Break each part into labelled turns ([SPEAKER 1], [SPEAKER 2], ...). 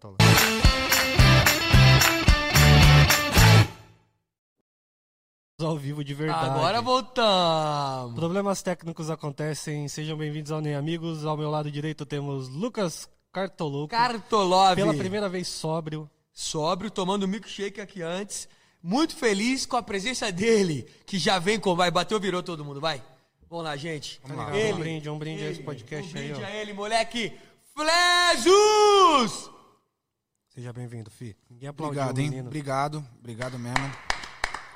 [SPEAKER 1] Tá lá. Ao vivo de verdade.
[SPEAKER 2] Agora voltamos.
[SPEAKER 1] Problemas técnicos acontecem. Sejam bem-vindos ao Nem Amigos. Ao meu lado direito temos Lucas Cartoloco.
[SPEAKER 2] Cartolove.
[SPEAKER 1] Pela primeira vez sóbrio.
[SPEAKER 2] Sóbrio, tomando um milkshake aqui antes. Muito feliz com a presença dele, que já vem com... Vai, bateu, virou todo mundo, vai. Vamos lá, gente.
[SPEAKER 1] Tá ligado? um
[SPEAKER 2] Ele,
[SPEAKER 1] brinde, um brinde a esse podcast
[SPEAKER 2] um brinde
[SPEAKER 1] aí, ó.
[SPEAKER 2] a ele, moleque. Flesus!
[SPEAKER 1] Seja bem-vindo, fi. Ninguém aplaudiu
[SPEAKER 3] Obrigado,
[SPEAKER 1] o
[SPEAKER 3] hein?
[SPEAKER 1] menino.
[SPEAKER 3] Obrigado, obrigado mesmo.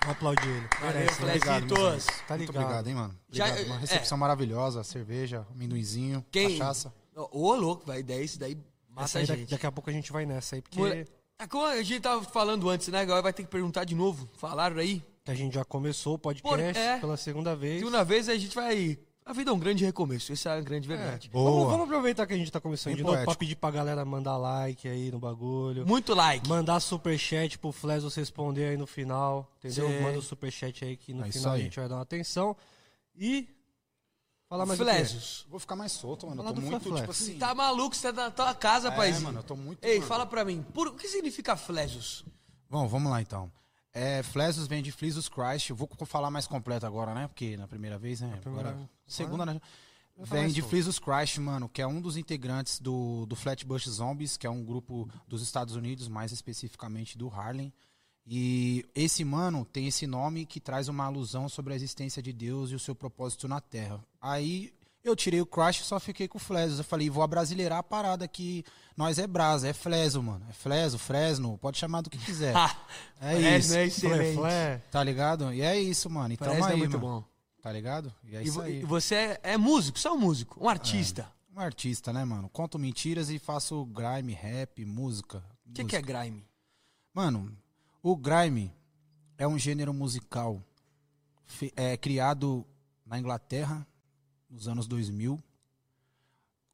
[SPEAKER 1] Vamos aplaudir ele.
[SPEAKER 2] Valeu,
[SPEAKER 1] Merece, né?
[SPEAKER 3] obrigado,
[SPEAKER 2] Flesitos.
[SPEAKER 1] Tá
[SPEAKER 3] Muito
[SPEAKER 1] ligado.
[SPEAKER 3] obrigado, hein, mano?
[SPEAKER 2] Já-
[SPEAKER 3] Obrigado. Uma
[SPEAKER 2] é.
[SPEAKER 3] recepção maravilhosa, cerveja, amendoinzinho,
[SPEAKER 2] Quem?
[SPEAKER 3] cachaça.
[SPEAKER 2] Ô, ô, louco, vai, daí isso daí
[SPEAKER 1] Essa
[SPEAKER 2] mata a
[SPEAKER 1] aí, da-
[SPEAKER 2] gente.
[SPEAKER 1] daqui a pouco a gente vai nessa aí, porque
[SPEAKER 2] Mole- Ah, como a gente tava falando antes, né? Agora vai ter que perguntar de novo. Falaram aí.
[SPEAKER 1] a gente já começou o podcast
[SPEAKER 2] Por- é.
[SPEAKER 1] pela segunda vez.
[SPEAKER 2] Segunda vez a gente vai. A vida é um grande recomeço, isso é a grande verdade.
[SPEAKER 1] Vamos,
[SPEAKER 3] Boa.
[SPEAKER 1] vamos aproveitar que a gente tá começando
[SPEAKER 3] Bem
[SPEAKER 1] de novo pra
[SPEAKER 3] poético.
[SPEAKER 1] pedir pra galera mandar like aí no
[SPEAKER 3] É.
[SPEAKER 1] bagulho.
[SPEAKER 2] Muito like.
[SPEAKER 1] Mandar superchat pro Flesos responder aí no final, entendeu?
[SPEAKER 2] Sim.
[SPEAKER 1] Manda o superchat aí que no
[SPEAKER 3] É isso
[SPEAKER 1] final a
[SPEAKER 3] aí.
[SPEAKER 1] gente vai dar uma atenção. E. Falar mais o quê?
[SPEAKER 2] Flesos.
[SPEAKER 3] Vou ficar mais solto, mano.
[SPEAKER 1] Fala
[SPEAKER 3] Eu tô
[SPEAKER 1] do
[SPEAKER 3] muito,
[SPEAKER 1] Fla-Fla.
[SPEAKER 3] tipo assim...
[SPEAKER 2] Tá maluco, você tá na tua casa,
[SPEAKER 3] é,
[SPEAKER 2] paizinho.
[SPEAKER 3] mano, eu tô muito...
[SPEAKER 2] Ei,
[SPEAKER 3] mano.
[SPEAKER 2] fala pra mim, por- o que significa Flesos?
[SPEAKER 3] Bom, vamos lá, então. É, Flesos vem de Jesus Christ. Eu vou co- falar mais completo agora, né? Porque na primeira vez, né?
[SPEAKER 1] primeira-
[SPEAKER 3] Agora, segunda, né?
[SPEAKER 1] Vai falar
[SPEAKER 3] Vem de
[SPEAKER 1] sobre.
[SPEAKER 3] Jesus Christ, mano, que é um dos integrantes do, do Flatbush Zombies, que é um grupo dos Estados Unidos, mais especificamente do Harlem. E esse mano tem esse nome que traz uma alusão sobre a existência de Deus e o seu propósito na Terra. Aí eu tirei o Crash e só fiquei com o Flesos. Eu falei, vou abrasileirar a parada que nós é brasa, é Fleso, mano. É Fleso, Fresno, pode chamar do que quiser. É isso.
[SPEAKER 2] Ah, Fresno é
[SPEAKER 1] Flé,
[SPEAKER 2] excelente.
[SPEAKER 1] flé.
[SPEAKER 3] Tá ligado? E é isso, mano. Então
[SPEAKER 2] Fresno
[SPEAKER 3] aí,
[SPEAKER 2] é muito
[SPEAKER 3] mano.
[SPEAKER 2] bom.
[SPEAKER 3] Tá ligado? E é
[SPEAKER 2] E,
[SPEAKER 3] isso
[SPEAKER 2] vo-
[SPEAKER 3] aí.
[SPEAKER 2] e você é, é músico, você é um músico, um artista.
[SPEAKER 3] Um artista, né, mano? Conto mentiras e faço grime, rap, música.
[SPEAKER 2] O que, que é grime?
[SPEAKER 3] Mano, o grime é um gênero musical fe- é, criado na Inglaterra nos anos 2000,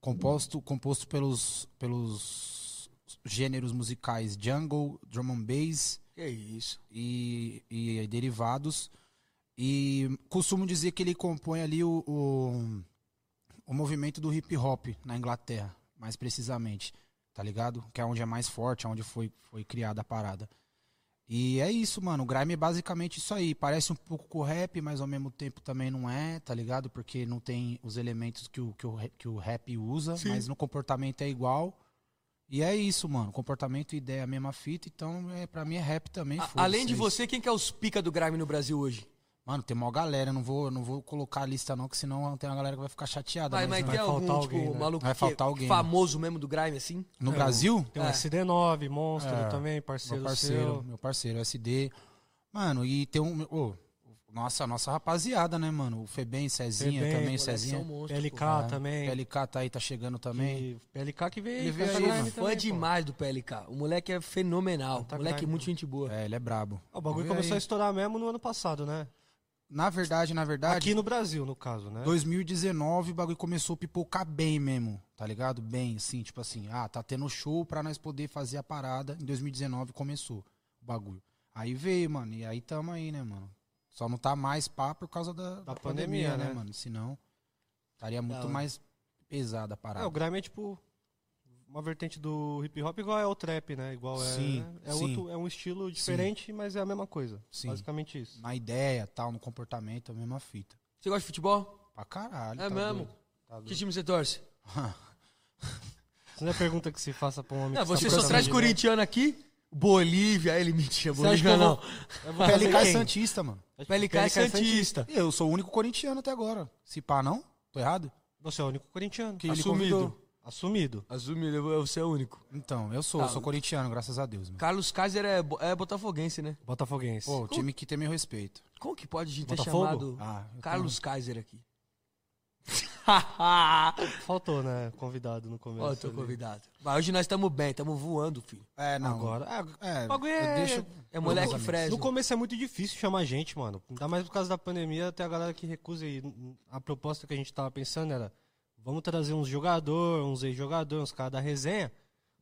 [SPEAKER 3] composto, composto pelos, pelos gêneros musicais jungle, drum and bass,
[SPEAKER 2] Que é isso?
[SPEAKER 3] e, e derivados. E costumo dizer que ele compõe ali o, o, o movimento do hip hop na Inglaterra, mais precisamente, tá ligado? Que é onde é mais forte, é onde foi, foi criada a parada. E é isso, mano. O grime é basicamente isso aí. Parece um pouco com o rap, mas ao mesmo tempo também não é, tá ligado? Porque não tem os elementos que o, que o, ra- que o rap usa,
[SPEAKER 2] Sim.
[SPEAKER 3] mas no comportamento é igual. E é isso, mano. Comportamento e ideia é a mesma fita, então é, pra mim é rap também.
[SPEAKER 2] A-
[SPEAKER 3] foda-se,
[SPEAKER 2] além de
[SPEAKER 3] é isso.
[SPEAKER 2] você, quem que é os pica do grime no Brasil hoje?
[SPEAKER 3] Mano, tem mó galera, eu não vou, eu não vou colocar a lista não, que senão tem uma galera que vai ficar chateada.
[SPEAKER 2] Vai,
[SPEAKER 3] mas
[SPEAKER 2] mas
[SPEAKER 3] não-
[SPEAKER 2] tem
[SPEAKER 1] vai faltar
[SPEAKER 2] algum,
[SPEAKER 1] alguém,
[SPEAKER 2] tipo,
[SPEAKER 1] né?
[SPEAKER 2] maluco
[SPEAKER 3] Vai
[SPEAKER 2] que-
[SPEAKER 3] faltar alguém, né?
[SPEAKER 2] famoso mesmo do grime, assim?
[SPEAKER 3] No Brasil,
[SPEAKER 1] Tem um o
[SPEAKER 2] É.
[SPEAKER 1] SD9, Monstro
[SPEAKER 3] É,
[SPEAKER 1] também, parceiro,
[SPEAKER 3] meu parceiro,
[SPEAKER 1] seu.
[SPEAKER 3] meu parceiro, SD. Mano, e tem um... ô, nossa, nossa rapaziada, né, mano? O Febem, Cezinha
[SPEAKER 1] Febem,
[SPEAKER 3] também,
[SPEAKER 1] moleque,
[SPEAKER 2] um
[SPEAKER 3] Cezinha.
[SPEAKER 1] PLK
[SPEAKER 3] É,
[SPEAKER 1] também.
[SPEAKER 3] PLK tá aí, tá chegando também.
[SPEAKER 1] Que- PLK que veio aí,
[SPEAKER 3] Ele veio
[SPEAKER 1] canta
[SPEAKER 3] aí,
[SPEAKER 1] grime
[SPEAKER 3] mano.
[SPEAKER 2] Sou fã
[SPEAKER 1] também, pô.
[SPEAKER 2] demais do PLK. O moleque é fenomenal.
[SPEAKER 1] Tá
[SPEAKER 2] o moleque é
[SPEAKER 1] grime,
[SPEAKER 2] muito gente boa.
[SPEAKER 3] É, ele é brabo.
[SPEAKER 1] O bagulho
[SPEAKER 3] Vê
[SPEAKER 1] começou a
[SPEAKER 3] aí.
[SPEAKER 1] estourar mesmo no ano passado, né?
[SPEAKER 3] Na verdade, na verdade...
[SPEAKER 1] Aqui no Brasil, no caso, né?
[SPEAKER 3] 2019 o bagulho começou a pipocar bem mesmo, tá ligado? Bem, assim, tipo assim, ah, tá tendo show pra nós poder fazer a parada. Em 2019 começou o bagulho. Aí veio, mano, e aí tamo aí, né, mano? Só não tá mais pá por causa da, da pandemia,
[SPEAKER 1] pandemia,
[SPEAKER 3] né,
[SPEAKER 1] né?
[SPEAKER 3] mano? Senão estaria muito
[SPEAKER 2] hora.
[SPEAKER 3] mais pesada a parada.
[SPEAKER 1] É, o grime é tipo uma vertente do hip hop igual é o trap, né? Igual é
[SPEAKER 3] Sim,
[SPEAKER 1] é
[SPEAKER 3] sim.
[SPEAKER 1] outro, é um estilo diferente, mas é a mesma coisa.
[SPEAKER 3] Sim.
[SPEAKER 1] Basicamente isso.
[SPEAKER 3] Na ideia, tal, no comportamento, a mesma fita.
[SPEAKER 2] Você gosta de futebol?
[SPEAKER 3] Pra caralho.
[SPEAKER 2] É
[SPEAKER 3] tá
[SPEAKER 2] mesmo?
[SPEAKER 3] doido, tá
[SPEAKER 2] Que
[SPEAKER 3] doido.
[SPEAKER 2] time você torce?
[SPEAKER 1] Isso não é pergunta que se faça pra um homem.
[SPEAKER 2] Não,
[SPEAKER 1] que está
[SPEAKER 2] você só
[SPEAKER 1] pensando
[SPEAKER 2] traz
[SPEAKER 1] em-
[SPEAKER 2] corintiano aqui? Bolívia, ele mentira,
[SPEAKER 1] Você acha que
[SPEAKER 2] Bolívia
[SPEAKER 1] eu
[SPEAKER 2] não.
[SPEAKER 1] vou-
[SPEAKER 3] PLK é
[SPEAKER 1] Quem?
[SPEAKER 3] Santista, mano.
[SPEAKER 2] PLK é Santista.
[SPEAKER 3] Eu sou o único corintiano até agora. Se pá, não? Tô errado?
[SPEAKER 1] Você é o único corintiano.
[SPEAKER 3] Que ele
[SPEAKER 2] Assumido.
[SPEAKER 3] convidou.
[SPEAKER 1] Assumido.
[SPEAKER 2] Assumido, você é o único.
[SPEAKER 3] Então, eu sou, eu sou corintiano, graças a Deus, mano.
[SPEAKER 2] Carlos Kaiser é, bo- é botafoguense, né?
[SPEAKER 1] Botafoguense.
[SPEAKER 3] Pô, o time que tem meu respeito.
[SPEAKER 2] Como que pode a gente ter
[SPEAKER 1] Botafogo? tá.
[SPEAKER 2] chamado
[SPEAKER 3] Ah, eu
[SPEAKER 2] Carlos Kaiser aqui?
[SPEAKER 1] Faltou, né? Convidado no começo.
[SPEAKER 2] Ó, teu
[SPEAKER 1] ali.
[SPEAKER 2] convidado. Mas hoje nós estamos bem, estamos voando, filho.
[SPEAKER 3] tenho- É, não.
[SPEAKER 1] Agora. Ah,
[SPEAKER 3] É,
[SPEAKER 1] bagulho é-
[SPEAKER 3] eu deixo...
[SPEAKER 2] É moleque
[SPEAKER 3] Exatamente.
[SPEAKER 1] No
[SPEAKER 2] fresno.
[SPEAKER 1] começo é muito difícil chamar gente, mano. Ainda mais por causa da pandemia, até a galera que recusa. E a proposta que a gente tava pensando era: vamos trazer uns jogador, uns ex-jogador, uns caras da resenha.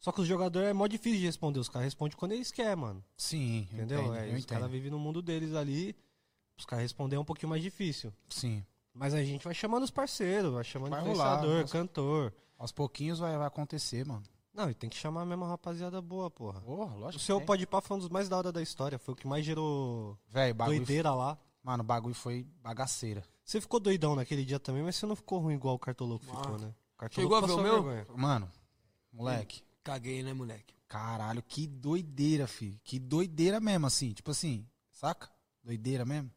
[SPEAKER 1] Só que os jogadores é mó difícil de responder. Os caras respondem quando eles querem, mano.
[SPEAKER 3] Sim,
[SPEAKER 1] Entendeu?
[SPEAKER 3] entendeu? Entendo,
[SPEAKER 1] É,
[SPEAKER 3] eu
[SPEAKER 1] os caras
[SPEAKER 3] entendo.
[SPEAKER 1] vivem no mundo deles ali. Os caras responder é um pouquinho mais difícil.
[SPEAKER 3] Sim.
[SPEAKER 1] Mas a gente vai chamando os parceiros, vai chamando
[SPEAKER 3] Vai rolar,
[SPEAKER 1] influenciador,
[SPEAKER 3] mas-
[SPEAKER 1] cantor.
[SPEAKER 3] Aos pouquinhos vai, vai acontecer, mano.
[SPEAKER 1] Não, e tem que chamar mesmo a rapaziada boa, porra.
[SPEAKER 3] Porra, lógico.
[SPEAKER 1] O
[SPEAKER 3] que
[SPEAKER 1] seu
[SPEAKER 3] tem.
[SPEAKER 1] pode pá foi um dos mais da hora da história. Foi o que mais gerou
[SPEAKER 3] Véi, bagulho.
[SPEAKER 1] doideira lá.
[SPEAKER 3] Mano, o bagulho foi bagaceira.
[SPEAKER 1] Você ficou doidão naquele dia também, mas você não ficou ruim igual o Cartoloco
[SPEAKER 3] Ah.
[SPEAKER 1] ficou, né? O Cartoloco
[SPEAKER 2] Chegou a ver
[SPEAKER 1] passou
[SPEAKER 2] o meu?
[SPEAKER 1] vergonha.
[SPEAKER 3] Mano, moleque.
[SPEAKER 2] Caguei, né, moleque?
[SPEAKER 3] Caralho, que doideira, fi. Que doideira mesmo, assim. Tipo assim, saca? Doideira mesmo.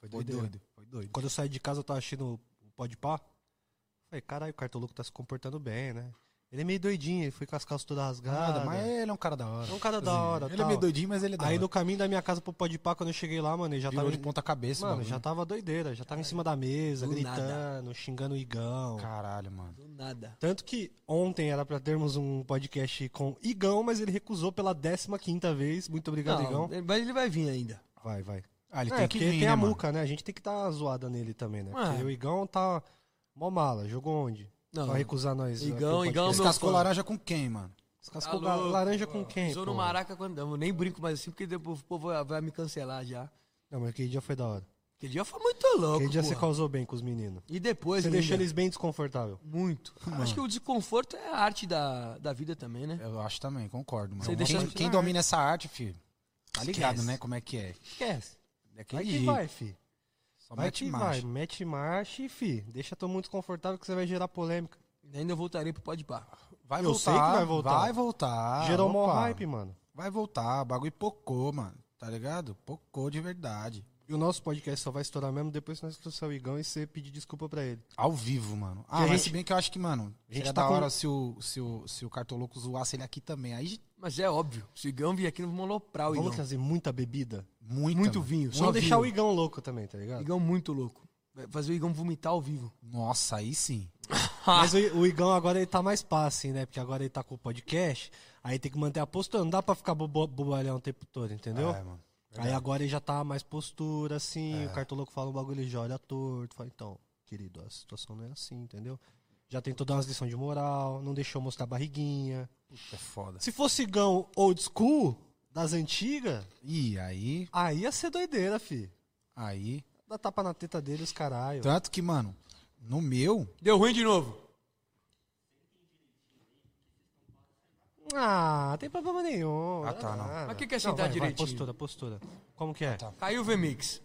[SPEAKER 1] Foi
[SPEAKER 3] Foi
[SPEAKER 1] doideira.
[SPEAKER 3] doido. Foi doido.
[SPEAKER 1] Quando eu saí de casa, eu tava assistindo o Pode Pá. Falei, caralho, o Cartoloco tá se comportando bem, né? Ele é meio doidinho, ele foi com as calças todas rasgadas.
[SPEAKER 3] Nada, mas ele é um cara da hora.
[SPEAKER 1] É um cara da hora,
[SPEAKER 3] Ele é
[SPEAKER 1] tal.
[SPEAKER 3] meio doidinho, mas ele é da
[SPEAKER 1] Aí
[SPEAKER 3] hora.
[SPEAKER 1] no caminho da minha casa pro Pode Pá, quando eu cheguei lá, mano, ele já
[SPEAKER 3] Virou
[SPEAKER 1] tava.
[SPEAKER 3] de ponta cabeça,
[SPEAKER 1] Mano,
[SPEAKER 3] mano.
[SPEAKER 1] já tá tava doideira, já tava em cima da mesa,
[SPEAKER 2] Do
[SPEAKER 1] gritando,
[SPEAKER 2] nada.
[SPEAKER 1] xingando o Igão.
[SPEAKER 3] Caralho, mano.
[SPEAKER 2] Do nada.
[SPEAKER 1] Tanto que ontem era pra termos um podcast com Igão, mas ele recusou pela 15 vez. Muito obrigado,
[SPEAKER 2] Não,
[SPEAKER 1] Igão.
[SPEAKER 2] ele- mas ele vai vir ainda.
[SPEAKER 1] Vai, vai.
[SPEAKER 3] Ah, ele
[SPEAKER 1] É,
[SPEAKER 3] tem
[SPEAKER 1] porque
[SPEAKER 3] que vir,
[SPEAKER 1] tem
[SPEAKER 3] né,
[SPEAKER 1] a
[SPEAKER 3] mano?
[SPEAKER 1] Muca, né? A gente tem que dar uma zoada nele também, né? Porque
[SPEAKER 2] Ah.
[SPEAKER 1] o Igão tá mó mala, jogou onde?
[SPEAKER 2] Não.
[SPEAKER 1] Pra recusar nós.
[SPEAKER 2] Igão,
[SPEAKER 1] aqui no podcast.
[SPEAKER 2] Igão, meu-
[SPEAKER 3] Descascou laranja com quem, mano?
[SPEAKER 1] Descascou
[SPEAKER 2] Tá louco,
[SPEAKER 1] laranja
[SPEAKER 2] pô.
[SPEAKER 1] com quem?
[SPEAKER 2] Sou
[SPEAKER 1] pô?
[SPEAKER 2] no Maraca quando eu nem brinco mais assim, porque depois o povo vai, vai me cancelar já.
[SPEAKER 1] Não, mas aquele dia foi da hora.
[SPEAKER 2] Aquele dia foi muito louco.
[SPEAKER 1] Aquele dia
[SPEAKER 2] porra.
[SPEAKER 1] você causou bem com os meninos.
[SPEAKER 2] E depois,
[SPEAKER 1] Você Ah.
[SPEAKER 2] ainda,
[SPEAKER 1] deixou eles bem desconfortável.
[SPEAKER 2] Muito. Acho que o desconforto é a arte da, da vida também, né?
[SPEAKER 3] Eu acho também, concordo, mano.
[SPEAKER 2] Você
[SPEAKER 3] Quem,
[SPEAKER 2] deixa a gente
[SPEAKER 3] quem
[SPEAKER 2] na
[SPEAKER 3] domina essa arte, filho, tá ligado,
[SPEAKER 2] Esquece.
[SPEAKER 3] né? Como é que é.
[SPEAKER 2] Esquece.
[SPEAKER 1] Vai
[SPEAKER 3] Daquele
[SPEAKER 1] que
[SPEAKER 3] jeito.
[SPEAKER 1] vai, fi.
[SPEAKER 3] Só
[SPEAKER 1] Vai
[SPEAKER 3] mete
[SPEAKER 1] que vai.
[SPEAKER 3] marcha.
[SPEAKER 1] Mete marcha e fi. Deixa todo mundo desconfortável que você vai gerar polêmica.
[SPEAKER 2] Ainda voltarei pro Pode Bar.
[SPEAKER 3] Vai
[SPEAKER 1] Eu sei que vai voltar.
[SPEAKER 3] Vai voltar.
[SPEAKER 1] Gerou mó
[SPEAKER 3] opa.
[SPEAKER 1] hype, mano.
[SPEAKER 3] Vai voltar, o bagulho pocou, mano. Tá ligado? Pocou de verdade.
[SPEAKER 1] E o nosso podcast só vai estourar mesmo depois que nós trouxer o Igão e você pedir desculpa pra ele.
[SPEAKER 3] Ao vivo, mano. Ah,
[SPEAKER 1] a
[SPEAKER 3] mas
[SPEAKER 1] gente-
[SPEAKER 3] se bem que eu acho que, mano,
[SPEAKER 1] a gente
[SPEAKER 3] seria
[SPEAKER 1] tá
[SPEAKER 3] da
[SPEAKER 1] com-
[SPEAKER 3] hora se, o, se, o, se o Cartoloco zoasse ele aqui também. Aí,
[SPEAKER 2] Mas é óbvio. Se o Igão vir aqui, não vamos aloprar o
[SPEAKER 1] Vamos
[SPEAKER 2] Igão.
[SPEAKER 1] trazer muita bebida.
[SPEAKER 3] muito.
[SPEAKER 2] Muito
[SPEAKER 3] mano.
[SPEAKER 2] vinho. Só
[SPEAKER 1] Vamos deixar o
[SPEAKER 2] vinho.
[SPEAKER 1] Igão louco também, tá ligado?
[SPEAKER 2] Igão muito louco. Vai fazer o Igão vomitar ao vivo.
[SPEAKER 3] Nossa, aí sim.
[SPEAKER 1] Mas o, o Igão agora ele tá mais fácil, né? Porque agora ele tá com o podcast, aí tem que manter a postura. Não dá pra ficar bobo- bobalhão o tempo todo, entendeu?
[SPEAKER 3] É, mano.
[SPEAKER 1] aí agora ele já tá mais postura,
[SPEAKER 3] É.
[SPEAKER 1] assim. O cartoloco fala um bagulho, ele já olha torto. Fala, então, querido, a situação não é assim, entendeu? Já tentou dar umas lições de moral, não deixou mostrar barriguinha.
[SPEAKER 3] Puta, é foda.
[SPEAKER 1] Se fosse Igão old school, das antigas,
[SPEAKER 3] E aí,
[SPEAKER 1] aí ia ser doideira, fi.
[SPEAKER 3] aí.
[SPEAKER 1] Dá tapa na teta dele, os caralho.
[SPEAKER 3] Tanto que, mano, no meu,
[SPEAKER 2] Deu ruim de novo.
[SPEAKER 1] Ah, tem problema nenhum.
[SPEAKER 3] Ah, tá, não.
[SPEAKER 1] Ah,
[SPEAKER 2] Mas o que que é sentar
[SPEAKER 1] vai, vai,
[SPEAKER 2] direitinho?
[SPEAKER 1] postura, postura. Como que é?
[SPEAKER 3] tá.
[SPEAKER 2] Caiu o VMix.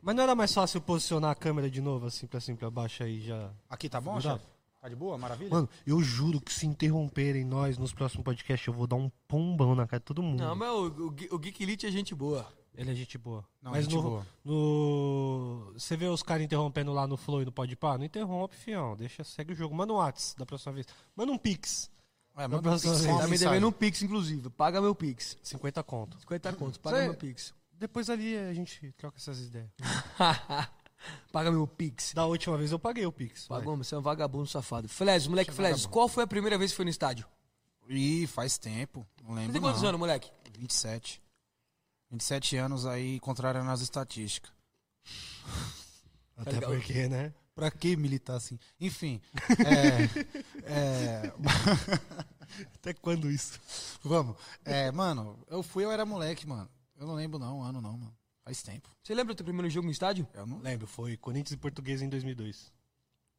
[SPEAKER 1] Mas não era mais fácil posicionar a câmera de novo, assim, pra, assim, pra baixo aí já...
[SPEAKER 3] Aqui tá bom,
[SPEAKER 1] Cuidado.
[SPEAKER 3] chefe? Tá de boa? Maravilha?
[SPEAKER 1] Mano, eu juro que se interromperem nós nos próximos podcasts, eu vou dar um pombão na cara de todo mundo.
[SPEAKER 2] Não, mas o, o, Gui- o Geek Elite é gente boa.
[SPEAKER 1] Ele é gente boa.
[SPEAKER 3] Não,
[SPEAKER 1] mas
[SPEAKER 3] gente
[SPEAKER 1] no,
[SPEAKER 3] boa.
[SPEAKER 1] no- Você vê os caras interrompendo lá no Flow e no Podpah? Não interrompe, fião. Deixa, segue o jogo. Manda um Whats da próxima vez. Manda um Pix.
[SPEAKER 3] É,
[SPEAKER 1] Não
[SPEAKER 3] manda um
[SPEAKER 1] precisa
[SPEAKER 3] pix,
[SPEAKER 1] ser.
[SPEAKER 3] só uma
[SPEAKER 2] Tá me
[SPEAKER 3] mensagem.
[SPEAKER 2] devendo um Pix, inclusive. Paga meu Pix.
[SPEAKER 1] 50 conto.
[SPEAKER 2] 50 contos. Paga
[SPEAKER 1] Cê-
[SPEAKER 2] meu Pix.
[SPEAKER 1] Depois ali a gente troca essas ideias.
[SPEAKER 2] Paga meu Pix.
[SPEAKER 1] Da última vez eu paguei o Pix. vai. é
[SPEAKER 2] Pagou, você é um vagabundo safado. Flésio, moleque Flésio, qual foi a primeira vez que foi no estádio?
[SPEAKER 3] Ih, faz tempo. Não
[SPEAKER 2] Você
[SPEAKER 3] lembro.
[SPEAKER 2] tem quantos
[SPEAKER 3] não.
[SPEAKER 2] anos, moleque?
[SPEAKER 3] 27. 27 anos aí, contrário nas estatísticas.
[SPEAKER 1] Até
[SPEAKER 2] legal.
[SPEAKER 1] porque, né?
[SPEAKER 3] Pra que militar assim? Enfim. é, é,
[SPEAKER 1] Até quando isso?
[SPEAKER 3] vamos. É, mano, eu fui, eu era moleque, mano. Eu não lembro não, um ano não, mano. Faz tempo.
[SPEAKER 2] Você lembra do teu primeiro jogo no estádio?
[SPEAKER 3] Eu não lembro.
[SPEAKER 1] Lembro, foi Corinthians e Portuguesa em 2002.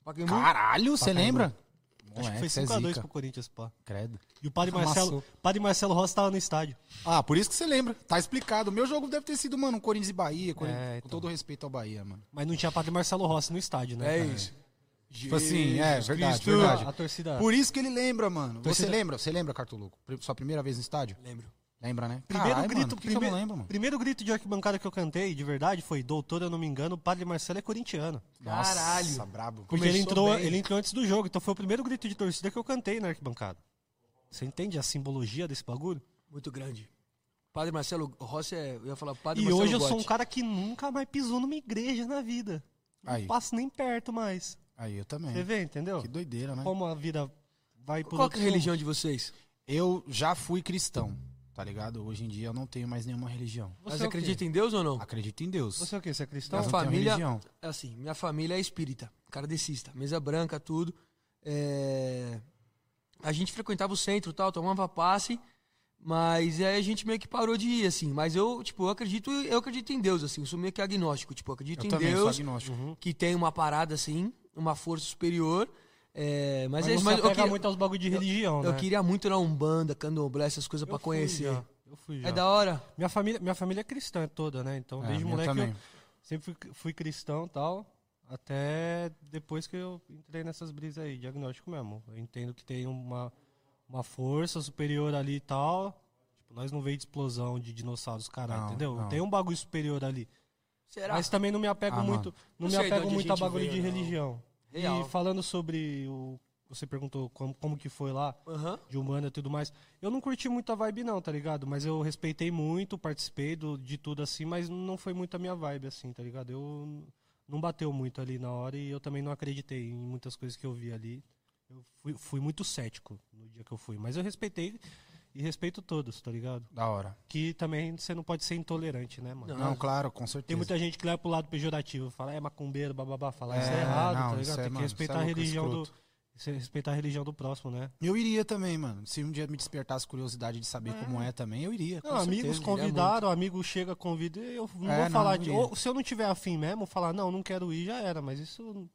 [SPEAKER 2] Pacaembu?
[SPEAKER 3] Caralho, você
[SPEAKER 1] Pacaembu.
[SPEAKER 3] lembra?
[SPEAKER 1] Acho que
[SPEAKER 3] Moleque,
[SPEAKER 1] foi
[SPEAKER 3] cê é
[SPEAKER 1] 5x2
[SPEAKER 3] zica.
[SPEAKER 1] pro Corinthians, pá.
[SPEAKER 3] Credo.
[SPEAKER 1] E o Padre Marcelo,
[SPEAKER 3] Amassou.
[SPEAKER 1] Padre Marcelo Rossi tava no estádio.
[SPEAKER 3] Ah, por isso que você lembra. Tá explicado. O meu jogo deve ter sido, mano, um Corinthians e Bahia. Corinthians-
[SPEAKER 1] É, então.
[SPEAKER 3] Com todo respeito ao Bahia, mano.
[SPEAKER 1] Mas não tinha Padre Marcelo Rossi no estádio, né?
[SPEAKER 2] É
[SPEAKER 1] cara?
[SPEAKER 2] isso.
[SPEAKER 3] Tipo assim, é,
[SPEAKER 2] Jesus
[SPEAKER 3] verdade,
[SPEAKER 2] Cristo.
[SPEAKER 3] verdade.
[SPEAKER 1] A torcida.
[SPEAKER 3] Por isso que ele lembra, mano. Você
[SPEAKER 1] Torcida-
[SPEAKER 3] lembra? Você lembra, Cartoluco? Pri- Sua primeira vez no estádio?
[SPEAKER 2] Lembro.
[SPEAKER 3] Lembra, né?
[SPEAKER 1] Primeiro
[SPEAKER 3] Caralho,
[SPEAKER 1] grito,
[SPEAKER 3] mano, por que que
[SPEAKER 1] primeiro,
[SPEAKER 3] eu não lembro, mano?
[SPEAKER 1] primeiro grito de arquibancada que eu cantei, de verdade, foi Doutor, eu não me engano, o Padre Marcelo é corintiano.
[SPEAKER 2] Caralho.
[SPEAKER 3] Nossa, brabo.
[SPEAKER 1] Porque
[SPEAKER 2] Começou
[SPEAKER 1] ele entrou,
[SPEAKER 2] bem.
[SPEAKER 1] ele entrou antes do jogo, então foi o primeiro grito de torcida que eu cantei na arquibancada. Você entende a simbologia desse bagulho?
[SPEAKER 2] Muito grande. Padre Marcelo Rossi é. Eu ia falar Padre
[SPEAKER 1] e
[SPEAKER 2] Marcelo
[SPEAKER 1] hoje eu sou um
[SPEAKER 2] Gotti.
[SPEAKER 1] cara que nunca mais pisou numa igreja na vida. Não
[SPEAKER 3] Aí.
[SPEAKER 1] passo nem perto mais.
[SPEAKER 3] Aí eu também.
[SPEAKER 1] Você vê, entendeu?
[SPEAKER 3] Que doideira, né?
[SPEAKER 1] Como a vida vai por
[SPEAKER 2] Qual que é
[SPEAKER 1] outros
[SPEAKER 2] a religião de vocês?
[SPEAKER 3] Eu já fui cristão, tá ligado? Hoje em dia eu não tenho mais nenhuma religião.
[SPEAKER 1] rumos.
[SPEAKER 2] Mas
[SPEAKER 1] Você é o quê?
[SPEAKER 2] acreditam em Deus ou não?
[SPEAKER 3] Acredito em Deus.
[SPEAKER 1] Você é o quê? Você é cristão?
[SPEAKER 3] Mas
[SPEAKER 2] Minha
[SPEAKER 3] não tenho
[SPEAKER 2] família-
[SPEAKER 3] religião.
[SPEAKER 2] É assim, minha família é espírita, cardecista, mesa branca, tudo. É, A gente frequentava o centro e tal, tomava passe, mas aí a gente meio que parou de ir, assim. Mas eu, tipo, eu acredito, eu acredito em Deus, assim, eu sou meio que agnóstico, tipo, eu acredito
[SPEAKER 3] Eu
[SPEAKER 2] em
[SPEAKER 1] Uhum.
[SPEAKER 3] também sou
[SPEAKER 2] Deus,
[SPEAKER 3] agnóstico.
[SPEAKER 2] que tem uma parada, assim, uma força superior. É,
[SPEAKER 1] Mas,
[SPEAKER 2] mas, é
[SPEAKER 1] você
[SPEAKER 2] isso, mas eu,
[SPEAKER 1] apega
[SPEAKER 2] que-
[SPEAKER 1] muito aos bagulho de religião,
[SPEAKER 2] eu
[SPEAKER 1] né?
[SPEAKER 2] queria muito ir na Umbanda, Candomblé, essas
[SPEAKER 1] Eu
[SPEAKER 2] coisas pra
[SPEAKER 1] fui
[SPEAKER 2] conhecer.
[SPEAKER 1] já, Eu fui já.
[SPEAKER 2] É da hora?
[SPEAKER 1] minha, família, minha família é cristã toda, né? Então,
[SPEAKER 3] É,
[SPEAKER 1] desde
[SPEAKER 3] eu
[SPEAKER 1] moleque
[SPEAKER 3] também.
[SPEAKER 1] eu sempre fui, fui cristão e tal. Até depois que eu entrei nessas brisas aí, diagnóstico mesmo. Eu entendo que tem uma, uma força superior ali e tal. Tipo, nós não veio de explosão de dinossauros, caralho,
[SPEAKER 3] Não,
[SPEAKER 1] entendeu?
[SPEAKER 3] não.
[SPEAKER 1] Tem um bagulho superior ali.
[SPEAKER 2] Será?
[SPEAKER 1] Mas também não me apego
[SPEAKER 3] Ah,
[SPEAKER 1] muito, não,
[SPEAKER 2] Não
[SPEAKER 1] me
[SPEAKER 2] sei de
[SPEAKER 1] apego
[SPEAKER 2] onde a
[SPEAKER 1] muito a
[SPEAKER 2] gente
[SPEAKER 1] bagulho de
[SPEAKER 2] veio, não.
[SPEAKER 1] religião.
[SPEAKER 2] Real.
[SPEAKER 1] E falando sobre o você perguntou como, como que foi lá
[SPEAKER 2] Aham.
[SPEAKER 1] de humana e tudo mais. Eu não curti muito a vibe não, tá ligado? Mas eu respeitei muito, participei do, de tudo assim, mas não foi muito a minha vibe assim, tá ligado? Eu n- não bateu muito ali na hora e eu também não acreditei em muitas coisas que eu vi ali. Eu fui, fui muito cético no dia que eu fui, mas eu respeitei e respeito todos, tá ligado?
[SPEAKER 3] Da hora.
[SPEAKER 1] Que também você não pode ser intolerante, né, mano?
[SPEAKER 2] Não,
[SPEAKER 3] Não, claro, com certeza.
[SPEAKER 1] Tem muita gente que leva pro lado pejorativo, fala, é macumbeiro, bababá, fala, isso
[SPEAKER 3] É,
[SPEAKER 1] é errado,
[SPEAKER 3] não,
[SPEAKER 1] tá
[SPEAKER 3] isso
[SPEAKER 1] ligado?
[SPEAKER 3] é,
[SPEAKER 1] Tem
[SPEAKER 3] mano,
[SPEAKER 1] que
[SPEAKER 3] isso é
[SPEAKER 1] respeitar a
[SPEAKER 3] louco,
[SPEAKER 1] religião do.
[SPEAKER 3] escroto.
[SPEAKER 1] se respeitar a religião do próximo, né?
[SPEAKER 3] Eu iria também, mano. Se um dia me despertasse curiosidade de saber como é também, eu iria. com
[SPEAKER 1] Não, amigos
[SPEAKER 3] certeza.
[SPEAKER 1] convidaram, amigo chega, convida, eu não
[SPEAKER 3] É,
[SPEAKER 1] vou
[SPEAKER 3] não,
[SPEAKER 1] falar
[SPEAKER 3] não
[SPEAKER 1] de.
[SPEAKER 3] iria.
[SPEAKER 1] Ou, se eu não tiver afim mesmo, falar, não, não quero ir, já era, mas isso não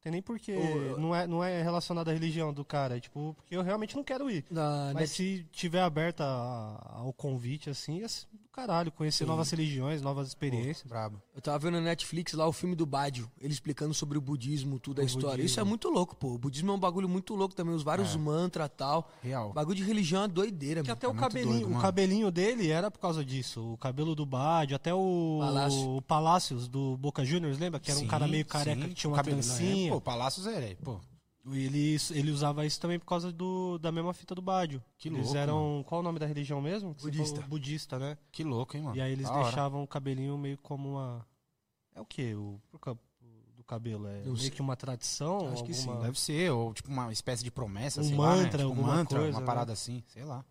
[SPEAKER 1] tem nem porquê.
[SPEAKER 2] Ô,
[SPEAKER 1] não, é, não é relacionado à religião do cara, é tipo, porque eu realmente não quero ir.
[SPEAKER 3] É,
[SPEAKER 2] Na,
[SPEAKER 1] Mas se tiver aberta a- ao convite, assim, é s- do caralho, conhecer novas religiões, novas experiências.
[SPEAKER 3] Brabo.
[SPEAKER 2] Eu tava vendo na Netflix lá o filme do Bádio, ele explicando sobre o budismo, tudo a
[SPEAKER 1] O
[SPEAKER 2] história. Isso
[SPEAKER 1] budismo.
[SPEAKER 2] é muito louco, pô. O budismo é um bagulho muito louco também, os vários
[SPEAKER 3] É.
[SPEAKER 2] mantras e tal.
[SPEAKER 3] Real.
[SPEAKER 2] Bagulho de religião é uma doideira,
[SPEAKER 1] Que
[SPEAKER 2] mano.
[SPEAKER 1] até
[SPEAKER 3] É
[SPEAKER 1] o
[SPEAKER 3] muito
[SPEAKER 1] cabelinho,
[SPEAKER 3] doido,
[SPEAKER 1] o
[SPEAKER 3] mano.
[SPEAKER 1] cabelinho dele era por causa disso. O cabelo do Bad, até o
[SPEAKER 2] Palácio.
[SPEAKER 1] o Palácios do Boca Juniors, lembra? Que era um
[SPEAKER 3] Sim,
[SPEAKER 1] cara meio careca
[SPEAKER 3] sim.
[SPEAKER 1] que tinha
[SPEAKER 3] O
[SPEAKER 1] uma
[SPEAKER 3] cabelo-
[SPEAKER 1] trancinha.
[SPEAKER 3] Pô, Palácios era, pô.
[SPEAKER 1] Ele, ele usava isso também por causa do, da mesma fita do Bádio.
[SPEAKER 3] Que
[SPEAKER 1] eles
[SPEAKER 3] louco,
[SPEAKER 1] eram. Qual o nome da religião mesmo? que você
[SPEAKER 2] Budista.
[SPEAKER 1] falou? Budista, né?
[SPEAKER 3] Que louco, hein, mano.
[SPEAKER 1] e aí eles
[SPEAKER 3] Ah, Da hora.
[SPEAKER 1] deixavam o cabelinho meio como uma. É o quê? O, por ca- do cabelo? É
[SPEAKER 2] Não sei.
[SPEAKER 1] meio que uma tradição?
[SPEAKER 2] Acho que sim,
[SPEAKER 1] alguma-
[SPEAKER 3] Deve ser, ou tipo uma espécie de promessa,
[SPEAKER 1] Um
[SPEAKER 3] sei lá, né?
[SPEAKER 1] mantra,
[SPEAKER 3] Tipo, um
[SPEAKER 1] alguma
[SPEAKER 3] mantra,
[SPEAKER 1] coisa,
[SPEAKER 3] uma
[SPEAKER 1] né?
[SPEAKER 3] parada assim, sei lá.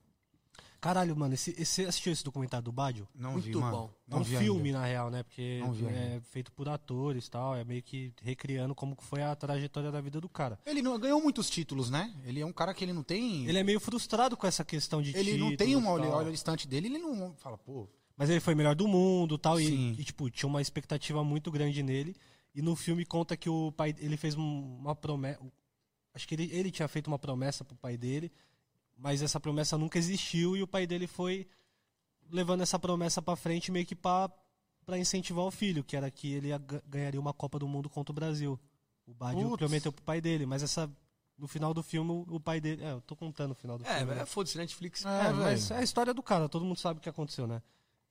[SPEAKER 1] Caralho, mano, esse, esse- você assistiu esse documentário do Bádio?
[SPEAKER 3] Não
[SPEAKER 2] Muito
[SPEAKER 3] vi, mano.
[SPEAKER 2] bom.
[SPEAKER 1] é
[SPEAKER 3] Não
[SPEAKER 1] um
[SPEAKER 3] vi
[SPEAKER 1] filme,
[SPEAKER 3] ainda.
[SPEAKER 1] na real, né? Porque
[SPEAKER 3] Não vi
[SPEAKER 1] é
[SPEAKER 3] ainda.
[SPEAKER 1] feito por atores e tal. É meio que recriando como que foi a trajetória da vida do cara.
[SPEAKER 3] Ele não ganhou muitos títulos, né? Ele é um cara que ele não tem...
[SPEAKER 1] Ele é meio frustrado com essa questão de
[SPEAKER 3] Ele não tem
[SPEAKER 1] títulos
[SPEAKER 3] uma.
[SPEAKER 1] e
[SPEAKER 3] Olha,
[SPEAKER 1] tal.
[SPEAKER 3] olha o instante dele, ele não fala, pô.
[SPEAKER 1] Mas ele foi melhor do mundo tal, e,
[SPEAKER 3] Sim.
[SPEAKER 1] e, tipo, tinha uma expectativa muito grande nele. E no filme conta que o pai ele fez um- uma promessa. Acho que ele, ele tinha feito uma promessa pro pai dele, mas essa promessa nunca existiu e o pai dele foi levando essa promessa pra frente meio que pra, pra incentivar o filho, que era que ele ia ga- ganharia uma Copa do Mundo contra o Brasil. O Badio
[SPEAKER 3] Putz.
[SPEAKER 1] prometeu pro pai dele, mas essa no final do filme o pai dele, é, eu tô contando o final do filme. né?
[SPEAKER 2] É, é foda-se, Netflix.
[SPEAKER 3] É,
[SPEAKER 1] É, mas é
[SPEAKER 3] velho.
[SPEAKER 1] a história do cara, todo mundo sabe o que aconteceu, né?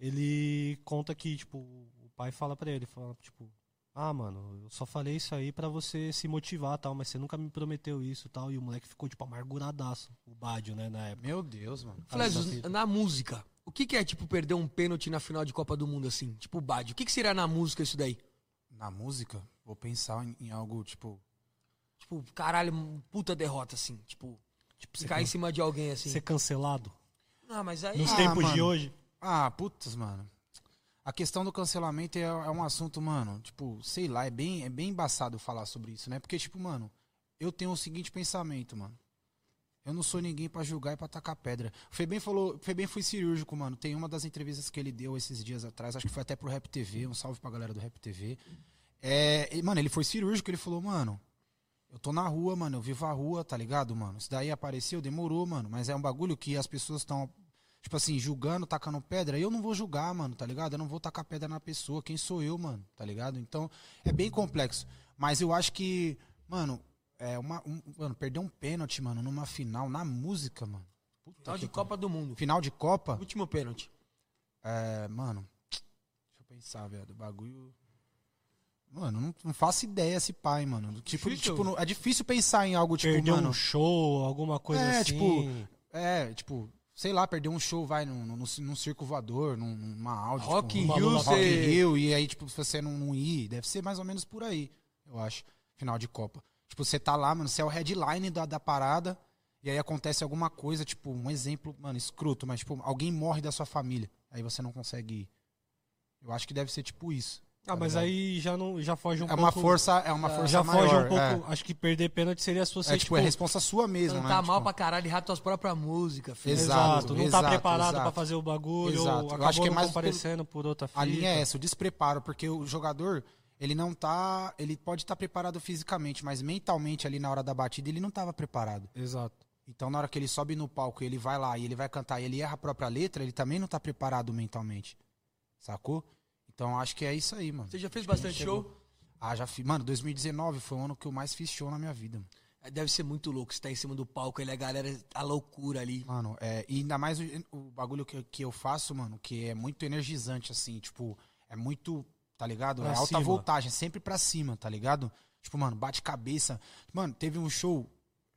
[SPEAKER 1] Ele conta que, tipo, o pai fala pra ele, fala, tipo, ah, mano, eu só falei isso aí pra você se motivar tal, mas você nunca me prometeu isso tal. E o moleque ficou, tipo, amarguradaço, o Bádio, né, na época.
[SPEAKER 3] Meu Deus, mano.
[SPEAKER 2] Flash,
[SPEAKER 1] Fita.
[SPEAKER 2] na música, o que, que é, tipo, perder um pênalti na final de Copa do Mundo, assim? Tipo, Bádio. O que, que seria na música isso daí?
[SPEAKER 3] Na música, vou pensar em, em algo, tipo.
[SPEAKER 2] Tipo, caralho, puta derrota, assim. Tipo,
[SPEAKER 1] Tipo,
[SPEAKER 2] ficar
[SPEAKER 1] ser,
[SPEAKER 2] em
[SPEAKER 1] can-
[SPEAKER 2] cima de alguém, assim.
[SPEAKER 1] ser cancelado
[SPEAKER 2] Ah, mas aí...
[SPEAKER 1] nos
[SPEAKER 3] Ah,
[SPEAKER 1] tempos de
[SPEAKER 3] mano.
[SPEAKER 1] hoje.
[SPEAKER 3] Ah, putz, mano. A questão do cancelamento é, é um assunto, mano, tipo, sei lá, é bem, é bem embaçado falar sobre isso, né? Porque, tipo, mano, eu tenho o seguinte pensamento, mano. Eu não sou ninguém pra julgar e pra tacar pedra. O Febem falou, o Febem foi cirúrgico, mano. Tem uma das entrevistas que ele deu esses dias atrás, acho que foi até pro Rap TV, um salve pra galera do Rap TV. É, e, mano, ele foi cirúrgico, ele falou, mano, eu tô na rua, mano, eu vivo a rua, tá ligado, mano? Isso daí apareceu, demorou, mano, mas é um bagulho que as pessoas estão tipo assim, julgando, tacando pedra, eu não vou julgar, mano, tá ligado? Eu não vou tacar pedra na pessoa, quem sou eu, mano, tá ligado? Então, é bem complexo. Mas eu acho que, mano, é uma, um- mano, perder um pênalti, mano, numa final, na música, mano.
[SPEAKER 2] Final de Copa do Mundo.
[SPEAKER 3] Final de Copa,
[SPEAKER 2] Último pênalti.
[SPEAKER 3] é, mano, deixa eu pensar, velho, o bagulho... Mano, não, não faço ideia esse pai, mano. Tipo,
[SPEAKER 2] Difícil.
[SPEAKER 3] tipo, não- é difícil pensar em algo, tipo,
[SPEAKER 1] Perdeu
[SPEAKER 3] mano...
[SPEAKER 1] um show, alguma coisa
[SPEAKER 3] É,
[SPEAKER 1] assim.
[SPEAKER 3] tipo, É, tipo, sei lá, perder um show, vai, num, num, num circo voador, num, numa áudio.
[SPEAKER 2] Rock
[SPEAKER 3] tipo,
[SPEAKER 2] in
[SPEAKER 3] numa
[SPEAKER 2] Rio,
[SPEAKER 3] lona- Rock
[SPEAKER 2] cê-
[SPEAKER 3] in Rio, e aí, tipo, se você não, não ir, deve ser mais ou menos por aí, eu acho, final de Copa. Tipo, você tá lá, mano, você é o headline da, da parada, e aí acontece alguma coisa, tipo, um exemplo, mano, escroto, mas, tipo, alguém morre da sua família, aí você não consegue ir. Eu acho que deve ser tipo isso.
[SPEAKER 1] ah, mas aí já, não, já foge um
[SPEAKER 3] é
[SPEAKER 1] pouco.
[SPEAKER 3] uma força, é uma força
[SPEAKER 1] já
[SPEAKER 3] maior.
[SPEAKER 1] foge um pouco. assim,
[SPEAKER 3] é.
[SPEAKER 1] Acho que perder pênalti seria se você,
[SPEAKER 3] É, tipo, é responsa sua mesmo,
[SPEAKER 2] Cantar
[SPEAKER 3] né?
[SPEAKER 2] mal
[SPEAKER 3] Tipo,
[SPEAKER 2] pra caralho e rato tuas próprias músicas, filho.
[SPEAKER 3] Exato,
[SPEAKER 1] Exato, não tá
[SPEAKER 3] exato,
[SPEAKER 1] preparado pra
[SPEAKER 3] exato.
[SPEAKER 1] fazer o bagulho,
[SPEAKER 3] Exato. Eu
[SPEAKER 1] ou acabou
[SPEAKER 3] acho que é
[SPEAKER 1] não
[SPEAKER 3] mais é
[SPEAKER 1] comparecendo por outra fita.
[SPEAKER 3] A linha é essa, o despreparo, porque o jogador Ele não tá. Ele pode estar preparado fisicamente, mas mentalmente ali na hora da batida ele não estava preparado.
[SPEAKER 1] Exato.
[SPEAKER 3] Então na hora que ele sobe no palco e ele vai lá e ele vai cantar e ele erra a própria letra, ele também não tá preparado mentalmente. Sacou? Então acho que é isso aí, mano.
[SPEAKER 2] Você já fez
[SPEAKER 3] Acho que a gente
[SPEAKER 2] bastante
[SPEAKER 3] chegou-
[SPEAKER 2] show?
[SPEAKER 3] Ah, já fiz. Mano, 2019 foi o ano que eu mais fiz show na minha vida. mano.
[SPEAKER 2] Deve ser muito louco. Você tá em cima do palco, ele, a galera, a loucura ali.
[SPEAKER 3] Mano, é, e ainda mais o, o bagulho que, que eu faço, mano, que é muito energizante, assim, tipo, é muito, tá ligado?
[SPEAKER 1] Pra
[SPEAKER 3] é alta
[SPEAKER 1] cima.
[SPEAKER 3] voltagem, sempre pra cima, tá ligado? Tipo, mano, bate cabeça. Mano, teve um show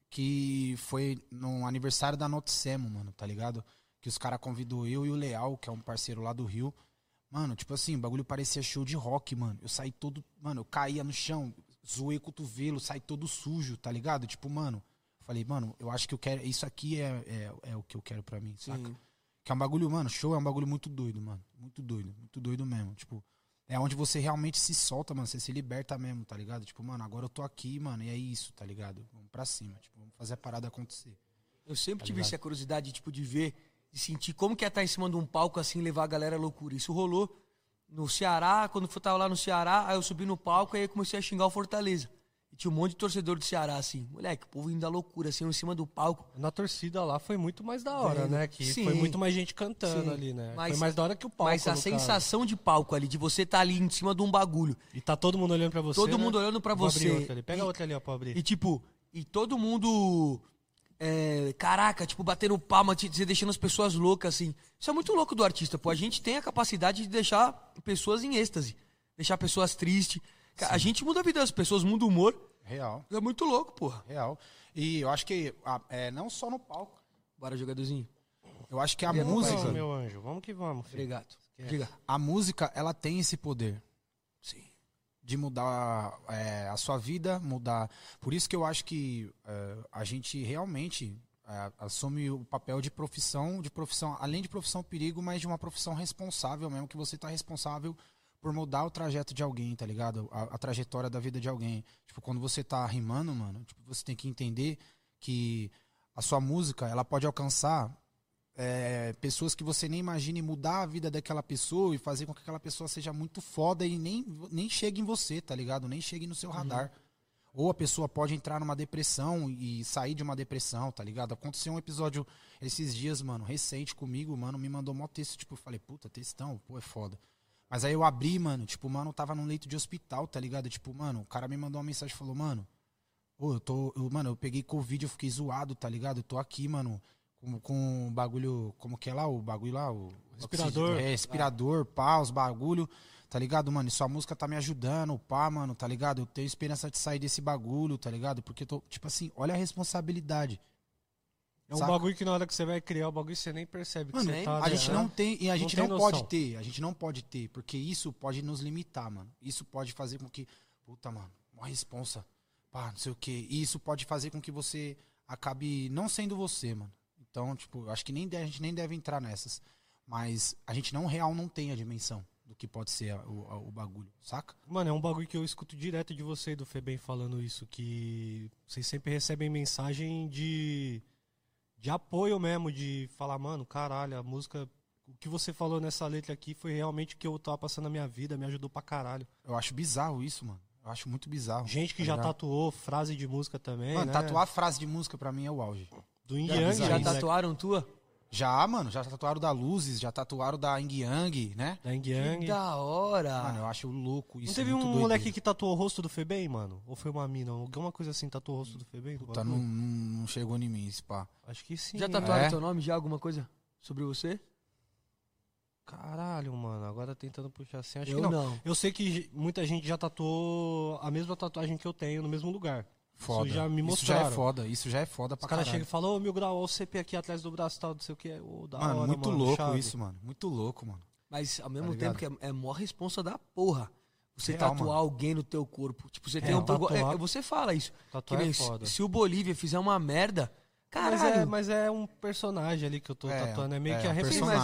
[SPEAKER 3] que foi no aniversário da Notissemo, mano, tá ligado? Que os caras convidou eu e o Leal, que é um parceiro lá do Rio. Mano, tipo assim, o bagulho parecia show de rock, mano. Eu saí todo. Mano, eu caía no chão, zoei o cotovelo, saí todo sujo, tá ligado? Tipo, mano, falei, mano, eu acho que eu quero. Isso aqui é, é, é o que eu quero pra mim, saca?
[SPEAKER 2] Sim.
[SPEAKER 3] Que é um bagulho, mano, show é um bagulho muito doido, mano. Muito doido, muito doido mesmo. Tipo, é onde você realmente se solta, mano. Você se liberta mesmo, tá ligado? Tipo, mano, agora eu tô aqui, mano, e é isso, tá ligado? Vamos pra cima, tipo, vamos fazer a parada acontecer.
[SPEAKER 2] Eu sempre
[SPEAKER 1] Tá
[SPEAKER 2] tive
[SPEAKER 3] ligado?
[SPEAKER 2] essa curiosidade, tipo, de ver, de sentir como que é estar em cima de um palco assim, levar a galera à loucura. Isso rolou no Ceará, quando eu tava lá no Ceará, aí eu subi no palco e aí comecei a xingar o Fortaleza. E tinha um monte de torcedor do Ceará, assim. Moleque, o povo indo à loucura, assim, eu em cima do palco.
[SPEAKER 1] Na torcida lá foi muito mais da hora,
[SPEAKER 2] Velho,
[SPEAKER 1] né? Que
[SPEAKER 2] sim.
[SPEAKER 1] foi muito mais gente cantando
[SPEAKER 2] Sim.
[SPEAKER 1] ali, né?
[SPEAKER 2] Mas-
[SPEAKER 1] foi mais da hora que o palco.
[SPEAKER 2] Mas a
[SPEAKER 1] no caso.
[SPEAKER 2] sensação de palco ali, de você estar ali em cima de um bagulho.
[SPEAKER 1] E tá todo mundo olhando pra você.
[SPEAKER 2] Todo
[SPEAKER 1] né?
[SPEAKER 2] mundo olhando pra
[SPEAKER 1] Vou
[SPEAKER 2] você.
[SPEAKER 1] Abrir outra ali. Pega
[SPEAKER 2] E-
[SPEAKER 1] outra ali, ó, pra abrir.
[SPEAKER 2] E tipo, e todo mundo. é, caraca, tipo, batendo palma, te- você deixando as pessoas loucas, assim. Isso é muito louco do artista, pô. A gente tem a capacidade de deixar pessoas em êxtase, deixar pessoas tristes. Ca- A gente muda a vida das pessoas, muda o humor.
[SPEAKER 3] Real,
[SPEAKER 2] É muito louco, porra.
[SPEAKER 3] real. E eu acho que a- é, não só no palco.
[SPEAKER 2] Bora, jogadorzinho.
[SPEAKER 3] Eu acho que a
[SPEAKER 1] Vamos,
[SPEAKER 3] música,
[SPEAKER 1] meu anjo. Vamos que vamos. filho.
[SPEAKER 2] Obrigado. Diga.
[SPEAKER 3] a música, ela tem esse poder.
[SPEAKER 2] Sim.
[SPEAKER 3] de mudar é, a sua vida, mudar. Por isso que eu acho que é, a gente realmente é, assume o papel de profissão, de profissão, além de profissão perigo, mas de uma profissão responsável mesmo, que você tá responsável por mudar o trajeto de alguém, tá ligado? A, a trajetória da vida de alguém. Tipo, quando você tá rimando, mano, tipo, você tem que entender que a sua música, ela pode alcançar é, pessoas que você nem imagina e mudar a vida daquela pessoa e fazer com que aquela pessoa seja muito foda e nem, nem chegue em você, tá ligado? Nem chegue no seu radar. Ou a pessoa pode entrar numa depressão e sair de uma depressão, tá ligado? Aconteceu um episódio esses dias, mano, recente comigo, mano, me mandou mó texto, tipo, eu falei, puta, textão, pô, é foda. Mas aí eu abri, mano, tipo, mano, tava num leito de hospital, tá ligado? Tipo, mano, o cara me mandou uma mensagem e falou, mano, Ô, eu tô. eu- mano, eu peguei Covid, eu fiquei zoado, tá ligado? Eu tô aqui, mano, com, com o bagulho. Como que é lá? O bagulho lá? O
[SPEAKER 1] Respirador.
[SPEAKER 3] oxigênio- É, respirador, pá, os bagulho. Tá ligado, mano? E sua música tá me ajudando, pá, mano, tá ligado? Eu tenho esperança de sair desse bagulho, tá ligado? Porque eu tô. Tipo assim, olha a responsabilidade.
[SPEAKER 1] É um
[SPEAKER 3] Saca?
[SPEAKER 1] bagulho que na hora que você vai criar o bagulho, você nem percebe que
[SPEAKER 3] Mano,
[SPEAKER 1] você tá.
[SPEAKER 3] a gente
[SPEAKER 1] né?
[SPEAKER 3] não tem e a
[SPEAKER 1] Não
[SPEAKER 3] gente
[SPEAKER 1] tem
[SPEAKER 3] não, pode
[SPEAKER 1] noção.
[SPEAKER 3] ter, a gente não pode ter, porque isso pode nos limitar, mano. Isso pode fazer com que, puta, mano, uma responsa, pá, não sei o quê. E isso pode fazer com que você acabe não sendo você, mano. Então, tipo, eu acho que nem de- a gente nem deve entrar nessas, mas a gente não real não tem a dimensão do que pode ser a- o, a- o bagulho, saca?
[SPEAKER 1] Mano, é um bagulho que eu escuto direto de você e do Febem falando isso, que vocês sempre recebem mensagem de, de apoio mesmo, de falar, mano, caralho, a música, o que você falou nessa letra aqui foi realmente o que eu tava passando na minha vida, me ajudou pra caralho.
[SPEAKER 3] Eu acho bizarro isso, mano. Eu acho muito bizarro.
[SPEAKER 1] Gente que
[SPEAKER 3] Tá
[SPEAKER 1] já
[SPEAKER 3] ligado?
[SPEAKER 1] tatuou frase de música também,
[SPEAKER 3] Mano,
[SPEAKER 1] né?
[SPEAKER 3] tatuar frase de música pra mim é o auge.
[SPEAKER 1] Do Yin
[SPEAKER 3] Já
[SPEAKER 1] Yang,
[SPEAKER 3] bizarro.
[SPEAKER 1] né,
[SPEAKER 2] Já
[SPEAKER 3] Sim.
[SPEAKER 1] moleque?
[SPEAKER 2] tatuaram tua?
[SPEAKER 3] Já, mano, já tatuaram da Luzes, já tatuaram da Ying Yang, né?
[SPEAKER 1] Da Yin
[SPEAKER 2] Que
[SPEAKER 1] Yang.
[SPEAKER 2] da hora.
[SPEAKER 3] Mano, eu acho louco isso.
[SPEAKER 1] Ah. Não teve
[SPEAKER 3] é
[SPEAKER 1] um
[SPEAKER 3] muito doido.
[SPEAKER 1] moleque que tatuou o rosto do Febem, mano? Ou foi uma mina? Alguma coisa assim, tatuou o rosto do Febem?
[SPEAKER 3] Puta, Tá, não, não- não chegou em mim, esse pá.
[SPEAKER 1] Acho que sim.
[SPEAKER 2] já
[SPEAKER 1] hein?
[SPEAKER 2] tatuaram
[SPEAKER 3] É.
[SPEAKER 2] teu nome? Já alguma coisa sobre você?
[SPEAKER 1] Caralho, mano, agora tentando puxar assim, acho
[SPEAKER 2] eu
[SPEAKER 1] que não.
[SPEAKER 2] não.
[SPEAKER 1] Eu sei que ge- muita gente já tatuou a mesma tatuagem que eu tenho no mesmo lugar.
[SPEAKER 3] Foda.
[SPEAKER 1] já me
[SPEAKER 3] Isso já é
[SPEAKER 1] mostraram.
[SPEAKER 3] foda, isso já é foda
[SPEAKER 1] Os
[SPEAKER 3] pra
[SPEAKER 1] caras
[SPEAKER 3] caralho.
[SPEAKER 1] chegam e falam, ô mil grau, ó o CP aqui atrás do braço e tal, não sei o que. Ô, da
[SPEAKER 3] Mano,
[SPEAKER 1] hora,
[SPEAKER 3] muito
[SPEAKER 1] mano,
[SPEAKER 3] louco
[SPEAKER 1] chave.
[SPEAKER 3] isso, mano. Muito louco, mano.
[SPEAKER 2] Mas ao mesmo
[SPEAKER 3] ligado?
[SPEAKER 2] tempo que é, é mó responsa da porra. Você
[SPEAKER 3] Real,
[SPEAKER 2] tatuar
[SPEAKER 3] mano.
[SPEAKER 2] alguém no teu corpo. Tipo, você tem
[SPEAKER 1] Real.
[SPEAKER 2] um tatu-
[SPEAKER 1] Tatuar-
[SPEAKER 2] é, Você fala isso. Que
[SPEAKER 1] Tatuar
[SPEAKER 2] nem
[SPEAKER 1] é
[SPEAKER 2] se-
[SPEAKER 1] foda.
[SPEAKER 2] se o Bolívia fizer uma merda,
[SPEAKER 1] Mas é,
[SPEAKER 2] caralho.
[SPEAKER 1] mas é um personagem ali que eu tô
[SPEAKER 3] É,
[SPEAKER 1] tatuando, é meio
[SPEAKER 3] é,
[SPEAKER 1] que a
[SPEAKER 3] um
[SPEAKER 2] Sim,
[SPEAKER 1] representação.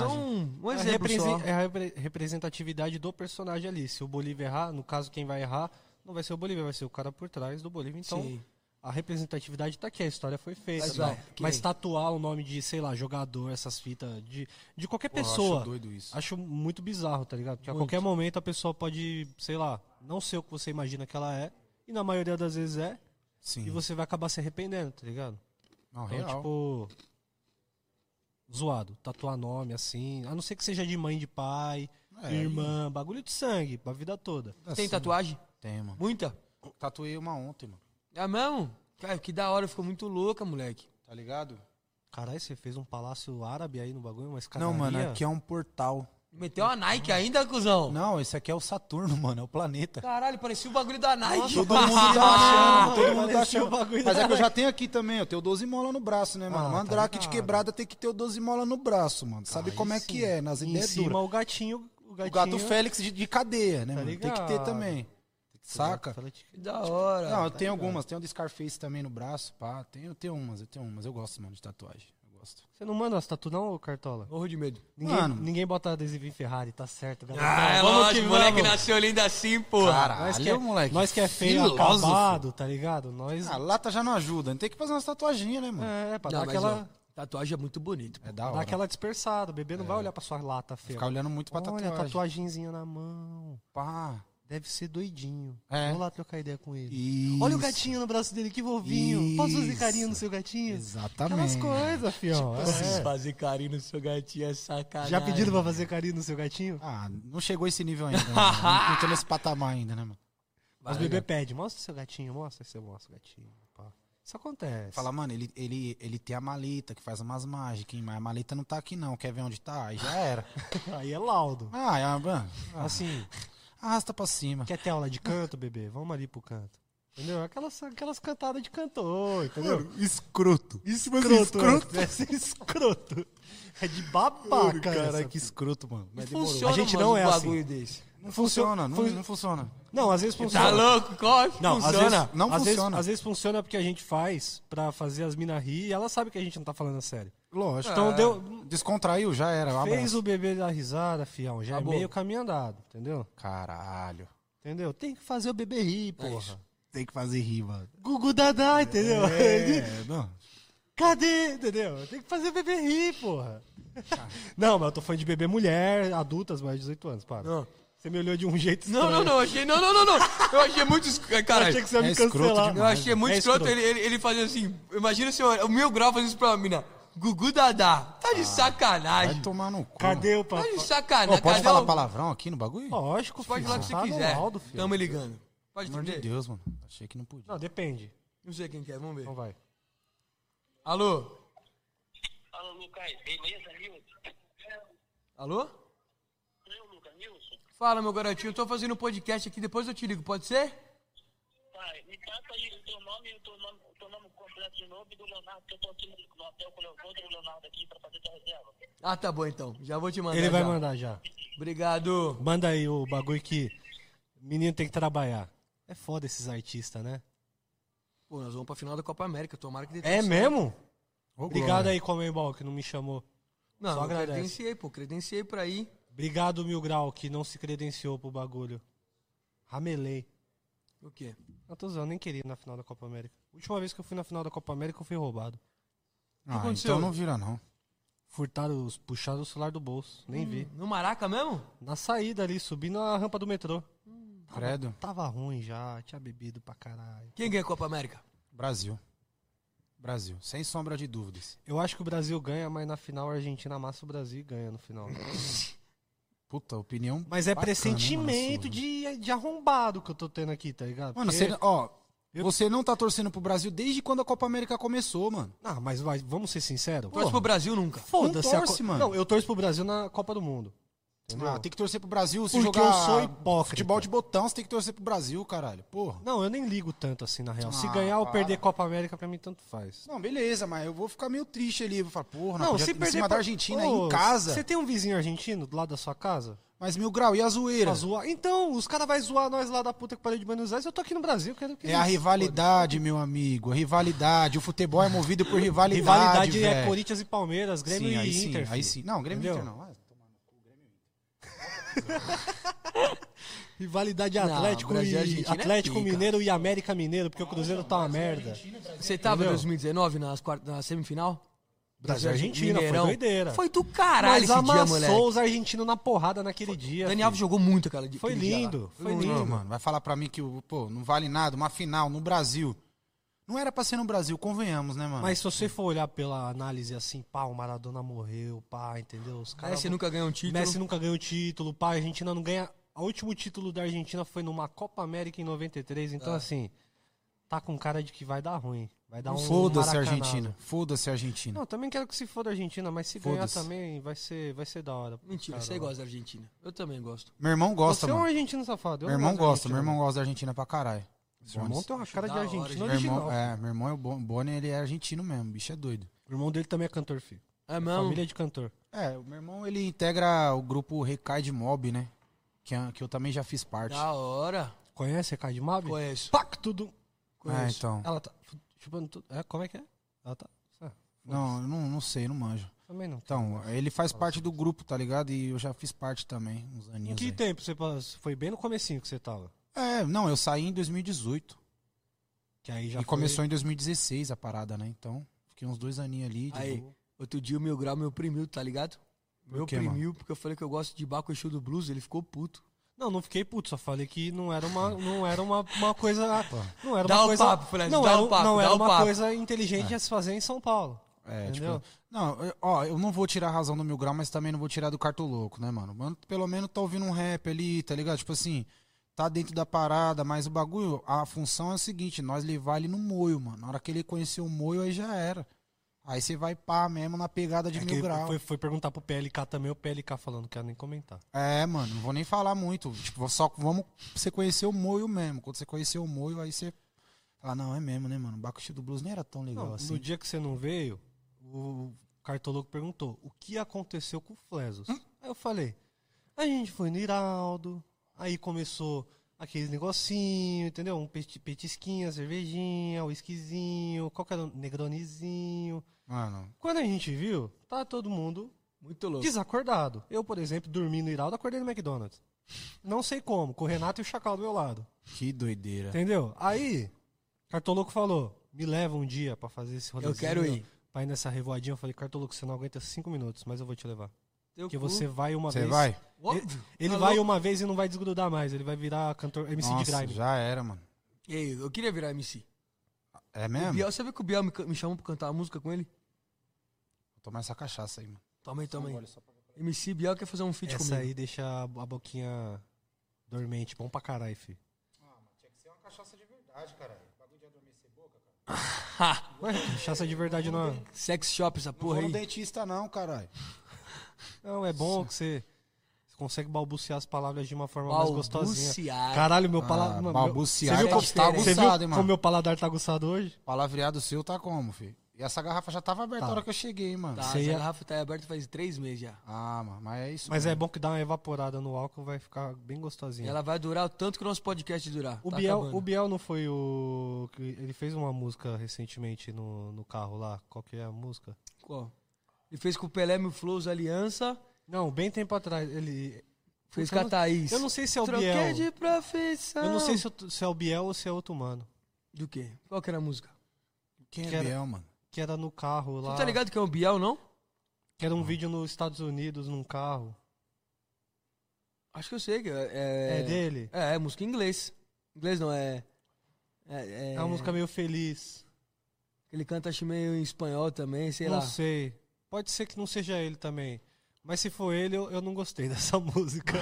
[SPEAKER 2] mas é um,
[SPEAKER 3] personagem.
[SPEAKER 2] um
[SPEAKER 1] É a
[SPEAKER 2] exemplo só.
[SPEAKER 1] represen- é a repre- representatividade do personagem ali. Se o Bolívia errar, no caso quem vai errar não vai ser o Bolívia, vai ser o cara por trás do Bolívia. Então
[SPEAKER 2] Sim.
[SPEAKER 1] a representatividade tá aqui, a história foi feita.
[SPEAKER 2] Mas
[SPEAKER 1] tal.
[SPEAKER 2] vai, que
[SPEAKER 1] Mas
[SPEAKER 2] nem-
[SPEAKER 1] tatuar o nome de, sei lá, jogador, essas fitas, de, de qualquer
[SPEAKER 3] Porra, eu
[SPEAKER 1] pessoa.
[SPEAKER 3] acho doido isso.
[SPEAKER 1] Acho muito bizarro, tá ligado? Porque a
[SPEAKER 2] Muito.
[SPEAKER 1] qualquer momento a pessoa pode, sei lá, não ser o que você imagina que ela é, e na maioria das vezes é,
[SPEAKER 3] Sim.
[SPEAKER 1] e você vai acabar se arrependendo, tá ligado?
[SPEAKER 3] Não,
[SPEAKER 1] Então,
[SPEAKER 3] Uhum. real.
[SPEAKER 1] tipo. Zoado, tatuar nome assim, a não ser que seja de mãe, de pai,
[SPEAKER 3] É,
[SPEAKER 1] irmã, bagulho de sangue, pra vida toda.
[SPEAKER 2] Tem
[SPEAKER 3] assim,
[SPEAKER 2] tatuagem?
[SPEAKER 3] Tem, mano.
[SPEAKER 2] Muita?
[SPEAKER 3] Tatuei uma ontem, mano.
[SPEAKER 2] É mesmo? Cara, que da hora, ficou muito louca, moleque.
[SPEAKER 3] Tá ligado?
[SPEAKER 1] Caralho, você fez um palácio árabe aí no bagulho, uma escadaria.
[SPEAKER 3] Não, mano, aqui é um portal.
[SPEAKER 2] Meteu a Nike ainda, cuzão?
[SPEAKER 3] Não, esse aqui é o Saturno, mano, é o planeta.
[SPEAKER 2] Caralho, parecia o bagulho da Nike.
[SPEAKER 3] Todo mundo tá achando, todo mundo tá
[SPEAKER 1] Parecia o
[SPEAKER 3] achando.
[SPEAKER 1] bagulho
[SPEAKER 3] Mas
[SPEAKER 1] da
[SPEAKER 3] é que eu já tenho aqui também, eu tenho 12 mola no braço, né, mano?
[SPEAKER 1] Ah,
[SPEAKER 3] Mandrake
[SPEAKER 1] tá
[SPEAKER 3] de
[SPEAKER 1] ligado.
[SPEAKER 3] quebrada tem que ter o 12 mola no braço, mano. Sabe
[SPEAKER 1] Aí
[SPEAKER 3] como é
[SPEAKER 1] sim.
[SPEAKER 3] que é, nas
[SPEAKER 1] E em
[SPEAKER 3] ideias
[SPEAKER 1] cima
[SPEAKER 3] duras.
[SPEAKER 1] o gatinho, o gatinho.
[SPEAKER 3] O gato Félix de, de cadeia, né,
[SPEAKER 1] Tá
[SPEAKER 3] mano? Tem que ter
[SPEAKER 1] ligado.
[SPEAKER 3] também. Saca?
[SPEAKER 1] Félix.
[SPEAKER 2] Que da hora.
[SPEAKER 3] Não, eu tenho algumas. Tenho do Scarface também no braço, pá. Tenho, eu tenho umas, eu tenho umas. Eu gosto, mano, de tatuagem. Eu gosto.
[SPEAKER 1] Você não manda as tatu não, ô Cartola?
[SPEAKER 2] Morro de medo.
[SPEAKER 1] Ninguém,
[SPEAKER 3] Mano.
[SPEAKER 1] ninguém bota adesivo em Ferrari, tá certo, galera.
[SPEAKER 2] Ah, é lógico, o moleque nasceu lindo assim, porra.
[SPEAKER 1] Nós que é,
[SPEAKER 3] né? moleque.
[SPEAKER 1] nós que é feio,
[SPEAKER 3] Filósofo.
[SPEAKER 1] acabado, tá ligado? Nós...
[SPEAKER 3] Ah, lata já não ajuda. Tem que fazer umas tatuaginhas, né, mano?
[SPEAKER 1] é, pra
[SPEAKER 2] Não,
[SPEAKER 1] dar
[SPEAKER 2] mas,
[SPEAKER 1] aquela...
[SPEAKER 2] ó, tatuagem é muito bonito.
[SPEAKER 3] É,
[SPEAKER 2] pô.
[SPEAKER 3] da
[SPEAKER 1] Dá
[SPEAKER 3] hora. É.
[SPEAKER 1] aquela dispersada, o bebê não vai olhar pra sua lata feia.
[SPEAKER 3] Ficar olhando muito pra
[SPEAKER 1] Olha,
[SPEAKER 3] tatuagem.
[SPEAKER 1] tatuagenzinha na mão.
[SPEAKER 3] Pá.
[SPEAKER 1] Deve ser doidinho.
[SPEAKER 3] É.
[SPEAKER 1] Vou lá trocar ideia com ele.
[SPEAKER 3] Isso.
[SPEAKER 1] Olha o gatinho no braço dele, que vovinho. Posso fazer
[SPEAKER 3] Isso.
[SPEAKER 1] carinho no seu gatinho?
[SPEAKER 3] Exatamente. Tipo assim,
[SPEAKER 1] Aquelas coisas, fião.
[SPEAKER 2] Vocês
[SPEAKER 1] É.
[SPEAKER 2] Fazer carinho no seu gatinho é sacanagem.
[SPEAKER 1] Já pediram pra fazer carinho no seu gatinho?
[SPEAKER 3] Ah, não chegou esse nível ainda, né? mano? Não tô nesse patamar ainda, né, mano?
[SPEAKER 1] Mas o bebê pede, mostra seu gatinho, mostra seu mostra o gatinho. pá. Isso acontece.
[SPEAKER 3] Fala, mano, ele, ele, ele tem a maleta que faz umas mágicas, hein? Mas a maleta não tá aqui, não. Quer ver onde tá? Aí já era.
[SPEAKER 1] Aí é laudo.
[SPEAKER 3] Ah, é, mano. Ah,
[SPEAKER 1] Assim,
[SPEAKER 3] Arrasta pra cima.
[SPEAKER 1] quer ter aula de canto, bebê? Vamos ali pro canto. Entendeu? Aquelas, aquelas cantadas de cantor, entendeu?
[SPEAKER 3] Escroto.
[SPEAKER 1] Escroto. Essa é escroto. É de babaca,
[SPEAKER 3] Cara,
[SPEAKER 1] essa.
[SPEAKER 3] que escroto, mano. Mas
[SPEAKER 2] Não
[SPEAKER 3] demorou.
[SPEAKER 2] funciona,
[SPEAKER 1] A gente
[SPEAKER 2] mano,
[SPEAKER 1] não
[SPEAKER 2] um
[SPEAKER 1] é assim.
[SPEAKER 2] bagulho desse.
[SPEAKER 3] Não funciona, não,
[SPEAKER 1] Fun-
[SPEAKER 3] não funciona.
[SPEAKER 1] Não, às vezes
[SPEAKER 2] Tá
[SPEAKER 1] funciona.
[SPEAKER 2] louco? Corre,
[SPEAKER 1] Não,
[SPEAKER 2] funciona.
[SPEAKER 1] Às vezes, às
[SPEAKER 3] Não
[SPEAKER 1] vezes-
[SPEAKER 3] funciona.
[SPEAKER 1] às vezes funciona porque a gente faz pra fazer as minas rir e ela sabe que a gente não tá falando sério.
[SPEAKER 3] Lógico.
[SPEAKER 1] Então
[SPEAKER 2] É.
[SPEAKER 1] deu.
[SPEAKER 3] Descontraiu, já era. Um
[SPEAKER 1] Fez
[SPEAKER 3] abraço.
[SPEAKER 1] o bebê dar risada, fião. Já
[SPEAKER 2] Acabou.
[SPEAKER 1] é meio caminho andado, entendeu?
[SPEAKER 3] Caralho.
[SPEAKER 1] Entendeu? Tem que fazer o bebê rir,
[SPEAKER 2] isso.
[SPEAKER 1] porra.
[SPEAKER 3] Tem que fazer rir, mano.
[SPEAKER 1] Gugu Dadá, entendeu?
[SPEAKER 3] É, não.
[SPEAKER 1] Cadê? Entendeu? Tem que fazer o bebê rir, porra. Não, mas eu tô falando de bebê mulher, adultas, mais de 18 anos, para.
[SPEAKER 2] Não.
[SPEAKER 1] Você me olhou de um jeito estranho.
[SPEAKER 2] Não, não, não, achei. Não, não, não, não. Eu achei muito. esc- Caralho.
[SPEAKER 1] Achei que você ia
[SPEAKER 3] É
[SPEAKER 1] me
[SPEAKER 3] escroto
[SPEAKER 1] cancelar.
[SPEAKER 2] Eu
[SPEAKER 3] demais.
[SPEAKER 2] achei muito
[SPEAKER 1] É
[SPEAKER 2] escroto,
[SPEAKER 1] escroto.
[SPEAKER 2] ele, ele, ele fazia assim. Imagina se eu- o meu grau fazendo isso pra uma mina. Gugu Dadá. Tá de sacanagem.
[SPEAKER 3] Vai tomar no cu.
[SPEAKER 1] Cadê o
[SPEAKER 2] Tá
[SPEAKER 1] papai?
[SPEAKER 2] de
[SPEAKER 3] mano.
[SPEAKER 2] sacanagem.
[SPEAKER 3] Ô, tá pode
[SPEAKER 2] Cadê
[SPEAKER 3] falar
[SPEAKER 2] o-
[SPEAKER 3] palavrão aqui no bagulho? Pelo
[SPEAKER 1] Lógico,
[SPEAKER 2] Pode
[SPEAKER 1] filho.
[SPEAKER 2] falar o que você
[SPEAKER 1] Tá no
[SPEAKER 2] quiser.
[SPEAKER 1] laudo, filho.
[SPEAKER 2] Tamo ligando. Pode
[SPEAKER 3] amor de
[SPEAKER 2] atender?
[SPEAKER 3] Deus, mano. Achei que não podia.
[SPEAKER 1] Não, depende.
[SPEAKER 2] Não sei quem quer, vamos ver.
[SPEAKER 1] Então vai.
[SPEAKER 2] Alô?
[SPEAKER 4] Fala, Lucas. Beleza, Nilson?
[SPEAKER 2] Alô?
[SPEAKER 4] Eu, Lucas, Nilson.
[SPEAKER 2] Fala, meu garotinho. Eu tô fazendo um podcast aqui, depois eu te ligo, pode ser?
[SPEAKER 4] Pai, me passa aí o teu nome e o teu nome, o teu nome completo de novo e do Leonardo, que eu tô aqui no, no hotel com o Leopoldo e o Leonardo aqui pra fazer tua reserva.
[SPEAKER 2] Ah, tá bom então. Já vou te mandar.
[SPEAKER 1] Ele vai
[SPEAKER 2] já.
[SPEAKER 1] mandar já.
[SPEAKER 2] Obrigado.
[SPEAKER 1] Manda aí o bagulho que menino tem que trabalhar. É foda esses artistas, né?
[SPEAKER 2] Pô, nós vamos pra final da Copa América. Tomara que dê tudo
[SPEAKER 1] É
[SPEAKER 2] certo.
[SPEAKER 1] mesmo?
[SPEAKER 3] Ô,
[SPEAKER 1] Obrigado
[SPEAKER 3] Glória.
[SPEAKER 1] aí, Comembol, que não me chamou.
[SPEAKER 2] Não,
[SPEAKER 1] Só
[SPEAKER 2] eu
[SPEAKER 1] agradece.
[SPEAKER 2] credenciei, pô. Credenciei pra ir.
[SPEAKER 1] Obrigado, Mil Grau, que não se credenciou pro bagulho. Ramelei.
[SPEAKER 2] O quê?
[SPEAKER 1] Não tô zoando, nem queria ir na final da Copa América. Última vez que eu fui na final da Copa América, eu fui roubado.
[SPEAKER 3] Ah,
[SPEAKER 2] aconteceu?
[SPEAKER 3] então não vira, não.
[SPEAKER 1] Furtaram, os- puxaram o celular do bolso. Nem vi.
[SPEAKER 2] No Maraca mesmo?
[SPEAKER 1] Na saída ali, subindo a rampa do metrô. Tá
[SPEAKER 3] Credo.
[SPEAKER 1] Tava ruim já, tinha bebido pra caralho.
[SPEAKER 2] Quem ganha a Copa América?
[SPEAKER 3] Brasil. Brasil. Sem sombra de dúvidas.
[SPEAKER 1] Eu acho que o Brasil ganha, mas na final a Argentina amassa o Brasil e ganha no final.
[SPEAKER 3] Puta, opinião.
[SPEAKER 1] Mas é
[SPEAKER 3] bacana, hein, mano,
[SPEAKER 1] pressentimento
[SPEAKER 3] sua.
[SPEAKER 1] de, de arrombado que eu tô tendo aqui, tá ligado?
[SPEAKER 3] Mano,
[SPEAKER 1] Porque-
[SPEAKER 3] você, ó,
[SPEAKER 1] Eu-
[SPEAKER 3] você não tá torcendo pro Brasil desde quando a Copa América começou, mano.
[SPEAKER 1] Ah, mas vai- vamos ser sinceros?
[SPEAKER 2] Torce pro Brasil nunca.
[SPEAKER 1] Foda-se,
[SPEAKER 3] Não
[SPEAKER 1] a
[SPEAKER 3] torce,
[SPEAKER 1] Co-
[SPEAKER 3] mano.
[SPEAKER 1] Não, eu torço pro Brasil na Copa do Mundo. Entendeu?
[SPEAKER 3] Ah, tem que torcer pro Brasil se
[SPEAKER 1] Porque
[SPEAKER 3] jogar
[SPEAKER 1] eu sou hipócrita.
[SPEAKER 3] futebol de botão, você tem que torcer pro Brasil, caralho. Porra.
[SPEAKER 1] Não, eu nem ligo tanto assim, na real. Se
[SPEAKER 3] Ah,
[SPEAKER 1] ganhar ou
[SPEAKER 3] para.
[SPEAKER 1] perder Copa América, pra mim, tanto faz.
[SPEAKER 3] Não, beleza, mas eu vou ficar meio triste ali. Vou falar, porra, não, podia, se em cima
[SPEAKER 1] pra-
[SPEAKER 3] da Argentina,
[SPEAKER 1] Ô,
[SPEAKER 3] em casa.
[SPEAKER 1] Você tem um vizinho argentino do lado da sua casa?
[SPEAKER 3] Mas mil grau, e a zoeira?
[SPEAKER 1] Pra zoar? Então, os caras vão zoar nós lá da puta que parei de Buenos Aires. Eu tô aqui no Brasil, quero que.
[SPEAKER 3] É a rivalidade, meu amigo. A rivalidade. O futebol é movido por rivalidade.
[SPEAKER 1] Rivalidade é
[SPEAKER 3] velho.
[SPEAKER 1] Corinthians e Palmeiras, Grêmio
[SPEAKER 3] sim, aí
[SPEAKER 1] e Inter.
[SPEAKER 3] Sim, aí
[SPEAKER 1] filho.
[SPEAKER 3] sim. Não, Grêmio e
[SPEAKER 1] Entendeu?
[SPEAKER 3] Inter não. Ah,
[SPEAKER 1] Rivalidade
[SPEAKER 2] Não,
[SPEAKER 1] Atlético
[SPEAKER 2] Brasil e
[SPEAKER 1] e
[SPEAKER 2] Argentina é
[SPEAKER 1] Atlético
[SPEAKER 2] pica.
[SPEAKER 1] Mineiro e América Mineiro, porque o Cruzeiro tá uma merda.
[SPEAKER 2] Você tava em
[SPEAKER 1] Entendeu?
[SPEAKER 2] 2019 nas quartas, na semifinal?
[SPEAKER 1] Brasil e Argentina, foi
[SPEAKER 2] Mineirão.
[SPEAKER 1] doideira.
[SPEAKER 2] Foi do caralho
[SPEAKER 1] Mas
[SPEAKER 2] esse dia,
[SPEAKER 1] amassou
[SPEAKER 2] moleque.
[SPEAKER 1] os argentinos na porrada naquele dia.
[SPEAKER 2] Dani Alves
[SPEAKER 1] filho.
[SPEAKER 2] jogou muito aquela dia.
[SPEAKER 1] Foi
[SPEAKER 2] aquele dia lá.
[SPEAKER 1] lindo, foi
[SPEAKER 2] muito.
[SPEAKER 1] lindo.
[SPEAKER 3] Pô, mano, vai falar pra mim que, o- pô, não vale nada, uma final no Brasil. Não era pra ser no Brasil, convenhamos, né, mano?
[SPEAKER 1] Mas se você for olhar pela análise assim, pá, o Maradona morreu, pá, entendeu? Os caras.
[SPEAKER 2] Messi nunca ganhou um título.
[SPEAKER 1] Messi nunca ganhou título, pá, a Argentina não ganha. O último título da Argentina foi numa Copa América em 93, então assim, tá com cara de que vai dar ruim. Vai dar um.
[SPEAKER 3] Foda-se a
[SPEAKER 1] maracanã.
[SPEAKER 3] Argentina. Foda-se a Argentina.
[SPEAKER 1] Não, eu também quero que se foda a Argentina, mas se ganhar
[SPEAKER 3] Foda-se.
[SPEAKER 1] também vai ser, vai ser da hora.
[SPEAKER 2] Mentira,
[SPEAKER 1] Cara,
[SPEAKER 2] você gosta da Argentina. Eu também gosto.
[SPEAKER 3] Meu irmão
[SPEAKER 1] Você
[SPEAKER 3] gosta,
[SPEAKER 1] é um
[SPEAKER 3] mano.
[SPEAKER 1] argentino safado. eu
[SPEAKER 3] Meu
[SPEAKER 1] não
[SPEAKER 3] irmão
[SPEAKER 1] gosto de
[SPEAKER 3] gosta, meu
[SPEAKER 1] argentino.
[SPEAKER 3] irmão gosta da Argentina pra caralho.
[SPEAKER 1] Meu irmão
[SPEAKER 3] tá
[SPEAKER 1] tem uma cara de
[SPEAKER 2] Da hora,
[SPEAKER 1] argentino
[SPEAKER 2] gente.
[SPEAKER 3] Meu
[SPEAKER 1] original.
[SPEAKER 3] irmão, é, meu irmão é o Bon- Bonner, ele é argentino mesmo, o bicho é doido.
[SPEAKER 1] O irmão dele também é cantor, filho.
[SPEAKER 2] É mesmo?
[SPEAKER 1] Família de cantor.
[SPEAKER 3] É, o meu irmão, ele integra o grupo Recai de Mob, né? Que, é- que eu também já fiz parte.
[SPEAKER 2] Da hora.
[SPEAKER 1] Conhece a Cade Mab?
[SPEAKER 2] Conheço.
[SPEAKER 1] Pacto do.
[SPEAKER 3] é,
[SPEAKER 2] conheço.
[SPEAKER 3] então.
[SPEAKER 1] Ela tá f- chupando tudo. É, como é que é? Ela tá. Ah,
[SPEAKER 3] Não, eu não, não sei, não manjo.
[SPEAKER 1] também não.
[SPEAKER 3] Então, ele faz parte do grupo, tá ligado? E eu já fiz parte também, uns
[SPEAKER 1] em
[SPEAKER 3] aninhos
[SPEAKER 1] que
[SPEAKER 3] aí.
[SPEAKER 1] tempo você passou? Foi bem no comecinho que você tava.
[SPEAKER 3] É, não, eu saí em 2018.
[SPEAKER 1] Que aí já
[SPEAKER 3] e
[SPEAKER 1] foi-
[SPEAKER 3] começou em 2016 a parada, né? Então, fiquei uns dois aninhos ali. de
[SPEAKER 2] Aí,
[SPEAKER 3] boa.
[SPEAKER 2] outro dia o meu grau me oprimiu, tá ligado?
[SPEAKER 3] Por
[SPEAKER 2] Me
[SPEAKER 3] quê,
[SPEAKER 2] oprimiu porque eu falei que eu gosto de Baco Show do Blues, ele ficou puto.
[SPEAKER 1] Não, não fiquei puto, só falei que não era uma, não era uma, uma coisa. Não era
[SPEAKER 2] Dá
[SPEAKER 1] uma
[SPEAKER 2] o
[SPEAKER 1] coisa.
[SPEAKER 2] papo, Fred,
[SPEAKER 1] não
[SPEAKER 2] dá
[SPEAKER 1] era, um-
[SPEAKER 2] o papo,
[SPEAKER 1] não
[SPEAKER 2] dá
[SPEAKER 1] era
[SPEAKER 2] o
[SPEAKER 1] uma
[SPEAKER 2] papo.
[SPEAKER 1] coisa inteligente a se fazer em São Paulo.
[SPEAKER 3] É,
[SPEAKER 1] Entendeu?
[SPEAKER 3] tipo. Não, eu- ó, eu não vou tirar a razão do Mil Grau, mas também não vou tirar do Cartoloco, né, mano? Mano, pelo menos tá ouvindo um rap ali, tá ligado? Tipo assim, tá dentro da parada, mas o bagulho, a função é o seguinte, nós levar ele no moio, mano. Na hora que ele conhecer o moio, aí já era. Aí você vai pá mesmo na pegada de
[SPEAKER 1] É que
[SPEAKER 3] Mil Grau.
[SPEAKER 1] foi, foi perguntar pro PLK também, o PLK falando, não quero nem comentar.
[SPEAKER 3] É, mano, não vou nem falar muito. Tipo, só vamos você conhecer o moio mesmo. Quando você conhecer o moio, aí você. Ah, não, é mesmo, né, mano? O Bacuxi do Blues nem era tão legal
[SPEAKER 1] Não,
[SPEAKER 3] assim.
[SPEAKER 1] No dia que você não veio, o cartoloco perguntou o que aconteceu com o Flesos. Aí eu falei, a gente foi no Iraldo, aí começou aquele negocinho, entendeu? Um peti- petisquinho, cervejinha, whiskyzinho, qual que era? o- Negronizinho.
[SPEAKER 3] Mano,
[SPEAKER 1] Quando a gente viu, tá todo mundo
[SPEAKER 2] Muito louco.
[SPEAKER 1] desacordado. Eu, por exemplo, dormi no Iraldo, acordei no McDonald's. Não sei como, com o Renato e o Chacal do meu lado.
[SPEAKER 3] que
[SPEAKER 2] É.
[SPEAKER 3] doideira.
[SPEAKER 1] Entendeu? Aí, Cartoloco falou: me leva um dia pra fazer esse rodeio.
[SPEAKER 2] Eu quero ir.
[SPEAKER 1] Pra ir nessa revoadinha, eu falei: Cartoloco, você não aguenta cinco minutos, mas eu vou te levar.
[SPEAKER 2] Teu
[SPEAKER 1] Porque
[SPEAKER 2] cu.
[SPEAKER 1] você vai uma
[SPEAKER 3] Você
[SPEAKER 1] vez.
[SPEAKER 3] vai?
[SPEAKER 2] Óbvio.
[SPEAKER 1] Ele
[SPEAKER 2] Tá
[SPEAKER 1] vai
[SPEAKER 2] louco.
[SPEAKER 1] uma vez e não vai desgrudar mais. Ele vai virar cantor MC de
[SPEAKER 3] Nossa,
[SPEAKER 1] Grime.
[SPEAKER 3] já era, mano.
[SPEAKER 1] um-
[SPEAKER 2] Ei, eu queria virar MC.
[SPEAKER 3] É
[SPEAKER 2] O
[SPEAKER 3] mesmo?
[SPEAKER 2] Biel, você viu que o Biel me, ca- me chamou pra cantar uma música com ele?
[SPEAKER 3] Vou tomar essa cachaça aí, mano.
[SPEAKER 2] Toma aí, toma aí. MC Biel quer fazer um feat
[SPEAKER 1] Essa
[SPEAKER 2] comigo.
[SPEAKER 1] aí deixa a a boquinha dormente. Bom pra caralho, fi.
[SPEAKER 3] Ah,
[SPEAKER 1] Ué, cachaça de verdade não é.
[SPEAKER 2] Sex shop essa
[SPEAKER 3] Não
[SPEAKER 2] porra
[SPEAKER 3] vou no
[SPEAKER 2] aí.
[SPEAKER 3] dentista não, caralho.
[SPEAKER 1] Não, é bom que você. você consegue balbuciar as palavras de uma forma mais gostosinha.
[SPEAKER 2] Balbuciar.
[SPEAKER 1] Caralho, meu paladar.
[SPEAKER 3] Ah,
[SPEAKER 1] meu-
[SPEAKER 3] balbuciar
[SPEAKER 1] você viu
[SPEAKER 3] tá-
[SPEAKER 1] como-
[SPEAKER 2] tá
[SPEAKER 1] você viu
[SPEAKER 3] aguçado, hein, mano?
[SPEAKER 1] Como meu paladar tá aguçado hoje?
[SPEAKER 3] Palavreado seu tá como, filho? E essa garrafa já tava aberta
[SPEAKER 1] Tá.
[SPEAKER 3] na hora que eu cheguei, mano.
[SPEAKER 2] Tá,
[SPEAKER 1] Você
[SPEAKER 2] essa
[SPEAKER 1] ia-
[SPEAKER 2] garrafa tá aberta faz três meses já.
[SPEAKER 3] Ah, mano, mas é isso.
[SPEAKER 1] Mas é
[SPEAKER 3] mesmo.
[SPEAKER 1] bom que dá uma evaporada no álcool, vai ficar bem
[SPEAKER 2] E
[SPEAKER 1] gostosinha.
[SPEAKER 2] ela vai durar o tanto que o nosso podcast durar.
[SPEAKER 1] É. O,
[SPEAKER 2] Tá
[SPEAKER 1] Biel,
[SPEAKER 2] acabando.
[SPEAKER 1] o Biel não foi o. que- Ele fez uma música recentemente no, no carro lá. Qual que é a música?
[SPEAKER 2] Qual? Ele fez com o Pelé Mil Flows Aliança.
[SPEAKER 1] Não, bem tempo atrás. Ele.
[SPEAKER 2] Fez
[SPEAKER 1] Puta,
[SPEAKER 2] com a Thaís.
[SPEAKER 1] tá Eu não sei se é o
[SPEAKER 2] Troquei
[SPEAKER 1] Biel.
[SPEAKER 2] de profissão.
[SPEAKER 1] Eu não sei se, eu- se é o Biel ou se é outro mano.
[SPEAKER 2] Do quê? Qual que era a música?
[SPEAKER 3] Quem
[SPEAKER 1] que
[SPEAKER 3] é
[SPEAKER 1] era-
[SPEAKER 3] Biel, mano?
[SPEAKER 1] Que era no carro lá.
[SPEAKER 2] Tu tá ligado que é o Biel, não?
[SPEAKER 1] Que era um vídeo nos Estados Unidos num carro.
[SPEAKER 2] Acho que eu sei que é...
[SPEAKER 1] É,
[SPEAKER 2] É,
[SPEAKER 1] dele?
[SPEAKER 2] É, é música em inglês. Inglês não, é... É,
[SPEAKER 1] É uma música meio feliz.
[SPEAKER 2] Ele canta acho meio em espanhol também, sei
[SPEAKER 1] não
[SPEAKER 2] lá.
[SPEAKER 1] sei. Pode ser que não seja ele também. Mas se for ele, eu, eu não gostei dessa música.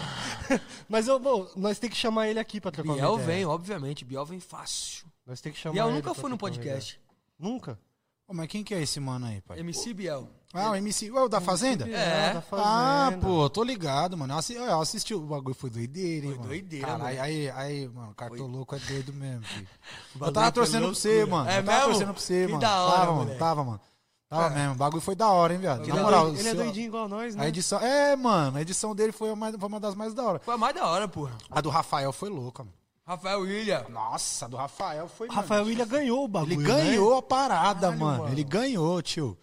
[SPEAKER 1] Mas eu, bom, nós tem que chamar ele aqui pra trocar uma
[SPEAKER 2] Biel
[SPEAKER 1] ideia.
[SPEAKER 2] vem, obviamente. Biel vem fácil.
[SPEAKER 1] Nós tem que chamar
[SPEAKER 2] Biel
[SPEAKER 1] ele
[SPEAKER 2] nunca
[SPEAKER 1] pra
[SPEAKER 2] foi no
[SPEAKER 1] trocar uma
[SPEAKER 2] podcast.
[SPEAKER 1] ideia. Nunca?
[SPEAKER 3] Ô, mas quem que é esse mano aí, pai?
[SPEAKER 2] MC Biel.
[SPEAKER 3] Ah, o MC. Ué, o da Fazenda?
[SPEAKER 2] É.
[SPEAKER 1] Da
[SPEAKER 3] Ah,
[SPEAKER 1] Fazenda.
[SPEAKER 3] pô, tô ligado, mano. Eu assi- Eu assisti o bagulho, foi doideira, hein,
[SPEAKER 2] Foi
[SPEAKER 3] mano.
[SPEAKER 2] doideira,
[SPEAKER 3] Caralho,
[SPEAKER 2] mano.
[SPEAKER 3] aí, aí, mano, cartoloco é doido mesmo, filho. Eu
[SPEAKER 2] bagulho
[SPEAKER 3] tava
[SPEAKER 2] foi
[SPEAKER 3] torcendo pra
[SPEAKER 2] loucura.
[SPEAKER 3] você, mano.
[SPEAKER 2] É
[SPEAKER 3] eu tava
[SPEAKER 2] mesmo?
[SPEAKER 3] torcendo pra você,
[SPEAKER 2] Que
[SPEAKER 3] mano.
[SPEAKER 2] da hora,
[SPEAKER 3] tava, mano.
[SPEAKER 2] moleque. É.
[SPEAKER 3] Tava, mano. Tava mesmo. O bagulho foi da hora, hein, viado.
[SPEAKER 2] Ele
[SPEAKER 3] Na
[SPEAKER 1] Ele, é
[SPEAKER 3] moral,
[SPEAKER 1] doido- ele é
[SPEAKER 3] seu-
[SPEAKER 1] doidinho igual nós, né?
[SPEAKER 3] A edição. É, mano, a edição dele foi, a mais- foi uma das mais da hora.
[SPEAKER 2] Foi a mais da hora, porra.
[SPEAKER 3] A do Rafael foi louca, mano.
[SPEAKER 2] Rafael William.
[SPEAKER 3] Nossa, a do Rafael foi.
[SPEAKER 1] O
[SPEAKER 3] mano,
[SPEAKER 1] Rafael William ganhou o bagulho.
[SPEAKER 3] Ele
[SPEAKER 1] né?
[SPEAKER 3] ganhou a parada, mano. Ele ganhou, tio.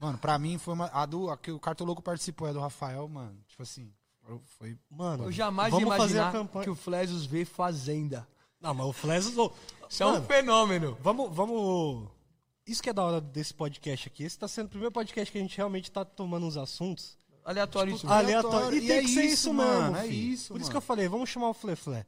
[SPEAKER 3] Mano, pra mim foi uma. A do. A que o Cartoloco participou é a do Rafael, mano. Tipo assim. Foi.
[SPEAKER 1] Mano,
[SPEAKER 2] Eu jamais ia
[SPEAKER 1] vamos fazer a
[SPEAKER 2] imaginar
[SPEAKER 1] campanha.
[SPEAKER 2] que o Flesos vê Fazenda.
[SPEAKER 1] Não, mas o Flesos. ô,
[SPEAKER 2] Isso é um
[SPEAKER 1] Mano,
[SPEAKER 2] fenômeno.
[SPEAKER 1] vamos, vamos Isso que é da hora desse podcast aqui. Esse tá sendo o primeiro podcast que a gente realmente tá tomando uns assuntos.
[SPEAKER 2] Aleatório isso.
[SPEAKER 1] Tipo, aleatório. E,
[SPEAKER 3] E
[SPEAKER 1] tem
[SPEAKER 3] é
[SPEAKER 1] que ser
[SPEAKER 3] isso,
[SPEAKER 1] isso
[SPEAKER 3] mano,
[SPEAKER 1] mesmo.
[SPEAKER 3] é
[SPEAKER 1] filho.
[SPEAKER 3] isso,
[SPEAKER 1] Por isso
[SPEAKER 3] mano.
[SPEAKER 1] que eu falei, vamos chamar o Fle Fle.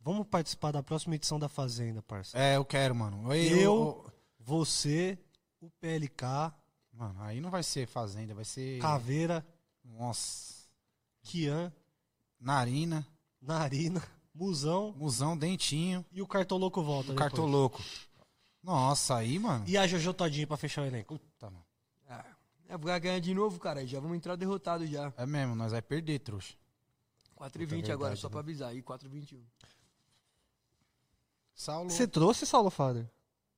[SPEAKER 1] Vamos participar da próxima edição da Fazenda, parça.
[SPEAKER 3] É, eu quero, mano. Eu,
[SPEAKER 1] Eu, você, o PLK,
[SPEAKER 3] Mano, aí não vai ser fazenda, vai ser.
[SPEAKER 1] Caveira,
[SPEAKER 3] Nossa.
[SPEAKER 1] Kian,
[SPEAKER 3] Narina,
[SPEAKER 1] Narina, Musão
[SPEAKER 3] musão, dentinho,
[SPEAKER 1] e o Cartoloco volta.
[SPEAKER 3] o
[SPEAKER 1] depois.
[SPEAKER 3] cartoloco. Nossa, aí, mano.
[SPEAKER 1] E a Jojo Todinho pra fechar o elenco.
[SPEAKER 3] Puta, mano.
[SPEAKER 2] Ah, é, vai ganhar de novo, cara. Já vamos entrar derrotado já.
[SPEAKER 3] É mesmo, nós vai perder, trouxa.
[SPEAKER 2] 4h20 agora,
[SPEAKER 1] verdade,
[SPEAKER 2] só
[SPEAKER 1] né?
[SPEAKER 2] pra avisar. E 4h21.
[SPEAKER 3] Saulo.
[SPEAKER 1] trouxe Saulo Fader?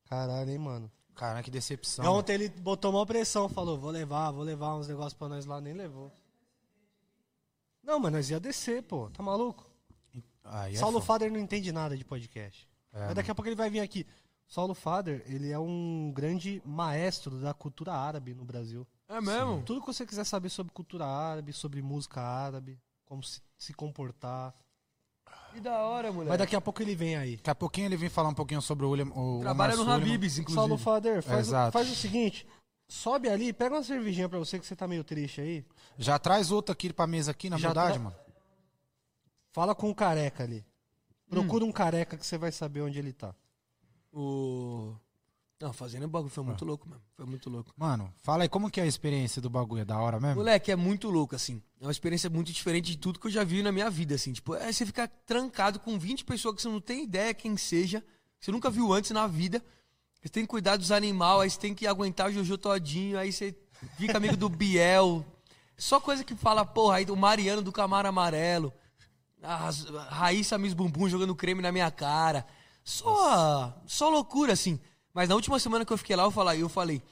[SPEAKER 1] Caralho, hein, mano.
[SPEAKER 3] Cara, que decepção.
[SPEAKER 1] E Então, ontem ele botou uma pressão, falou, vou levar, vou levar uns negócios pra nós lá, nem levou. Não, mas nós ia descer, pô. Tá maluco?
[SPEAKER 3] Aí é
[SPEAKER 1] Saulo
[SPEAKER 3] foda.
[SPEAKER 1] Fader não entende nada de podcast.
[SPEAKER 3] É,
[SPEAKER 1] mas daqui a pouco ele vai vir aqui. Saulo Fader, ele é um grande maestro da cultura árabe no Brasil.
[SPEAKER 2] É mesmo?
[SPEAKER 1] Tudo que você quiser saber sobre cultura árabe, sobre música árabe, como se, se comportar.
[SPEAKER 2] Que da hora, moleque.
[SPEAKER 1] Mas daqui a pouco ele vem aí.
[SPEAKER 3] Daqui a pouquinho ele vem falar um pouquinho sobre o William. O
[SPEAKER 2] Trabalha
[SPEAKER 3] Omar
[SPEAKER 2] no
[SPEAKER 3] Suleiman.
[SPEAKER 2] Habibs, inclusive.
[SPEAKER 1] Saulo Fader, faz, o-
[SPEAKER 3] Exato.
[SPEAKER 1] faz o seguinte, sobe ali, pega uma cervejinha pra você que você tá meio triste aí.
[SPEAKER 3] Já traz outro aqui pra mesa aqui, na
[SPEAKER 1] Já
[SPEAKER 3] verdade,
[SPEAKER 1] tra-
[SPEAKER 3] mano.
[SPEAKER 1] Fala com um careca ali. Procura um careca que você vai saber onde ele tá.
[SPEAKER 2] O... Não, fazendo o bagulho foi muito louco, mano. Foi muito louco.
[SPEAKER 3] Mano, fala aí, como que é a experiência do bagulho? É da hora mesmo?
[SPEAKER 2] Moleque, é muito louco, assim. É uma experiência muito diferente de tudo que eu já vi na minha vida, assim. Tipo, é você ficar trancado com 20 pessoas que você não tem ideia quem seja, que você nunca viu antes na vida. Você tem que cuidar dos animais, aí você tem que aguentar o Jojo todinho, aí você fica amigo do Biel. Só coisa que fala, porra, aí o Mariano do Camaro Amarelo. A Raz- a Raíssa Miss Bumbum jogando creme na minha cara. Só, só loucura, assim. Mas na última semana que eu fiquei lá, eu falei, eu falei,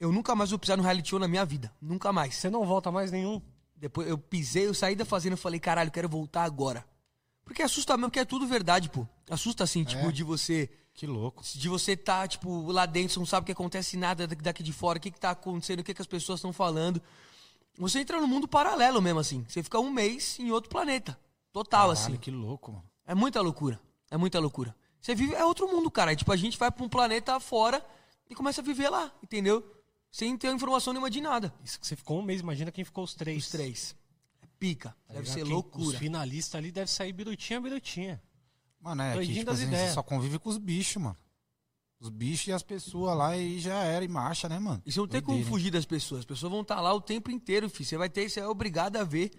[SPEAKER 2] eu nunca mais vou pisar no reality show na minha vida. Nunca mais.
[SPEAKER 1] Você não volta mais nenhum.
[SPEAKER 2] Depois eu pisei, eu saí da fazenda e falei, caralho, quero voltar agora. Porque assusta mesmo, porque é tudo verdade, pô. Assusta assim,
[SPEAKER 1] É.
[SPEAKER 2] tipo, de você.
[SPEAKER 3] Que louco.
[SPEAKER 2] De você tá, tipo, lá dentro, você não sabe o que acontece nada daqui- daqui de fora, o que, que tá acontecendo, o que, que as pessoas estão falando. Você entra num mundo paralelo mesmo, assim. Você fica um mês em outro planeta. Total, assim.
[SPEAKER 3] Caralho, que louco, mano.
[SPEAKER 2] É muita loucura. É muita loucura. Você vive. É outro mundo, cara. É tipo, a gente vai pra um planeta fora e começa a viver lá, entendeu? Sem ter informação nenhuma de nada.
[SPEAKER 1] Isso que você ficou um mês, imagina quem ficou os três.
[SPEAKER 2] Os três. É pica.
[SPEAKER 1] Tá
[SPEAKER 2] Deve
[SPEAKER 1] ligado?
[SPEAKER 2] ser
[SPEAKER 1] Quem- Os
[SPEAKER 2] loucura.
[SPEAKER 1] finalistas ali deve sair birutinha, birutinha.
[SPEAKER 3] Mano, é que
[SPEAKER 1] Doidinho
[SPEAKER 3] tipo,
[SPEAKER 1] das
[SPEAKER 3] assim, você
[SPEAKER 1] ideias.
[SPEAKER 3] só convive com os bichos, mano. Os bichos e as pessoas lá e já era, e marcha, né, mano?
[SPEAKER 2] E você não tem como
[SPEAKER 3] Doideira, hein?
[SPEAKER 2] fugir das pessoas. As pessoas vão estar lá o tempo inteiro, filho. Você vai ter, você é obrigado a ver.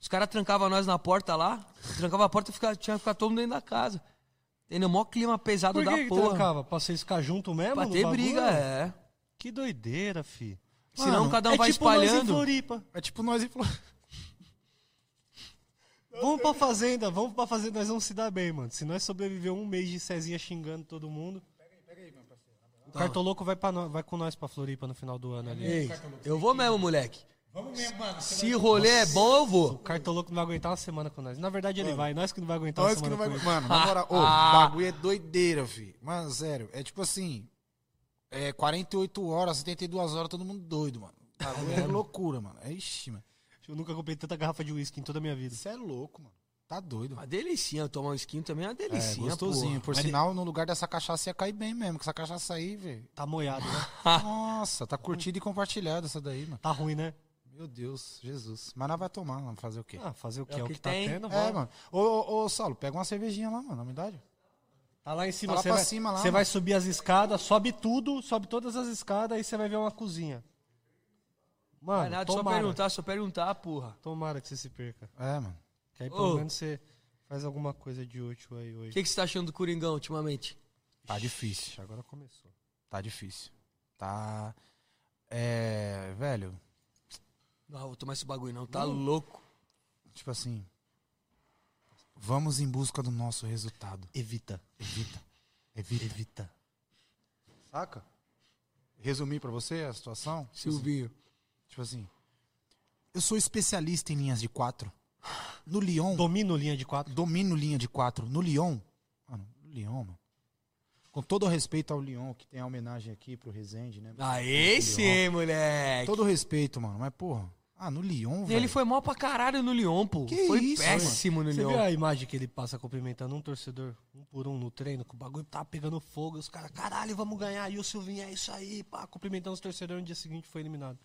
[SPEAKER 2] Os caras trancavam nós na porta lá, trancava a porta e ficava- tinha que ficar todo mundo dentro da casa. Entendeu? Mó clima pesado
[SPEAKER 1] Por
[SPEAKER 2] da
[SPEAKER 1] que, que
[SPEAKER 2] porra.
[SPEAKER 1] trancava? Pra vocês ficar junto mesmo?
[SPEAKER 2] pra
[SPEAKER 1] no
[SPEAKER 2] ter
[SPEAKER 1] bagulho?
[SPEAKER 2] briga, é.
[SPEAKER 1] Que doideira, fi.
[SPEAKER 2] Senão
[SPEAKER 3] Mano,
[SPEAKER 2] cada um
[SPEAKER 1] é
[SPEAKER 2] vai
[SPEAKER 1] tipo nós em
[SPEAKER 2] espalhando.
[SPEAKER 1] Floripa.
[SPEAKER 3] É tipo nós e Flo-
[SPEAKER 1] Vamos pra fazenda, vamos pra fazenda, nós vamos se dar bem, mano. Se nós sobreviver um mês de Cezinha xingando todo mundo. O Cartoloco vai, pra no- vai com nós pra Floripa no final do ano ali.
[SPEAKER 2] Ei, eu vou mesmo, moleque. Se rolê é bom, eu
[SPEAKER 1] O
[SPEAKER 2] vou.
[SPEAKER 1] Cartoloco não vai aguentar uma semana com nós. Na verdade, ele vai. Nós que não vai aguentar uma
[SPEAKER 3] Nós que
[SPEAKER 1] semana
[SPEAKER 3] não vai.
[SPEAKER 1] com ele.
[SPEAKER 3] Mano, na moral, ô,
[SPEAKER 2] Ah.
[SPEAKER 3] bagulho é doideira, fi. Mano, sério, é tipo assim. É 48 horas, 72 horas, todo mundo doido, mano. Bagulho é loucura, mano. É ixi, mano.
[SPEAKER 1] Eu nunca comprei tanta garrafa de uísque em toda a minha vida.
[SPEAKER 3] Isso é louco, mano. Tá doido.
[SPEAKER 2] Uma delicinha, tomar um skin também é uma
[SPEAKER 3] É,
[SPEAKER 2] delicinha,
[SPEAKER 3] gostosinho.
[SPEAKER 2] porra.
[SPEAKER 3] Por sinal, no lugar dessa cachaça ia cair bem mesmo, que essa cachaça aí, velho.
[SPEAKER 1] Tá moiado, né?
[SPEAKER 3] Nossa, tá curtida e compartilhada essa daí, mano.
[SPEAKER 1] Tá ruim, né?
[SPEAKER 3] Meu Deus, Jesus. Mas não vai tomar, não fazer o quê?
[SPEAKER 1] Ah, fazer o quê?
[SPEAKER 2] É o
[SPEAKER 1] É o
[SPEAKER 2] que
[SPEAKER 1] que, tá
[SPEAKER 2] tem.
[SPEAKER 1] tendo,
[SPEAKER 3] é,
[SPEAKER 1] vai.
[SPEAKER 3] mano. Ô, ô, ô, Saulo, pega uma cervejinha lá, mano, na verdade.
[SPEAKER 1] Tá lá em cima,
[SPEAKER 3] Tá lá
[SPEAKER 1] você
[SPEAKER 3] pra
[SPEAKER 1] vai,
[SPEAKER 3] cima, lá,
[SPEAKER 1] você
[SPEAKER 3] mano.
[SPEAKER 1] vai subir as escadas, sobe tudo, sobe todas as escadas e você vai ver uma cozinha. Mano,
[SPEAKER 2] Vai nada, só
[SPEAKER 1] tomara,
[SPEAKER 2] perguntar, só perguntar, porra.
[SPEAKER 1] tomara que você se perca.
[SPEAKER 3] É, mano.
[SPEAKER 1] Que aí pelo
[SPEAKER 2] Ô.
[SPEAKER 1] menos você faz alguma coisa de útil aí
[SPEAKER 2] O
[SPEAKER 1] hoje.
[SPEAKER 2] que, que você tá achando do Coringão ultimamente?
[SPEAKER 3] Tá difícil.
[SPEAKER 1] Agora começou.
[SPEAKER 3] Tá difícil. Tá. É. Velho,
[SPEAKER 2] Não, vou tomar esse bagulho não, tá louco.
[SPEAKER 3] tipo assim. Vamos em busca do nosso resultado.
[SPEAKER 1] Evita.
[SPEAKER 3] Evita. Evita.
[SPEAKER 1] Evita.
[SPEAKER 3] Saca? Resumir pra você a situação?
[SPEAKER 2] Silvinho.
[SPEAKER 3] Tipo assim. Eu sou especialista em linhas de quatro. No Lyon.
[SPEAKER 1] Domino linha de quatro.
[SPEAKER 3] domino linha de quatro no Lyon. Mano, Lyon, mano. Com todo o respeito ao Lyon, que tem a homenagem aqui pro Rezende, né?
[SPEAKER 2] Aê, sim, moleque.
[SPEAKER 3] Todo o respeito, mano. Mas, porra, Ah, no Lyon,
[SPEAKER 2] Ele
[SPEAKER 3] velho.
[SPEAKER 2] foi mal pra caralho no Lyon, pô.
[SPEAKER 3] Que
[SPEAKER 2] foi
[SPEAKER 3] isso,
[SPEAKER 2] péssimo no
[SPEAKER 1] Você
[SPEAKER 2] Lyon.
[SPEAKER 1] viu a imagem que ele passa cumprimentando um torcedor, um por um, no treino, que o bagulho tava pegando fogo, e os caras, caralho, vamos ganhar, e o Silvinho é isso aí, pá, cumprimentando os torcedores, no dia seguinte foi eliminado.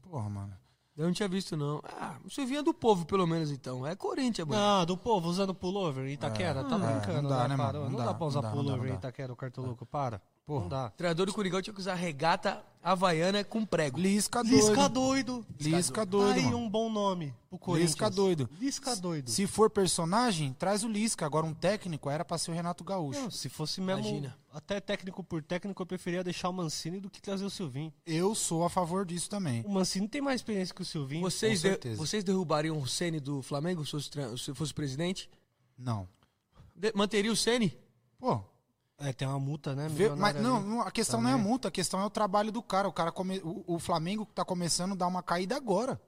[SPEAKER 3] Porra, mano.
[SPEAKER 2] Eu não tinha visto, não. Ah, o Silvinho é do povo, pelo menos, então. É Corinthians, mano.
[SPEAKER 1] Não, do povo usando pullover em Itaquera, tá
[SPEAKER 3] é,
[SPEAKER 1] brincando,
[SPEAKER 3] não dá, né, mano?
[SPEAKER 1] parou? Não,
[SPEAKER 3] Não
[SPEAKER 1] dá,
[SPEAKER 3] dá,
[SPEAKER 1] pra usar
[SPEAKER 3] não dá, não dá,
[SPEAKER 1] pullover
[SPEAKER 3] não
[SPEAKER 1] em
[SPEAKER 3] dá. É. Tá
[SPEAKER 1] Itaquera, o cartoloco, para. Não dá.
[SPEAKER 2] O treinador do Coringão tinha que usar regata havaiana com prego.
[SPEAKER 3] Lisca doido.
[SPEAKER 1] Lisca doido.
[SPEAKER 3] Lisca doido,
[SPEAKER 1] Tá aí
[SPEAKER 3] mano.
[SPEAKER 1] um bom nome pro Corinthians.
[SPEAKER 3] Lisca doido.
[SPEAKER 1] Lisca doido.
[SPEAKER 3] Se for personagem, traz o Lisca. Agora um técnico era pra ser o Renato Gaúcho.
[SPEAKER 1] Não, se fosse mesmo,
[SPEAKER 2] Imagina.
[SPEAKER 1] até técnico por técnico, eu preferia deixar o Mancini do que trazer o Silvinho.
[SPEAKER 3] Eu sou a favor disso também.
[SPEAKER 1] O Mancini tem mais experiência que o Silvinho.
[SPEAKER 2] Vocês,
[SPEAKER 3] com
[SPEAKER 2] de-
[SPEAKER 3] certeza.
[SPEAKER 2] vocês derrubariam o Ceni do Flamengo se fosse, tre- se fosse presidente?
[SPEAKER 3] Não.
[SPEAKER 2] De- Manteria o Ceni?
[SPEAKER 3] Pô,
[SPEAKER 1] É, tem uma multa, né?
[SPEAKER 3] vê- mas
[SPEAKER 1] milionária
[SPEAKER 3] não,
[SPEAKER 1] ali.
[SPEAKER 3] não, a questão não é a multa, a questão é o trabalho do cara. O cara come- o, o Flamengo tá começando a dar uma caída agora.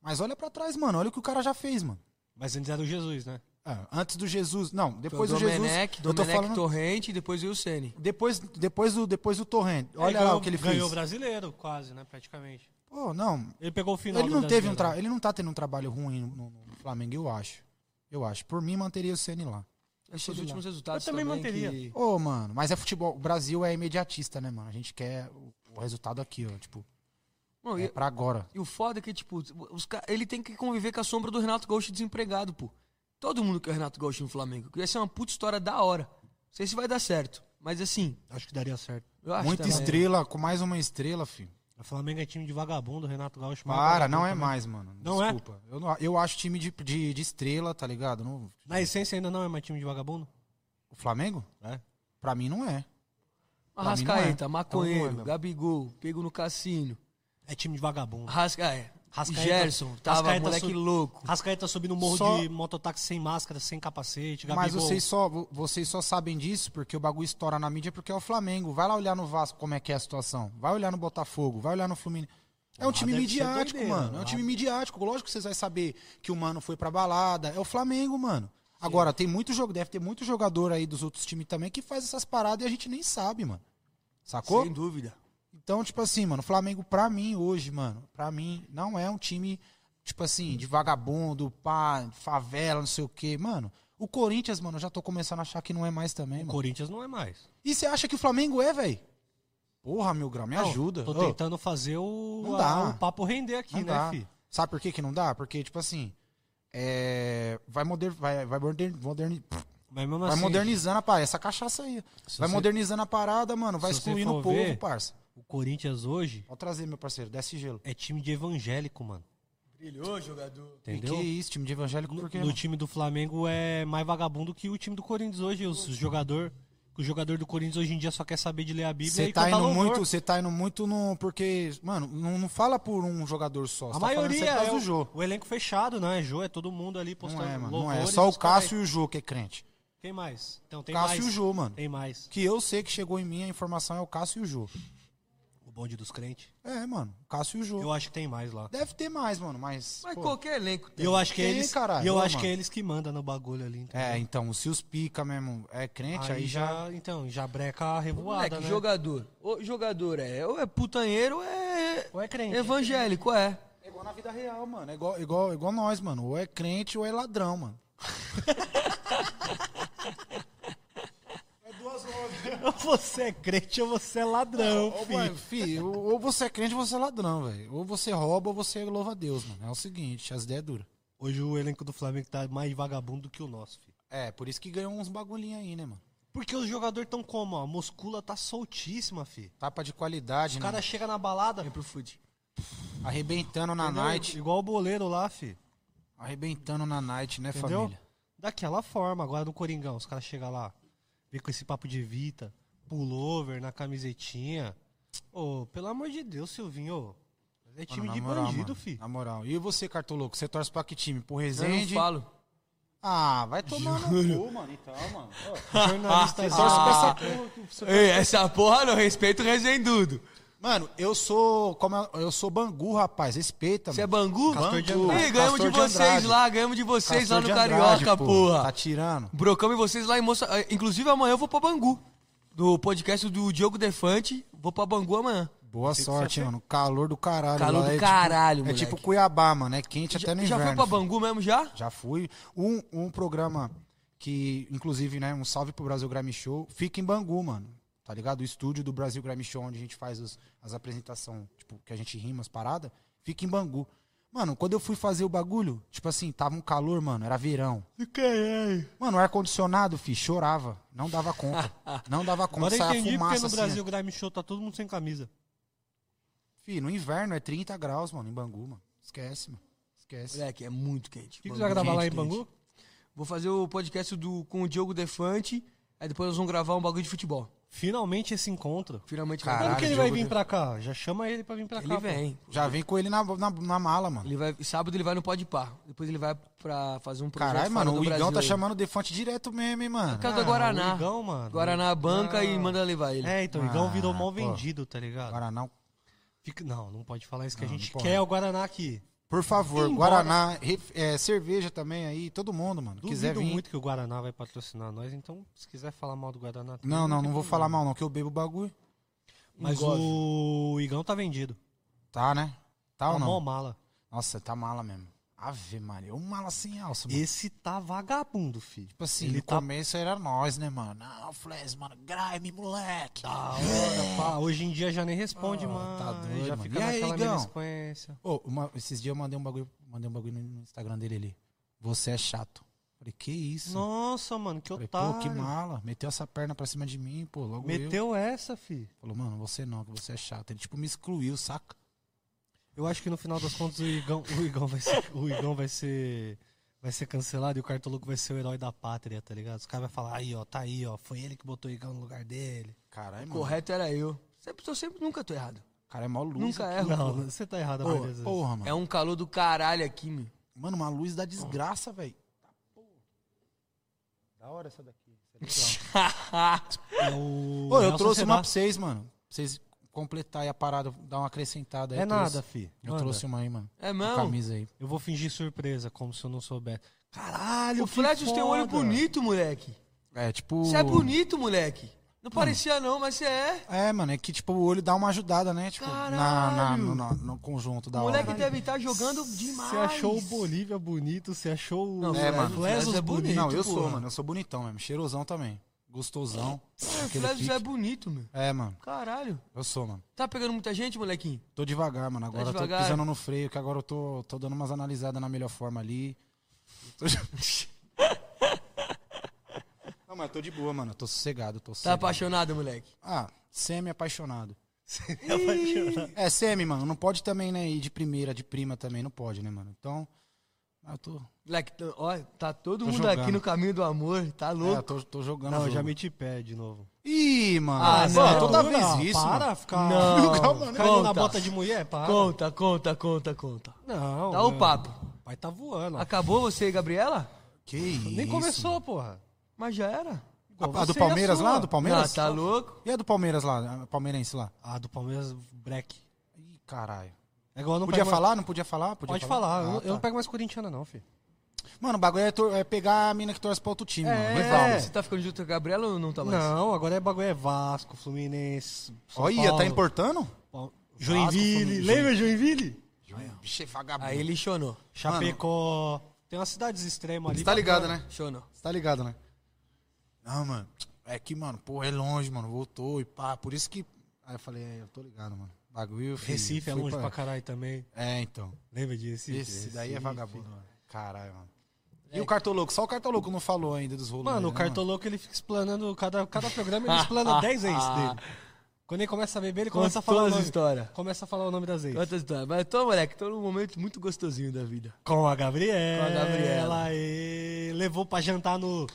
[SPEAKER 3] Mas olha pra trás, mano. Olha o que o cara já fez, mano.
[SPEAKER 1] Mas antes era o Jesus, né?
[SPEAKER 3] Ah, antes do Jesus, não,
[SPEAKER 2] Foi
[SPEAKER 3] depois
[SPEAKER 2] o
[SPEAKER 3] do Jesus,
[SPEAKER 2] Domenech,
[SPEAKER 3] eu tô
[SPEAKER 2] Domenech
[SPEAKER 3] falando
[SPEAKER 2] Torrente e depois veio o Ceni.
[SPEAKER 3] depois, depois do depois do Torrent. Olha lá
[SPEAKER 1] ganhou-
[SPEAKER 3] o que ele
[SPEAKER 1] Ganhou o
[SPEAKER 3] fez.
[SPEAKER 1] brasileiro, quase, né? Praticamente.
[SPEAKER 3] Pô, não,
[SPEAKER 1] Ele pegou o final
[SPEAKER 3] Ele
[SPEAKER 1] do
[SPEAKER 3] não teve um
[SPEAKER 1] Brasileiro.
[SPEAKER 3] tra... ele não tá tendo um trabalho ruim no, no- no Flamengo, eu acho. Eu acho. Por mim manteria o Ceni lá.
[SPEAKER 2] Esses foram os
[SPEAKER 3] ele
[SPEAKER 2] últimos resultados
[SPEAKER 1] Eu também manteria.
[SPEAKER 2] que-
[SPEAKER 3] Ô, mano, mas é futebol, o Brasil é imediatista, né, mano? A gente quer o, o resultado aqui, ó, tipo,
[SPEAKER 2] Não,
[SPEAKER 3] é
[SPEAKER 2] e,
[SPEAKER 3] pra agora.
[SPEAKER 2] e o foda é que, tipo, os ca- ele tem que conviver com a sombra do Renato Gaúcho desempregado, pô. Todo mundo quer o Renato Gaúcho no Flamengo. Ia ser uma puta história da hora. Não sei se vai dar certo, mas assim,
[SPEAKER 1] Acho que daria certo.
[SPEAKER 2] eu acho
[SPEAKER 1] né?
[SPEAKER 3] Muita
[SPEAKER 2] também.
[SPEAKER 3] estrela, com mais uma estrela, filho.
[SPEAKER 1] O Flamengo é time de vagabundo, Renato Gaúcho. mais
[SPEAKER 3] Para,
[SPEAKER 1] vagabundo
[SPEAKER 3] não é
[SPEAKER 1] também.
[SPEAKER 3] mais, mano.
[SPEAKER 1] Não é?
[SPEAKER 3] Desculpa. Eu, não- eu acho time de, de, de estrela, tá ligado? Não-
[SPEAKER 1] Na essência ainda não é mais time de vagabundo?
[SPEAKER 3] o Flamengo?
[SPEAKER 1] É.
[SPEAKER 3] Pra mim não é. um
[SPEAKER 2] Arrascaeta,
[SPEAKER 1] Então
[SPEAKER 2] Maconheiro,
[SPEAKER 1] não é, meu.
[SPEAKER 2] Gabigol, pego no cassino.
[SPEAKER 1] É time de vagabundo.
[SPEAKER 3] Ah,
[SPEAKER 2] Rasca, é.
[SPEAKER 1] Rascaeta-
[SPEAKER 2] Gerson, tava
[SPEAKER 1] Rascaeta
[SPEAKER 2] moleque
[SPEAKER 1] su-
[SPEAKER 2] louco.
[SPEAKER 1] Rascaeta tá subindo o morro
[SPEAKER 3] Só-
[SPEAKER 1] de mototáxi sem máscara, sem capacete.
[SPEAKER 3] Mas
[SPEAKER 1] Gabigol.
[SPEAKER 3] vocês só, vo- vocês só sabem disso porque o bagulho estoura na mídia porque é o Flamengo. Vai lá olhar no Vasco como é que é a situação. Vai olhar no Botafogo, vai olhar no Fluminense. É um
[SPEAKER 1] Lá
[SPEAKER 3] time
[SPEAKER 1] Ah, deve ser
[SPEAKER 3] midiático,
[SPEAKER 1] doideira,
[SPEAKER 3] mano. É um
[SPEAKER 1] lá.
[SPEAKER 3] time midiático. Lógico que vocês vão saber que o mano foi pra balada. É o Flamengo, mano. Agora, tem muito jogo, deve ter muito jogador aí dos outros times também que faz essas paradas e a gente nem sabe, mano. Sacou?
[SPEAKER 2] Sem dúvida.
[SPEAKER 3] Então, tipo assim, mano, o Flamengo, pra mim, hoje, mano, pra mim, não é um time, tipo assim, de vagabundo, pá, favela, não sei o quê. Mano, o Corinthians, mano, eu já tô começando a achar que não é mais também,
[SPEAKER 1] O
[SPEAKER 3] mano.
[SPEAKER 1] Corinthians não é mais.
[SPEAKER 3] E você acha que o Flamengo é, velho? Porra, meu grau, me ajuda.
[SPEAKER 1] Tô
[SPEAKER 3] Ô,
[SPEAKER 1] tentando fazer o,
[SPEAKER 3] Não dá.
[SPEAKER 1] a- o papo render aqui,
[SPEAKER 3] não
[SPEAKER 1] né,
[SPEAKER 3] dá.
[SPEAKER 1] fi?
[SPEAKER 3] Sabe por que que não dá? Porque, tipo assim, é, vai, moder... vai, vai, moder... moderni-
[SPEAKER 1] Mas mesmo
[SPEAKER 3] vai
[SPEAKER 1] assim,
[SPEAKER 3] modernizando a parada, essa cachaça aí.
[SPEAKER 1] se
[SPEAKER 3] Vai
[SPEAKER 1] você-
[SPEAKER 3] modernizando a parada, mano, vai
[SPEAKER 1] se você
[SPEAKER 3] excluindo o
[SPEAKER 1] for
[SPEAKER 3] povo,
[SPEAKER 1] ver-
[SPEAKER 3] parça.
[SPEAKER 1] O Corinthians hoje
[SPEAKER 3] Pode trazer, meu parceiro, desce gelo.
[SPEAKER 1] é time de evangélico, mano.
[SPEAKER 2] Brilhou, jogador.
[SPEAKER 1] Entendeu?
[SPEAKER 3] E que isso, time de evangélico,
[SPEAKER 1] No,
[SPEAKER 3] por quê?
[SPEAKER 1] no
[SPEAKER 3] mano?
[SPEAKER 1] time do Flamengo é mais vagabundo que o time do Corinthians hoje. Os jogador, o jogador do Corinthians hoje em dia só quer saber de ler a Bíblia
[SPEAKER 3] Você
[SPEAKER 1] e
[SPEAKER 3] tá
[SPEAKER 1] cantar
[SPEAKER 3] indo
[SPEAKER 1] louvor.
[SPEAKER 3] muito, você tá indo muito no porque, mano, não, não fala por um jogador só,
[SPEAKER 1] A
[SPEAKER 3] você tá falando
[SPEAKER 1] maioria
[SPEAKER 3] sempre por
[SPEAKER 1] é
[SPEAKER 3] causa
[SPEAKER 1] o,
[SPEAKER 3] do Jô.
[SPEAKER 1] o elenco fechado, né? Jô é todo mundo ali
[SPEAKER 3] Não
[SPEAKER 1] postando
[SPEAKER 3] é, mano, não
[SPEAKER 1] louvores
[SPEAKER 3] é só
[SPEAKER 1] os
[SPEAKER 3] o
[SPEAKER 1] caras-
[SPEAKER 3] Cássio e o Jô que é crente.
[SPEAKER 1] Quem mais? Então tem
[SPEAKER 3] Cássio
[SPEAKER 1] mais.
[SPEAKER 3] e o Jô, mano.
[SPEAKER 1] Tem mais.
[SPEAKER 3] Que eu sei que chegou em mim a informação é o Cássio e o Jô.
[SPEAKER 1] O bonde dos crentes.
[SPEAKER 3] É, mano, Cássio e o Jô.
[SPEAKER 1] Eu acho que tem mais lá.
[SPEAKER 3] Deve ter mais, mano, mas,
[SPEAKER 2] Mas
[SPEAKER 3] pô,
[SPEAKER 2] qualquer elenco
[SPEAKER 1] E
[SPEAKER 2] tem.
[SPEAKER 1] eu acho que é
[SPEAKER 3] Tem,
[SPEAKER 1] eles,
[SPEAKER 3] caralho,
[SPEAKER 1] e eu
[SPEAKER 3] ô,
[SPEAKER 1] acho que é
[SPEAKER 3] mano.
[SPEAKER 1] eles que mandam no bagulho ali, entendeu?
[SPEAKER 3] É, então, se os pica mesmo é crente, aí,
[SPEAKER 1] aí
[SPEAKER 3] já
[SPEAKER 1] já, então, já breca a revoada,
[SPEAKER 2] Moleque,
[SPEAKER 1] né?
[SPEAKER 2] jogador. O jogador é ou é putanheiro ou é
[SPEAKER 1] Ou é crente.
[SPEAKER 2] evangélico, é.
[SPEAKER 3] é igual na vida real, mano, é igual igual igual nós, mano, ou é crente ou é ladrão, mano. é duas horas.
[SPEAKER 1] Ou você é crente ou você é ladrão,
[SPEAKER 3] Ô,
[SPEAKER 1] filho.
[SPEAKER 3] mano, fi, ou, ou você é crente ou você é ladrão, velho. Ou você rouba ou você louva a Deus, mano. É o seguinte, as ideias duras.
[SPEAKER 1] Hoje o elenco do Flamengo tá mais vagabundo que o nosso, filho.
[SPEAKER 3] É, por isso que ganhou uns bagulhinhos aí, né, mano?
[SPEAKER 1] Porque os jogadores tão como, ó, a muscula tá soltíssima, fi.
[SPEAKER 3] Tapa de qualidade,
[SPEAKER 1] O
[SPEAKER 3] né?
[SPEAKER 1] cara chega na balada,
[SPEAKER 2] Vem pro fute.
[SPEAKER 3] Arrebentando na
[SPEAKER 1] entendeu?
[SPEAKER 3] night.
[SPEAKER 1] igual o boleiro lá, fi.
[SPEAKER 3] Arrebentando na night, né,
[SPEAKER 1] Entendeu?
[SPEAKER 3] família?
[SPEAKER 1] Daquela forma, agora no Coringão, os caras chegam lá, vem com esse papo de Vita, pullover na camisetinha. Ô, pelo amor de Deus, Silvinho, ô. É time
[SPEAKER 3] Mano,
[SPEAKER 1] de
[SPEAKER 3] na moral,
[SPEAKER 1] bandido,
[SPEAKER 3] mano,
[SPEAKER 1] fi.
[SPEAKER 3] Na moral. E você, Cartoloco, você torce pra que time? Pro
[SPEAKER 2] Eu não
[SPEAKER 3] Resende?
[SPEAKER 2] falo.
[SPEAKER 3] Ah, vai tomar no cu, mano, então, mano. Ó,
[SPEAKER 1] Jornalista é.
[SPEAKER 3] torce pra essa
[SPEAKER 2] Ah.
[SPEAKER 3] porra que você
[SPEAKER 2] Ei, essa porra não respeita o resendudo.
[SPEAKER 3] Mano, eu sou. Como eu, eu sou bangu, rapaz. Respeita,
[SPEAKER 2] Você é
[SPEAKER 3] mano.
[SPEAKER 2] Bangu?
[SPEAKER 1] Castor de
[SPEAKER 2] Bangu.
[SPEAKER 1] Andrade.
[SPEAKER 2] Ei, ganhamos
[SPEAKER 3] Castor
[SPEAKER 2] de
[SPEAKER 3] de
[SPEAKER 2] vocês
[SPEAKER 3] Andrade.
[SPEAKER 2] lá, ganhamos de vocês
[SPEAKER 3] Castor
[SPEAKER 2] lá
[SPEAKER 3] de
[SPEAKER 2] no
[SPEAKER 3] Andrade,
[SPEAKER 2] Carioca,
[SPEAKER 3] pô.
[SPEAKER 2] porra.
[SPEAKER 3] Tá tirando.
[SPEAKER 2] Brocamos e vocês lá em Moça. eh, Inclusive amanhã eu vou pra Bangu. Do podcast do Diogo Defante, vou pra Bangu amanhã.
[SPEAKER 3] Boa sorte, mano. Calor do caralho.
[SPEAKER 2] Calor
[SPEAKER 3] lá
[SPEAKER 2] do
[SPEAKER 3] é
[SPEAKER 2] caralho,
[SPEAKER 3] tipo,
[SPEAKER 2] mano.
[SPEAKER 3] É tipo Cuiabá, mano. É quente até no
[SPEAKER 2] já
[SPEAKER 3] inverno. assim.
[SPEAKER 2] foi pra Bangu mesmo já?
[SPEAKER 3] Já fui. Um, um programa que, inclusive, né, um salve pro Brasil Grammy Show, fica em Bangu, mano. Tá ligado? O estúdio do Brasil Grammy Show, onde a gente faz os- as apresentações, tipo, que a gente rima as paradas, fica em Bangu. Mano, quando eu fui fazer o bagulho, tipo assim, tava um calor, mano, era verão. Mano, o ar-condicionado, fi, chorava. Não dava conta. Não dava conta,
[SPEAKER 1] Agora eu
[SPEAKER 3] saia
[SPEAKER 1] entendi porque
[SPEAKER 3] fumaça
[SPEAKER 1] no
[SPEAKER 3] assim.
[SPEAKER 1] Brasil
[SPEAKER 3] ó.
[SPEAKER 1] o Grime Show tá todo mundo sem camisa.
[SPEAKER 3] Fi, no inverno é 30 graus, mano, em Bangu, mano. Esquece, mano. Esquece.
[SPEAKER 2] Moleque, é muito quente.
[SPEAKER 1] O que, que
[SPEAKER 2] Bangu
[SPEAKER 1] você vai gravar lá em
[SPEAKER 2] quente, quente.
[SPEAKER 1] Bangu?
[SPEAKER 2] Vou fazer o podcast do, com o Diogo Defante. Aí depois nós vamos gravar um bagulho de futebol.
[SPEAKER 1] Finalmente esse encontro.
[SPEAKER 2] Finalmente
[SPEAKER 3] Caralho,
[SPEAKER 1] Quando que ele
[SPEAKER 2] Diogo
[SPEAKER 1] vai vir
[SPEAKER 2] Defante.
[SPEAKER 1] pra cá? Já chama ele pra vir pra cá.
[SPEAKER 2] Ele
[SPEAKER 1] pô.
[SPEAKER 2] vem.
[SPEAKER 3] Já vem com ele na, na, na mala, mano.
[SPEAKER 2] Ele vai, sábado ele vai no Pode Par. Depois ele vai pra fazer um projeto.
[SPEAKER 3] Caralho,
[SPEAKER 2] fora
[SPEAKER 3] mano,
[SPEAKER 2] do
[SPEAKER 3] o Igão
[SPEAKER 2] Brasil
[SPEAKER 3] tá
[SPEAKER 2] aí.
[SPEAKER 3] chamando o Defante direto mesmo, hein, mano.
[SPEAKER 2] Por causa
[SPEAKER 1] Ah,
[SPEAKER 2] do Guaraná.
[SPEAKER 1] o Igão, mano.
[SPEAKER 2] Guaraná banca e manda levar ele.
[SPEAKER 1] É, então, o Igão virou
[SPEAKER 3] Ah,
[SPEAKER 1] mal
[SPEAKER 3] pô.
[SPEAKER 1] vendido, tá ligado?
[SPEAKER 3] Guaraná.
[SPEAKER 1] Fica- Não, não pode falar isso que a
[SPEAKER 3] Não,
[SPEAKER 1] gente
[SPEAKER 3] não pode.
[SPEAKER 1] quer é o Guaraná aqui.
[SPEAKER 3] Por favor,
[SPEAKER 1] Embora.
[SPEAKER 3] Guaraná, ref- é, cerveja também aí, todo mundo, mano.
[SPEAKER 1] Duvido
[SPEAKER 3] quiser vir.
[SPEAKER 1] muito que o Guaraná vai patrocinar nós, então se quiser falar mal do Guaraná... também,
[SPEAKER 3] Não, não,
[SPEAKER 1] tem
[SPEAKER 3] não vou
[SPEAKER 1] problema.
[SPEAKER 3] falar mal, não, que eu bebo o bagulho.
[SPEAKER 1] Mas
[SPEAKER 2] Engove.
[SPEAKER 1] o Igão tá vendido.
[SPEAKER 3] Tá, né? Tá
[SPEAKER 1] Tá
[SPEAKER 3] ou
[SPEAKER 1] mó
[SPEAKER 3] não?
[SPEAKER 1] mala.
[SPEAKER 3] Nossa, tá mala mesmo. Ave, Maria. Um mala sem alça, mano.
[SPEAKER 1] Esse tá vagabundo, filho.
[SPEAKER 3] Tipo assim,
[SPEAKER 1] ele
[SPEAKER 3] no
[SPEAKER 1] tá
[SPEAKER 3] começo era nós, né, mano? Não, Fles, mano, grime, moleque.
[SPEAKER 1] tá
[SPEAKER 3] É.
[SPEAKER 1] da hora, pá. Hoje em dia já nem responde,
[SPEAKER 3] Ah,
[SPEAKER 1] mano.
[SPEAKER 3] tá doido,
[SPEAKER 1] já
[SPEAKER 3] mano.
[SPEAKER 1] fica
[SPEAKER 3] E aí,
[SPEAKER 1] naquela
[SPEAKER 3] Igão?
[SPEAKER 1] inexperiência.
[SPEAKER 3] Ô, uma- esses dias eu mandei um bagulho, mandei um bagulho no- no Instagram dele ali. Você é chato. Falei, que isso?
[SPEAKER 1] Nossa, mano, que
[SPEAKER 3] Falei,
[SPEAKER 1] otário.
[SPEAKER 3] pô, que mala. Meteu essa perna pra cima de mim, pô, logo eu.
[SPEAKER 1] Meteu essa, fi.
[SPEAKER 3] Falou, mano, você não, que você é chato. Ele, tipo, me excluiu, saca?
[SPEAKER 1] Eu acho que no final das contas o Igão, o Igão vai ser, o Igão vai ser, vai ser cancelado e o Cartoloco vai ser o herói da pátria, tá ligado? Os caras vão falar, aí, ó, tá aí, ó, foi ele que botou o Igão no lugar dele.
[SPEAKER 3] Caralho, mano.
[SPEAKER 2] Correto era eu. Sempre, tô sempre, nunca tô errado.
[SPEAKER 3] O cara é mó luz.
[SPEAKER 2] nunca
[SPEAKER 3] aqui.
[SPEAKER 2] erro.
[SPEAKER 1] não,
[SPEAKER 2] porra.
[SPEAKER 1] você tá errado,
[SPEAKER 3] Porra,
[SPEAKER 1] Maria Jesus.
[SPEAKER 3] porra, mano.
[SPEAKER 2] É um calor do caralho aqui, meu.
[SPEAKER 3] Mano, uma luz da desgraça, velho. Da hora essa daqui. Então.
[SPEAKER 1] É o
[SPEAKER 3] Pô, eu
[SPEAKER 1] Nelson
[SPEAKER 3] trouxe
[SPEAKER 1] Sebastião.
[SPEAKER 3] uma pra vocês, mano. Pra vocês completarem a parada, dar uma acrescentada aí.
[SPEAKER 1] É
[SPEAKER 3] eu trouxe-
[SPEAKER 1] nada, fi.
[SPEAKER 3] Eu
[SPEAKER 1] Manda.
[SPEAKER 3] trouxe um- uma aí, mano.
[SPEAKER 2] é
[SPEAKER 3] Com
[SPEAKER 2] mesmo?
[SPEAKER 3] camisa aí.
[SPEAKER 1] Eu vou fingir surpresa, como se eu não soubesse. Caralho,
[SPEAKER 2] O
[SPEAKER 1] que
[SPEAKER 2] Fletes tem um olho
[SPEAKER 1] foda.
[SPEAKER 2] bonito, moleque.
[SPEAKER 3] É, tipo...
[SPEAKER 2] Você é bonito, moleque. Não parecia não, mas você é.
[SPEAKER 3] É, mano, é que tipo, o olho dá uma ajudada, né? Tipo, na, na-
[SPEAKER 2] Caralho.
[SPEAKER 3] no, no- no conjunto
[SPEAKER 2] O
[SPEAKER 3] da hora.
[SPEAKER 2] moleque deve estar jogando demais.
[SPEAKER 1] Você achou o Bolívia bonito, você achou o
[SPEAKER 2] Não,
[SPEAKER 1] o
[SPEAKER 3] é,
[SPEAKER 1] Flesos
[SPEAKER 3] mano,
[SPEAKER 2] o Flesos é bonito,
[SPEAKER 3] Não, eu
[SPEAKER 2] porra.
[SPEAKER 3] sou, mano. Eu sou bonitão mesmo. Cheirosão também. Gostosão.
[SPEAKER 2] O
[SPEAKER 3] Aquele
[SPEAKER 2] Fletes
[SPEAKER 3] pique.
[SPEAKER 2] é bonito, meu.
[SPEAKER 3] É, mano.
[SPEAKER 2] Caralho.
[SPEAKER 3] Eu sou, mano.
[SPEAKER 2] Tá pegando muita gente, molequinho?
[SPEAKER 3] Tô devagar, mano. Agora eu
[SPEAKER 2] Tá devagar?
[SPEAKER 3] tô pisando no freio, que agora eu tô, tô dando umas analisadas na melhor forma ali. Tô de- Não, mas eu tô de boa, mano. Eu tô sossegado, eu tô
[SPEAKER 2] Tá
[SPEAKER 3] sossegado.
[SPEAKER 2] apaixonado, moleque?
[SPEAKER 3] Ah, semi-apaixonado.
[SPEAKER 1] apaixonado.
[SPEAKER 3] É, semi, mano. Não pode também, né, ir de primeira, de prima também. Não pode, né, mano? Então, ah, eu tô,
[SPEAKER 2] Moleque, tá- ó, tá todo
[SPEAKER 3] Tô
[SPEAKER 2] mundo
[SPEAKER 3] jogando.
[SPEAKER 2] aqui no caminho do amor, tá
[SPEAKER 3] é, eu
[SPEAKER 2] louco?
[SPEAKER 3] tô, tô jogando.
[SPEAKER 1] Não,
[SPEAKER 3] o
[SPEAKER 1] eu já
[SPEAKER 3] jogo.
[SPEAKER 1] meti pé de novo.
[SPEAKER 3] Ih, mano.
[SPEAKER 2] Ah,
[SPEAKER 3] Pô,
[SPEAKER 2] não.
[SPEAKER 3] toda
[SPEAKER 1] Não,
[SPEAKER 3] vez
[SPEAKER 1] não,
[SPEAKER 3] isso,
[SPEAKER 1] Para
[SPEAKER 3] mano.
[SPEAKER 1] ficar
[SPEAKER 2] Não,
[SPEAKER 1] Calma, né? caindo na
[SPEAKER 2] conta.
[SPEAKER 1] bota de mulher, para.
[SPEAKER 2] conta, conta, conta, conta.
[SPEAKER 1] Não.
[SPEAKER 2] Dá o
[SPEAKER 1] meu.
[SPEAKER 2] papo.
[SPEAKER 1] Pai tá voando. ó.
[SPEAKER 2] Acabou você e Gabriela?
[SPEAKER 3] Que isso?
[SPEAKER 1] Nem começou, porra.
[SPEAKER 2] Mas já era.
[SPEAKER 1] Igual
[SPEAKER 3] A, a do
[SPEAKER 1] você e a
[SPEAKER 3] Palmeiras
[SPEAKER 1] sua.
[SPEAKER 3] lá? Do Palmeiras?
[SPEAKER 2] Ah, tá louco?
[SPEAKER 3] E a do Palmeiras lá? A palmeirense lá?
[SPEAKER 1] Ah, do Palmeiras, breque.
[SPEAKER 3] Ih, caralho.
[SPEAKER 1] É igual eu não
[SPEAKER 3] Podia
[SPEAKER 1] pego-
[SPEAKER 3] falar? Não podia falar? Podia
[SPEAKER 1] Pode falar, eu,
[SPEAKER 3] Ah,
[SPEAKER 1] não- eu
[SPEAKER 3] tá.
[SPEAKER 1] não pego mais corintiana não, filho.
[SPEAKER 3] Mano, o bagulho é, tor- é pegar a mina que torce pra outro time, mano.
[SPEAKER 1] É.
[SPEAKER 3] Rival.
[SPEAKER 2] Você tá ficando junto com a Gabriela ou não tá mais?
[SPEAKER 1] Não, agora é bagulho é Vasco, Fluminense, São
[SPEAKER 3] Olha, tá
[SPEAKER 1] Paulo,
[SPEAKER 3] importando?
[SPEAKER 1] Paulo-
[SPEAKER 3] Fluminense.
[SPEAKER 1] Joinville, lembra Joinville?
[SPEAKER 3] Bicho é vagabundo.
[SPEAKER 2] Aí lixonou.
[SPEAKER 1] Chapecó. Tem umas cidades extremas ali.
[SPEAKER 3] Você tá ligado, né?
[SPEAKER 2] Lixonou.
[SPEAKER 3] Você tá ligado, né? Não, mano. É que, mano, porra, é longe, mano. Voltou e pá. Por isso que. Aí eu falei, é, eu tô ligado, mano. Bagulho. filho,
[SPEAKER 1] Recife é
[SPEAKER 3] fui
[SPEAKER 1] longe pra caralho também.
[SPEAKER 3] É, então.
[SPEAKER 1] Lembra de Recife?
[SPEAKER 3] Esse daí é
[SPEAKER 1] Recife.
[SPEAKER 3] vagabundo, mano. Caralho, mano. E o Cartoloco? Só o Cartoloco não falou ainda dos né, rolos.
[SPEAKER 1] É. Mano, o Cartoloco ele fica explanando, cada, cada programa ele explana 10 ex dele. Quando ele começa a beber, ele começa a falar o
[SPEAKER 2] Contou as
[SPEAKER 1] nome,
[SPEAKER 2] histórias.
[SPEAKER 1] começa a falar o nome das ex.
[SPEAKER 2] Quantas histórias. Mas tô, moleque, tô num momento muito gostosinho da vida.
[SPEAKER 1] Com a Gabriela.
[SPEAKER 2] Com a Gabriela.
[SPEAKER 1] E levou pra jantar no.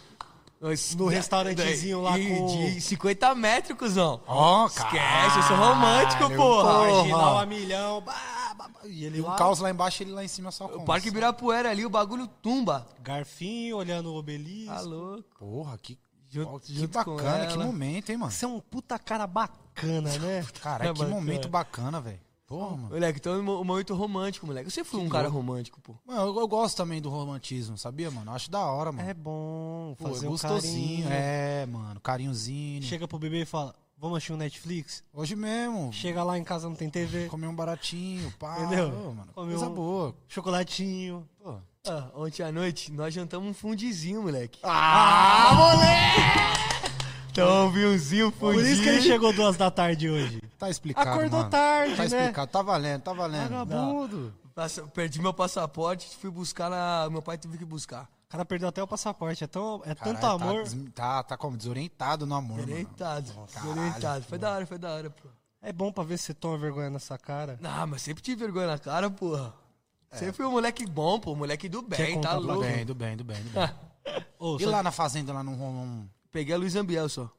[SPEAKER 2] Nós-
[SPEAKER 1] No restaurantezinho lá
[SPEAKER 2] E
[SPEAKER 1] com-
[SPEAKER 2] De 50 metros, cuzão.
[SPEAKER 3] Ó,
[SPEAKER 2] Esquece, eu sou romântico, porra.
[SPEAKER 1] Marginal a milhão. bah, bah, bah, E ele
[SPEAKER 3] E um
[SPEAKER 1] lá.
[SPEAKER 3] caos lá embaixo ele lá em cima só com.
[SPEAKER 2] O Parque Ibirapuera ali, o bagulho tumba.
[SPEAKER 1] Garfinho olhando o obelisco.
[SPEAKER 2] Tá louco.
[SPEAKER 3] Porra, que,
[SPEAKER 2] Junto-
[SPEAKER 3] ó, que
[SPEAKER 2] junto com
[SPEAKER 3] bacana, que
[SPEAKER 2] ela.
[SPEAKER 3] momento, hein, mano?
[SPEAKER 1] Você é um puta cara bacana, né?
[SPEAKER 3] Caralho,
[SPEAKER 2] É
[SPEAKER 3] que
[SPEAKER 2] bacana.
[SPEAKER 3] momento bacana, velho. Porra, mano.
[SPEAKER 2] Moleque, então é um mo- um momento romântico, moleque. Você foi um cara romântico, pô.
[SPEAKER 3] Mano, eu, eu gosto também do romantismo, sabia, mano? Eu acho da hora, mano.
[SPEAKER 1] É bom
[SPEAKER 3] Pô,
[SPEAKER 1] fazer
[SPEAKER 3] é
[SPEAKER 1] um
[SPEAKER 3] gostosinho,
[SPEAKER 1] carinho.
[SPEAKER 3] é, mano. Carinhozinho.
[SPEAKER 1] Chega pro bebê e fala: Vamos assistir um Netflix?
[SPEAKER 3] Hoje mesmo.
[SPEAKER 1] Chega lá em casa, não tem TV.
[SPEAKER 3] Comer um baratinho, pá.
[SPEAKER 1] Entendeu?
[SPEAKER 3] Ô, mano,
[SPEAKER 1] Comer
[SPEAKER 3] coisa
[SPEAKER 1] um-
[SPEAKER 3] boa.
[SPEAKER 1] Chocolatinho.
[SPEAKER 3] Pô.
[SPEAKER 2] Ah, ontem à noite nós jantamos um fundizinho, moleque.
[SPEAKER 1] Ah, moleque! um
[SPEAKER 2] Então, vinhozinho,
[SPEAKER 1] Por
[SPEAKER 2] fundi.
[SPEAKER 1] isso que ele chegou duas da tarde hoje.
[SPEAKER 3] Tá explicado,
[SPEAKER 1] Acordou
[SPEAKER 3] mano.
[SPEAKER 1] tarde,
[SPEAKER 3] Tá
[SPEAKER 1] né?
[SPEAKER 3] explicado. Tá valendo, tá valendo.
[SPEAKER 1] Vagabundo.
[SPEAKER 2] Passa- Perdi meu passaporte, fui buscar na. Meu pai teve que buscar.
[SPEAKER 1] O cara perdeu até o passaporte. É, tão, é
[SPEAKER 3] Caralho,
[SPEAKER 1] tanto amor.
[SPEAKER 3] Tá, des- tá, tá como? Desorientado no amor, mano.
[SPEAKER 2] Orientado,
[SPEAKER 3] caralho,
[SPEAKER 2] orientado. Foi da hora, foi da hora, pô.
[SPEAKER 1] É bom pra ver se você toma vergonha nessa cara.
[SPEAKER 2] Ah, mas sempre tive vergonha na cara, porra. Sempre fui um moleque bom, pô. Moleque do bem,
[SPEAKER 1] contar
[SPEAKER 2] tá
[SPEAKER 1] pra
[SPEAKER 3] Do
[SPEAKER 2] louco.
[SPEAKER 3] bem, do bem, do bem, do bem.
[SPEAKER 1] Ô,
[SPEAKER 3] E
[SPEAKER 1] só-
[SPEAKER 3] lá na fazenda, lá no Romão?
[SPEAKER 2] Peguei a Luiz Ambiel só.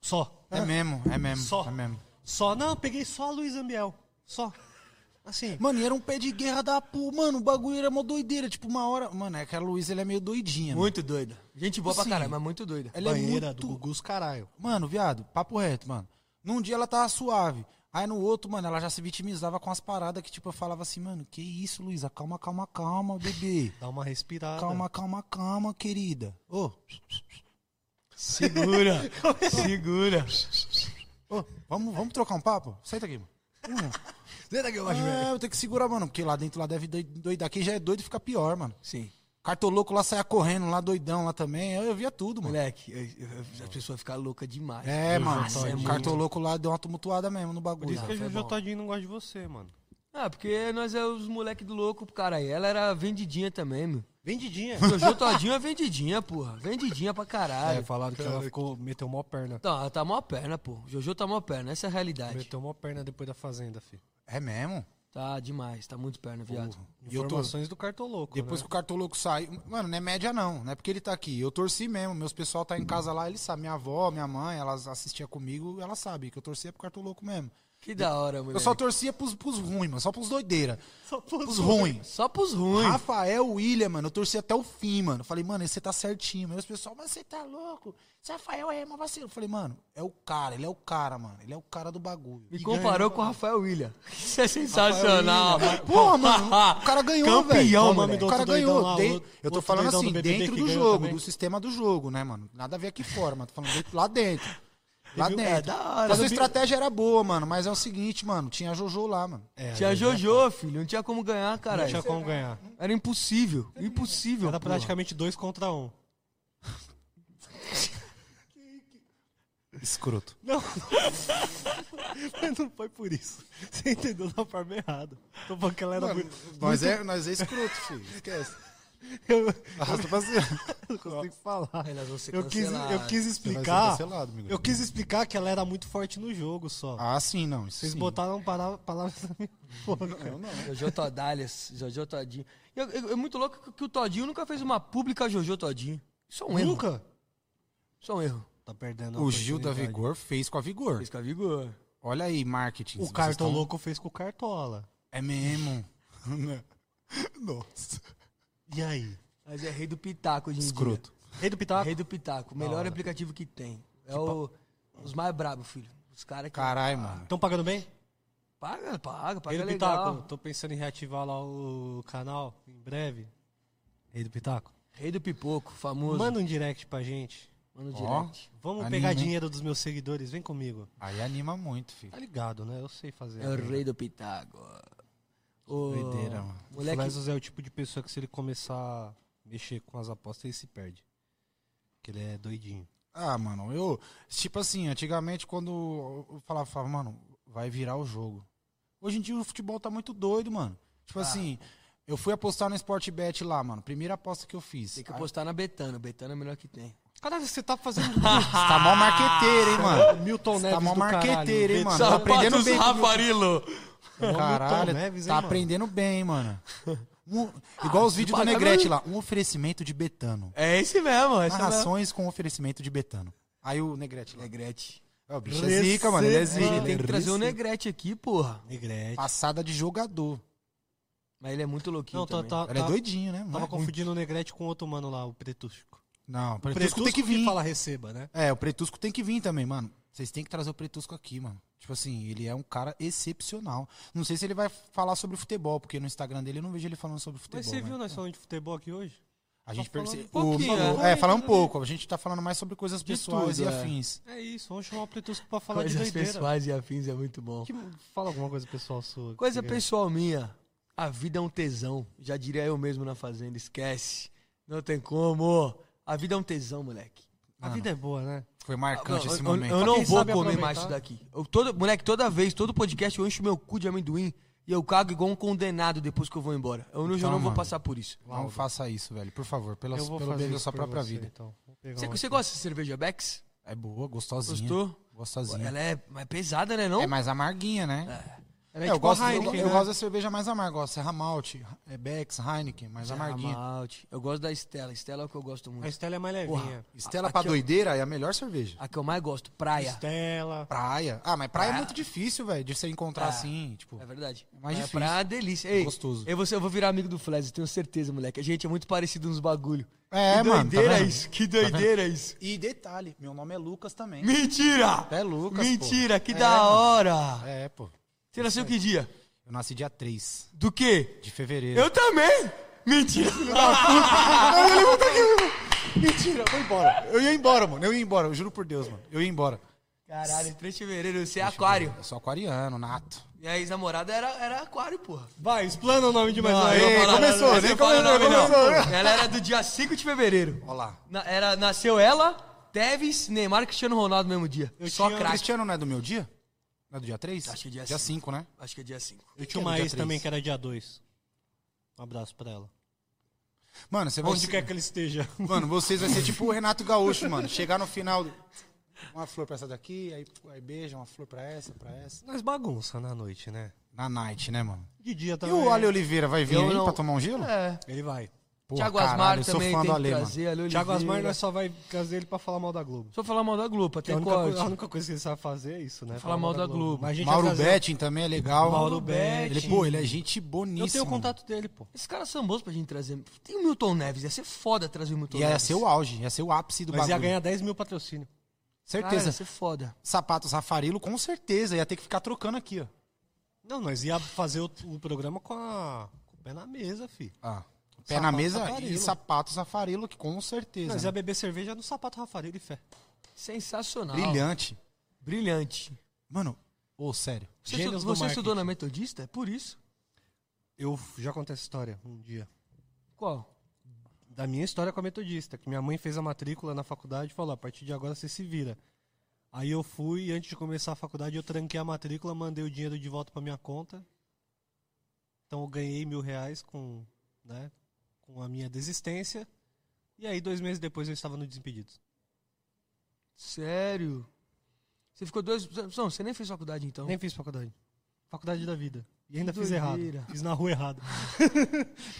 [SPEAKER 1] Só.
[SPEAKER 3] É mesmo, é mesmo,
[SPEAKER 1] Só.
[SPEAKER 3] é mesmo.
[SPEAKER 1] Só. Não, eu peguei só a Luiz Ambiel. Só. Assim.
[SPEAKER 3] Mano, e era um pé de guerra da porra. Mano, o bagulho era uma doideira. Tipo, uma hora. Mano, é que a Luísa ele é meio doidinha. né?
[SPEAKER 2] Muito doida. Gente boa
[SPEAKER 3] Assim,
[SPEAKER 2] pra caralho, mas muito doida.
[SPEAKER 3] Ela é
[SPEAKER 1] banheira
[SPEAKER 3] muito.
[SPEAKER 1] do Gugu os caralho.
[SPEAKER 3] Mano, viado, papo reto, mano. Num dia ela tava suave. Aí no outro, mano, ela já se vitimizava com as paradas que, tipo, eu falava assim, mano, que isso, Luísa? Calma, calma, calma, bebê.
[SPEAKER 1] Dá uma respirada. Ah,
[SPEAKER 3] Calma, calma, calma, querida. Ô,
[SPEAKER 2] Segura, segura.
[SPEAKER 3] ô, vamos, vamos trocar um papo? Senta aqui, mano.
[SPEAKER 2] Senta tá aqui, eu acho, velho.
[SPEAKER 3] É, eu tenho que segurar, mano, porque lá dentro lá deve doi- doidar. Quem já é doido fica pior, mano.
[SPEAKER 2] Sim.
[SPEAKER 3] Cartoloco lá saia correndo, lá doidão lá também. Eu, eu via tudo, mano.
[SPEAKER 2] Moleque, eu- eu- as pessoas ficam loucas demais.
[SPEAKER 3] É, mano.
[SPEAKER 2] Nossa, é
[SPEAKER 3] o
[SPEAKER 2] muito.
[SPEAKER 3] cartoloco lá deu uma tumultuada mesmo no
[SPEAKER 1] Por
[SPEAKER 3] bagulho.
[SPEAKER 1] isso que a
[SPEAKER 2] foi
[SPEAKER 1] Jojo
[SPEAKER 2] bom.
[SPEAKER 1] Todinho não gosta de você, mano.
[SPEAKER 2] Ah, porque nós é os moleque do louco, cara. E ela era vendidinha também, meu.
[SPEAKER 1] Vendidinha.
[SPEAKER 2] Jojo Todinho é vendidinha, porra. Vendidinha pra caralho.
[SPEAKER 1] É, falaram que ela ficou, meteu mó perna.
[SPEAKER 2] Não, ela tá mó perna, pô. Jojo tá mó perna, essa é a realidade.
[SPEAKER 1] Meteu mó perna depois da fazenda, fi.
[SPEAKER 3] É mesmo?
[SPEAKER 2] Tá demais, tá muito perna, viado.
[SPEAKER 3] E eu tô...
[SPEAKER 1] Informações do Cartoloco,
[SPEAKER 3] Depois
[SPEAKER 1] né?
[SPEAKER 3] que o cartoloco sai. Mano, não é média, não. Não é porque ele tá aqui. Eu torci mesmo. Meus pessoal tá em casa lá, eles sabem. Minha avó, minha mãe, elas assistiam comigo, elas sabem que eu torcia pro cartoloco mesmo.
[SPEAKER 2] Que da hora, mano.
[SPEAKER 3] Eu só torcia pros, pros ruins, mano. Só pros doideira.
[SPEAKER 1] Só
[SPEAKER 3] É. Pros ruins.
[SPEAKER 2] Só pros ruins.
[SPEAKER 3] Rafael, William, mano, eu torci até o fim, mano. Eu Falei, mano, esse tá certinho. Mas o pessoal, mas você tá louco? Esse Rafael é uma vacilo. Eu Falei, mano, é o cara, ele é o cara, mano. Ele é o cara do bagulho.
[SPEAKER 2] Me comparou com o Rafael William. Isso é sensacional.
[SPEAKER 3] Porra, mano, o cara ganhou,
[SPEAKER 2] Campeão,
[SPEAKER 3] velho.
[SPEAKER 1] Qual o
[SPEAKER 2] mano.
[SPEAKER 1] nome do
[SPEAKER 3] O cara
[SPEAKER 1] outro doidão
[SPEAKER 3] ganhou.
[SPEAKER 1] lá,
[SPEAKER 3] Den-
[SPEAKER 1] o outro-
[SPEAKER 3] eu tô
[SPEAKER 1] outro
[SPEAKER 3] falando
[SPEAKER 1] doidão
[SPEAKER 3] assim,
[SPEAKER 1] do BBB
[SPEAKER 3] dentro
[SPEAKER 1] que
[SPEAKER 3] do
[SPEAKER 1] ganhou
[SPEAKER 3] jogo,
[SPEAKER 1] também.
[SPEAKER 3] do sistema do jogo, né, mano? Nada a ver aqui fora, mano. Tô falando dentro- lá dentro. Lá
[SPEAKER 2] viu?
[SPEAKER 3] dentro.
[SPEAKER 2] É, da hora.
[SPEAKER 3] Mas a
[SPEAKER 2] Eu vi-
[SPEAKER 3] estratégia era boa, mano. Mas é o seguinte, mano. Tinha a Jojo lá, mano.
[SPEAKER 1] É,
[SPEAKER 2] Tinha Jojo, filho. Não tinha como ganhar,
[SPEAKER 1] Não
[SPEAKER 2] caralho.
[SPEAKER 1] tinha como ganhar.
[SPEAKER 2] Era impossível. Impossível.
[SPEAKER 1] Era
[SPEAKER 2] porra.
[SPEAKER 1] praticamente dois contra um.
[SPEAKER 3] Escroto.
[SPEAKER 1] Não. Mas não foi por isso. Você entendeu da forma errada. Tô falando que ela era muito.
[SPEAKER 3] Nós é, nós é escroto, filho. Esquece.
[SPEAKER 1] Eu
[SPEAKER 3] Arrasta pra cima.
[SPEAKER 1] não consigo falar.
[SPEAKER 2] Aí nós vamos ser
[SPEAKER 1] Eu quis, eu
[SPEAKER 2] cancelados.
[SPEAKER 1] quis
[SPEAKER 3] Você vai ser
[SPEAKER 1] explicar.
[SPEAKER 3] cancelado, amigo.
[SPEAKER 1] Eu quis explicar que ela era muito forte no jogo só.
[SPEAKER 3] Ah, sim, não. Isso
[SPEAKER 1] Vocês
[SPEAKER 3] sim.
[SPEAKER 1] botaram para- palavras na minha boca.
[SPEAKER 3] Eu não.
[SPEAKER 2] Jojo Todalhas, Jojo Todinho. E eu- eu- é muito louco que- que o Todinho nunca fez uma pública Jojo Todinho. Isso é um erro.
[SPEAKER 1] Nunca?
[SPEAKER 2] Isso é um erro.
[SPEAKER 1] Tá perdendo a
[SPEAKER 3] O Gil da
[SPEAKER 1] oportunidade.
[SPEAKER 3] Vigor é fez é com a Vigor.
[SPEAKER 2] Fez com a Vigor.
[SPEAKER 3] Olha aí, marketing.
[SPEAKER 1] O
[SPEAKER 3] Vocês
[SPEAKER 1] Cartoloco
[SPEAKER 3] estão-
[SPEAKER 1] Louco fez com o Cartola.
[SPEAKER 3] É mesmo. Nossa.
[SPEAKER 1] E aí?
[SPEAKER 2] Mas é rei do pitaco de
[SPEAKER 3] Escroto.
[SPEAKER 1] Rei do Pitaco?
[SPEAKER 2] Rei do pitaco. Melhor aplicativo que tem. É o, os mais brabos, filho. Os caras que...
[SPEAKER 3] Caralho, mano.
[SPEAKER 1] Estão pagando bem?
[SPEAKER 2] Paga, paga, paga
[SPEAKER 1] Rei do
[SPEAKER 2] legal.
[SPEAKER 1] Pitaco, tô pensando em reativar lá o canal em breve. Rei do Pitaco.
[SPEAKER 2] Rei do pipoco, famoso. Mano,
[SPEAKER 1] Manda um direct pra gente.
[SPEAKER 2] direct.
[SPEAKER 1] Vamos
[SPEAKER 3] Anime.
[SPEAKER 1] pegar dinheiro dos meus seguidores, vem comigo.
[SPEAKER 3] Aí anima muito, filho.
[SPEAKER 1] Tá ligado, né? Eu sei fazer.
[SPEAKER 2] É o rei do pitaco. Ô,
[SPEAKER 3] Doideira, mano.
[SPEAKER 1] Moleque...
[SPEAKER 2] Moleque,
[SPEAKER 1] O Flesos é o tipo de pessoa que se ele começar a mexer com as apostas, ele se perde. Porque ele é doidinho.
[SPEAKER 3] Ah, mano, eu. Tipo assim, antigamente quando eu falava, falava, mano, vai virar o jogo. Hoje em dia o futebol tá muito doido, mano. Tipo assim, eu fui apostar no Sportbet lá, mano. Primeira aposta que eu fiz.
[SPEAKER 2] tem que apostar na Betana. Betana é a melhor que tem.
[SPEAKER 1] Caralho, você tá fazendo
[SPEAKER 3] Ah, tá mó marqueteiro, hein, mano?
[SPEAKER 1] Milton Neves
[SPEAKER 3] Tá mó
[SPEAKER 1] do
[SPEAKER 3] marqueteiro, hein, mano? Tá
[SPEAKER 2] Sapatos
[SPEAKER 3] aprendendo bem. com o Milton
[SPEAKER 2] Rafarilo.
[SPEAKER 1] Milton
[SPEAKER 3] Caralho,
[SPEAKER 1] Neves, hein, né,
[SPEAKER 3] tá
[SPEAKER 1] mano?
[SPEAKER 3] aprendendo bem, mano. Um- igual os vídeos do
[SPEAKER 2] paga
[SPEAKER 3] Negrete
[SPEAKER 2] meu-
[SPEAKER 3] lá. Um oferecimento de Betano.
[SPEAKER 2] É esse mesmo, esse mesmo.
[SPEAKER 3] Narrações com oferecimento de Betano. Aí o Negrete lá.
[SPEAKER 2] Negrete.
[SPEAKER 3] É, o bicho é zica, mano. Ele é zica.
[SPEAKER 2] Ele tem que
[SPEAKER 3] é
[SPEAKER 2] trazer o
[SPEAKER 3] zica.
[SPEAKER 2] Negrete aqui, porra.
[SPEAKER 1] Negrete.
[SPEAKER 3] Passada de jogador.
[SPEAKER 2] Mas ele é muito louquinho
[SPEAKER 1] Não, tá,
[SPEAKER 2] também.
[SPEAKER 1] tá,
[SPEAKER 3] Ela é
[SPEAKER 1] tá-
[SPEAKER 3] doidinho, né?
[SPEAKER 1] Tava
[SPEAKER 3] Mas-
[SPEAKER 1] confundindo o Negrete com outro mano lá, o Pretusco.
[SPEAKER 3] Não, o
[SPEAKER 1] O
[SPEAKER 3] Pretusco tem que vir.
[SPEAKER 1] fala receba, né?
[SPEAKER 3] É, o Pretusco tem que vir também, mano. Vocês têm que trazer o Pretusco aqui, mano. Tipo assim, ele é um cara excepcional. Não sei se ele vai falar sobre futebol, porque no Instagram dele eu não vejo ele falando sobre futebol.
[SPEAKER 1] Mas você viu
[SPEAKER 3] né?
[SPEAKER 1] nós falando de futebol aqui hoje?
[SPEAKER 3] A gente
[SPEAKER 1] falando
[SPEAKER 3] percebe.
[SPEAKER 1] um pouquinho,
[SPEAKER 3] o-
[SPEAKER 1] né?
[SPEAKER 3] é, falar um pouco. A gente tá falando mais sobre coisas
[SPEAKER 2] De
[SPEAKER 3] pessoais
[SPEAKER 2] tudo,
[SPEAKER 3] e
[SPEAKER 2] é.
[SPEAKER 3] afins.
[SPEAKER 1] É isso, vamos chamar o Pletusco pra falar
[SPEAKER 2] Coisas
[SPEAKER 1] tá de doideira.
[SPEAKER 2] pessoais e afins é muito bom.
[SPEAKER 1] Que- Fala alguma coisa pessoal sua. que
[SPEAKER 2] Coisa
[SPEAKER 1] você-
[SPEAKER 2] pessoal minha. A vida é um tesão. Já diria eu mesmo na fazenda. Esquece. Não tem como. A vida é um tesão, moleque.
[SPEAKER 1] A vida é boa, né?
[SPEAKER 3] Foi marcante
[SPEAKER 2] Eu-
[SPEAKER 3] esse
[SPEAKER 2] eu,
[SPEAKER 3] momento.
[SPEAKER 2] eu
[SPEAKER 1] Pra
[SPEAKER 2] Ah, não
[SPEAKER 1] quem
[SPEAKER 2] vou
[SPEAKER 1] sabe
[SPEAKER 2] comer
[SPEAKER 1] aproveitar.
[SPEAKER 2] mais isso daqui. Eu todo, moleque, toda vez, todo podcast, eu encho meu cu de amendoim e eu cago igual um condenado depois que eu vou embora. Eu não, eu
[SPEAKER 3] Então,
[SPEAKER 2] não vou
[SPEAKER 3] mano.
[SPEAKER 2] passar por isso.
[SPEAKER 3] Não faça isso, velho. Por favor, pela,
[SPEAKER 1] eu vou
[SPEAKER 3] pelo
[SPEAKER 1] fazer
[SPEAKER 3] bem da
[SPEAKER 1] isso
[SPEAKER 3] sua
[SPEAKER 1] por
[SPEAKER 3] própria
[SPEAKER 1] você,
[SPEAKER 3] vida.
[SPEAKER 1] Então. Vou pegar
[SPEAKER 2] Você,
[SPEAKER 1] uma
[SPEAKER 2] você
[SPEAKER 1] aqui.
[SPEAKER 2] gosta de cerveja Becks?
[SPEAKER 3] É boa, gostosinha.
[SPEAKER 2] Gostou?
[SPEAKER 3] Gostosinha.
[SPEAKER 2] Ela é mais pesada, né? Não?
[SPEAKER 3] É mais amarguinha, né?
[SPEAKER 1] Ela
[SPEAKER 3] É,
[SPEAKER 1] é
[SPEAKER 3] eu
[SPEAKER 1] tipo
[SPEAKER 3] gosto,
[SPEAKER 1] a
[SPEAKER 3] eu-
[SPEAKER 1] Heineken,
[SPEAKER 3] eu,
[SPEAKER 1] né?
[SPEAKER 3] gosto da cerveja mais amarga. Eu gosto Serra Malte, é Becks, Heineken, mais
[SPEAKER 2] Ah,
[SPEAKER 3] amarguinha.
[SPEAKER 2] malte. Eu gosto da Estela. Estela é o que eu gosto
[SPEAKER 1] A
[SPEAKER 2] muito.
[SPEAKER 1] Estela é mais levinha.
[SPEAKER 2] Porra,
[SPEAKER 3] Estela
[SPEAKER 2] a-
[SPEAKER 3] pra
[SPEAKER 2] aqui, ó.
[SPEAKER 3] doideira é a melhor cerveja.
[SPEAKER 2] A que eu mais gosto. Praia.
[SPEAKER 1] Estela.
[SPEAKER 3] Praia. Ah, mas praia é
[SPEAKER 2] Ah.
[SPEAKER 3] muito difícil, velho, de você encontrar
[SPEAKER 2] Ah.
[SPEAKER 3] assim, tipo...
[SPEAKER 2] É verdade.
[SPEAKER 3] É mais
[SPEAKER 2] Mas
[SPEAKER 3] difícil.
[SPEAKER 2] Pra uma delícia. Ei,
[SPEAKER 3] Gostoso.
[SPEAKER 2] Eu vou, ser- eu vou virar amigo do Flash, tenho certeza, moleque. A gente é muito parecido nos bagulho.
[SPEAKER 3] É,
[SPEAKER 2] que
[SPEAKER 3] mano,
[SPEAKER 2] doideira
[SPEAKER 3] tá vendo?
[SPEAKER 2] isso, que doideira isso.
[SPEAKER 3] E detalhe, meu nome é Lucas também.
[SPEAKER 2] Mentira!
[SPEAKER 3] É Lucas,
[SPEAKER 2] Mentira, que
[SPEAKER 3] É,
[SPEAKER 2] da
[SPEAKER 3] mano.
[SPEAKER 2] hora!
[SPEAKER 3] É, pô.
[SPEAKER 2] Você nasceu que dia?
[SPEAKER 3] Eu nasci dia 3
[SPEAKER 2] Do quê?
[SPEAKER 3] de fevereiro.
[SPEAKER 2] Eu também! Mentira!
[SPEAKER 3] Mentira, eu vou embora. Eu ia embora, mano. Eu ia embora, eu juro por Deus, mano. Eu ia embora.
[SPEAKER 2] Caralho, 3 de fevereiro, você é aquário.
[SPEAKER 3] Eu sou aquariano, nato.
[SPEAKER 2] Minha ex-namorada era, era aquário, porra.
[SPEAKER 1] Vai, explana o nome de mais
[SPEAKER 2] Não,
[SPEAKER 1] uma.
[SPEAKER 2] eu
[SPEAKER 3] ei,
[SPEAKER 2] vou falar,
[SPEAKER 3] começou,
[SPEAKER 2] não,
[SPEAKER 3] nem
[SPEAKER 2] não fala
[SPEAKER 3] começou,
[SPEAKER 2] nome, não.
[SPEAKER 3] começou.
[SPEAKER 2] Ela era do dia 5 de fevereiro.
[SPEAKER 3] Olha lá.
[SPEAKER 2] Na- era, nasceu ela, Tevez, Neymar e Cristiano Ronaldo no mesmo dia.
[SPEAKER 1] Eu
[SPEAKER 2] Só
[SPEAKER 1] tinha-
[SPEAKER 3] O
[SPEAKER 2] craque.
[SPEAKER 3] Cristiano não é do meu dia? Não é do dia 3?
[SPEAKER 2] Acho que é dia
[SPEAKER 3] Dia
[SPEAKER 2] cinco.
[SPEAKER 3] 5, né?
[SPEAKER 2] Acho que é dia 5.
[SPEAKER 1] Eu tinha
[SPEAKER 3] Que é
[SPEAKER 1] uma
[SPEAKER 3] dia
[SPEAKER 1] ex
[SPEAKER 3] três.
[SPEAKER 1] também que era dia 2. Um abraço pra ela.
[SPEAKER 3] Mano, você vai
[SPEAKER 1] Onde quer que ele esteja.
[SPEAKER 3] Mano, vocês vai ser tipo o Renato Gaúcho, mano. Chegar no final, uma flor pra essa daqui, aí, aí beija, uma flor pra essa, pra essa.
[SPEAKER 1] Nós bagunça na noite, né?
[SPEAKER 3] Na night, né, mano?
[SPEAKER 1] De dia
[SPEAKER 3] E
[SPEAKER 1] também.
[SPEAKER 3] o Ale Oliveira vai vir
[SPEAKER 2] Eu
[SPEAKER 3] aí
[SPEAKER 2] não-
[SPEAKER 3] pra tomar um gelo?
[SPEAKER 2] É.
[SPEAKER 1] Ele vai.
[SPEAKER 3] Porra,
[SPEAKER 2] Thiago
[SPEAKER 3] caralho,
[SPEAKER 2] Asmar
[SPEAKER 3] eu sou
[SPEAKER 2] também
[SPEAKER 3] fã
[SPEAKER 2] tem
[SPEAKER 3] do
[SPEAKER 2] que
[SPEAKER 3] Ale, mano. é
[SPEAKER 2] trazer. Ale
[SPEAKER 1] Thiago Asmar
[SPEAKER 2] Oliveira.
[SPEAKER 1] nós só vai trazer ele pra falar mal da Globo.
[SPEAKER 2] Só falar mal da Globo,
[SPEAKER 1] Que a
[SPEAKER 2] até
[SPEAKER 1] única, coi-
[SPEAKER 2] corte.
[SPEAKER 1] a única coisa que ele sabe fazer é isso, né?
[SPEAKER 2] Falar mal da Globo.
[SPEAKER 1] Mas a gente
[SPEAKER 3] Mauro
[SPEAKER 1] vai trazer-
[SPEAKER 3] Betting também é legal.
[SPEAKER 1] Mauro Betting.
[SPEAKER 3] Ele, pô, ele é gente boníssima.
[SPEAKER 1] Eu tenho o contato dele, pô.
[SPEAKER 2] Esses caras são bons pra gente trazer. Tem o Milton Neves, ia ser foda trazer o Milton
[SPEAKER 3] E ia
[SPEAKER 2] Neves.
[SPEAKER 3] ser o auge, ia ser o ápice do
[SPEAKER 1] Mas ia
[SPEAKER 3] bagulho.
[SPEAKER 1] ganhar 10 mil patrocínio.
[SPEAKER 2] Cara, ia
[SPEAKER 3] Certeza.
[SPEAKER 2] ser foda.
[SPEAKER 3] Sapatos Rafarilo, com certeza. Ia ter que ficar trocando aqui, ó.
[SPEAKER 1] Não, nós ia fazer o, o programa com, a, com o pé na mesa, fi.
[SPEAKER 3] Ah,
[SPEAKER 1] Sapato
[SPEAKER 3] pé
[SPEAKER 1] é
[SPEAKER 3] na mesa e
[SPEAKER 1] Raffarello.
[SPEAKER 3] sapatos Rafarilo, que com certeza.
[SPEAKER 1] Nós
[SPEAKER 3] né?
[SPEAKER 1] ia beber cerveja no sapato Rafarelli, fé.
[SPEAKER 2] Sensacional.
[SPEAKER 3] Brilhante.
[SPEAKER 2] Brilhante.
[SPEAKER 3] Mano, ô, sério.
[SPEAKER 2] Você,
[SPEAKER 1] Gênios
[SPEAKER 2] estu-
[SPEAKER 1] do
[SPEAKER 2] você estudou
[SPEAKER 1] marketing.
[SPEAKER 2] na Metodista? É por isso.
[SPEAKER 1] Eu f- já contei essa história um dia.
[SPEAKER 2] Qual?
[SPEAKER 1] Da minha história com a metodista, que minha mãe fez a matrícula na faculdade e falou: a partir de agora você se vira. Aí eu fui e antes de começar a faculdade eu tranquei a matrícula, mandei o dinheiro de volta pra minha conta. Então eu ganhei mil reais com, né, com a minha desistência. E aí dois meses depois eu estava no Desimpedidos.
[SPEAKER 2] Sério? Você ficou dois. Não, você nem fez faculdade então.
[SPEAKER 1] Nem fiz faculdade. Faculdade da vida. E ainda
[SPEAKER 2] Que
[SPEAKER 1] fiz errado.
[SPEAKER 2] doideira.
[SPEAKER 1] Fiz na rua errada.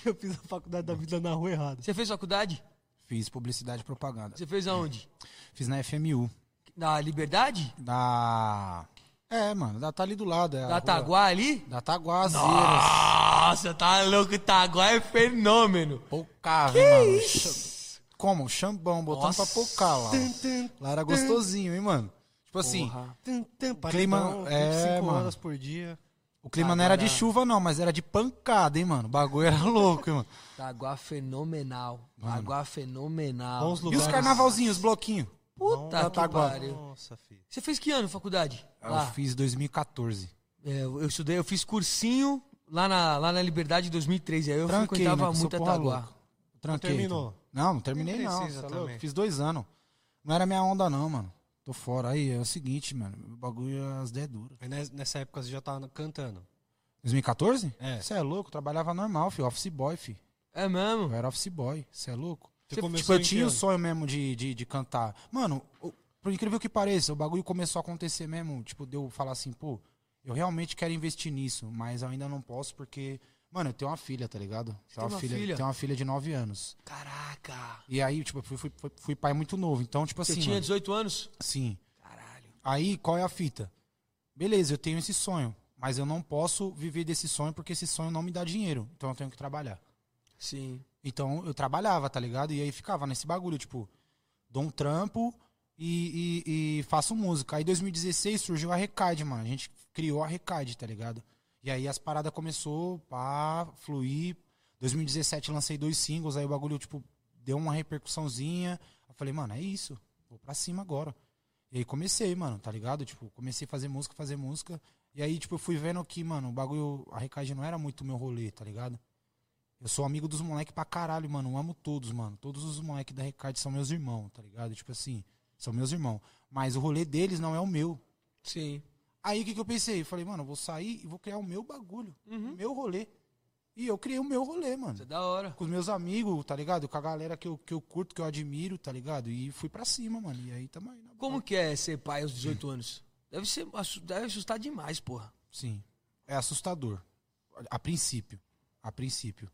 [SPEAKER 1] eu fiz a faculdade da vida na rua errada.
[SPEAKER 2] Você fez faculdade?
[SPEAKER 3] Fiz publicidade e propaganda.
[SPEAKER 2] Você fez aonde?
[SPEAKER 3] Fiz na FMU.
[SPEAKER 2] Na Liberdade?
[SPEAKER 3] Da. É, mano, da tá ali do lado. É a
[SPEAKER 2] Da
[SPEAKER 3] rua-
[SPEAKER 2] Taguá ali?
[SPEAKER 3] Da Taguazeiras.
[SPEAKER 2] Nossa, tá louco, Taguá é fenômeno.
[SPEAKER 3] Pocá, velho, mano. Cha- Como? Chambão, botando
[SPEAKER 2] Nossa.
[SPEAKER 3] pra pocá lá. ó.
[SPEAKER 1] Tum, tum,
[SPEAKER 3] Lá era gostosinho, hein, mano? Tipo assim,
[SPEAKER 2] Porra.
[SPEAKER 1] tum, tum,
[SPEAKER 3] clima-
[SPEAKER 1] paredão,
[SPEAKER 3] é,
[SPEAKER 1] 25
[SPEAKER 3] mano.
[SPEAKER 1] horas por dia.
[SPEAKER 3] o clima não era de
[SPEAKER 2] Agora-
[SPEAKER 3] chuva, não, mas era de pancada, hein, mano? O bagulho era louco, hein, mano?
[SPEAKER 2] Taguá fenomenal. Taguá fenomenal.
[SPEAKER 1] Bons
[SPEAKER 3] E os
[SPEAKER 1] lugares.
[SPEAKER 3] carnavalzinhos, os bloquinhos?
[SPEAKER 2] Puta
[SPEAKER 3] Não,
[SPEAKER 2] que
[SPEAKER 3] Taguá.
[SPEAKER 2] pariu.
[SPEAKER 1] Nossa, filho.
[SPEAKER 2] Você fez que ano faculdade?
[SPEAKER 3] Ah, Eu
[SPEAKER 2] Lá.
[SPEAKER 3] fiz 2014.
[SPEAKER 2] É, eu eu estudei, eu fiz cursinho lá na, lá na Liberdade em 2013. Aí eu
[SPEAKER 3] Tranquei, né?
[SPEAKER 2] frequentava
[SPEAKER 3] que eu sou
[SPEAKER 2] muito a
[SPEAKER 3] porra
[SPEAKER 2] Taguá.
[SPEAKER 3] louca. Tranquei.
[SPEAKER 1] terminou?
[SPEAKER 3] então. Não, não terminei
[SPEAKER 1] Nem
[SPEAKER 3] não.
[SPEAKER 1] precisa
[SPEAKER 3] cê é louco.
[SPEAKER 1] também.
[SPEAKER 3] Fiz dois anos. Não era minha onda não, mano. Tô fora. Aí é o seguinte, mano. O bagulho é as 10 duras.
[SPEAKER 1] Aí nes- Nessa época você já tava cantando.
[SPEAKER 3] 2014?
[SPEAKER 1] É.
[SPEAKER 3] Você é louco? Trabalhava normal, filho. Office boy, filho.
[SPEAKER 2] É mesmo?
[SPEAKER 3] Eu era office boy. Você é louco?
[SPEAKER 1] Você
[SPEAKER 2] Tipo,
[SPEAKER 1] começou
[SPEAKER 3] tipo, eu
[SPEAKER 1] em que
[SPEAKER 3] tinha o
[SPEAKER 1] ano?
[SPEAKER 3] sonho mesmo de, de, de cantar. Mano, o- por incrível que pareça, o bagulho começou a acontecer mesmo. Tipo, deu falar assim, pô, eu realmente quero investir nisso, mas eu ainda não posso porque. Mano, eu tenho uma filha, tá ligado?
[SPEAKER 2] Você tem uma filha?
[SPEAKER 3] Tenho uma filha de 9 anos.
[SPEAKER 2] Caraca.
[SPEAKER 3] E aí, tipo, eu fui, fui, fui- fui pai muito novo. Então, tipo
[SPEAKER 2] Você
[SPEAKER 3] assim.
[SPEAKER 2] tinha
[SPEAKER 3] mano,
[SPEAKER 2] 18 anos?
[SPEAKER 3] Sim.
[SPEAKER 2] Caralho.
[SPEAKER 3] Aí, qual é a fita? Beleza, eu tenho esse sonho, mas eu não posso viver desse sonho porque esse sonho não me dá dinheiro. Então eu tenho que trabalhar.
[SPEAKER 2] Sim.
[SPEAKER 3] Então eu trabalhava, tá ligado? E aí ficava nesse bagulho, tipo, dou um trampo e, e- e faço música. Aí em 2016 surgiu a Recaide, mano. A gente criou a Recaide, tá ligado? E aí as paradas começou a fluir. 2017 lancei dois singles, aí o bagulho, tipo, deu uma repercussãozinha. Eu falei, mano, é isso. Vou pra cima agora. E aí comecei, mano, tá ligado? Tipo, comecei a fazer música, fazer música. E aí, tipo, eu fui vendo que, mano, o bagulho, a recagem não era muito meu rolê, tá ligado? Eu sou amigo dos moleques pra caralho, mano. Eu amo todos, mano. Todos os moleques da Recard são meus irmãos, tá ligado? Tipo assim, são meus irmãos. Mas o rolê deles não é o meu.
[SPEAKER 2] Sim.
[SPEAKER 3] Aí o que, que eu pensei? Eu falei, mano, eu vou sair e vou criar o meu bagulho, o meu rolê. E eu criei o meu rolê, mano.
[SPEAKER 2] Isso é da hora.
[SPEAKER 3] Com os meus amigos, tá ligado? Com a galera que eu, que eu curto, que eu admiro, tá ligado? E fui pra cima, mano. E aí tamo aí na
[SPEAKER 2] Como
[SPEAKER 3] bola.
[SPEAKER 2] que é ser pai aos 18 anos? Deve ser, assu- deve assustar demais, porra.
[SPEAKER 3] Sim. É assustador. A princípio. A princípio.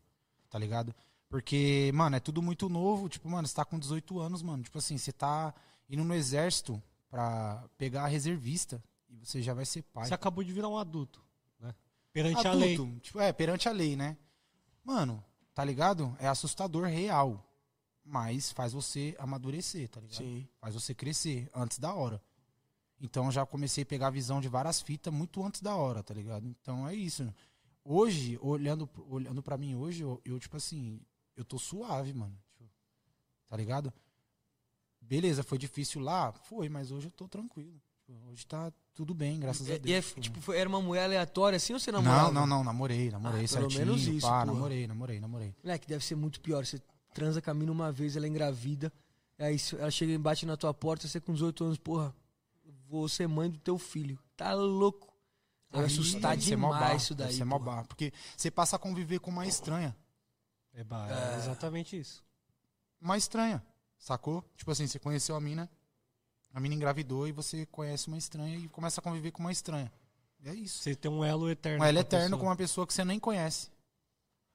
[SPEAKER 3] Tá ligado? Porque, mano, é tudo muito novo. Tipo, mano, você tá com 18 anos, mano. Tipo assim, você tá indo no exército pra pegar a reservista. E você já vai ser pai.
[SPEAKER 1] Você acabou de virar um adulto, né? Perante a lei.
[SPEAKER 3] adulto. Tipo, é, perante a lei, né? Mano, tá ligado? É assustador real. Mas faz você amadurecer, tá ligado?
[SPEAKER 2] Sim.
[SPEAKER 3] Faz você crescer antes da hora. Então já comecei a pegar a visão de várias fitas muito antes da hora, tá ligado? Então é isso. Hoje, olhando, olhando para mim hoje, eu, eu, tipo assim, eu tô suave, mano. Tipo, Tá ligado? Beleza, foi difícil lá? Foi, mas hoje eu tô tranquilo. Tipo, Hoje tá tudo bem, graças a
[SPEAKER 2] E-
[SPEAKER 3] Deus.
[SPEAKER 2] E é,
[SPEAKER 3] Tipo,
[SPEAKER 2] tipo, foi- era uma mulher aleatória assim ou você namorava?
[SPEAKER 3] não, não, não, namorei, namorei
[SPEAKER 2] Ah, pelo
[SPEAKER 3] certinho,
[SPEAKER 2] menos isso,
[SPEAKER 3] pá,
[SPEAKER 2] porra.
[SPEAKER 3] namorei, namorei, namorei.
[SPEAKER 2] Moleque, deve ser muito pior. Você transa, camina uma vez, ela é engravida. Aí se- ela chega e bate na tua porta, você com 18 anos, porra, vou ser mãe do teu filho. Tá louco. Vai assustar
[SPEAKER 3] Deve ser é mó barra,
[SPEAKER 2] demais isso daí.
[SPEAKER 3] Deve ser mó
[SPEAKER 2] porra.
[SPEAKER 3] barra, porque você passa a conviver com uma estranha,
[SPEAKER 1] É, bah,
[SPEAKER 2] É.
[SPEAKER 1] é exatamente isso.
[SPEAKER 3] uma estranha, sacou? Tipo assim, você conheceu a mina, a mina engravidou e você conhece uma estranha e começa a conviver com uma estranha. É isso.
[SPEAKER 1] Você tem um elo eterno.
[SPEAKER 3] Um elo
[SPEAKER 1] com a
[SPEAKER 3] eterno
[SPEAKER 1] pessoa.
[SPEAKER 3] com uma pessoa que você nem conhece.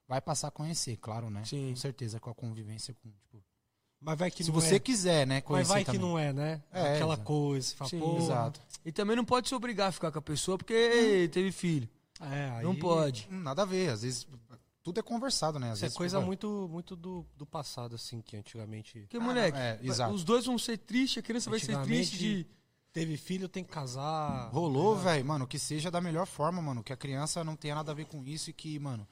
[SPEAKER 3] Vai passar a conhecer, claro, né?
[SPEAKER 2] Sim.
[SPEAKER 3] Com certeza, com a convivência com, tipo,
[SPEAKER 1] Mas vai que
[SPEAKER 3] se
[SPEAKER 1] não
[SPEAKER 3] você
[SPEAKER 1] é.
[SPEAKER 3] quiser, né,
[SPEAKER 1] Mas
[SPEAKER 3] conhecer
[SPEAKER 1] vai
[SPEAKER 3] também.
[SPEAKER 1] que não é, né?
[SPEAKER 3] É,
[SPEAKER 1] Aquela
[SPEAKER 3] exato.
[SPEAKER 1] coisa, você fala,
[SPEAKER 2] Sim,
[SPEAKER 1] pô,
[SPEAKER 3] Exato.
[SPEAKER 2] E também não pode se obrigar a ficar com a pessoa porque teve filho.
[SPEAKER 1] é, aí-
[SPEAKER 2] Não pode.
[SPEAKER 3] Hum, Nada a ver, às vezes tudo é conversado, né? Às
[SPEAKER 1] Isso é
[SPEAKER 3] vezes,
[SPEAKER 1] coisa
[SPEAKER 3] pô,
[SPEAKER 1] muito, muito do, do passado, assim, que antigamente.
[SPEAKER 2] Porque, moleque,
[SPEAKER 3] não, é,
[SPEAKER 2] vai-
[SPEAKER 3] exato.
[SPEAKER 2] os dois vão ser tristes, a criança vai ser triste de.
[SPEAKER 1] Antigamente- Teve filho, tem que casar. né?
[SPEAKER 3] Rolou, velho, mano, que seja da melhor forma, mano. Que a criança não tenha nada a ver com isso e que, mano,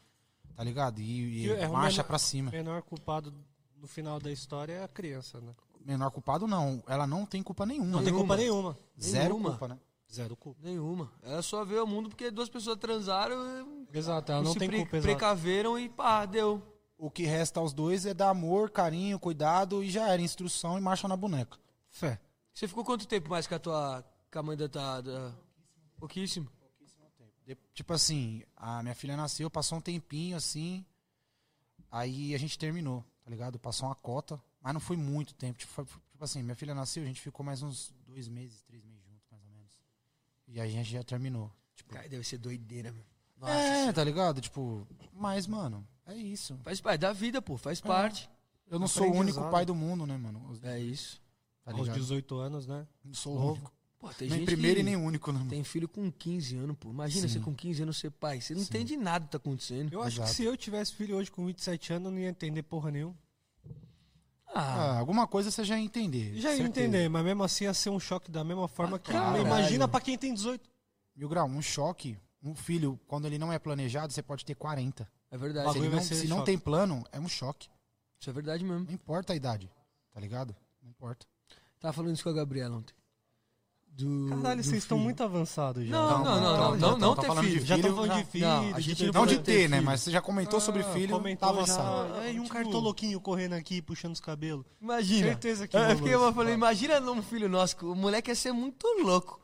[SPEAKER 3] tá ligado? E, e
[SPEAKER 1] Que é o
[SPEAKER 3] marcha
[SPEAKER 1] menor-
[SPEAKER 3] pra cima.
[SPEAKER 1] O menor culpado no final da história é a criança, né?
[SPEAKER 3] Menor culpado, não. Ela não tem culpa nenhuma.
[SPEAKER 1] Não tem culpa nenhuma.
[SPEAKER 3] Zero
[SPEAKER 2] nenhuma.
[SPEAKER 3] culpa, né?
[SPEAKER 1] Zero culpa.
[SPEAKER 2] Nenhuma. Ela só veio ao mundo porque duas pessoas transaram,
[SPEAKER 1] Exato, ela
[SPEAKER 2] não
[SPEAKER 1] não
[SPEAKER 2] se
[SPEAKER 1] tem
[SPEAKER 2] pre-
[SPEAKER 1] culpa. Exato.
[SPEAKER 2] precaveram e pá, deu.
[SPEAKER 3] O que resta aos dois é dar amor, carinho, cuidado e já era. Instrução e marcha na boneca.
[SPEAKER 1] Fé.
[SPEAKER 2] Você ficou quanto tempo mais com a tua. com a mãe da tua. da- Pouquíssimo.
[SPEAKER 3] De- Tipo assim, a minha filha nasceu, passou um tempinho assim. Aí a gente terminou, tá ligado? Passou uma cota, mas não foi muito tempo. Tipo, foi- tipo assim, minha filha nasceu, a gente ficou mais uns dois meses, três meses juntos, mais ou menos. E aí a gente já terminou. Tipo,
[SPEAKER 2] Cara, deve ser doideira, meu. Nossa.
[SPEAKER 3] é, tá ligado? Tipo, mas, mano, é isso.
[SPEAKER 2] Faz parte da vida, pô,
[SPEAKER 1] É.
[SPEAKER 2] faz parte.
[SPEAKER 3] Eu não sou o único
[SPEAKER 1] Aprendizado.
[SPEAKER 3] pai do mundo, né, mano?
[SPEAKER 2] É isso.
[SPEAKER 3] Tá
[SPEAKER 1] aos
[SPEAKER 3] ligado?
[SPEAKER 1] 18 anos, né?
[SPEAKER 3] Não sou o único.
[SPEAKER 2] Pô, tem
[SPEAKER 3] Nem
[SPEAKER 2] gente
[SPEAKER 3] primeiro
[SPEAKER 2] que
[SPEAKER 3] e nem único, né, mano?
[SPEAKER 2] tem filho com 15 anos, pô. Imagina
[SPEAKER 3] Sim.
[SPEAKER 2] você com 15 anos ser pai. Você não entende nada que tá acontecendo.
[SPEAKER 1] Eu acho
[SPEAKER 3] Exato.
[SPEAKER 1] que se eu tivesse filho hoje com 27 anos, eu não ia entender porra nenhuma. tá.
[SPEAKER 2] Ah,
[SPEAKER 3] Ah, alguma coisa você já ia entender.
[SPEAKER 1] Já ia
[SPEAKER 3] certeza.
[SPEAKER 1] entender, mas mesmo assim ia ser um choque da mesma forma que.
[SPEAKER 2] caralho.
[SPEAKER 1] Imagina pra quem tem 18.
[SPEAKER 3] Mil grau, um choque. Um filho, quando ele não é planejado, você pode ter 40.
[SPEAKER 2] é verdade.
[SPEAKER 3] Se,
[SPEAKER 1] Bagulho
[SPEAKER 3] ele não,
[SPEAKER 1] vai ser
[SPEAKER 3] se não
[SPEAKER 1] choque.
[SPEAKER 3] tem plano, é um choque.
[SPEAKER 2] Isso é verdade mesmo.
[SPEAKER 3] Não importa a idade, tá ligado? Não importa.
[SPEAKER 2] Tava falando isso com a Gabriela ontem. Do,
[SPEAKER 1] Caralho,
[SPEAKER 2] do
[SPEAKER 1] vocês estão
[SPEAKER 2] filho.
[SPEAKER 1] muito avançados já.
[SPEAKER 2] Não, não, não, não, não, não,
[SPEAKER 3] tá
[SPEAKER 2] ter
[SPEAKER 3] falando de
[SPEAKER 2] filho.
[SPEAKER 1] Já
[SPEAKER 3] filho,
[SPEAKER 1] estão falando de filho,
[SPEAKER 2] não, a
[SPEAKER 1] de
[SPEAKER 2] gente
[SPEAKER 1] ter
[SPEAKER 2] não Tá
[SPEAKER 3] Não de
[SPEAKER 2] falando
[SPEAKER 1] filho.
[SPEAKER 2] de
[SPEAKER 3] ter, né?
[SPEAKER 2] filho.
[SPEAKER 3] Mas você já comentou sobre
[SPEAKER 1] Ah,
[SPEAKER 3] filho,
[SPEAKER 1] comentou
[SPEAKER 3] tá
[SPEAKER 1] já.
[SPEAKER 3] avançado.
[SPEAKER 1] É, e um
[SPEAKER 2] Tipo-
[SPEAKER 1] cartoloquinho correndo aqui, puxando os cabelos.
[SPEAKER 2] Imagina.
[SPEAKER 1] Certeza que
[SPEAKER 2] É,
[SPEAKER 1] rolou
[SPEAKER 2] porque
[SPEAKER 1] isso.
[SPEAKER 2] eu falei, imagina um filho nosso, o moleque ia ser muito louco.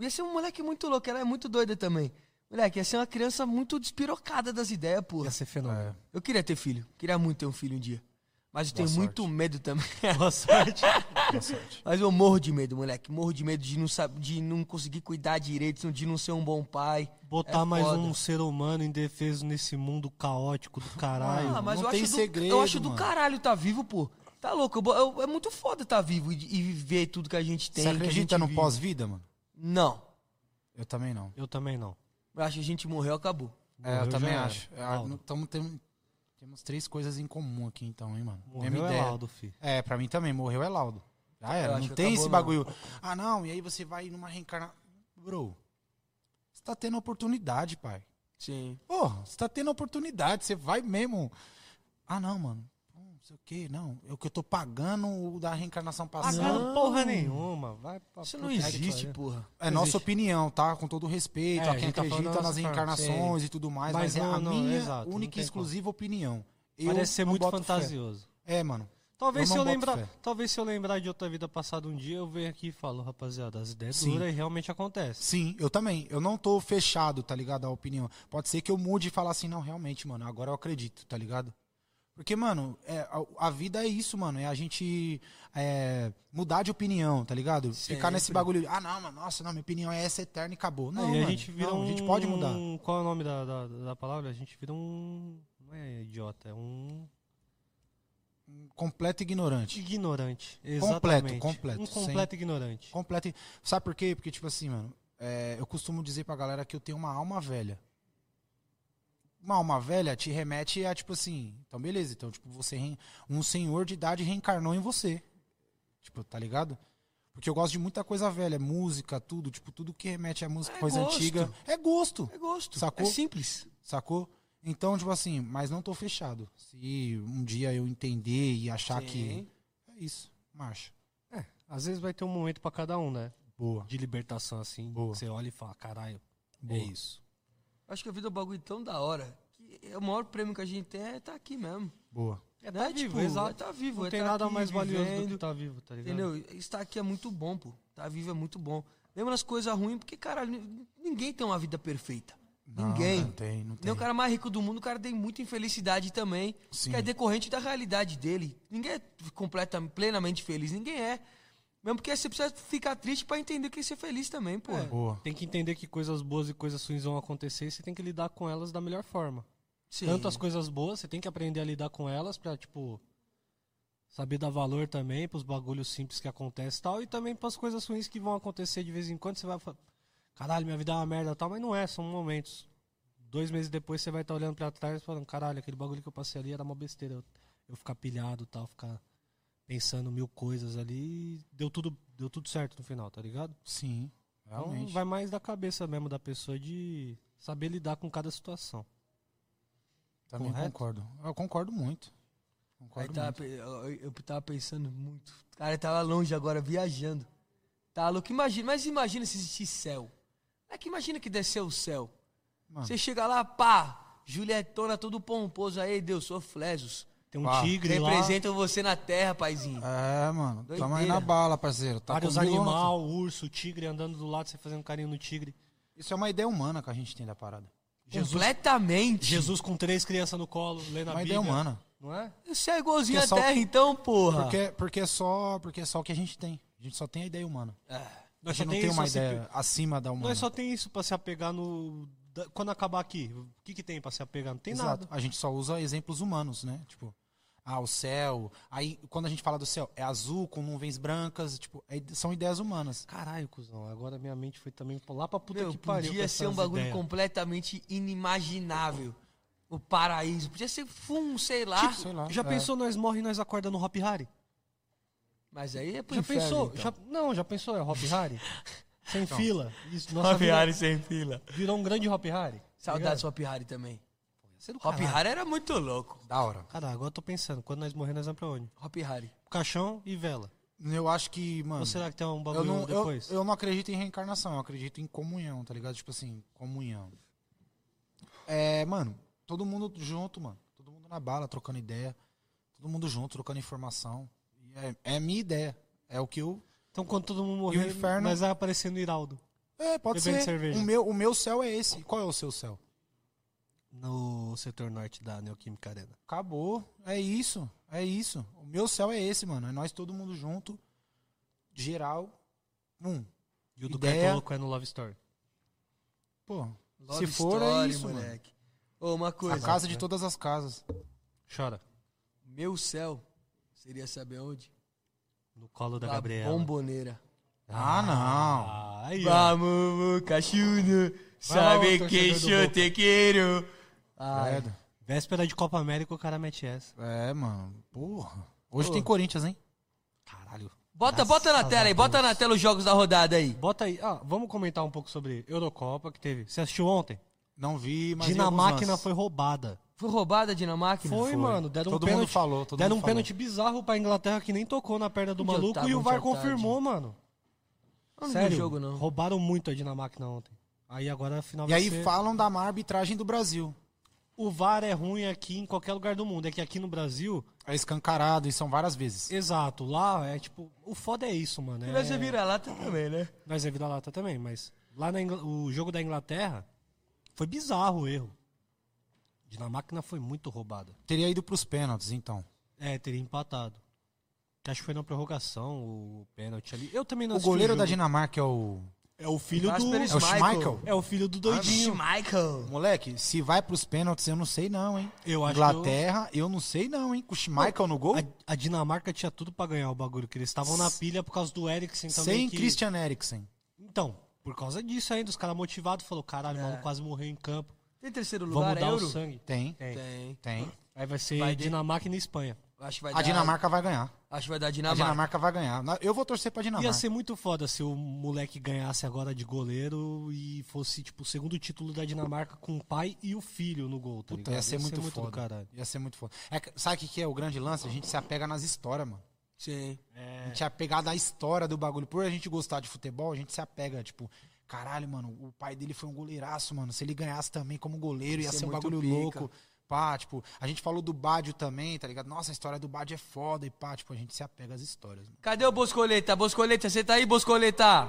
[SPEAKER 2] Ia ser um moleque muito louco, ela é muito doida também. Moleque, ia ser uma criança muito despirocada das ideias, porra.
[SPEAKER 1] Ia ser fenômeno.
[SPEAKER 2] Eu queria ter filho, queria muito ter um filho um dia. Mas eu tenho muito medo também.
[SPEAKER 1] Boa sorte.
[SPEAKER 2] Mas eu morro de medo, moleque. Morro de medo de não, sab... de não conseguir cuidar direito, de não ser um bom pai.
[SPEAKER 1] Botar
[SPEAKER 2] É
[SPEAKER 1] mais
[SPEAKER 2] foda.
[SPEAKER 1] um ser humano indefeso nesse mundo caótico do caralho.
[SPEAKER 2] Ah, mas
[SPEAKER 3] não
[SPEAKER 2] eu
[SPEAKER 3] tem
[SPEAKER 2] acho
[SPEAKER 3] segredo,
[SPEAKER 2] do, Eu acho do
[SPEAKER 3] mano.
[SPEAKER 2] caralho tá vivo, pô. Tá louco, eu bo- eu- é muito foda tá vivo e, e viver tudo que a gente tem.
[SPEAKER 3] Você
[SPEAKER 2] que a
[SPEAKER 3] acredita
[SPEAKER 2] gente
[SPEAKER 3] no
[SPEAKER 2] vive.
[SPEAKER 3] pós-vida, mano?
[SPEAKER 2] Não.
[SPEAKER 3] Eu também não.
[SPEAKER 1] Eu também não.
[SPEAKER 2] Eu acho que a gente morreu, acabou.
[SPEAKER 3] É, eu
[SPEAKER 1] Morreu
[SPEAKER 3] também
[SPEAKER 1] já era.
[SPEAKER 3] acho. É,
[SPEAKER 1] Laudo.
[SPEAKER 3] não- tamo- tem- temos três coisas em comum aqui, então, hein, mano?
[SPEAKER 1] Morreu é laudo, fi.
[SPEAKER 3] É, pra mim também, morreu é laudo. Já
[SPEAKER 2] Eu
[SPEAKER 3] era,
[SPEAKER 2] acho
[SPEAKER 3] não
[SPEAKER 2] que
[SPEAKER 3] tem
[SPEAKER 2] acabou,
[SPEAKER 3] esse
[SPEAKER 2] não.
[SPEAKER 3] bagulho. Ah, não, e aí você vai numa reencarnação. Bro, você tá tendo oportunidade, pai.
[SPEAKER 2] Sim.
[SPEAKER 3] Porra, você tá tendo oportunidade, você vai mesmo. Ah, não, mano. Hum, não sei o quê, não. É o que eu tô pagando o da reencarnação passada.
[SPEAKER 1] Pagando porra nenhuma. Vai pra
[SPEAKER 2] Isso
[SPEAKER 1] puta
[SPEAKER 2] não
[SPEAKER 1] que
[SPEAKER 2] existe,
[SPEAKER 1] pariu.
[SPEAKER 2] porra.
[SPEAKER 3] É nossa opinião, tá? Com todo respeito,
[SPEAKER 1] É,
[SPEAKER 3] a
[SPEAKER 1] a
[SPEAKER 3] quem
[SPEAKER 1] gente tá falando
[SPEAKER 3] acredita
[SPEAKER 1] da
[SPEAKER 3] nas
[SPEAKER 1] nossa forma,
[SPEAKER 3] encarnações e tudo mais, mas,
[SPEAKER 1] Mas
[SPEAKER 3] é
[SPEAKER 1] não,
[SPEAKER 3] a
[SPEAKER 1] não,
[SPEAKER 3] minha
[SPEAKER 1] exato, não
[SPEAKER 3] única e
[SPEAKER 1] tem como.
[SPEAKER 3] exclusiva opinião. Eu
[SPEAKER 1] Parece ser
[SPEAKER 3] não
[SPEAKER 1] muito
[SPEAKER 3] boto fé.
[SPEAKER 1] fantasioso.
[SPEAKER 3] É, mano.
[SPEAKER 1] Talvez se,
[SPEAKER 3] Eu
[SPEAKER 1] eu
[SPEAKER 3] não boto
[SPEAKER 1] lembrar,
[SPEAKER 3] fé.
[SPEAKER 1] talvez se eu lembrar de outra vida passada um dia, eu venho aqui e falo, rapaziada, as ideias
[SPEAKER 3] Sim.
[SPEAKER 1] duras e realmente acontece.
[SPEAKER 3] Sim, eu também. Eu não tô fechado, tá ligado? A opinião. Pode ser que eu mude e falar assim, não, realmente, mano, agora eu acredito, tá ligado? Porque, mano, é, a, a vida é isso, mano. É a gente é, mudar de opinião, tá ligado? Ficar nesse bagulho. de, Ah, não, mano, nossa, não, minha opinião é essa eterna e acabou. Não,
[SPEAKER 1] e
[SPEAKER 3] mano,
[SPEAKER 1] a gente vira
[SPEAKER 3] não,
[SPEAKER 1] um...
[SPEAKER 3] a gente pode mudar.
[SPEAKER 1] Qual é o nome da, da, da palavra? A gente vira um... Não é idiota, é um...
[SPEAKER 3] Completo ignorante.
[SPEAKER 1] Ignorante.
[SPEAKER 3] Completo,
[SPEAKER 1] Exatamente.
[SPEAKER 3] completo,
[SPEAKER 1] Um
[SPEAKER 3] sem-
[SPEAKER 1] completo ignorante.
[SPEAKER 3] Completo. ig- Sabe por quê? Porque, tipo assim, mano, é, eu costumo dizer pra galera que eu tenho uma alma velha. Uma alma velha te remete a, tipo assim, então beleza, então, tipo, você, reen- um senhor de idade reencarnou em você. Tipo, tá ligado? Porque eu gosto de muita coisa velha, é música, tudo, tipo, tudo que remete a música,
[SPEAKER 2] É
[SPEAKER 3] coisa
[SPEAKER 2] gosto.
[SPEAKER 3] antiga. É gosto.
[SPEAKER 2] É gosto.
[SPEAKER 3] Sacou?
[SPEAKER 2] É simples.
[SPEAKER 3] Sacou? Então, tipo assim, mas não tô fechado. Se um dia eu entender e
[SPEAKER 1] Tá
[SPEAKER 3] achar que. É isso. Marcha.
[SPEAKER 1] Às vezes vai ter um momento pra cada um, né?
[SPEAKER 3] Boa.
[SPEAKER 1] De libertação, assim.
[SPEAKER 3] Boa.
[SPEAKER 1] que Você olha e fala, caralho,
[SPEAKER 3] Boa.
[SPEAKER 1] é isso.
[SPEAKER 2] Acho que a vida é um bagulho tão da hora que é o maior prêmio que a gente tem é tá aqui mesmo.
[SPEAKER 3] Boa.
[SPEAKER 1] É,
[SPEAKER 2] né?
[SPEAKER 1] tá vivo,
[SPEAKER 2] Tipo,
[SPEAKER 1] exato.
[SPEAKER 2] é tá vivo.
[SPEAKER 1] Não
[SPEAKER 2] é
[SPEAKER 1] tem
[SPEAKER 2] tá
[SPEAKER 1] nada
[SPEAKER 2] aqui
[SPEAKER 1] mais valioso do que
[SPEAKER 2] vivendo,
[SPEAKER 1] tá vivo, tá ligado?
[SPEAKER 2] Entendeu? Estar aqui é muito bom, pô. Estar vivo é muito bom. Mesmo nas coisas ruins, porque, caralho, n- ninguém tem uma vida perfeita. Ninguém.
[SPEAKER 3] Não, não tem, não
[SPEAKER 2] Nem
[SPEAKER 3] tem.
[SPEAKER 2] é o cara mais rico do mundo, o cara tem muita infelicidade também.
[SPEAKER 3] Sim.
[SPEAKER 2] Que é decorrente da realidade dele. Ninguém é completa, plenamente feliz, ninguém é. Mesmo porque você precisa ficar triste pra entender o que é ser feliz também, pô.
[SPEAKER 3] Boa.
[SPEAKER 1] Tem que entender que coisas boas e coisas ruins vão acontecer e você tem que lidar com elas da melhor forma.
[SPEAKER 2] Sim.
[SPEAKER 1] Tanto as coisas boas, você tem que aprender a lidar com elas pra, tipo, saber dar valor também pros bagulhos simples que acontecem e tal. E também pras coisas ruins que vão acontecer de vez em quando. Você vai falar, caralho, minha vida é uma merda e tal. Mas não é, são momentos. Dois meses depois você vai estar olhando pra trás e falando, caralho, aquele bagulho que eu passei ali era uma besteira. Eu, eu ficar pilhado e tal, ficar pensando mil coisas ali. e Deu tudo, deu tudo certo no final, tá ligado?
[SPEAKER 3] Sim,
[SPEAKER 1] Então
[SPEAKER 3] realmente.
[SPEAKER 1] vai mais da cabeça mesmo da pessoa de saber lidar com cada situação.
[SPEAKER 3] Também
[SPEAKER 1] correto? tá,
[SPEAKER 3] concordo. Eu concordo muito.
[SPEAKER 2] Aí
[SPEAKER 3] Concordo
[SPEAKER 2] tava,
[SPEAKER 3] muito.
[SPEAKER 2] pe- eu, eu tava pensando muito. Cara, eu tava longe agora, viajando. Tá louco? Imagina, mas imagina se existir céu. É que imagina que desceu o céu.
[SPEAKER 3] Mano.
[SPEAKER 2] Você chega lá, pá, Julietona, todo pomposo. Aí, Deus, sou Flesos.
[SPEAKER 1] Tem um
[SPEAKER 3] Ah,
[SPEAKER 1] tigre lá,
[SPEAKER 2] Representam você na terra, paizinho.
[SPEAKER 3] É, mano. Tamo aí
[SPEAKER 2] Doideira.
[SPEAKER 3] na bala, parceiro. Tá
[SPEAKER 1] vários
[SPEAKER 3] comigo, mano.
[SPEAKER 1] animal, urso, tigre andando do lado, você fazendo carinho no tigre.
[SPEAKER 3] Isso é uma ideia humana que a gente tem da parada.
[SPEAKER 1] Jesus,
[SPEAKER 2] Completamente.
[SPEAKER 1] Jesus com três crianças no colo, lendo a
[SPEAKER 3] Uma
[SPEAKER 1] Bíblia. Ah.
[SPEAKER 3] ideia humana.
[SPEAKER 1] Não é?
[SPEAKER 2] Você é igualzinho
[SPEAKER 3] Porque
[SPEAKER 2] à
[SPEAKER 3] só-
[SPEAKER 2] terra, então, porra.
[SPEAKER 3] Porque, porque, é só, porque é só o que a gente tem. A gente só tem a ideia humana. A
[SPEAKER 1] Nós só
[SPEAKER 3] gente não tem
[SPEAKER 1] isso
[SPEAKER 3] uma
[SPEAKER 1] assim que-
[SPEAKER 3] ideia acima da humana.
[SPEAKER 1] Nós só tem isso pra se apegar no... da- Quando acabar aqui, o que que tem pra se apegar? Não tem
[SPEAKER 3] Exato.
[SPEAKER 1] nada.
[SPEAKER 3] A gente só usa exemplos humanos, né? Tipo, ah, o céu. Aí, quando a gente fala do céu, é azul com nuvens brancas. Tipo, é- são ideias humanas.
[SPEAKER 1] Caralho, cuzão, agora minha mente foi também pra- lá pra puta
[SPEAKER 2] Meu,
[SPEAKER 1] que pariu. com
[SPEAKER 2] podia ser um
[SPEAKER 1] essas
[SPEAKER 2] bagulho
[SPEAKER 1] ideias.
[SPEAKER 2] completamente inimaginável. O paraíso. Podia ser fum, sei lá.
[SPEAKER 3] Tipo, sei lá.
[SPEAKER 1] Já
[SPEAKER 3] É.
[SPEAKER 1] pensou nós morre e nós acorda no Hop Hari?
[SPEAKER 2] Mas aí é pro
[SPEAKER 1] Já
[SPEAKER 2] inferno,
[SPEAKER 1] pensou?
[SPEAKER 2] então.
[SPEAKER 1] Já- não, já pensou? É Hop Hari? Sem fila. Isso, nossa
[SPEAKER 2] Hopi
[SPEAKER 1] vida
[SPEAKER 2] Hari sem fila.
[SPEAKER 1] virou um grande Hop Hari.
[SPEAKER 2] Saudades do Hop Hari também.
[SPEAKER 1] Você do
[SPEAKER 2] Hop
[SPEAKER 1] caralho.
[SPEAKER 2] Hari era muito louco.
[SPEAKER 3] Da hora.
[SPEAKER 1] Cara, agora eu tô pensando, quando nós morrer, nós vamos pra onde?
[SPEAKER 2] Hop Hari.
[SPEAKER 1] Caixão e vela.
[SPEAKER 3] Eu acho que, mano.
[SPEAKER 1] Ou será que tem um
[SPEAKER 3] Eu
[SPEAKER 1] bagulho
[SPEAKER 3] não, eu,
[SPEAKER 1] depois?
[SPEAKER 3] eu não acredito em reencarnação, eu acredito em comunhão, tá ligado? Tipo assim, comunhão. É, mano, todo mundo junto, mano. Todo mundo na bala, trocando ideia. Todo mundo junto, trocando informação. E é, é minha ideia. É o que eu.
[SPEAKER 1] Então quando todo mundo
[SPEAKER 3] E
[SPEAKER 1] morrer,
[SPEAKER 3] o inferno?
[SPEAKER 1] nós vai aparecendo Iraldo.
[SPEAKER 3] É, pode
[SPEAKER 1] Bebendo
[SPEAKER 3] ser.
[SPEAKER 1] cerveja.
[SPEAKER 3] O meu, o meu céu é esse. Qual é o seu céu?
[SPEAKER 1] No setor norte da Neoquímica Arena.
[SPEAKER 3] Acabou. É isso. É isso. O meu céu é esse, mano. É nós todo mundo junto. Geral. Um.
[SPEAKER 1] E o do
[SPEAKER 3] Ideia.
[SPEAKER 1] Cartoloco é no Love Story.
[SPEAKER 3] Pô.
[SPEAKER 2] Love
[SPEAKER 3] se for, é
[SPEAKER 2] Story,
[SPEAKER 3] isso, mano.
[SPEAKER 2] moleque. Ô, uma
[SPEAKER 3] A
[SPEAKER 2] coisa.
[SPEAKER 3] casa de todas as casas.
[SPEAKER 1] Chora.
[SPEAKER 2] Meu céu. Seria saber onde?
[SPEAKER 1] No colo da
[SPEAKER 2] Na
[SPEAKER 1] Gabriela.
[SPEAKER 2] Bomboneira.
[SPEAKER 3] Ah, não.
[SPEAKER 1] Ah, aí, ó.
[SPEAKER 2] Vamos, cachudo.
[SPEAKER 1] lá, ô,
[SPEAKER 2] Sabe
[SPEAKER 1] torcedor
[SPEAKER 2] quem
[SPEAKER 1] do
[SPEAKER 2] chutequeiro. Ah,
[SPEAKER 3] Credo.
[SPEAKER 1] Véspera de Copa América, o cara mete essa.
[SPEAKER 3] É, mano. Porra. Hoje
[SPEAKER 2] Ô.
[SPEAKER 3] tem Corinthians, hein?
[SPEAKER 1] Caralho.
[SPEAKER 2] Bota, bota na
[SPEAKER 1] Graças
[SPEAKER 2] tela
[SPEAKER 1] a
[SPEAKER 2] aí, bota
[SPEAKER 1] Deus.
[SPEAKER 2] na tela os jogos da rodada aí.
[SPEAKER 1] Bota aí. Ah, vamos comentar um pouco sobre Eurocopa que teve. Você assistiu ontem?
[SPEAKER 3] Não vi, mas. vi alguns
[SPEAKER 1] Dinamáquina
[SPEAKER 3] lances.
[SPEAKER 1] foi roubada.
[SPEAKER 2] Foi roubada a Dinamarca? né?
[SPEAKER 1] Foi, mano. Deram
[SPEAKER 5] Todo
[SPEAKER 1] um
[SPEAKER 5] mundo
[SPEAKER 1] pênalti,
[SPEAKER 5] falou, todo
[SPEAKER 1] deram
[SPEAKER 5] mundo
[SPEAKER 1] um pênalti bizarro pra Inglaterra que nem tocou na perna do
[SPEAKER 2] Onde eu
[SPEAKER 1] maluco
[SPEAKER 2] tava
[SPEAKER 1] e o
[SPEAKER 2] ontem à
[SPEAKER 1] VAR
[SPEAKER 2] tarde?
[SPEAKER 1] confirmou, mano.
[SPEAKER 2] tá Eu não vi o
[SPEAKER 1] Sério,
[SPEAKER 2] jogo, não.
[SPEAKER 1] roubaram muito a Dinamarca na ontem. Aí agora a final
[SPEAKER 3] E
[SPEAKER 1] vai
[SPEAKER 3] aí
[SPEAKER 1] ser-
[SPEAKER 3] falam da má arbitragem do Brasil.
[SPEAKER 1] O VAR é ruim aqui em qualquer lugar do mundo. É que aqui no Brasil,
[SPEAKER 3] É escancarado e são várias vezes.
[SPEAKER 1] exato, lá é tipo. O foda é isso, mano.
[SPEAKER 2] E
[SPEAKER 1] é-
[SPEAKER 2] nós é vira-lata também, né?
[SPEAKER 1] Nós é vira-lata também, mas lá na Ingl- o jogo da Inglaterra foi bizarro o erro. Dinamarca foi muito roubada.
[SPEAKER 3] Teria ido pros pênaltis, então.
[SPEAKER 1] É, teria empatado. Que acho que foi na prorrogação o pênalti ali. Eu também não
[SPEAKER 3] O
[SPEAKER 1] assisti
[SPEAKER 3] goleiro da
[SPEAKER 1] jogo.
[SPEAKER 3] Dinamarca é o.
[SPEAKER 1] É o filho do.
[SPEAKER 2] Kasper
[SPEAKER 3] É o Schmeichel?
[SPEAKER 1] É o filho do doidinho.
[SPEAKER 2] Michael.
[SPEAKER 3] Moleque, se vai pros pênaltis, eu não sei não, hein?
[SPEAKER 1] Eu acho
[SPEAKER 3] Inglaterra, eu... não sei não, hein? Com o Schmeichel no gol?
[SPEAKER 1] A, a Dinamarca tinha tudo pra ganhar o bagulho, que eles estavam na pilha por causa do Eriksen também.
[SPEAKER 3] Sem
[SPEAKER 1] que...
[SPEAKER 3] Christian Eriksen.
[SPEAKER 1] Então, por causa disso ainda, os caras motivados falou, caralho, o
[SPEAKER 2] É.
[SPEAKER 1] maluco quase morreu em campo.
[SPEAKER 2] Tem terceiro
[SPEAKER 1] Vamos
[SPEAKER 2] lugar, é
[SPEAKER 1] dar
[SPEAKER 2] Euro?
[SPEAKER 1] o sangue.
[SPEAKER 3] Tem,
[SPEAKER 1] Tem.
[SPEAKER 2] Tem.
[SPEAKER 3] tem.
[SPEAKER 1] Aí vai ser
[SPEAKER 2] Vai de-
[SPEAKER 1] Dinamarca e na Espanha.
[SPEAKER 2] Acho que vai
[SPEAKER 3] A
[SPEAKER 2] dar-
[SPEAKER 3] Dinamarca vai ganhar.
[SPEAKER 2] Acho que vai dar
[SPEAKER 3] A
[SPEAKER 2] Dinamarca.
[SPEAKER 3] Dinamarca vai ganhar. Na- Eu vou torcer pra
[SPEAKER 1] Ia
[SPEAKER 3] Dinamarca.
[SPEAKER 1] ser muito foda se o moleque ganhasse agora de goleiro e fosse, tipo, o segundo título da Dinamarca com o pai e o filho no gol, tá
[SPEAKER 3] Puta,
[SPEAKER 1] ligado?
[SPEAKER 3] ia ser muito
[SPEAKER 1] do
[SPEAKER 3] foda.
[SPEAKER 1] caralho.
[SPEAKER 3] Ia ser muito foda. É que- sabe o que que é o grande lance? A gente se apega nas histórias, mano.
[SPEAKER 2] Sim.
[SPEAKER 3] A gente é apegado à história do bagulho. Por a gente gostar de futebol, a gente se apega, tipo, caralho, mano, o pai dele foi um goleiraço, mano. Se ele ganhasse também como goleiro, ia
[SPEAKER 2] Ia ser
[SPEAKER 3] ser um
[SPEAKER 2] muito
[SPEAKER 3] bagulho
[SPEAKER 2] pica.
[SPEAKER 3] louco. Pá, tipo, a gente falou do Bádio também, tá ligado? Nossa, a história do Bádio é foda e pá, tipo, a gente se apega às histórias, mano.
[SPEAKER 2] Cadê o Boscoleta? Boscoleta, você tá aí, Boscoleta?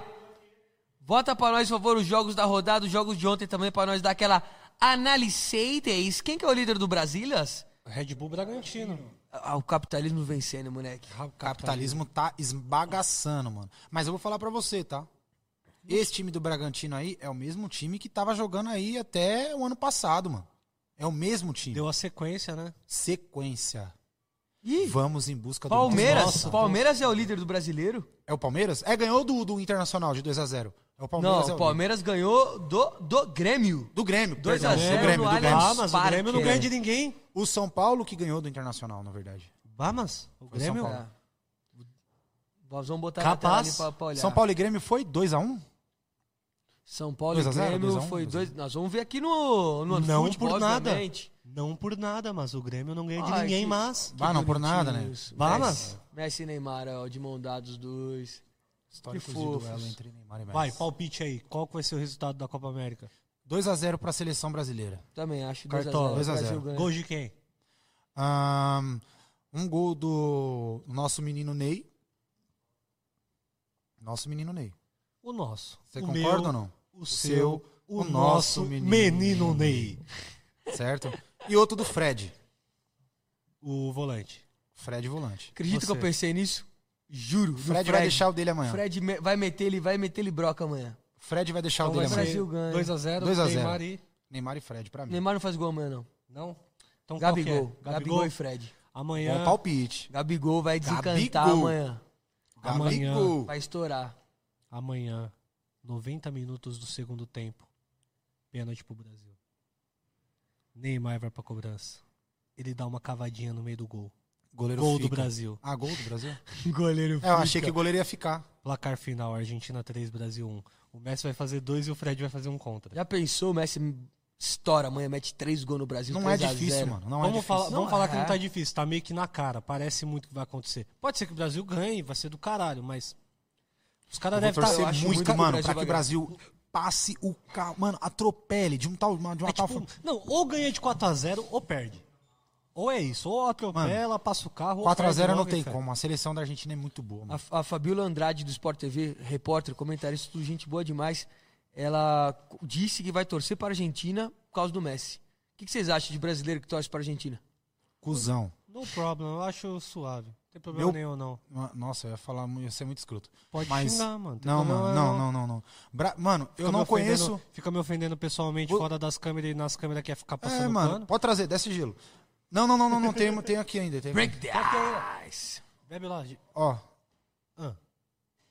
[SPEAKER 2] Bota pra nós, por favor, os jogos da rodada, os jogos de ontem também, pra nós dar aquela analiseis. Quem que é o líder do Brasílias?
[SPEAKER 1] Red Bull Bragantino.
[SPEAKER 2] Ah, o capitalismo vencendo, moleque.
[SPEAKER 3] O capitalismo tá esbagaçando, mano. Mas eu vou falar pra você, tá? Esse time do Bragantino aí é o mesmo time que tava jogando aí até o ano passado, mano. É o mesmo time.
[SPEAKER 1] Deu a sequência, né?
[SPEAKER 3] Sequência.
[SPEAKER 2] Ih,
[SPEAKER 3] Vamos em busca do
[SPEAKER 2] Palmeiras.
[SPEAKER 1] Nossa,
[SPEAKER 2] Palmeiras é o líder do brasileiro?
[SPEAKER 3] É o Palmeiras? É, ganhou do, do Internacional de 2x0. É o Palmeiras.
[SPEAKER 2] Não,
[SPEAKER 3] é
[SPEAKER 2] o
[SPEAKER 3] o
[SPEAKER 2] Palmeiras ganhou do, do Grêmio.
[SPEAKER 3] Do Grêmio,
[SPEAKER 2] 2 a
[SPEAKER 3] perdão.
[SPEAKER 2] 0
[SPEAKER 3] Do É, Grêmio,
[SPEAKER 2] no
[SPEAKER 3] do Grêmio.
[SPEAKER 2] Allianz.
[SPEAKER 1] Bah, mas o
[SPEAKER 2] Parque,
[SPEAKER 1] Grêmio não
[SPEAKER 2] é.
[SPEAKER 1] ganha de ninguém.
[SPEAKER 3] O São Paulo que ganhou do Internacional, na verdade.
[SPEAKER 1] Bah, mas o
[SPEAKER 3] Foi São
[SPEAKER 1] Grêmio...
[SPEAKER 3] Paulo.
[SPEAKER 2] É. Nós vamos botar
[SPEAKER 1] Capaz.
[SPEAKER 2] na tela ali pra, pra olhar.
[SPEAKER 3] São Paulo e Grêmio foi 2x1?
[SPEAKER 2] São Paulo e
[SPEAKER 3] 2 a 0,
[SPEAKER 2] Grêmio
[SPEAKER 3] 2 a 1,
[SPEAKER 2] foi
[SPEAKER 3] 2 a
[SPEAKER 2] 2 Nós vamos ver aqui no, no
[SPEAKER 1] Não
[SPEAKER 2] futebol,
[SPEAKER 1] por nada.
[SPEAKER 2] obviamente.
[SPEAKER 1] Não por nada, mas o Grêmio não ganha de
[SPEAKER 2] Ai,
[SPEAKER 1] ninguém,
[SPEAKER 2] que-
[SPEAKER 1] mas...
[SPEAKER 3] Ah, não, por nada, né?
[SPEAKER 2] Isso.
[SPEAKER 1] Bah,
[SPEAKER 2] Messi-
[SPEAKER 1] mas-
[SPEAKER 2] Messi e Neymar, ó, de mão dada os dois.
[SPEAKER 3] Históricos
[SPEAKER 2] Que
[SPEAKER 3] de
[SPEAKER 2] fofos.
[SPEAKER 3] duelo entre Neymar e Messi.
[SPEAKER 1] Vai, palpite aí. Qual que vai ser o resultado da Copa América?
[SPEAKER 3] 2x0 para a seleção brasileira.
[SPEAKER 2] Também acho
[SPEAKER 1] Cartola,
[SPEAKER 2] 2
[SPEAKER 3] 2
[SPEAKER 2] a
[SPEAKER 3] a
[SPEAKER 2] 0.
[SPEAKER 3] 0.
[SPEAKER 2] Brasil ganha.
[SPEAKER 1] Gol de quem?
[SPEAKER 3] Ahn, um gol do nosso menino Ney. Nosso menino Ney.
[SPEAKER 1] O nosso.
[SPEAKER 3] Você
[SPEAKER 1] o
[SPEAKER 3] concorda
[SPEAKER 1] meu,
[SPEAKER 3] ou não?
[SPEAKER 1] O seu, o, nosso menino, Ney.
[SPEAKER 3] Certo? E outro do Fred.
[SPEAKER 1] O volante.
[SPEAKER 3] Fred volante.
[SPEAKER 2] Acredito que eu
[SPEAKER 1] Você.
[SPEAKER 2] pensei nisso? Juro.
[SPEAKER 3] Fred, vai deixar o dele
[SPEAKER 2] o
[SPEAKER 3] amanhã. Fred,
[SPEAKER 2] Fred me- vai meter ele, vai meter ele broca amanhã.
[SPEAKER 3] vai deixar o
[SPEAKER 1] vai
[SPEAKER 3] dele
[SPEAKER 1] ser
[SPEAKER 3] amanhã.
[SPEAKER 2] Brasil ganha.
[SPEAKER 1] 2x0.
[SPEAKER 3] 2 a 0.
[SPEAKER 1] Neymar e...
[SPEAKER 3] Neymar e Fred, pra mim.
[SPEAKER 2] Neymar não faz gol amanhã não.
[SPEAKER 1] Não? Então qual que é?
[SPEAKER 2] Gabigol. Gabigol e Fred.
[SPEAKER 1] Amanhã...
[SPEAKER 3] Bom palpite.
[SPEAKER 2] Gabigol vai desencantar
[SPEAKER 3] Gabigol.
[SPEAKER 2] amanhã.
[SPEAKER 1] Amanhã.
[SPEAKER 3] Gabigol.
[SPEAKER 2] Vai estourar.
[SPEAKER 1] Amanhã, 90 minutos do segundo tempo. Pênalti pro Brasil. Neymar vai pra cobrança. Ele dá uma cavadinha no meio do gol.
[SPEAKER 3] Goleiro
[SPEAKER 1] Gol
[SPEAKER 3] fica.
[SPEAKER 1] do Brasil.
[SPEAKER 3] Ah, gol do Brasil?
[SPEAKER 2] Goleiro
[SPEAKER 3] É, eu achei que o goleiro ia ficar.
[SPEAKER 1] Placar final, Argentina 3, Brasil 1. O Messi vai fazer 2 e o Fred vai fazer um contra.
[SPEAKER 2] Já pensou, o Messi estoura amanhã, mete três gols no Brasil.
[SPEAKER 3] Não é
[SPEAKER 2] 3 a
[SPEAKER 3] difícil,
[SPEAKER 2] 0.
[SPEAKER 3] mano. Não é
[SPEAKER 1] vamos
[SPEAKER 3] difícil.
[SPEAKER 1] falar,
[SPEAKER 2] Não,
[SPEAKER 1] vamos falar que
[SPEAKER 2] é.
[SPEAKER 1] não tá difícil, tá meio que na cara. Parece muito que vai acontecer. Pode ser que o Brasil ganhe, vai ser do caralho, mas. Os caras
[SPEAKER 3] Eu vou
[SPEAKER 1] devem tá-
[SPEAKER 3] torcer
[SPEAKER 1] estar.
[SPEAKER 2] acho muito
[SPEAKER 3] muito,
[SPEAKER 2] que o
[SPEAKER 3] mano,
[SPEAKER 2] Brasil
[SPEAKER 3] pra
[SPEAKER 2] vai
[SPEAKER 3] que o Brasil passe o carro. Mano, atropele de, um tal, de uma
[SPEAKER 1] É
[SPEAKER 3] tal
[SPEAKER 1] tipo, não, ou ganha de 4x0 ou perde. Ou é isso, ou atropela, passa o carro. ou
[SPEAKER 3] 4x0
[SPEAKER 1] perde
[SPEAKER 3] não
[SPEAKER 1] logo e
[SPEAKER 3] tem
[SPEAKER 1] fé.
[SPEAKER 3] como. A seleção da Argentina é muito boa, mano.
[SPEAKER 2] A, a Fabiola Andrade, do Sport TV, repórter, comentarista, tudo gente boa demais, ela co- disse que vai torcer para a Argentina por causa do Messi. O que, que vocês acham de brasileiro que torce para a Argentina?
[SPEAKER 3] Cusão.
[SPEAKER 1] No problem, eu acho suave. Não tem problema
[SPEAKER 3] Meu-
[SPEAKER 1] nenhum, não.
[SPEAKER 3] Ma- Nossa, eu ia falar, mu- ia ser muito escroto.
[SPEAKER 1] Pode
[SPEAKER 3] Mas-
[SPEAKER 1] xingar, mano. tem
[SPEAKER 3] Não,
[SPEAKER 1] problema
[SPEAKER 3] mano, não, não, não, não. Bra- Mano,
[SPEAKER 1] Fica
[SPEAKER 3] eu
[SPEAKER 1] me
[SPEAKER 3] não
[SPEAKER 1] ofendendo-
[SPEAKER 3] conheço.
[SPEAKER 1] Fica me ofendendo pessoalmente,
[SPEAKER 3] Vou-
[SPEAKER 1] fora das câmeras e nas câmeras quer ficar passando
[SPEAKER 3] É, mano,
[SPEAKER 1] pano.
[SPEAKER 3] pode trazer, desce gelo. Não, não, não, não, não tem, tem aqui ainda. Tem...
[SPEAKER 2] Break the ice!
[SPEAKER 1] Bebe lá, gente.
[SPEAKER 3] Ó,
[SPEAKER 1] Ah,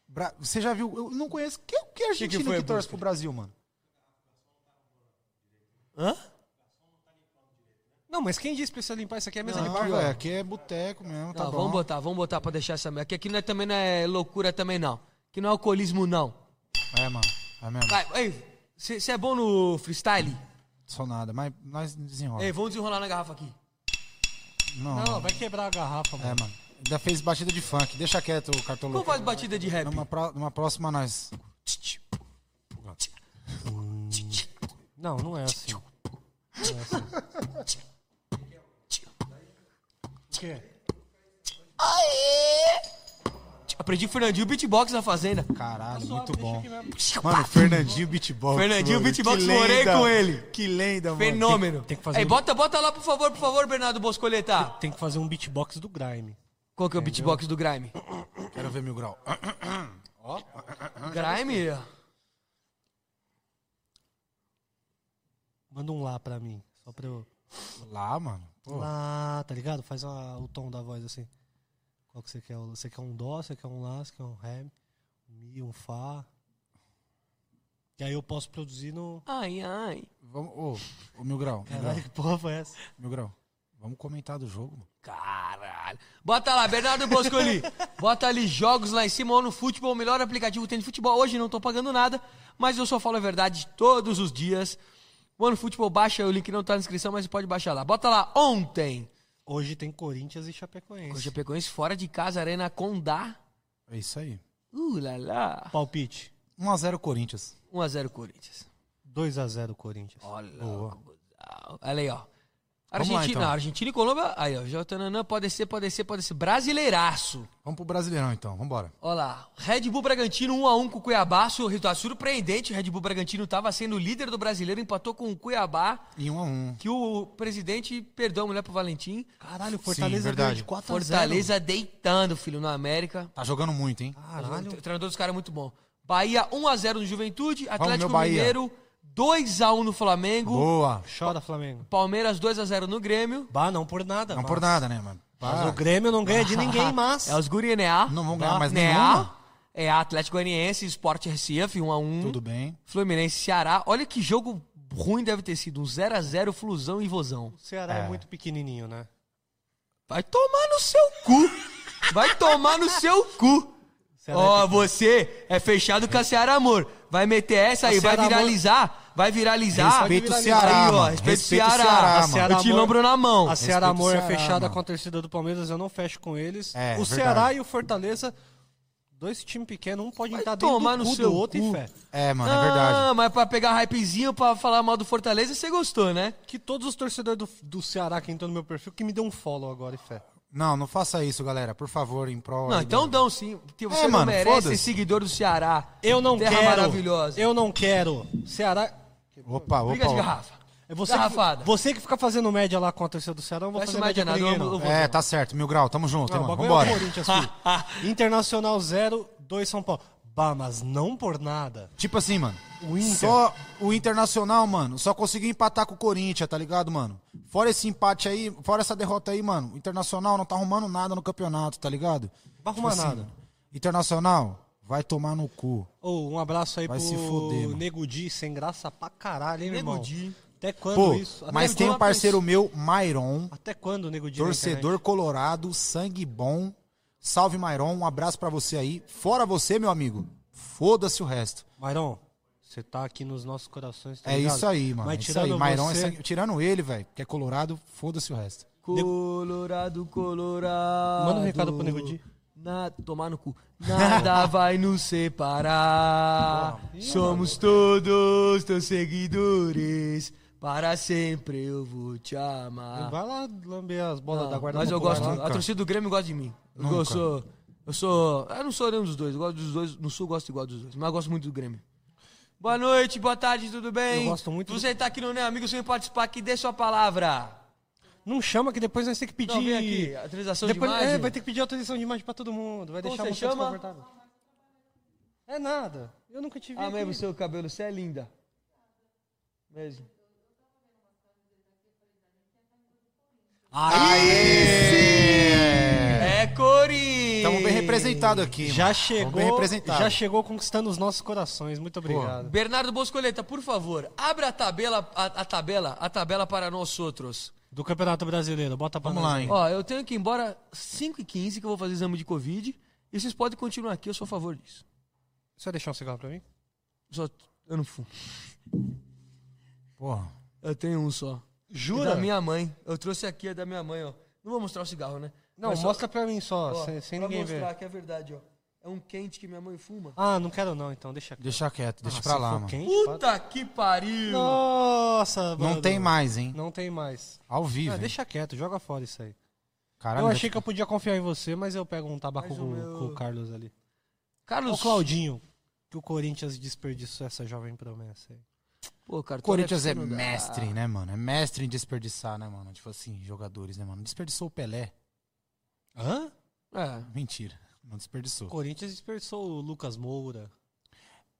[SPEAKER 3] Bra- você já viu? Eu não conheço. é Que, que argentino que,
[SPEAKER 2] foi,
[SPEAKER 3] torce pro Brasil, mano?
[SPEAKER 2] Hã?
[SPEAKER 1] Não, mas quem disse pra você limpar isso aqui é mesa de
[SPEAKER 3] Ah,
[SPEAKER 1] bar?
[SPEAKER 3] velho, aqui é boteco mesmo, tá
[SPEAKER 2] Não,
[SPEAKER 3] bom.
[SPEAKER 2] vamos botar, vamos botar pra deixar essa merda. Que aqui não é, também não é loucura também não. Que não é alcoolismo não.
[SPEAKER 3] É, mano. É mesmo.
[SPEAKER 2] Vai, ei, você é bom no freestyle?
[SPEAKER 3] Sou nada, mas nós desenrola.
[SPEAKER 2] Ei, vamos desenrolar na garrafa aqui.
[SPEAKER 3] não,
[SPEAKER 1] Não,
[SPEAKER 3] não.
[SPEAKER 1] vai quebrar a garrafa,
[SPEAKER 3] É,
[SPEAKER 1] mano.
[SPEAKER 3] mano. Ainda fez batida de funk. Deixa quieto o cartão
[SPEAKER 2] Como
[SPEAKER 3] louco.
[SPEAKER 2] faz batida de rap?
[SPEAKER 3] Numa, pró- numa próxima nós.
[SPEAKER 1] Não, não é assim. Não é assim. O quê?
[SPEAKER 2] Aprendi Fernandinho beatbox na fazenda.
[SPEAKER 3] Caralho,
[SPEAKER 1] Só,
[SPEAKER 3] muito
[SPEAKER 1] deixa
[SPEAKER 3] bom.
[SPEAKER 1] aqui mesmo.
[SPEAKER 3] Mano, Fernandinho Beatbox.
[SPEAKER 2] Fernandinho
[SPEAKER 3] mano.
[SPEAKER 2] Beatbox,
[SPEAKER 3] Que
[SPEAKER 2] morei
[SPEAKER 3] lenda.
[SPEAKER 2] com ele.
[SPEAKER 3] Que lenda, mano.
[SPEAKER 2] Fenômeno.
[SPEAKER 1] tem- tem que fazer
[SPEAKER 2] Ei,
[SPEAKER 1] um-
[SPEAKER 2] bota, bota lá, por favor, por favor, Bernardo Boscoletar.
[SPEAKER 1] Tem que fazer um beatbox do Grime.
[SPEAKER 2] Qual que é o beatbox do Grime?
[SPEAKER 3] Quero ver mil grau.
[SPEAKER 2] Grime?
[SPEAKER 1] Manda um lá pra mim. Só pra eu.
[SPEAKER 3] Lá, mano. Pô,
[SPEAKER 1] Lá, tá ligado? Faz uma- o tom da voz assim. Qual que você quer? Você quer um dó, você quer um lá, você quer um ré, um mi, um fá. E aí eu posso produzir no.
[SPEAKER 2] Ai, ai.
[SPEAKER 3] Vamos. Ô, ô, mil grau. Mil grau.
[SPEAKER 1] Caralho, que porra foi essa?
[SPEAKER 3] Mil grau. Vamos comentar do jogo, mano.
[SPEAKER 2] Caralho. Bota lá, Bernardo Boscoli. Bota ali jogos lá em cima ou no futebol, o melhor aplicativo que tem de futebol. Hoje não tô pagando nada, mas eu só falo a verdade todos os dias. Mano, futebol baixa, o link não tá na descrição, mas você pode baixar lá. Bota lá ontem.
[SPEAKER 1] Hoje tem Corinthians e Chapecoense.
[SPEAKER 2] Com o Chapecoense fora de casa, Arena Condá.
[SPEAKER 3] É isso aí.
[SPEAKER 2] Uh, lá, lá.
[SPEAKER 1] Palpite:
[SPEAKER 3] 1x0 Corinthians.
[SPEAKER 2] 1x0 Corinthians.
[SPEAKER 1] 2x0 Corinthians.
[SPEAKER 2] Olha. Olha aí, ó.
[SPEAKER 3] Vamos lá,
[SPEAKER 2] Argentina,
[SPEAKER 3] então.
[SPEAKER 2] não, Argentina e Colômbia. Aí, ó. Jotananã pode ser, pode ser, pode ser. Brasileiraço.
[SPEAKER 3] Vamos pro Brasileirão, então. Vambora.
[SPEAKER 2] Olha lá, Red Bull Bragantino 1x1 com o Cuiabá, seu resultado surpreendente, o Red Bull Bragantino estava sendo líder do brasileiro, empatou com o Cuiabá,
[SPEAKER 3] E 1x1.
[SPEAKER 2] que o presidente perdeu a mulher pro Valentim.
[SPEAKER 3] Tá
[SPEAKER 1] Caralho,
[SPEAKER 3] Sim,
[SPEAKER 1] Fortaleza ganhou
[SPEAKER 3] verdade.
[SPEAKER 1] de 4x0.
[SPEAKER 2] Fortaleza deitando, filho, na América.
[SPEAKER 3] Tá jogando muito, hein?
[SPEAKER 2] Ah,
[SPEAKER 1] Caralho.
[SPEAKER 2] O treinador dos caras é muito bom. Bahia 1x0 no Juventude, Atlético
[SPEAKER 3] meu Bahia.
[SPEAKER 2] Mineiro 2x1 no Flamengo,
[SPEAKER 3] Boa.
[SPEAKER 1] Chora, Flamengo.
[SPEAKER 2] Palmeiras 2x0 no Grêmio.
[SPEAKER 1] Bah, não por nada.
[SPEAKER 3] Não
[SPEAKER 1] mas-
[SPEAKER 3] por nada, Ah. né, mano?
[SPEAKER 2] Tá
[SPEAKER 1] Mas
[SPEAKER 3] Pá.
[SPEAKER 1] o Grêmio não ganha de ninguém, mas.
[SPEAKER 2] É os guri, né? ah?
[SPEAKER 3] Não vão ganhar mais
[SPEAKER 2] Né,
[SPEAKER 3] nenhuma.
[SPEAKER 2] ah? É Atlético Goianiense, Sport Recife 1x1.
[SPEAKER 3] Tudo bem.
[SPEAKER 2] Fluminense, Ceará. Olha que jogo ruim deve ter sido. Um 0x0 Flusão e Vozão.
[SPEAKER 1] O Ceará é.
[SPEAKER 3] É.
[SPEAKER 1] muito pequenininho, né?
[SPEAKER 2] Vai tomar no seu cu. Vai tomar no seu cu.
[SPEAKER 3] é
[SPEAKER 1] Ceará
[SPEAKER 2] Ó, você é fechado com a Ceará Amor. Vai meter essa aí,
[SPEAKER 1] O
[SPEAKER 2] vai
[SPEAKER 1] Ceará Amor-
[SPEAKER 2] viralizar. Vai viralizar.
[SPEAKER 3] Respeita
[SPEAKER 1] o
[SPEAKER 3] Ah, Ceará,
[SPEAKER 2] Aí, ó,
[SPEAKER 3] mano.
[SPEAKER 2] Respeita o
[SPEAKER 3] Respeita
[SPEAKER 2] Ceará.
[SPEAKER 3] o Ceará,
[SPEAKER 2] A
[SPEAKER 3] mano.
[SPEAKER 2] Ceará Eu te
[SPEAKER 1] Amor-
[SPEAKER 2] lambro na mão.
[SPEAKER 1] A Ceará
[SPEAKER 3] o
[SPEAKER 1] Amor é
[SPEAKER 3] Ceará,
[SPEAKER 1] fechada
[SPEAKER 3] mano.
[SPEAKER 1] com a torcida do Palmeiras, eu não fecho com eles.
[SPEAKER 3] É,
[SPEAKER 1] o
[SPEAKER 3] verdade.
[SPEAKER 1] Ceará e o Fortaleza, dois times pequenos, um pode entrar dentro
[SPEAKER 2] tomar
[SPEAKER 1] do
[SPEAKER 2] no
[SPEAKER 1] cu
[SPEAKER 2] seu
[SPEAKER 1] do outro
[SPEAKER 2] cu.
[SPEAKER 1] e fé.
[SPEAKER 3] É, mano, é
[SPEAKER 2] Ah,
[SPEAKER 3] verdade.
[SPEAKER 2] mas pra pegar hypezinho, pra falar mal do Fortaleza, você gostou, né?
[SPEAKER 1] Que todos os torcedores do, do Ceará que entram no meu perfil, que me deu um follow agora e fé.
[SPEAKER 3] Não, não faça isso, galera. Por favor, em prol.
[SPEAKER 2] Não,
[SPEAKER 3] aí
[SPEAKER 2] então
[SPEAKER 3] do-
[SPEAKER 2] dão sim. Porque Você não
[SPEAKER 3] mano,
[SPEAKER 2] merece ser
[SPEAKER 3] foda-se.
[SPEAKER 2] seguidor do Ceará.
[SPEAKER 1] É, Eu não
[SPEAKER 2] Terra
[SPEAKER 1] quero.
[SPEAKER 2] maravilhosa.
[SPEAKER 1] Eu não quero. Ceará.
[SPEAKER 3] Opa, opa.
[SPEAKER 2] Briga de
[SPEAKER 3] opa.
[SPEAKER 2] garrafa.
[SPEAKER 1] É você,
[SPEAKER 2] Garrafada.
[SPEAKER 1] que, você que fica fazendo média lá com a torcida do Ceará, eu não vou
[SPEAKER 2] Fecha
[SPEAKER 1] fazer
[SPEAKER 2] média
[SPEAKER 1] média,
[SPEAKER 2] nada,
[SPEAKER 1] com ninguém,
[SPEAKER 2] eu-
[SPEAKER 1] não.
[SPEAKER 2] eu vou-
[SPEAKER 3] É, tá certo. Mil grau, tamo junto, hein,
[SPEAKER 1] Não, o
[SPEAKER 3] mano.
[SPEAKER 1] bagulho
[SPEAKER 3] Vambora.
[SPEAKER 1] é o Corinthians, filho. Internacional 0, 2 São Paulo. Bah, mas não por nada.
[SPEAKER 3] Tipo assim, mano.
[SPEAKER 1] O Inter.
[SPEAKER 3] Só o Internacional, mano, só conseguiu empatar com o Corinthians, tá ligado, mano? Fora esse empate aí, fora essa derrota aí, mano, o Internacional não tá arrumando nada no campeonato, tá ligado? Tipo assim,
[SPEAKER 1] Vai arrumar nada.
[SPEAKER 3] Internacional, vai tomar no cu.
[SPEAKER 1] Ô, um abraço aí
[SPEAKER 3] Vai
[SPEAKER 1] pro
[SPEAKER 3] se fuder, mano.
[SPEAKER 1] Nego Di, sem graça pra caralho, hein, meu
[SPEAKER 2] Nego
[SPEAKER 1] irmão?
[SPEAKER 2] Di.
[SPEAKER 1] Até quando
[SPEAKER 3] Pô,
[SPEAKER 1] isso? Até
[SPEAKER 3] mas tem
[SPEAKER 1] quando-
[SPEAKER 3] um parceiro meu, Mairon,
[SPEAKER 1] Até quando o Nego Di na
[SPEAKER 3] torcedor colorado, sangue bom. Salve, Mairon, um abraço pra você aí. Fora você, meu amigo. Foda-se o resto.
[SPEAKER 1] internet? Mairon, você tá aqui nos nossos corações, tá
[SPEAKER 3] é
[SPEAKER 1] ligado?
[SPEAKER 3] isso aí, mano.
[SPEAKER 1] Mas
[SPEAKER 3] é isso
[SPEAKER 1] tirando
[SPEAKER 3] aí. Mairon é
[SPEAKER 1] você-
[SPEAKER 3] sangue- Tirando ele, velho, que é colorado, foda-se o resto.
[SPEAKER 2] Colorado, colorado.
[SPEAKER 1] Manda um recado pro Nego Di.
[SPEAKER 2] Na- Tomar no cu. Nada vai nos separar. Somos todos teus seguidores. Para sempre eu vou te amar.
[SPEAKER 1] Vai lá lamber as bolas da guarda
[SPEAKER 2] Mas eu
[SPEAKER 1] popular
[SPEAKER 2] gosto.
[SPEAKER 1] lá.
[SPEAKER 3] Nunca.
[SPEAKER 2] A torcida do Grêmio gosta de mim. Eu
[SPEAKER 3] Nunca.
[SPEAKER 2] sou. Eu sou. Eu não sou nenhum dos dois. Eu gosto dos dois. No sul eu gosto igual dos dois. Mas eu gosto muito do Grêmio. Boa noite, boa tarde, tudo bem?
[SPEAKER 1] Eu gosto muito do-
[SPEAKER 2] Você tá aqui no Né Amigos, vem participar aqui, dê sua palavra.
[SPEAKER 1] Não chama que depois nós temos que pedir...
[SPEAKER 2] Não, vem aqui, atualização
[SPEAKER 1] Depois,
[SPEAKER 2] de
[SPEAKER 1] é,
[SPEAKER 2] imagem.
[SPEAKER 1] vai ter que pedir autorização de imagem pra todo mundo. Vai
[SPEAKER 2] Como
[SPEAKER 1] deixar
[SPEAKER 2] você
[SPEAKER 1] você
[SPEAKER 2] chama?
[SPEAKER 1] desconfortável. É nada. Eu nunca tive.
[SPEAKER 2] Amém pro seu cabelo, Ah, você é linda. Mesmo.
[SPEAKER 3] Aê!
[SPEAKER 2] É Corinthians!
[SPEAKER 3] Estamos bem representados aqui.
[SPEAKER 1] Já
[SPEAKER 3] mano. Tamo bem
[SPEAKER 1] chegou,
[SPEAKER 3] representado.
[SPEAKER 1] já chegou conquistando os nossos corações. Muito obrigado.
[SPEAKER 2] Bernardo Boscoleta, por favor, abra a tabela, a, a tabela, a tabela para nós outros.
[SPEAKER 1] Do Campeonato Brasileiro, bota pra
[SPEAKER 3] Vamos
[SPEAKER 1] nós
[SPEAKER 3] lá,
[SPEAKER 1] aí.
[SPEAKER 3] hein?
[SPEAKER 2] Ó, eu tenho que ir embora 5 e 15 que eu vou fazer exame de Covid. E vocês podem continuar aqui, eu sou a favor disso.
[SPEAKER 1] Você vai deixar um cigarro pra mim?
[SPEAKER 2] Só, eu não fumo.
[SPEAKER 3] Porra.
[SPEAKER 2] Eu tenho um só. É
[SPEAKER 1] Jura?
[SPEAKER 2] da minha mãe. Eu trouxe aqui, é da minha mãe, ó. Não vou mostrar o cigarro, né?
[SPEAKER 1] Não,
[SPEAKER 2] Mas só-
[SPEAKER 1] mostra pra mim só,
[SPEAKER 2] ó,
[SPEAKER 1] sem, sem
[SPEAKER 2] pra
[SPEAKER 1] ninguém
[SPEAKER 2] mostrar
[SPEAKER 1] ver.
[SPEAKER 2] que é verdade, ó. É um quente que minha mãe fuma.
[SPEAKER 1] Ah, não quero não, então deixa aqui.
[SPEAKER 3] Deixa quieto, deixa
[SPEAKER 1] Ah,
[SPEAKER 3] pra
[SPEAKER 1] se
[SPEAKER 3] lá,
[SPEAKER 1] for
[SPEAKER 3] mano.
[SPEAKER 1] quente, fala-
[SPEAKER 2] Puta que pariu!
[SPEAKER 1] Nossa,
[SPEAKER 3] Não
[SPEAKER 1] mano.
[SPEAKER 3] tem mais, hein?
[SPEAKER 1] Não tem mais.
[SPEAKER 3] Ao vivo.
[SPEAKER 1] Ah,
[SPEAKER 3] hein?
[SPEAKER 1] deixa quieto, joga fora isso aí.
[SPEAKER 3] Caralho,
[SPEAKER 1] eu achei que eu podia confiar em você, mas eu pego um tabaco
[SPEAKER 2] Mas o
[SPEAKER 1] com,
[SPEAKER 2] meu-
[SPEAKER 1] com o Carlos ali. Ô,
[SPEAKER 2] Carlos.
[SPEAKER 1] Claudinho, que o Corinthians desperdiçou essa jovem promessa aí.
[SPEAKER 2] Pô, cara,
[SPEAKER 3] O Corinthians é
[SPEAKER 2] não dá.
[SPEAKER 3] mestre, né, mano? É mestre em desperdiçar, né, mano? Tipo assim, jogadores, né, mano? Desperdiçou o Pelé.
[SPEAKER 1] Hã?
[SPEAKER 2] É.
[SPEAKER 3] Mentira. Não
[SPEAKER 1] O
[SPEAKER 3] desperdiçou.
[SPEAKER 1] Corinthians desperdiçou o Lucas Moura.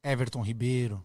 [SPEAKER 3] Everton Ribeiro.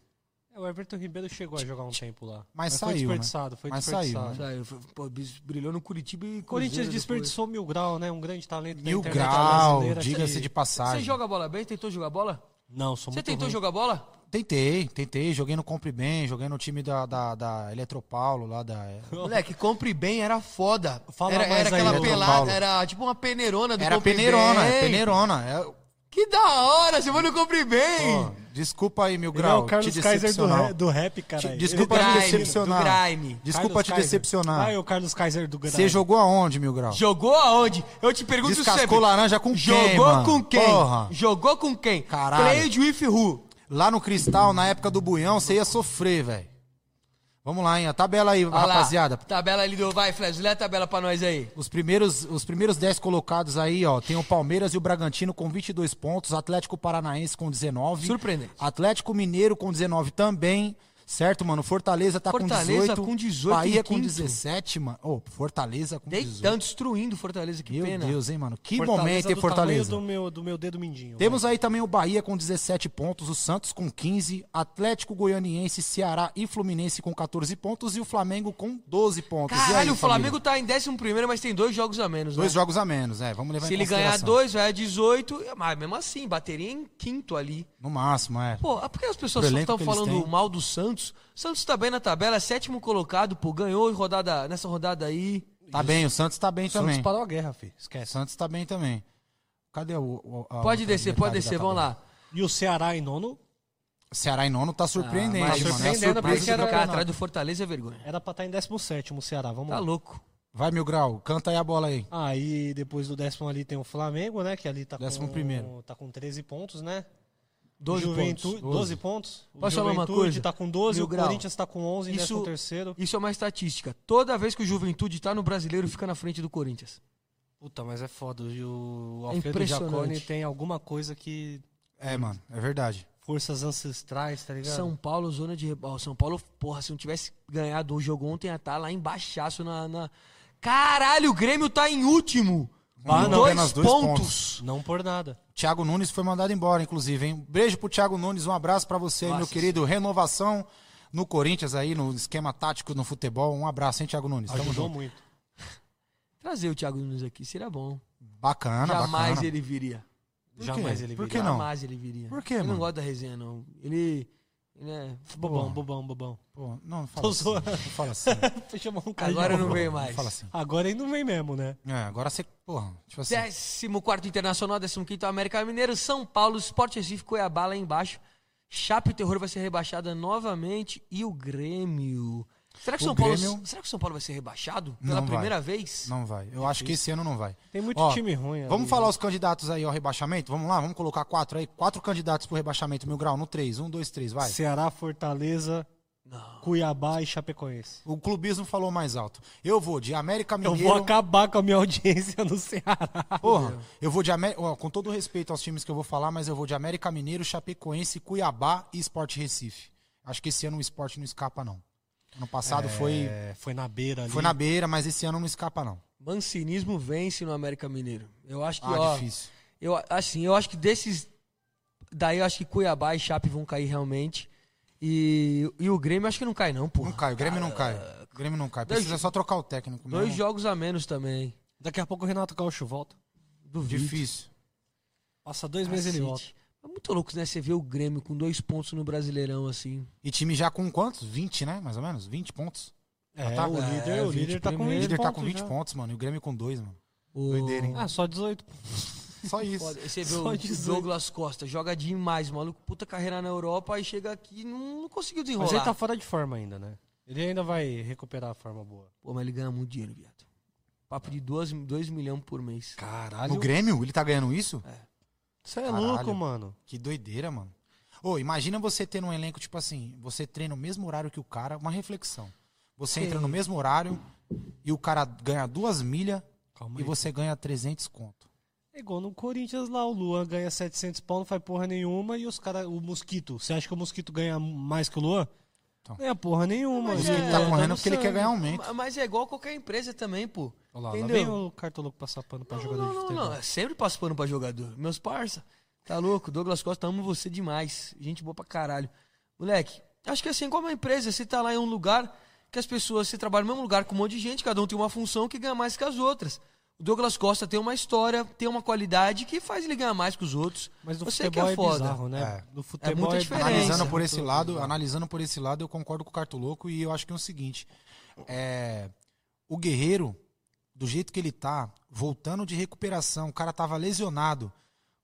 [SPEAKER 1] É, O Everton Ribeiro chegou a jogar um tempo lá.
[SPEAKER 3] Mas
[SPEAKER 1] Foi
[SPEAKER 3] saiu, né?
[SPEAKER 1] desperdiçado, foi
[SPEAKER 3] Mas saiu,
[SPEAKER 1] desperdiçado.
[SPEAKER 3] né?
[SPEAKER 2] Saiu, foi- pô, bis- brilhou no Curitiba e
[SPEAKER 1] O Corinthians
[SPEAKER 2] Cruzeiro
[SPEAKER 1] desperdiçou Mil Grau, né? Um grande talento
[SPEAKER 3] Mil
[SPEAKER 1] da internet né?
[SPEAKER 3] grau,
[SPEAKER 1] brasileira assim.
[SPEAKER 3] diga-se
[SPEAKER 1] que-
[SPEAKER 3] de
[SPEAKER 2] depois.
[SPEAKER 3] passagem.
[SPEAKER 2] Você joga bola bem? Tentou jogar bola?
[SPEAKER 1] Não, sou
[SPEAKER 2] Você
[SPEAKER 1] muito
[SPEAKER 2] tentou
[SPEAKER 1] ruim.
[SPEAKER 2] jogar bola?
[SPEAKER 3] Tentei, tentei. Joguei no Compre Bem, joguei no time da, da, da Eletropaulo, lá da...
[SPEAKER 2] Moleque, compre bem era foda.
[SPEAKER 1] Fala
[SPEAKER 2] era,
[SPEAKER 1] mais
[SPEAKER 2] era
[SPEAKER 1] aí,
[SPEAKER 2] aquela
[SPEAKER 1] Eletro
[SPEAKER 2] pelada,
[SPEAKER 3] Paulo.
[SPEAKER 2] era tipo uma peneirona do
[SPEAKER 3] Era
[SPEAKER 2] compre
[SPEAKER 3] peneirona,
[SPEAKER 2] bem.
[SPEAKER 3] é peneirona. É-
[SPEAKER 2] Que da hora, você foi no compre bem.
[SPEAKER 3] Ó, desculpa aí, Mil
[SPEAKER 1] Ele é
[SPEAKER 3] Grau,
[SPEAKER 1] o Carlos
[SPEAKER 3] te
[SPEAKER 1] Kaiser do,
[SPEAKER 3] decepcionar.
[SPEAKER 1] ra- do rap,
[SPEAKER 3] Te-
[SPEAKER 1] cara.
[SPEAKER 3] desculpa
[SPEAKER 2] grime, é
[SPEAKER 3] te
[SPEAKER 2] do
[SPEAKER 3] decepcionar.
[SPEAKER 2] grime.
[SPEAKER 3] Desculpa te decepcionar.
[SPEAKER 1] Ah, é o Carlos Kaiser do Grau.
[SPEAKER 3] Você jogou aonde, Mil Grau?
[SPEAKER 2] Jogou aonde? Eu te pergunto sempre.
[SPEAKER 3] Descascou laranja com quem,
[SPEAKER 2] Jogou
[SPEAKER 3] mano?
[SPEAKER 2] com quem?
[SPEAKER 3] Porra.
[SPEAKER 2] Jogou com quem?
[SPEAKER 3] Caralho.
[SPEAKER 2] Cleide with who?
[SPEAKER 3] Lá no Cristal, na época do Buião, você ia sofrer, velho. Vamos lá, hein? A tabela aí,
[SPEAKER 2] Olha lá,
[SPEAKER 3] rapaziada.
[SPEAKER 2] Tabela ali do Vai, Flash. Lê a tabela pra nós aí.
[SPEAKER 3] Os primeiros, os primeiros 10 colocados aí, ó, tem o Palmeiras e o Bragantino com 22 pontos, Atlético Paranaense com 19.
[SPEAKER 2] Surpreendente.
[SPEAKER 3] Atlético Mineiro com 19 também. Certo, mano? Fortaleza tá
[SPEAKER 2] Fortaleza com
[SPEAKER 3] com 18.
[SPEAKER 2] 18 em
[SPEAKER 3] Bahia com
[SPEAKER 2] quinto.
[SPEAKER 3] 17, mano. Ô, Fortaleza com 18.
[SPEAKER 2] Deitando, destruindo Fortaleza, que
[SPEAKER 3] Meu
[SPEAKER 2] pena.
[SPEAKER 3] Deus, hein, mano? Que
[SPEAKER 1] Fortaleza
[SPEAKER 3] momento, hein,
[SPEAKER 1] do
[SPEAKER 3] Fortaleza?
[SPEAKER 1] tamanho Do meu, do meu dedo mindinho.
[SPEAKER 3] Temos aí também o Bahia com 17 pontos, o Santos com 15, Atlético Goianiense, Ceará e Fluminense com 14 pontos e o Flamengo com 12 pontos. E aí,
[SPEAKER 2] Caralho, o Flamengo
[SPEAKER 3] família?
[SPEAKER 2] tá em 11 mas tem dois jogos a menos,
[SPEAKER 3] Dois
[SPEAKER 2] né?
[SPEAKER 3] jogos a menos, é. Vamos levar
[SPEAKER 2] Se
[SPEAKER 3] em
[SPEAKER 2] ele ganhar
[SPEAKER 3] consideração.
[SPEAKER 2] dois, vai a 18. Mas mesmo assim, bateria em quinto ali.
[SPEAKER 3] No máximo, é.
[SPEAKER 2] Pô, ah, por que as pessoas
[SPEAKER 3] Pro
[SPEAKER 2] só
[SPEAKER 3] elenco
[SPEAKER 2] estão
[SPEAKER 3] que eles
[SPEAKER 2] falando
[SPEAKER 3] têm.
[SPEAKER 2] mal do Santos? Santos tá bem na tabela, é sétimo colocado, pô, ganhou em rodada, nessa rodada aí.
[SPEAKER 3] Tá bem, o Santos tá bem
[SPEAKER 1] O Santos
[SPEAKER 3] também.
[SPEAKER 1] parou a guerra, filho.
[SPEAKER 3] O
[SPEAKER 1] Esquece.
[SPEAKER 3] Santos tá bem também. Cadê o. o- a
[SPEAKER 2] Pode
[SPEAKER 3] outra
[SPEAKER 2] descer,
[SPEAKER 3] metade
[SPEAKER 2] pode
[SPEAKER 3] da
[SPEAKER 2] descer, vamos
[SPEAKER 3] tabela? Tá
[SPEAKER 2] lá.
[SPEAKER 1] E o Ceará em nono
[SPEAKER 3] Ceará em nono tá surpreendente,
[SPEAKER 2] Ah, mas
[SPEAKER 3] mano. É a
[SPEAKER 1] surpreendendo,
[SPEAKER 3] surpresa
[SPEAKER 1] porque
[SPEAKER 3] do
[SPEAKER 1] era-
[SPEAKER 2] ficar
[SPEAKER 3] campeonato.
[SPEAKER 2] atrás do Fortaleza é vergonha.
[SPEAKER 1] era pra estar em 17 o Ceará. Vamos
[SPEAKER 2] Tá
[SPEAKER 1] lá.
[SPEAKER 2] louco.
[SPEAKER 3] Vai, Mil Grau, canta aí a bola aí.
[SPEAKER 1] Aí depois do décimo ali tem o Flamengo, né? Que ali tá
[SPEAKER 3] Décimo
[SPEAKER 1] com.
[SPEAKER 3] primeiro.
[SPEAKER 1] Tá com 13 pontos, né?
[SPEAKER 2] 12
[SPEAKER 1] Juventude,
[SPEAKER 2] pontos.
[SPEAKER 1] 12 pontos. O
[SPEAKER 2] Posso falar uma
[SPEAKER 1] Juventude
[SPEAKER 2] coisa?
[SPEAKER 1] tá com 12,
[SPEAKER 2] Mil
[SPEAKER 1] o
[SPEAKER 2] grau.
[SPEAKER 1] Corinthians tá com 11,
[SPEAKER 2] Isso-
[SPEAKER 1] décimo terceiro.
[SPEAKER 2] Isso é uma estatística. Toda vez que o Juventude tá no brasileiro, fica na frente do Corinthians.
[SPEAKER 1] Puta, mas é foda. E o
[SPEAKER 2] É
[SPEAKER 1] Alfredo
[SPEAKER 2] impressionante.
[SPEAKER 1] Jacone tem alguma coisa que.
[SPEAKER 2] Hum.
[SPEAKER 3] É, mano, é verdade.
[SPEAKER 1] Forças ancestrais, tá ligado?
[SPEAKER 2] São Paulo, zona de rebal. São Paulo, porra, se não tivesse ganhado o jogo ontem, ia tá lá embaixaço na, na. Caralho, o Grêmio tá em último.
[SPEAKER 3] Ah,
[SPEAKER 2] Com
[SPEAKER 3] não,
[SPEAKER 2] dois,
[SPEAKER 3] apenas dois
[SPEAKER 2] pontos.
[SPEAKER 1] Não por nada.
[SPEAKER 3] Thiago Nunes foi mandado embora, inclusive, hein? Um beijo pro Thiago Nunes, um abraço pra você, aí, meu
[SPEAKER 2] Nossa
[SPEAKER 3] querido. Renovação no Corinthians aí, no esquema tático no futebol. Um abraço, hein, Thiago Nunes? Tamo
[SPEAKER 1] Ajudou
[SPEAKER 3] junto.
[SPEAKER 1] muito.
[SPEAKER 2] Trazer o Thiago Nunes aqui seria bom.
[SPEAKER 3] Bacana,
[SPEAKER 2] Jamais
[SPEAKER 3] Tá bacana.
[SPEAKER 2] ele viria.
[SPEAKER 3] Por quê?
[SPEAKER 1] Jamais ele
[SPEAKER 3] Por
[SPEAKER 1] viria.
[SPEAKER 3] que não?
[SPEAKER 2] Jamais ele viria.
[SPEAKER 3] Por quê,
[SPEAKER 2] Ele não
[SPEAKER 3] mano?
[SPEAKER 2] gosta da resenha, não. Ele. ele é-
[SPEAKER 1] Ah, Bobão, bobão, bobão.
[SPEAKER 3] Pô, não, não fala
[SPEAKER 1] Tô
[SPEAKER 3] assim.
[SPEAKER 1] zoando.
[SPEAKER 3] Não fala assim.
[SPEAKER 1] Foi chamar um cara de
[SPEAKER 2] Agora
[SPEAKER 1] bobão.
[SPEAKER 2] não vem
[SPEAKER 3] Não
[SPEAKER 2] mais.
[SPEAKER 3] fala assim.
[SPEAKER 1] Agora ele não vem mesmo, né?
[SPEAKER 3] É, agora você, porra, tipo assim.
[SPEAKER 2] 14 Internacional, 15 América Mineiro, São Paulo, Sport Recife, Cuiabá lá embaixo. Chape o Terror vai ser rebaixada novamente e o Grêmio. Será que
[SPEAKER 3] O
[SPEAKER 2] São Paulo,
[SPEAKER 3] Grêmio-
[SPEAKER 2] será que São Paulo vai ser rebaixado pela
[SPEAKER 3] Não vai.
[SPEAKER 2] primeira vez?
[SPEAKER 3] Não vai. Eu acho que esse ano não vai.
[SPEAKER 1] Tem muito
[SPEAKER 3] Ó,
[SPEAKER 1] time ruim.
[SPEAKER 3] Vamos
[SPEAKER 1] ali,
[SPEAKER 3] falar
[SPEAKER 1] né?
[SPEAKER 3] os candidatos aí ao rebaixamento? Vamos lá, vamos colocar quatro aí. Quatro candidatos pro rebaixamento, Mil Grau, no três. Um, dois, três, vai.
[SPEAKER 1] Ceará, Fortaleza,
[SPEAKER 2] Não.
[SPEAKER 1] Cuiabá e Chapecoense.
[SPEAKER 3] O clubismo falou mais alto. Eu vou de América
[SPEAKER 1] Eu
[SPEAKER 3] Mineiro...
[SPEAKER 1] vou acabar com a minha audiência no Ceará.
[SPEAKER 3] Porra, eu vou de América. Com todo respeito aos times que eu vou falar, mas eu vou de América Mineiro, Chapecoense, Cuiabá e Sport Recife. Acho que esse ano o esporte não escapa, não. Ano passado foi,
[SPEAKER 1] É, foi na beira ali.
[SPEAKER 3] foi na beira, mas esse ano não escapa, não.
[SPEAKER 2] Mancinismo vence no América Mineiro. Eu acho que
[SPEAKER 3] Ah,
[SPEAKER 2] ó,
[SPEAKER 3] difícil.
[SPEAKER 2] eu assim, eu acho que desses daí eu acho que Cuiabá e Chape vão cair realmente. E, e o Grêmio acho que não cai não, pô.
[SPEAKER 3] Não cai, o Grêmio não cai. O Grêmio não cai. Precisa
[SPEAKER 2] Dois-
[SPEAKER 3] só trocar o técnico.
[SPEAKER 2] Dois
[SPEAKER 3] mesmo.
[SPEAKER 2] jogos a menos também.
[SPEAKER 1] Daqui a pouco o Renato Gaúcho volta.
[SPEAKER 2] Duvido.
[SPEAKER 3] Difícil.
[SPEAKER 1] Passa dois meses ele volta.
[SPEAKER 2] Cacete. É muito louco, né? Você vê o Grêmio com dois pontos no Brasileirão, assim.
[SPEAKER 3] E time já com quantos? 20, né? Mais ou menos? 20 pontos.
[SPEAKER 1] É,
[SPEAKER 3] tá-
[SPEAKER 1] o
[SPEAKER 2] é,
[SPEAKER 1] líder, o
[SPEAKER 2] 20
[SPEAKER 1] líder tá com
[SPEAKER 2] primeiro.
[SPEAKER 1] 20
[SPEAKER 3] O líder tá com
[SPEAKER 1] pontos
[SPEAKER 3] 20
[SPEAKER 1] já.
[SPEAKER 3] pontos, mano. E o Grêmio com dois, mano.
[SPEAKER 2] O...
[SPEAKER 3] Doideira, hein?
[SPEAKER 1] Ah, só 18 pontos.
[SPEAKER 3] Só isso.
[SPEAKER 2] Foda. Você vê
[SPEAKER 1] Só
[SPEAKER 2] o
[SPEAKER 1] 18.
[SPEAKER 2] Douglas Costa, joga demais, maluco. Puta carreira na Europa, aí chega aqui e não, não conseguiu
[SPEAKER 1] Mas ele
[SPEAKER 2] desenrolar.
[SPEAKER 1] tá fora de forma ainda, né? Ele ainda vai recuperar a forma boa.
[SPEAKER 2] Pô, mas ele ganha muito dinheiro, viado. Papo de 2 milhões por mês.
[SPEAKER 1] Caralho.
[SPEAKER 3] No Grêmio? Ele tá ganhando isso?
[SPEAKER 1] Você é
[SPEAKER 3] Caralho.
[SPEAKER 1] louco, mano.
[SPEAKER 3] Que doideira, mano. Ô, imagina você ter um elenco, tipo assim, você treina o mesmo horário que o cara, uma reflexão. Você entra no mesmo horário e o cara ganha duas milhas
[SPEAKER 1] Calma
[SPEAKER 3] e
[SPEAKER 1] aí.
[SPEAKER 3] você ganha 300 conto.
[SPEAKER 1] É igual no Corinthians lá, o Luan ganha 700 pau, não faz porra nenhuma, e os caras, o Mosquito, você acha que o Mosquito ganha mais que o Luan?
[SPEAKER 3] Então.
[SPEAKER 1] Ganha porra nenhuma. assim, né? ele
[SPEAKER 2] Mas
[SPEAKER 3] Mas ele
[SPEAKER 2] é,
[SPEAKER 3] tá
[SPEAKER 1] dando
[SPEAKER 3] correndo porque ele
[SPEAKER 1] sangue.
[SPEAKER 3] quer ganhar aumento.
[SPEAKER 2] Ma- Mas é igual qualquer empresa também, pô.
[SPEAKER 1] Olha lá, lá
[SPEAKER 2] Entendeu?
[SPEAKER 1] vem o cartoloco passar pano pra
[SPEAKER 2] Não,
[SPEAKER 1] jogador
[SPEAKER 2] não,
[SPEAKER 1] de
[SPEAKER 2] não,
[SPEAKER 1] futebol.
[SPEAKER 2] não. Eu Sempre passo pano pra jogador. Meus parça. Tá louco? Douglas Costa, amo você demais. Gente boa pra caralho. Moleque, acho que assim como a empresa, você tá lá em um lugar que as pessoas, você trabalha no mesmo lugar com um monte de gente, cada um tem uma função que ganha mais que as outras. O Douglas Costa tem uma história, tem uma qualidade que faz ele ganhar mais que os outros.
[SPEAKER 1] Mas no
[SPEAKER 2] você
[SPEAKER 1] futebol
[SPEAKER 2] que
[SPEAKER 1] é,
[SPEAKER 2] é foda.
[SPEAKER 1] bizarro, né? No futebol
[SPEAKER 2] muita diferença.
[SPEAKER 3] Analisando por esse
[SPEAKER 1] Muito
[SPEAKER 3] lado,
[SPEAKER 1] bizarro.
[SPEAKER 3] analisando por esse lado, eu concordo com o Cartoloco e eu acho que é o seguinte, é, o Guerreiro, do jeito que ele tá, voltando de recuperação, o cara tava lesionado,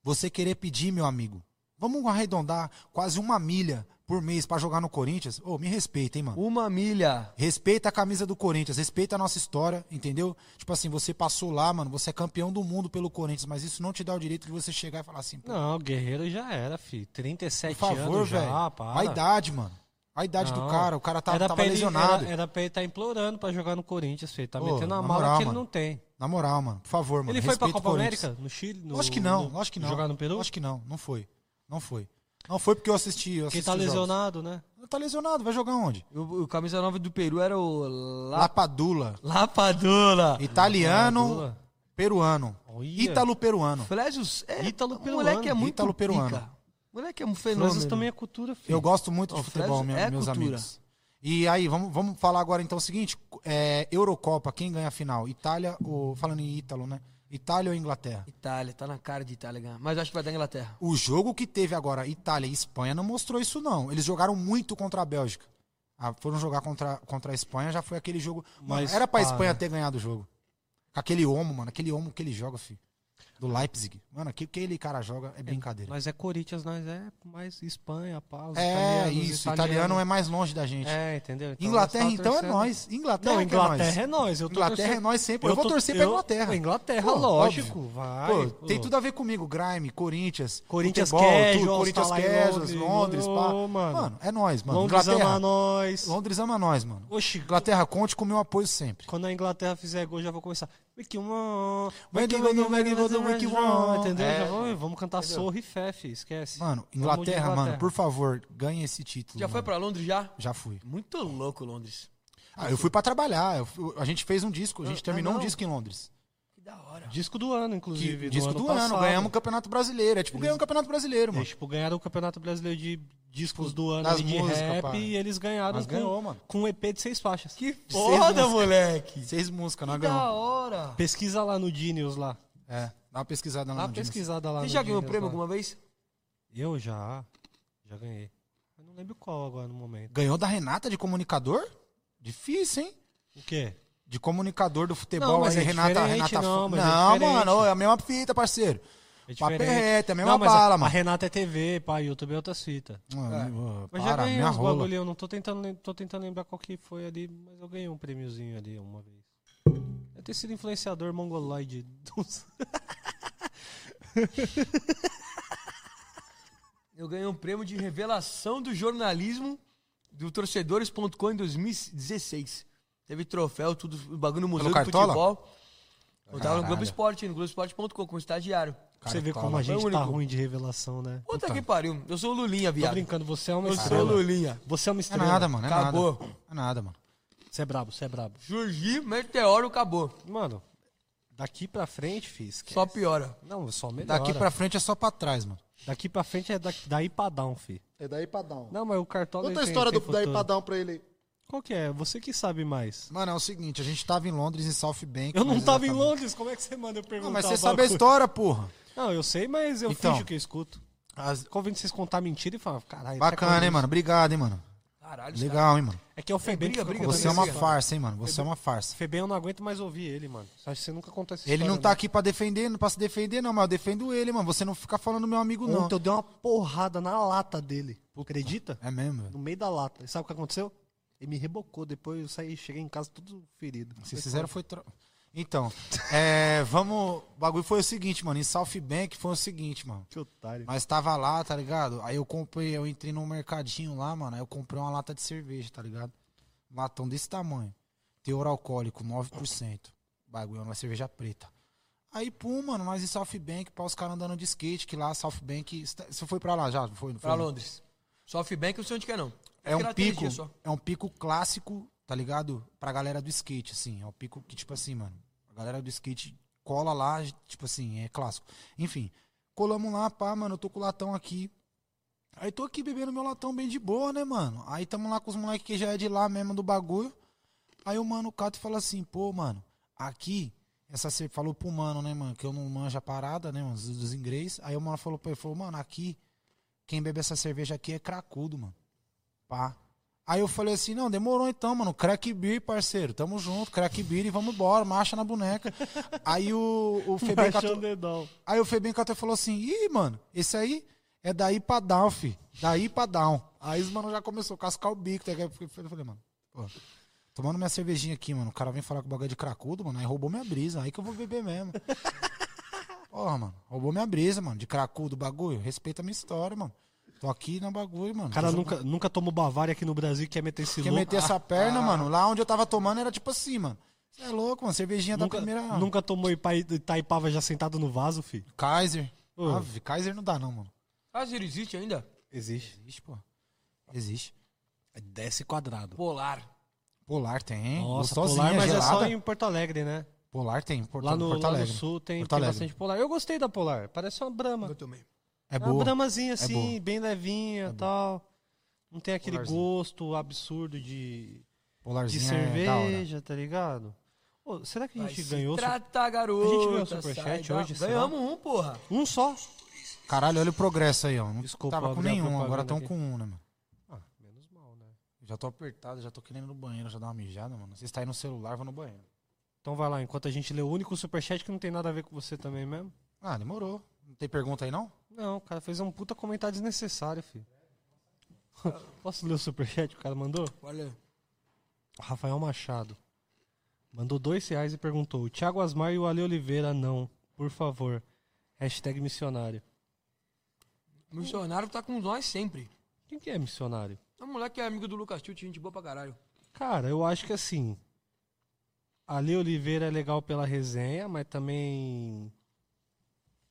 [SPEAKER 3] você querer pedir, meu amigo, vamos arredondar quase uma milha por mês pra jogar no Corinthians? Ô, me respeita, hein, mano?
[SPEAKER 2] Uma milha.
[SPEAKER 3] Respeita a camisa do Corinthians, respeita a nossa história, entendeu? Tipo assim, você passou lá, mano, você é campeão do mundo pelo Corinthians, mas isso não te dá o direito de você chegar e falar assim, pô,
[SPEAKER 1] Não, o Guerreiro já era, fi.
[SPEAKER 3] por
[SPEAKER 1] 37
[SPEAKER 3] favor,
[SPEAKER 1] anos já,
[SPEAKER 3] velho.
[SPEAKER 1] para.
[SPEAKER 3] A idade, mano. A idade
[SPEAKER 1] Não.
[SPEAKER 3] do cara, o cara tá,
[SPEAKER 1] era
[SPEAKER 3] tava
[SPEAKER 1] pra ele-
[SPEAKER 3] lesionado.
[SPEAKER 1] Era, era pra ele estar implorando pra jogar no Corinthians, filho. Tá
[SPEAKER 3] Ô,
[SPEAKER 1] metendo uma
[SPEAKER 3] na
[SPEAKER 1] mala
[SPEAKER 3] moral,
[SPEAKER 1] que ele
[SPEAKER 3] mano.
[SPEAKER 1] não tem.
[SPEAKER 3] Na moral, mano, por favor, mano.
[SPEAKER 1] ele foi pra
[SPEAKER 3] respeita o
[SPEAKER 1] Copa
[SPEAKER 3] Corinthians.
[SPEAKER 1] América? No Chile? No,
[SPEAKER 3] Acho que não,
[SPEAKER 1] no-
[SPEAKER 3] acho que não.
[SPEAKER 1] Jogar no Peru?
[SPEAKER 3] Acho que não, não foi. Não foi. Não foi porque eu assisti, eu
[SPEAKER 1] Quem
[SPEAKER 3] assisti
[SPEAKER 1] tá
[SPEAKER 3] os jogos.
[SPEAKER 1] lesionado, né?
[SPEAKER 3] Tá lesionado, vai jogar onde?
[SPEAKER 2] O, o camisa nova do Peru era o La...
[SPEAKER 3] Lapadula.
[SPEAKER 2] Lapadula.
[SPEAKER 3] Italiano,
[SPEAKER 1] Lula.
[SPEAKER 3] peruano.
[SPEAKER 1] Olha.
[SPEAKER 3] Ítalo-peruano.
[SPEAKER 2] Flezios é.
[SPEAKER 1] Então. Ítalo
[SPEAKER 2] o moleque é
[SPEAKER 1] peruano.
[SPEAKER 2] muito
[SPEAKER 3] Ítalo peruano.
[SPEAKER 2] pica. O moleque é um
[SPEAKER 1] Mas
[SPEAKER 2] fenômeno.
[SPEAKER 1] isso também é cultura, filho.
[SPEAKER 3] Eu gosto muito de
[SPEAKER 2] Ó,
[SPEAKER 3] futebol,
[SPEAKER 2] Fresno
[SPEAKER 3] meu-
[SPEAKER 2] é
[SPEAKER 3] meus
[SPEAKER 2] cultura.
[SPEAKER 3] amigos. E aí, vamos, vamos falar agora então o seguinte: é, Eurocopa, quem ganha a final? Itália ou. Falando em Ítalo, né? Itália ou Inglaterra?
[SPEAKER 2] Itália, tá na cara de Itália ganhar. Mas eu acho que vai dar Inglaterra.
[SPEAKER 3] O jogo que teve agora Itália e Espanha não mostrou isso, não. Eles jogaram muito contra a Bélgica. Ah, foram jogar contra, contra a Espanha, já foi aquele jogo. Mano,
[SPEAKER 1] Mas ah, é.
[SPEAKER 3] era pra
[SPEAKER 1] para.
[SPEAKER 3] Espanha ter ganhado o jogo. Com Aquele homo, mano, aquele homo que ele joga, filho. Do Leipzig. Mano, o que que aquele cara joga é brincadeira.
[SPEAKER 1] Nós é Corinthians, nós é mais Espanha, pá. os
[SPEAKER 3] É,
[SPEAKER 1] italianos,
[SPEAKER 3] isso. Italiano é mais longe da gente.
[SPEAKER 1] É, entendeu? Então
[SPEAKER 3] Inglaterra,
[SPEAKER 1] nós tá
[SPEAKER 3] então, é
[SPEAKER 1] torcendo-
[SPEAKER 3] nós. Inglaterra,
[SPEAKER 1] Não,
[SPEAKER 3] que é nós.
[SPEAKER 1] Inglaterra é nós. Eu tô
[SPEAKER 3] Inglaterra
[SPEAKER 1] torcendo-
[SPEAKER 3] é nós sempre. Eu, vou
[SPEAKER 1] tô-
[SPEAKER 3] torcer pra
[SPEAKER 1] eu-
[SPEAKER 3] Inglaterra.
[SPEAKER 1] Inglaterra,
[SPEAKER 3] Pô,
[SPEAKER 1] lógico,
[SPEAKER 3] óbvio.
[SPEAKER 1] vai.
[SPEAKER 3] Pô, tem
[SPEAKER 1] Pô.
[SPEAKER 3] tudo a ver comigo. Grime, Corinthians.
[SPEAKER 1] Corinthians
[SPEAKER 3] futebol, tudo,
[SPEAKER 1] Casuals,
[SPEAKER 3] Corinthians
[SPEAKER 1] tá lá em
[SPEAKER 3] Casuals,
[SPEAKER 1] Londres,
[SPEAKER 3] Londres, pá.
[SPEAKER 1] ô, mano.
[SPEAKER 3] Mano. é nós, mano.
[SPEAKER 1] Londres ama
[SPEAKER 3] Inglaterra.
[SPEAKER 1] nós.
[SPEAKER 3] Londres ama nós, mano.
[SPEAKER 1] Oxi,
[SPEAKER 3] Inglaterra, conte com o meu apoio sempre.
[SPEAKER 1] quando a Inglaterra fizer gol, já vou começar. Wiki one,
[SPEAKER 3] Wiki one, wiki one, wiki one.
[SPEAKER 1] Entendeu?
[SPEAKER 3] É.
[SPEAKER 1] Já vamos, vamos cantar Sorri e Fé, fi, esquece.
[SPEAKER 3] Mano,
[SPEAKER 1] Vamos de
[SPEAKER 3] Inglaterra, mano, por favor, ganhe esse título.
[SPEAKER 2] Já foi
[SPEAKER 3] mano.
[SPEAKER 2] pra Londres já?
[SPEAKER 3] Já fui.
[SPEAKER 2] Muito louco Londres.
[SPEAKER 3] Ah, eu fui pra trabalhar. eu fui- a gente fez um disco. A gente
[SPEAKER 2] Ah,
[SPEAKER 3] terminou um
[SPEAKER 2] não.
[SPEAKER 3] disco em Londres.
[SPEAKER 2] Que da hora.
[SPEAKER 1] Disco do ano, inclusive.
[SPEAKER 3] Que, disco do ano.
[SPEAKER 1] passado.
[SPEAKER 3] Ganhamos o Campeonato Brasileiro. É tipo ganhar o Campeonato Brasileiro,
[SPEAKER 1] Eles,
[SPEAKER 3] mano.
[SPEAKER 1] tipo, ganharam o Campeonato Brasileiro de Discos do Ano
[SPEAKER 3] das
[SPEAKER 1] ali de
[SPEAKER 3] músicas,
[SPEAKER 1] rap
[SPEAKER 3] pá.
[SPEAKER 1] e eles ganharam
[SPEAKER 3] Mas
[SPEAKER 1] com,
[SPEAKER 3] ganhou, mano.
[SPEAKER 1] com um EP de seis faixas.
[SPEAKER 2] Que
[SPEAKER 3] seis
[SPEAKER 2] foda,
[SPEAKER 3] músicas.
[SPEAKER 2] moleque.
[SPEAKER 3] Seis
[SPEAKER 2] Que
[SPEAKER 3] músicas, nós
[SPEAKER 2] da
[SPEAKER 3] ganhamos.
[SPEAKER 2] hora.
[SPEAKER 1] Pesquisa lá no Genius lá.
[SPEAKER 3] É, dá uma pesquisada
[SPEAKER 1] Dá
[SPEAKER 3] lá
[SPEAKER 1] uma
[SPEAKER 3] no disco.
[SPEAKER 1] pesquisada lá
[SPEAKER 2] Você
[SPEAKER 1] no
[SPEAKER 2] já ganhou
[SPEAKER 1] Genius
[SPEAKER 2] prêmio
[SPEAKER 1] lá.
[SPEAKER 2] alguma vez?
[SPEAKER 1] Eu já. Já ganhei. Eu não lembro qual agora no momento.
[SPEAKER 3] Ganhou da Renata de comunicador? Difícil, hein?
[SPEAKER 1] O quê?
[SPEAKER 3] De comunicador do futebol.
[SPEAKER 1] Não, mas
[SPEAKER 3] aí,
[SPEAKER 1] é
[SPEAKER 3] Renata,
[SPEAKER 1] diferente,
[SPEAKER 3] Renata
[SPEAKER 1] não,
[SPEAKER 3] Fo-
[SPEAKER 1] mas é
[SPEAKER 3] Não,
[SPEAKER 1] diferente.
[SPEAKER 3] mano, ô, é a mesma fita, parceiro.
[SPEAKER 1] É
[SPEAKER 3] Papel
[SPEAKER 1] diferente.
[SPEAKER 3] reto, é a mesma
[SPEAKER 1] mas
[SPEAKER 3] bala,
[SPEAKER 1] a,
[SPEAKER 3] mano.
[SPEAKER 1] A Renata é TV, pá, YouTube é outras fitas.
[SPEAKER 3] Mano,
[SPEAKER 1] Mas já
[SPEAKER 3] para,
[SPEAKER 1] ganhei
[SPEAKER 3] minha
[SPEAKER 1] uns
[SPEAKER 3] rola.
[SPEAKER 1] bagulho, eu não tô tentando, lem- tô tentando lembrar qual que foi ali, mas eu ganhei um prêmiozinho ali uma vez. Deve ter sido influenciador mongoloide. dos-
[SPEAKER 2] Eu ganhei um prêmio de revelação do jornalismo do torcedores.com em 2016. Teve troféu, tudo, o bagulho no Museu do
[SPEAKER 3] Cartola?
[SPEAKER 2] Futebol. Eu tava no
[SPEAKER 3] Caralho.
[SPEAKER 2] Globo Esporte, no Globoesporte.com, como estagiário.
[SPEAKER 1] Você vê
[SPEAKER 3] Cartola.
[SPEAKER 1] como a gente
[SPEAKER 2] Foi o
[SPEAKER 1] tá
[SPEAKER 2] único.
[SPEAKER 1] ruim de revelação, né?
[SPEAKER 2] Puta
[SPEAKER 3] Puta.
[SPEAKER 2] que pariu. Eu sou o Lulinha,
[SPEAKER 1] Tô
[SPEAKER 2] viado.
[SPEAKER 1] brincando, você é uma
[SPEAKER 2] Eu sou o
[SPEAKER 1] estrela.
[SPEAKER 2] Lulinha.
[SPEAKER 1] Você é uma
[SPEAKER 3] É
[SPEAKER 1] estrela.
[SPEAKER 3] nada, mano, é
[SPEAKER 2] Acabou.
[SPEAKER 3] nada. É nada, mano.
[SPEAKER 1] Você é brabo, você é brabo.
[SPEAKER 2] Surgi, meteoro, acabou.
[SPEAKER 1] Mano, daqui pra frente, fiz.
[SPEAKER 2] Só piora.
[SPEAKER 1] Não, só melhora.
[SPEAKER 3] Daqui pra frente é só pra trás, mano.
[SPEAKER 1] Daqui pra frente é da- daí pra down, fi.
[SPEAKER 5] É daí pra down.
[SPEAKER 1] Não, mas o Cartola
[SPEAKER 5] Conta
[SPEAKER 1] ele
[SPEAKER 5] a
[SPEAKER 1] tem-
[SPEAKER 5] história
[SPEAKER 1] tem
[SPEAKER 5] do daí
[SPEAKER 1] futuro.
[SPEAKER 5] pra down pra ele aí.
[SPEAKER 1] Qual que é? Você que sabe mais.
[SPEAKER 3] Mano, é o seguinte, a gente tava em Londres, em South Bank.
[SPEAKER 1] Eu não
[SPEAKER 3] mas
[SPEAKER 1] tava em
[SPEAKER 3] exatamente-
[SPEAKER 1] Londres, como é que você manda eu perguntar?
[SPEAKER 3] Não, mas
[SPEAKER 1] o
[SPEAKER 3] você sabe a
[SPEAKER 1] bagulho?
[SPEAKER 3] história, porra.
[SPEAKER 1] Não, eu sei, mas eu
[SPEAKER 3] Então.
[SPEAKER 1] finjo que eu escuto.
[SPEAKER 3] As-
[SPEAKER 1] Convido vocês contar mentira e falar, caralho.
[SPEAKER 3] Bacana,
[SPEAKER 1] tá
[SPEAKER 3] hein, mano? Obrigado, hein, mano.
[SPEAKER 2] Caralho, os
[SPEAKER 3] Legal, hein, mano.
[SPEAKER 1] com- É que é o Febem
[SPEAKER 2] briga,
[SPEAKER 1] que fica
[SPEAKER 2] briga,
[SPEAKER 1] contando
[SPEAKER 3] Você é uma
[SPEAKER 1] essa história.
[SPEAKER 3] farsa, hein, mano. Você é uma farsa.
[SPEAKER 1] Febem eu não aguento mais ouvir ele, mano. Acho que você nunca contou essa
[SPEAKER 3] Ele
[SPEAKER 1] história,
[SPEAKER 3] não tá
[SPEAKER 1] né?
[SPEAKER 3] aqui pra defender, não pra se defender, não, mas eu defendo ele, mano. Você não fica falando meu amigo, não.
[SPEAKER 1] Ontem eu dei uma porrada na lata dele. Acredita?
[SPEAKER 3] É mesmo, velho.
[SPEAKER 1] No meio da lata. E sabe o que aconteceu? Ele me rebocou, depois eu saí, cheguei em casa todo ferido.
[SPEAKER 3] Vocês fizeram foi. tro- Então, é, vamos. O bagulho foi o seguinte, mano. Em South Bank foi o seguinte, mano.
[SPEAKER 1] Que otário.
[SPEAKER 3] Nós tava lá, tá ligado? Aí eu comprei, eu entrei num mercadinho lá, mano. Aí eu comprei uma lata de cerveja, tá ligado? Um Latão desse tamanho. Teor alcoólico, 9%. Bagulho, é uma cerveja preta. Aí, pum, mano, mas em South Bank, pra os caras andando de skate, que lá, South Bank. Você foi pra lá já? não Foi, não foi?
[SPEAKER 2] Pra Londres. SoftBank, eu não sei onde que é, não.
[SPEAKER 3] É
[SPEAKER 2] Fiquei
[SPEAKER 3] um
[SPEAKER 2] lá três
[SPEAKER 3] pico,
[SPEAKER 2] dias só.
[SPEAKER 3] é um pico clássico, tá ligado? Pra galera do skate, assim. É um pico que, tipo assim, mano, a galera do skate cola lá, tipo assim, é clássico. Enfim, colamos lá, pá, mano, eu tô com o latão aqui. Aí tô aqui bebendo meu latão bem de boa, né, mano? Aí tamo lá com os moleques que já é de lá mesmo do bagulho. Aí o mano cata e fala assim, pô, mano, aqui, essa você falou pro mano, né, mano, que eu não manjo a parada, né, mano, dos, dos inglês. Aí o mano falou pra ele, falou, mano, aqui, quem bebe essa cerveja aqui é cracudo, mano. Pá. Aí eu falei assim, não, demorou então, mano. Crack beer, parceiro. Tamo junto, crack beer e vamos embora. Marcha na boneca. Aí o, o Febem
[SPEAKER 1] Baixou
[SPEAKER 3] catou-
[SPEAKER 1] o dedão.
[SPEAKER 3] Aí o Febem Catar falou assim: ih, mano, esse aí é daí pra down, fi. Daí pra down. Aí os mano já começou a cascar o bico. tá ligado? Eu falei- eu falei, mano, pô, tomando minha cervejinha aqui, mano. O cara vem falar com o bagulho é de cracudo, mano. Aí roubou minha brisa. Aí que eu vou beber mesmo. Porra, mano, roubou minha brisa, mano. De cracudo o bagulho. Respeita a minha história, mano. Tô aqui no bagulho, mano.
[SPEAKER 1] O cara
[SPEAKER 3] Tô jogando-
[SPEAKER 1] nunca, nunca tomou Bavária aqui no Brasil e quer meter esse
[SPEAKER 3] Quer
[SPEAKER 1] louco. Ah,
[SPEAKER 3] meter essa perna, mano? Lá onde eu tava tomando era tipo assim, mano. Você é louco, mano. Cervejinha
[SPEAKER 1] nunca,
[SPEAKER 3] da primeira.
[SPEAKER 1] nunca tomou Ipa- Itaipava já sentado no vaso, filho.
[SPEAKER 3] Kaiser.
[SPEAKER 1] Ô.
[SPEAKER 3] Ave, Kaiser não dá, não, mano.
[SPEAKER 2] Ah, ele existe ainda?
[SPEAKER 1] Existe.
[SPEAKER 3] Existe, pô. Existe.
[SPEAKER 1] Desce quadrado.
[SPEAKER 2] Polar.
[SPEAKER 3] Polar tem.
[SPEAKER 1] Nossa,
[SPEAKER 3] gostosinha,
[SPEAKER 1] polar, mas é
[SPEAKER 3] gelada.
[SPEAKER 1] só em Porto Alegre, né?
[SPEAKER 3] Polar tem. Porto,
[SPEAKER 1] Lá no,
[SPEAKER 3] Porto
[SPEAKER 1] lá no
[SPEAKER 3] Alegre.
[SPEAKER 1] sul tem,
[SPEAKER 3] Porto
[SPEAKER 1] tem
[SPEAKER 3] Alegre.
[SPEAKER 1] bastante polar. Eu gostei da polar. Parece uma brama.
[SPEAKER 2] Eu também.
[SPEAKER 3] É
[SPEAKER 1] É uma
[SPEAKER 3] boa.
[SPEAKER 1] bramazinha assim,
[SPEAKER 3] boa.
[SPEAKER 1] bem levinha e tal. Não tem aquele
[SPEAKER 3] Polarzinho.
[SPEAKER 1] gosto absurdo de, de
[SPEAKER 3] Polarzinha é da hora.
[SPEAKER 1] cerveja, tá ligado? Ô, será que a gente ganhou su-
[SPEAKER 2] Trata, garoto.
[SPEAKER 1] A gente ganhou o superchat hoje, será?
[SPEAKER 2] Ganhamos um, porra.
[SPEAKER 1] um só?
[SPEAKER 3] Caralho, olha o progresso aí, ó. Não
[SPEAKER 1] Desculpa,
[SPEAKER 3] tava com
[SPEAKER 1] abri a
[SPEAKER 3] nenhum, agora
[SPEAKER 1] propaganda
[SPEAKER 3] tão
[SPEAKER 1] aqui.
[SPEAKER 3] com um, né, mano?
[SPEAKER 1] Ah, menos mal, né?
[SPEAKER 3] Já tô apertado, já tô querendo ir no banheiro, já dar uma mijada, mano. Você está aí no celular, vou no banheiro.
[SPEAKER 1] Então vai lá, enquanto a gente lê o único superchat que não tem nada a ver com você também mesmo.
[SPEAKER 3] Ah, demorou. Não tem pergunta aí, não?
[SPEAKER 1] Não, o cara fez um puta comentário desnecessário, filho. Posso ler o superchat que o cara mandou?
[SPEAKER 2] Olha.
[SPEAKER 1] Rafael Machado mandou dois reais e perguntou: o Thiago Asmar e o Ale Oliveira, não, por favor. Hashtag missionário.
[SPEAKER 2] O
[SPEAKER 1] Uh.
[SPEAKER 2] missionário tá com nós sempre.
[SPEAKER 1] Quem que é missionário?
[SPEAKER 2] É um moleque que é amigo do Lucas Tilt, gente boa pra caralho.
[SPEAKER 1] Cara, eu acho que assim. Ale Oliveira é legal pela resenha, mas também.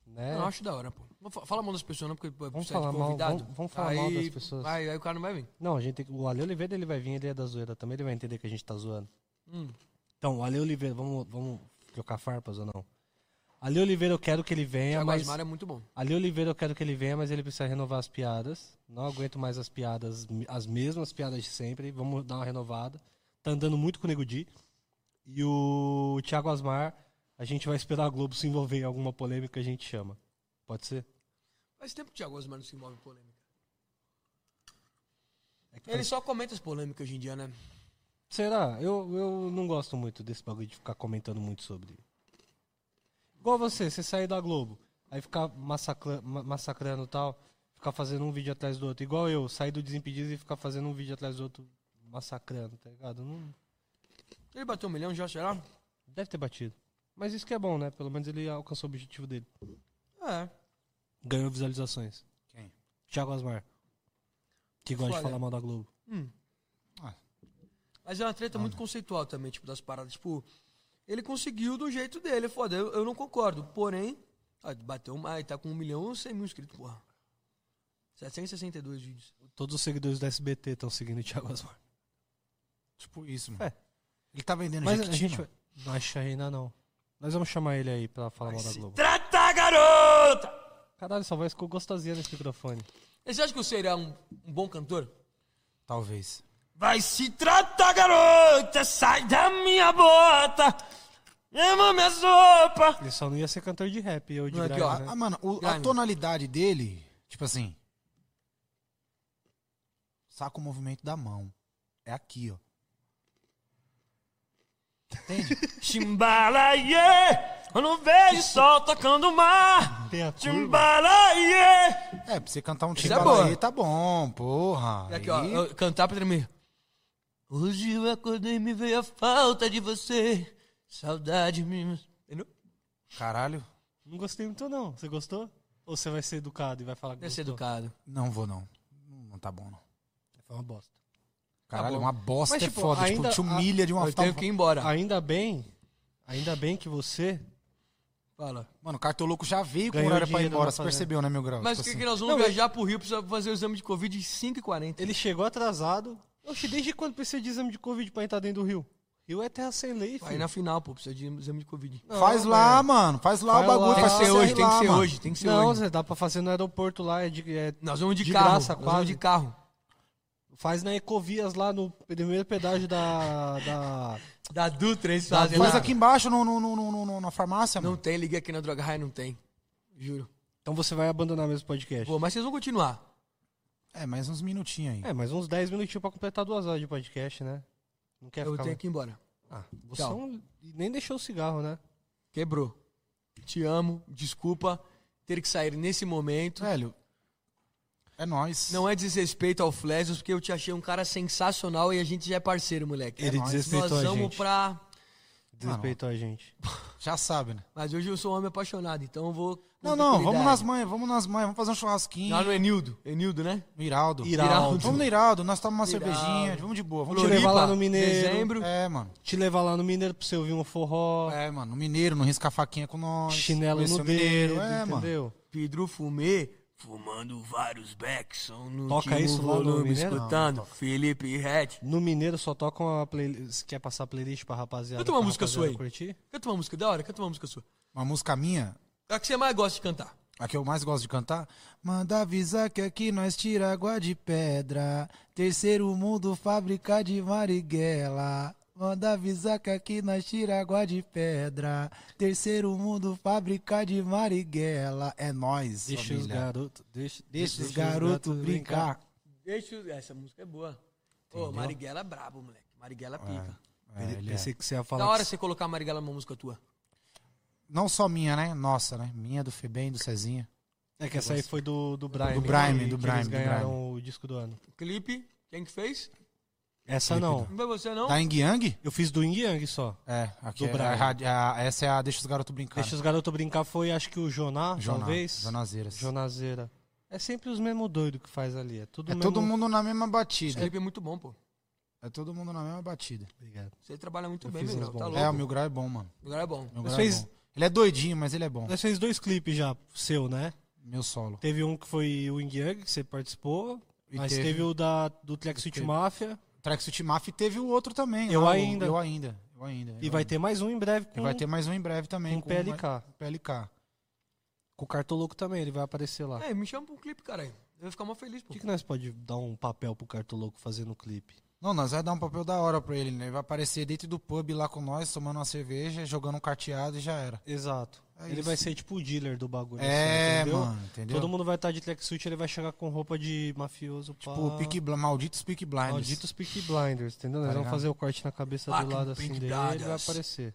[SPEAKER 1] Né?
[SPEAKER 2] Eu acho da hora, pô. Vou fa- Fala mal das pessoas, não, porque pô,
[SPEAKER 1] Vamos
[SPEAKER 2] você é de
[SPEAKER 1] falar mal,
[SPEAKER 2] convidado.
[SPEAKER 1] vamos- vamos falar mal das pessoas. É,
[SPEAKER 2] Aí, aí o cara não vai vir.
[SPEAKER 1] Não, a gente tem que- O Ale Oliveira ele vai vir, ele é da zoeira também, ele vai entender que a gente tá zoando.
[SPEAKER 2] Hum.
[SPEAKER 1] Então, o Ale Oliveira, vamos, vamos trocar farpas ou não? Ale Oliveira, eu quero que ele venha,
[SPEAKER 2] Thiago
[SPEAKER 1] mas.
[SPEAKER 2] Asmar é muito bom.
[SPEAKER 1] Ali Oliveira eu quero que ele venha, mas ele precisa renovar as piadas. Não aguento mais as piadas, as mesmas piadas de sempre. Vamos dar uma renovada. Tá andando muito com o Nego Di. E o Thiago Asmar, a gente vai esperar a Globo se envolver em alguma polêmica, a gente chama. Pode ser?
[SPEAKER 2] Faz tempo que o Thiago Asmar não se envolve em polêmica.
[SPEAKER 1] É que
[SPEAKER 2] Ele
[SPEAKER 1] faz-
[SPEAKER 2] só comenta as polêmicas hoje em dia, né?
[SPEAKER 1] Será? Eu, eu não gosto muito desse bagulho de ficar comentando muito sobre. Igual você, você sair da Globo, aí ficar massacra- ma- massacrando e tal, ficar fazendo um vídeo atrás do outro. Igual eu, sair do Desimpedidos e ficar fazendo um vídeo atrás do outro, massacrando, tá ligado? Não,
[SPEAKER 2] Ele bateu um milhão já, será?
[SPEAKER 1] deve ter batido. Mas isso que é bom, né? Pelo menos ele alcançou o objetivo dele.
[SPEAKER 2] É.
[SPEAKER 1] Ganhou visualizações.
[SPEAKER 3] Quem?
[SPEAKER 1] Thiago Asmar. Que gosta
[SPEAKER 2] Olha.
[SPEAKER 1] de falar mal da Globo.
[SPEAKER 2] Hum.
[SPEAKER 3] Ah.
[SPEAKER 2] Mas é uma treta muito conceitual também, tipo, das paradas. Tipo, ele conseguiu do jeito dele, é foda. Eu, eu não concordo. Porém, ó, bateu mais, tá com 1 milhão e 100 mil inscritos, porra. 762 vídeos.
[SPEAKER 1] Todos os seguidores da SBT estão seguindo o Thiago Asmar.
[SPEAKER 3] Tipo isso, mano.
[SPEAKER 1] É.
[SPEAKER 3] Ele tá vendendo
[SPEAKER 2] é
[SPEAKER 1] Mas a
[SPEAKER 3] Jequiti,
[SPEAKER 1] gente
[SPEAKER 3] mano?
[SPEAKER 2] tipo,
[SPEAKER 1] vai... Não acha ainda não. Nós vamos chamar ele aí pra falar mal da Globo.
[SPEAKER 2] Trata, garota!
[SPEAKER 1] Caralho, sua voz ficou gostosinha nesse microfone.
[SPEAKER 2] Você acha que o Seira é um, um bom cantor?
[SPEAKER 3] Talvez.
[SPEAKER 2] Vai se tratar, garota! Sai da minha bota! Ama minha sopa!
[SPEAKER 1] Ele só não ia ser cantor de rap, eu de
[SPEAKER 2] Não, aqui,
[SPEAKER 1] graça, né?
[SPEAKER 2] ó,
[SPEAKER 3] Ah, mano, o- a
[SPEAKER 2] Grime.
[SPEAKER 3] tonalidade dele, tipo assim. Saca o movimento da mão. É aqui, ó. Entende?
[SPEAKER 2] Chimbalaie! Eu não vejo sol tocando mar!
[SPEAKER 1] Tem a curva.
[SPEAKER 2] Chimbalaie!
[SPEAKER 3] é, pra você cantar um
[SPEAKER 2] Isso é
[SPEAKER 3] timbalaê,
[SPEAKER 2] boa.
[SPEAKER 3] tá bom, porra.
[SPEAKER 2] E aqui, ó,
[SPEAKER 3] Aí-
[SPEAKER 2] eu- cantar pra tremer. Hoje eu acordei e me veio a falta de você. Saudade minha. Entendeu?
[SPEAKER 3] Caralho?
[SPEAKER 1] Não gostei muito, não. Você gostou? Ou você vai ser educado e vai falar que
[SPEAKER 2] Deve ser
[SPEAKER 1] gostou?
[SPEAKER 2] educado.
[SPEAKER 3] Não vou, não. Não não tá bom, não.
[SPEAKER 1] Foi uma bosta.
[SPEAKER 3] Caralho,
[SPEAKER 2] Tá bom.
[SPEAKER 3] uma bosta
[SPEAKER 1] Mas,
[SPEAKER 3] é
[SPEAKER 1] tipo,
[SPEAKER 3] foda.
[SPEAKER 1] ainda-
[SPEAKER 3] tipo, te humilha de uma
[SPEAKER 2] Eu tenho
[SPEAKER 3] forma.
[SPEAKER 2] que ir embora.
[SPEAKER 1] Ainda bem, ainda bem que você...
[SPEAKER 2] Fala.
[SPEAKER 3] Mano, o cartoloco já veio com
[SPEAKER 1] Ganhou
[SPEAKER 3] horário pra ir
[SPEAKER 1] dinheiro
[SPEAKER 3] embora.
[SPEAKER 1] na
[SPEAKER 3] Você
[SPEAKER 1] fazenda.
[SPEAKER 3] percebeu, né, meu grau?
[SPEAKER 2] tá Mas o
[SPEAKER 3] Tipo
[SPEAKER 2] que,
[SPEAKER 3] assim,
[SPEAKER 2] que nós vamos
[SPEAKER 1] Não,
[SPEAKER 2] viajar pro Rio pra fazer o exame de Covid em 5h40?
[SPEAKER 1] Ele chegou atrasado. Oxe, desde quando precisa de exame de Covid pra entrar dentro do Rio? Rio é terra sem lei,
[SPEAKER 2] Vai
[SPEAKER 1] filho.
[SPEAKER 2] na final, pô, precisa de exame de Covid.
[SPEAKER 3] Faz lá, mano. Faz lá
[SPEAKER 1] Faz
[SPEAKER 3] o
[SPEAKER 1] lá.
[SPEAKER 3] bagulho.
[SPEAKER 2] é. Tem
[SPEAKER 3] faz
[SPEAKER 2] que ser
[SPEAKER 3] PCR
[SPEAKER 2] hoje, tem que
[SPEAKER 3] lá,
[SPEAKER 2] ser
[SPEAKER 3] mano.
[SPEAKER 2] hoje, tem que ser
[SPEAKER 1] Não,
[SPEAKER 2] hoje.
[SPEAKER 1] Zé, dá pra fazer no aeroporto lá. É de, é-
[SPEAKER 2] Nós vamos de,
[SPEAKER 1] de
[SPEAKER 2] carro,
[SPEAKER 1] graça,
[SPEAKER 2] nós vamos de
[SPEAKER 1] quase.
[SPEAKER 2] carro.
[SPEAKER 1] faz na Ecovias lá no primeiro pedágio da... da...
[SPEAKER 2] Da Dutra, eles fazem
[SPEAKER 3] Faz
[SPEAKER 2] lá.
[SPEAKER 3] aqui embaixo no, no- no- no- no- na farmácia,
[SPEAKER 2] Não
[SPEAKER 3] mano.
[SPEAKER 2] tem, liga aqui na Droga Raia, não tem. Juro.
[SPEAKER 1] Então você vai abandonar mesmo o podcast.
[SPEAKER 2] Pô, mas vocês vão continuar.
[SPEAKER 3] É, mais uns minutinhos aí.
[SPEAKER 1] É, mais uns 10 minutinhos pra completar duas horas de podcast, né? Não quer
[SPEAKER 2] Eu
[SPEAKER 1] ficar...
[SPEAKER 2] tenho que ir embora.
[SPEAKER 1] Ah, você
[SPEAKER 2] Tchau.
[SPEAKER 1] é um- nem deixou o cigarro, né?
[SPEAKER 2] Quebrou. Te amo, desculpa ter que sair nesse momento.
[SPEAKER 3] Velho, é nóis.
[SPEAKER 2] Não é desrespeito ao Flesios, porque eu te achei um cara sensacional e a gente já é parceiro, moleque.
[SPEAKER 1] Ele
[SPEAKER 2] é nóis.
[SPEAKER 1] desrespeitou
[SPEAKER 2] Nós
[SPEAKER 1] a
[SPEAKER 2] vamos
[SPEAKER 1] gente.
[SPEAKER 2] pra...
[SPEAKER 1] Desrespeitou a gente.
[SPEAKER 3] Já sabe, né?
[SPEAKER 2] Mas hoje eu sou um homem apaixonado, então eu vou... com
[SPEAKER 3] Não, não, vamos
[SPEAKER 2] tranquilidade.
[SPEAKER 3] nas mães, vamos nas mães, vamos fazer um churrasquinho.
[SPEAKER 2] Lá no Enildo. Enildo, né?
[SPEAKER 3] No Iraldo.
[SPEAKER 1] Iraldo.
[SPEAKER 3] Vamos no Iraldo, nós tomamos uma
[SPEAKER 2] Iraldo.
[SPEAKER 3] cervejinha, vamos de boa. Vamos
[SPEAKER 1] Te
[SPEAKER 3] de
[SPEAKER 1] Floripa. levar lá no Mineiro.
[SPEAKER 2] Dezembro.
[SPEAKER 3] É, mano.
[SPEAKER 1] Te levar lá no Mineiro pra você ouvir um forró,
[SPEAKER 3] É, mano. No Mineiro, não risca a faquinha com nós.
[SPEAKER 1] chinelo
[SPEAKER 3] Conhecer
[SPEAKER 1] no
[SPEAKER 3] o
[SPEAKER 1] dedo,
[SPEAKER 3] É, mano.
[SPEAKER 1] entendeu?
[SPEAKER 2] Pedro Fumê, fumando vários Beckson no
[SPEAKER 1] Toca
[SPEAKER 2] último
[SPEAKER 1] isso lá no
[SPEAKER 2] volume,
[SPEAKER 1] Mineiro?
[SPEAKER 2] escutando Felipe Red.
[SPEAKER 1] No Mineiro só toca uma playlist. Quer passar playlist pra rapaziada?
[SPEAKER 2] Canta uma
[SPEAKER 1] pra
[SPEAKER 2] música sua
[SPEAKER 1] rapaziada
[SPEAKER 2] aí.
[SPEAKER 1] Curtir?
[SPEAKER 2] Canta uma música da hora, canta uma música sua. É
[SPEAKER 3] Uma música minha,
[SPEAKER 2] A que você mais gosta de cantar.
[SPEAKER 3] a que eu mais gosto de cantar. Manda avisar que aqui nós tira água de pedra. Terceiro mundo, fábrica de Marighella. Manda avisar que aqui nós tira água de pedra. Terceiro mundo, fábrica de Marighella. É nóis,
[SPEAKER 1] Deixa os
[SPEAKER 3] família.
[SPEAKER 1] garotos. Deixa,
[SPEAKER 3] Deixa os garotos brincar.
[SPEAKER 2] Deixa eu... Essa música é boa. Ô, Marighella é brabo, moleque. Marighella pica.
[SPEAKER 3] É, ele é.
[SPEAKER 1] Pensei que você ia falar.
[SPEAKER 2] Da hora
[SPEAKER 1] que...
[SPEAKER 2] você colocar Marighella numa música tua.
[SPEAKER 3] Não só minha, né? Nossa, né? Minha, do Febem, do Cezinha.
[SPEAKER 1] É que essa aí foi do, do Brian.
[SPEAKER 3] Do Brian,
[SPEAKER 1] que-
[SPEAKER 3] do
[SPEAKER 1] que
[SPEAKER 3] Brian,
[SPEAKER 1] Eles
[SPEAKER 3] do
[SPEAKER 1] ganharam o disco do ano.
[SPEAKER 2] Clipe, quem que fez?
[SPEAKER 1] Essa não.
[SPEAKER 2] Não foi você, não?
[SPEAKER 1] Tá
[SPEAKER 3] Da Ying Yang?
[SPEAKER 1] Eu fiz do Ying Yang só.
[SPEAKER 3] É, aqui
[SPEAKER 1] Do
[SPEAKER 3] é,
[SPEAKER 1] Brian.
[SPEAKER 3] a- a- essa é a Deixa os Garotos Brincar.
[SPEAKER 1] Deixa os garotos brincar foi, acho que o Joná,
[SPEAKER 3] Jonas-
[SPEAKER 1] talvez.
[SPEAKER 3] Jonaseiras.
[SPEAKER 1] Jonazeira. É sempre os mesmos doidos que faz ali. É tudo
[SPEAKER 3] É
[SPEAKER 1] mesmo...
[SPEAKER 3] todo mundo na mesma
[SPEAKER 2] Esse
[SPEAKER 3] batida.
[SPEAKER 2] clipe é muito bom, pô.
[SPEAKER 3] É todo mundo na mesma batida.
[SPEAKER 1] Obrigado.
[SPEAKER 2] Você trabalha muito
[SPEAKER 1] Eu
[SPEAKER 2] bem,
[SPEAKER 1] fiz
[SPEAKER 2] meu
[SPEAKER 1] uns
[SPEAKER 2] irmão. Tá
[SPEAKER 1] bons.
[SPEAKER 2] louco.
[SPEAKER 3] É, o Mil Grau é bom, mano.
[SPEAKER 2] O lugar é bom.
[SPEAKER 3] Mil
[SPEAKER 1] Mas
[SPEAKER 3] Grau
[SPEAKER 1] fez-
[SPEAKER 3] é bom. Ele é doidinho, mas ele é bom.
[SPEAKER 1] Nós fez dois clipes já, seu, né?
[SPEAKER 3] Meu solo.
[SPEAKER 1] Teve um que foi o Ying Yang, que você participou.
[SPEAKER 3] E
[SPEAKER 1] mas
[SPEAKER 3] teve-
[SPEAKER 1] teve, o da, do Track Suit
[SPEAKER 3] teve.
[SPEAKER 1] Mafia.
[SPEAKER 3] Tracksuit Mafia teve o outro também.
[SPEAKER 1] Eu
[SPEAKER 3] lá, o-
[SPEAKER 1] ainda.
[SPEAKER 3] Eu ainda. Eu ainda.
[SPEAKER 1] E
[SPEAKER 3] eu
[SPEAKER 1] vai
[SPEAKER 3] ainda.
[SPEAKER 1] ter mais um em breve
[SPEAKER 3] E
[SPEAKER 1] com,
[SPEAKER 3] vai ter mais um em breve também.
[SPEAKER 1] com o PLK.
[SPEAKER 3] Com o PLK.
[SPEAKER 1] Com o Cartoloco também, ele vai aparecer lá.
[SPEAKER 2] É, me chama pra um clipe, caralho. Eu vou ficar mó feliz,
[SPEAKER 1] O
[SPEAKER 2] pô.
[SPEAKER 1] que, que nós pode dar um papel pro Cartoloco fazer no clipe?
[SPEAKER 3] Não, nós vai dar um papel da hora pra ele, né? Ele vai aparecer dentro do pub lá com nós, tomando uma cerveja, jogando um carteado e já era.
[SPEAKER 1] Exato.
[SPEAKER 3] É
[SPEAKER 1] ele
[SPEAKER 3] isso.
[SPEAKER 1] vai ser tipo o dealer do bagulho. assim,
[SPEAKER 3] É,
[SPEAKER 1] entendeu?
[SPEAKER 3] mano, entendeu?
[SPEAKER 1] Todo mundo vai estar de tracksuit, ele vai chegar com roupa de mafioso. Pá.
[SPEAKER 3] Tipo, Peaky Bl- malditos Peak Blinders.
[SPEAKER 1] Malditos Peaky Blinders, entendeu? Nós
[SPEAKER 3] Tá
[SPEAKER 1] vamos
[SPEAKER 3] ligado?
[SPEAKER 1] fazer o corte na cabeça
[SPEAKER 2] Fucking
[SPEAKER 1] do lado assim
[SPEAKER 2] Peaky
[SPEAKER 1] dele e ele vai
[SPEAKER 2] Blinders.
[SPEAKER 1] aparecer.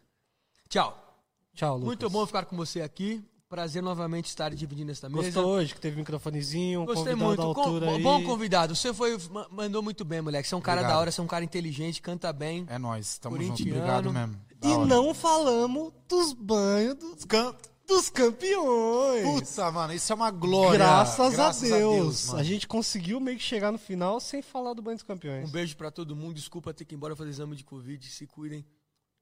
[SPEAKER 2] Tchau.
[SPEAKER 1] Tchau, Lucas.
[SPEAKER 2] Muito bom ficar com você aqui. Prazer novamente estar dividindo esta mesa.
[SPEAKER 1] Gostou hoje que teve microfonezinho, um
[SPEAKER 2] Gostei
[SPEAKER 1] convidado
[SPEAKER 2] muito.
[SPEAKER 1] da
[SPEAKER 2] Com-
[SPEAKER 1] altura
[SPEAKER 2] bom-
[SPEAKER 1] aí.
[SPEAKER 2] Bom convidado. Você foi, ma- mandou muito bem, moleque. Você é um cara
[SPEAKER 3] Obrigado.
[SPEAKER 2] da hora, você é um cara inteligente, canta bem.
[SPEAKER 3] É nóis, tamo junto.
[SPEAKER 2] Corintiano.
[SPEAKER 3] Obrigado mesmo. Da
[SPEAKER 1] E
[SPEAKER 3] hora.
[SPEAKER 1] não falamos dos banhos dos, cam- dos campeões.
[SPEAKER 3] Puta, mano, isso é uma glória.
[SPEAKER 1] Graças, a Deus.
[SPEAKER 3] mano.
[SPEAKER 1] a gente conseguiu meio que chegar no final sem falar do banho dos
[SPEAKER 2] Um
[SPEAKER 1] campeões.
[SPEAKER 2] beijo pra todo mundo. Desculpa ter que ir embora fazer exame de Covid. Se cuidem.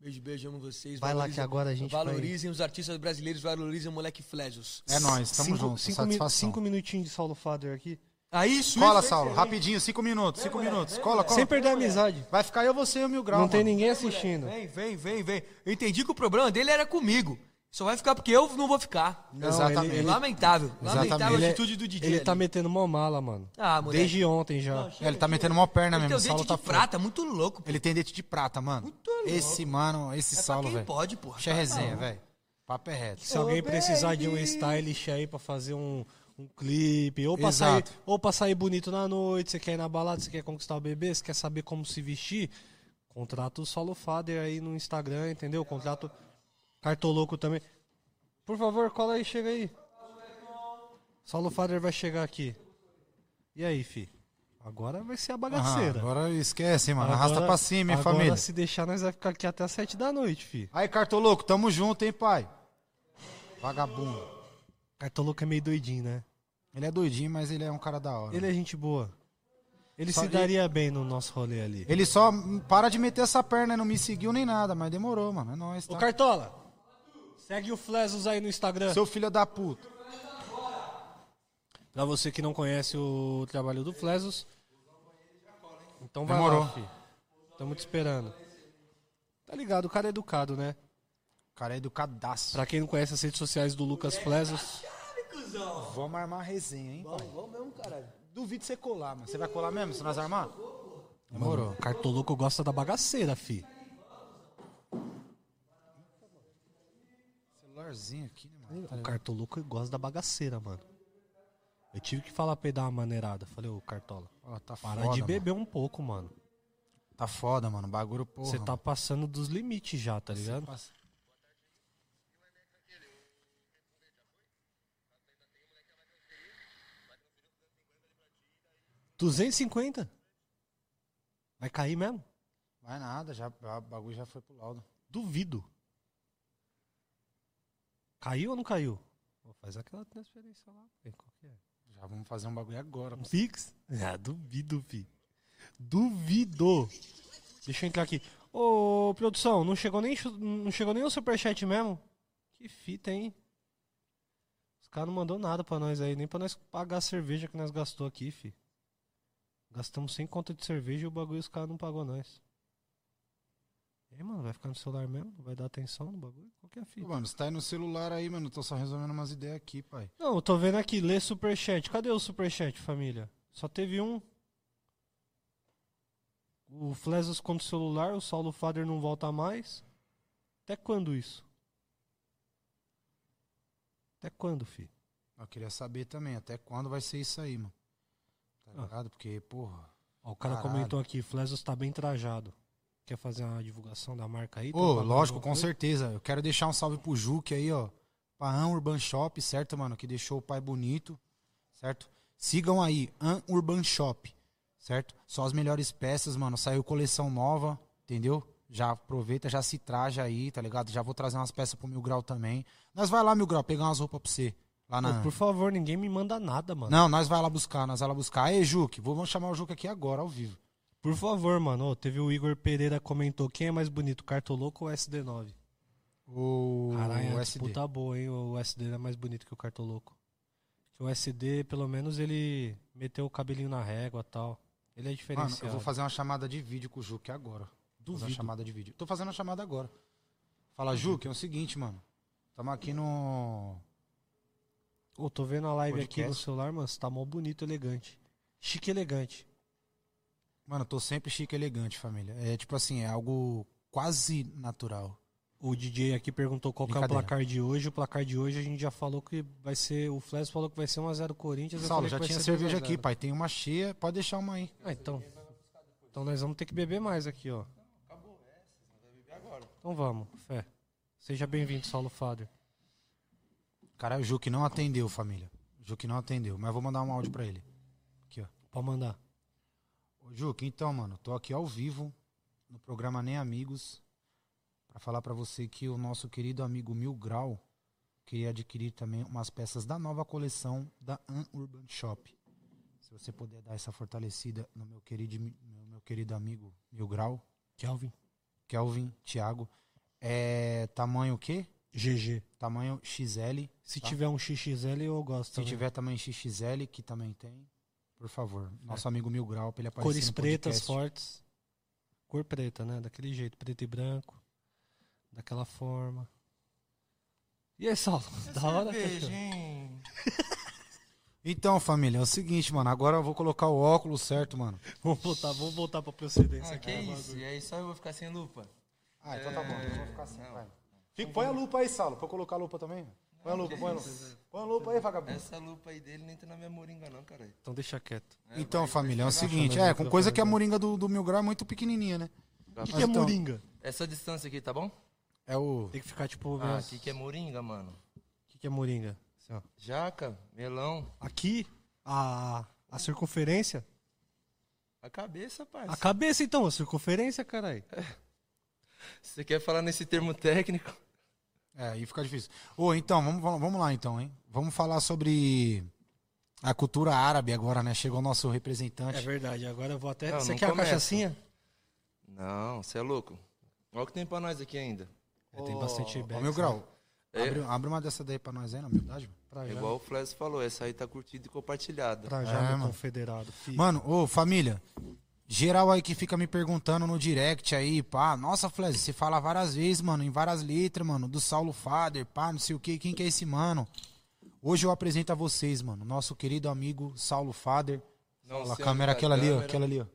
[SPEAKER 2] Beijo, beijo, amo vocês.
[SPEAKER 1] Vai lá
[SPEAKER 2] Valorizem-
[SPEAKER 1] que agora a gente vai-
[SPEAKER 2] Valorizem os artistas brasileiros, valorizem o moleque Flesios.
[SPEAKER 3] É nóis, tamo
[SPEAKER 1] cinco,
[SPEAKER 3] junto.
[SPEAKER 1] Cinco, mi-
[SPEAKER 3] satisfação.
[SPEAKER 1] cinco minutinhos de Saulo Fader aqui.
[SPEAKER 2] Ah, isso,
[SPEAKER 3] Cola,
[SPEAKER 2] isso,
[SPEAKER 3] Saulo,
[SPEAKER 2] isso.
[SPEAKER 3] rapidinho, cinco minutos, cinco minutos. Cola, cola.
[SPEAKER 1] Sem perder a amizade.
[SPEAKER 3] Vai ficar eu, você e o Mil Grau.
[SPEAKER 1] Não tem
[SPEAKER 3] mano.
[SPEAKER 1] ninguém assistindo.
[SPEAKER 2] Vem, vem, vem, vem. Eu entendi que o problema dele era comigo. Só vai ficar porque eu não vou ficar. É
[SPEAKER 1] Não,
[SPEAKER 3] Exatamente.
[SPEAKER 1] ele- ele-
[SPEAKER 2] Lamentável.
[SPEAKER 3] Exatamente.
[SPEAKER 2] Lamentável
[SPEAKER 1] Ele
[SPEAKER 2] a
[SPEAKER 1] é-
[SPEAKER 2] atitude do DJ.
[SPEAKER 1] Ele tá
[SPEAKER 2] ali.
[SPEAKER 1] metendo mó mala, mano.
[SPEAKER 2] Ah, moleque.
[SPEAKER 1] Desde ontem já.
[SPEAKER 3] É, ele tá metendo uma perna
[SPEAKER 2] Ele
[SPEAKER 3] mesmo.
[SPEAKER 2] tem
[SPEAKER 3] O
[SPEAKER 2] o
[SPEAKER 3] Saulo
[SPEAKER 2] dente
[SPEAKER 3] tá
[SPEAKER 2] de
[SPEAKER 3] fraco.
[SPEAKER 2] prata, muito louco. pô.
[SPEAKER 3] Ele tem dente de prata, mano.
[SPEAKER 2] Muito louco.
[SPEAKER 3] Esse, mano, esse
[SPEAKER 2] É pra
[SPEAKER 3] Saulo,
[SPEAKER 2] quem
[SPEAKER 3] velho.
[SPEAKER 2] pode, porra.
[SPEAKER 3] Isso é
[SPEAKER 2] Tá
[SPEAKER 3] resenha,
[SPEAKER 2] maluco.
[SPEAKER 3] velho. Papo é reto.
[SPEAKER 1] Se alguém
[SPEAKER 2] Oh,
[SPEAKER 1] precisar de um
[SPEAKER 2] baby.
[SPEAKER 1] stylist aí pra fazer um, um clipe, ou pra, sair,
[SPEAKER 3] Exato.
[SPEAKER 1] ou pra sair bonito na noite, você quer ir na balada, você quer conquistar o bebê, você quer saber como se vestir, contrata o Solo Fader aí no Instagram, entendeu? Contrata o Cartoloco também. Por favor, cola aí, chega aí. Solo Fader vai chegar aqui. E aí, fi? Agora vai ser a
[SPEAKER 3] Ah,
[SPEAKER 1] bagaceira.
[SPEAKER 3] agora esquece, mano.
[SPEAKER 1] é Agora-
[SPEAKER 3] Arrasta pra cima, hein,
[SPEAKER 1] agora,
[SPEAKER 3] família.
[SPEAKER 1] se deixar, nós vai ficar aqui até as sete da noite, fi.
[SPEAKER 3] Aí, Cartoloco, tamo junto, hein, pai. Vagabundo.
[SPEAKER 1] Cartoloco é meio doidinho, né?
[SPEAKER 3] Ele é doidinho, mas ele é um cara da hora.
[SPEAKER 1] Ele é gente boa. Ele
[SPEAKER 3] Só-
[SPEAKER 1] se daria bem no nosso rolê ali.
[SPEAKER 3] Ele só hum, para de meter essa perna, não me seguiu nem nada, mas demorou, mano. É nóis, tá?
[SPEAKER 1] Ô Cartola, segue o Flesos aí no Instagram.
[SPEAKER 3] Seu filho da puta.
[SPEAKER 1] Pra você que não conhece o trabalho do Flesos. Então vai
[SPEAKER 3] Demorou.
[SPEAKER 1] lá, fi. Tamo te esperando. Tá ligado, o cara é educado, né?
[SPEAKER 3] O cara é educadaço.
[SPEAKER 1] Pra quem não conhece as redes sociais do Lucas Flesos,
[SPEAKER 3] Vamos armar a resenha, hein, pai?
[SPEAKER 6] Vamos mesmo, caralho.
[SPEAKER 3] Duvido você colar, mano. Você vai colar mesmo se nós armar?
[SPEAKER 1] Demorou. Cartoloco gosta da bagaceira, fi.
[SPEAKER 3] Celularzinho aqui, né, mano?
[SPEAKER 1] O Cartoloco gosta da bagaceira, mano. Eu tive que falar pra ele dar uma maneirada. Falei, ô Cartola,
[SPEAKER 3] Ó, tá
[SPEAKER 1] para
[SPEAKER 3] foda,
[SPEAKER 1] de
[SPEAKER 3] mano.
[SPEAKER 1] beber um pouco, mano.
[SPEAKER 3] Tá foda, mano. Bagulho, porra.
[SPEAKER 1] Você tá passando dos limites já, tá ligado?
[SPEAKER 3] Passa.
[SPEAKER 1] R$ 250? Vai cair mesmo?
[SPEAKER 3] Vai nada, já, já- o bagulho já foi pro laudo.
[SPEAKER 1] Duvido. Caiu ou não caiu? Pô, faz aquela transferência lá. vê Qual que é?
[SPEAKER 3] Já vamos fazer um bagulho agora.
[SPEAKER 1] Um fix? Ah, duvido, fi. Duvido. Deixa eu entrar aqui. Ô, produção, não chegou nem, chu- não chegou nem o superchat mesmo? Que fita, hein? Os caras não mandou nada pra nós aí, nem pra nós pagar a cerveja que nós gastou aqui, fi. Gastamos sem conta de cerveja e o bagulho os caras não pagou nós. E aí, mano, vai ficar no celular mesmo? Não Vai dar atenção no bagulho? Qual que é a
[SPEAKER 3] Pô,
[SPEAKER 1] fita?
[SPEAKER 3] mano, você tá aí no celular aí, mano. Tô só resolvendo umas ideias aqui, pai.
[SPEAKER 1] Não, eu tô vendo aqui, lê superchat. Cadê o superchat, família? Só teve um. O Flesos contra o celular, o Saulo Fader não volta mais. Até quando isso? Até quando, fi?
[SPEAKER 3] Eu queria saber também, até quando vai ser isso aí, mano. Tá
[SPEAKER 1] Ah.
[SPEAKER 3] ligado? Porque, porra.
[SPEAKER 1] Ó, o cara
[SPEAKER 3] Caralho.
[SPEAKER 1] comentou aqui, Flesos tá bem trajado. Quer fazer uma divulgação da marca aí? Tá
[SPEAKER 3] Ô, lógico, com certeza. Eu quero deixar um salve pro Juque aí, ó. Paão Urban Shop, certo, mano? Que deixou o pai bonito, certo? Sigam aí, An Urban Shop, certo? Só as melhores peças, mano. Saiu coleção nova, entendeu? Já aproveita, já se traja aí, tá ligado? Já vou trazer umas peças pro Mil Grau também. Nós vai lá, Mil Grau, pegar umas roupas pra você. Lá na.
[SPEAKER 1] Pô, por favor, ninguém me manda nada, mano.
[SPEAKER 3] né? Não, nós vai lá buscar, nós vai lá buscar. Aí, Juque, vou- vamos chamar o Juque aqui agora, ao vivo.
[SPEAKER 1] Por favor, mano. Ó, teve o Igor Pereira comentou, quem é mais bonito, Cartoloco ou SD9?
[SPEAKER 3] O
[SPEAKER 1] Caralho, é a
[SPEAKER 3] SD.
[SPEAKER 1] disputa boa, tipo, tá hein? O SD era mais bonito que o Cartoloco. Que o SD, pelo menos, ele meteu o cabelinho na régua e tal. Ele é
[SPEAKER 3] Mano,
[SPEAKER 1] diferenciado.
[SPEAKER 3] eu vou fazer uma chamada de vídeo com o Juque agora. Vou fazer uma
[SPEAKER 1] Duvido.
[SPEAKER 3] chamada de vídeo. Tô fazendo uma chamada agora. Fala, Juque, é o seguinte, mano. Tamo aqui no.
[SPEAKER 1] Ô, tô vendo a live aqui no
[SPEAKER 3] um Podcast. celular,
[SPEAKER 1] celular, mano. Você tá mó bonito, elegante. Chique e elegante.
[SPEAKER 3] Mano, tô sempre chique e elegante, família. É tipo assim, é algo quase natural.
[SPEAKER 1] O DJ aqui perguntou qual que é o
[SPEAKER 3] Brincadeira.
[SPEAKER 1] placar de hoje. O placar de hoje a gente já falou que vai ser. O Flash falou que vai ser 1x0 Corinthians. eu falei
[SPEAKER 3] Saulo,
[SPEAKER 1] que
[SPEAKER 3] já
[SPEAKER 1] vai
[SPEAKER 3] tinha
[SPEAKER 1] ser
[SPEAKER 3] cerveja
[SPEAKER 1] 2 a 0.
[SPEAKER 3] aqui, pai. Tem uma cheia. Pode deixar uma aí.
[SPEAKER 1] Ah, então. Então nós vamos ter que beber mais aqui, ó. Então vamos, fé. Seja bem-vindo, Saulo Fader.
[SPEAKER 3] Cara, o Juque não atendeu, família. O Juque não atendeu. Mas eu vou mandar um áudio pra ele. Aqui, ó.
[SPEAKER 1] Pode mandar.
[SPEAKER 3] Ô, Juque, então, mano, tô aqui ao vivo no programa Nem Amigos pra falar pra você que o nosso querido amigo Mil Grau queria adquirir também umas peças da nova coleção da An Urban Shop. Se você puder dar essa fortalecida no meu querido, meu, meu querido amigo Mil Grau,
[SPEAKER 1] Kelvin.
[SPEAKER 3] Kelvin, Thiago, é tamanho o quê?
[SPEAKER 1] GG.
[SPEAKER 3] Tamanho XL.
[SPEAKER 1] Se
[SPEAKER 3] tá?
[SPEAKER 1] tiver um XXL, eu gosto.
[SPEAKER 3] Se
[SPEAKER 1] também.
[SPEAKER 3] tiver tamanho XXL, que também tem, por favor, nosso amigo Mil Grau, pra ele aparecer
[SPEAKER 1] É. cores
[SPEAKER 3] no
[SPEAKER 1] pretas
[SPEAKER 3] podcast.
[SPEAKER 1] fortes. Cor preta, né? Daquele jeito, preto e branco. Daquela forma. E aí, Saulo? Da hora?
[SPEAKER 6] Cerveja, hein?
[SPEAKER 3] Então, família, é o seguinte, mano. Agora eu vou colocar o óculos certo, mano.
[SPEAKER 1] Vamos voltar, vamos voltar pra procedência. né?
[SPEAKER 6] Ah, que
[SPEAKER 1] cara,
[SPEAKER 6] isso?
[SPEAKER 1] bagulho.
[SPEAKER 6] E aí só eu vou ficar sem lupa.
[SPEAKER 3] Ah, então
[SPEAKER 6] É.
[SPEAKER 3] tá bom. Então eu vou ficar assim, vai. Fica- põe a lupa aí, Saulo. Pode colocar a lupa também? Põe a lupa, põe a lupa. Põe a lupa aí, vagabundo.
[SPEAKER 6] Essa lupa aí dele nem tá na minha moringa, não, caralho.
[SPEAKER 1] Então deixa quieto.
[SPEAKER 3] Então, família, é o seguinte. É, com coisa que a moringa do, do Mil Grau é muito pequenininha, né?
[SPEAKER 1] O que,
[SPEAKER 3] Mas
[SPEAKER 1] que é
[SPEAKER 3] então,
[SPEAKER 1] moringa?
[SPEAKER 6] Essa distância aqui, tá bom?
[SPEAKER 3] É o...
[SPEAKER 1] Tem que ficar tipo.
[SPEAKER 6] Ah,
[SPEAKER 1] menos-
[SPEAKER 6] aqui que é moringa, mano.
[SPEAKER 1] O que, que é moringa? Assim, ó.
[SPEAKER 6] Jaca, melão.
[SPEAKER 1] Aqui, a, a circunferência.
[SPEAKER 6] A cabeça,
[SPEAKER 1] A
[SPEAKER 6] parça.
[SPEAKER 1] cabeça, então, a circunferência, caralho.
[SPEAKER 6] Você quer falar nesse termo técnico?
[SPEAKER 3] É, aí fica difícil. Ô, então, vamos, vamos- vamos lá então, hein? Vamos falar sobre a cultura árabe agora, né? Chegou o nosso representante.
[SPEAKER 1] É verdade, agora eu vou até.
[SPEAKER 6] Não,
[SPEAKER 1] Você
[SPEAKER 6] não
[SPEAKER 1] quer a
[SPEAKER 6] começa.
[SPEAKER 1] cachaçinha?
[SPEAKER 6] Não, você é louco. Olha o que tem pra nós aqui ainda.
[SPEAKER 1] É, tem bastante
[SPEAKER 3] Ô,
[SPEAKER 1] bag.
[SPEAKER 3] meu grau,
[SPEAKER 6] É.
[SPEAKER 3] abre, abre uma dessa daí pra nós aí, na humildade. mano.
[SPEAKER 1] Pra já,
[SPEAKER 6] Igual o Flash falou, essa aí tá curtida e compartilhada.
[SPEAKER 1] pra já
[SPEAKER 3] É,
[SPEAKER 1] meu
[SPEAKER 3] mano.
[SPEAKER 1] confederado. filho.
[SPEAKER 3] Mano, ô, família, geral aí que fica me perguntando no direct aí, pá, nossa, Flash, você fala várias vezes, mano, em várias letras, mano, do Saulo Fader, pá, não sei o que, quem que é esse mano? Hoje eu apresento a vocês, mano, nosso querido amigo Saulo Fader.
[SPEAKER 6] Não
[SPEAKER 3] Olha a
[SPEAKER 6] sei
[SPEAKER 3] câmera,
[SPEAKER 6] onde tá
[SPEAKER 3] aquela
[SPEAKER 6] a
[SPEAKER 3] ali, ó,
[SPEAKER 6] câmera.
[SPEAKER 3] aquela ali, ó.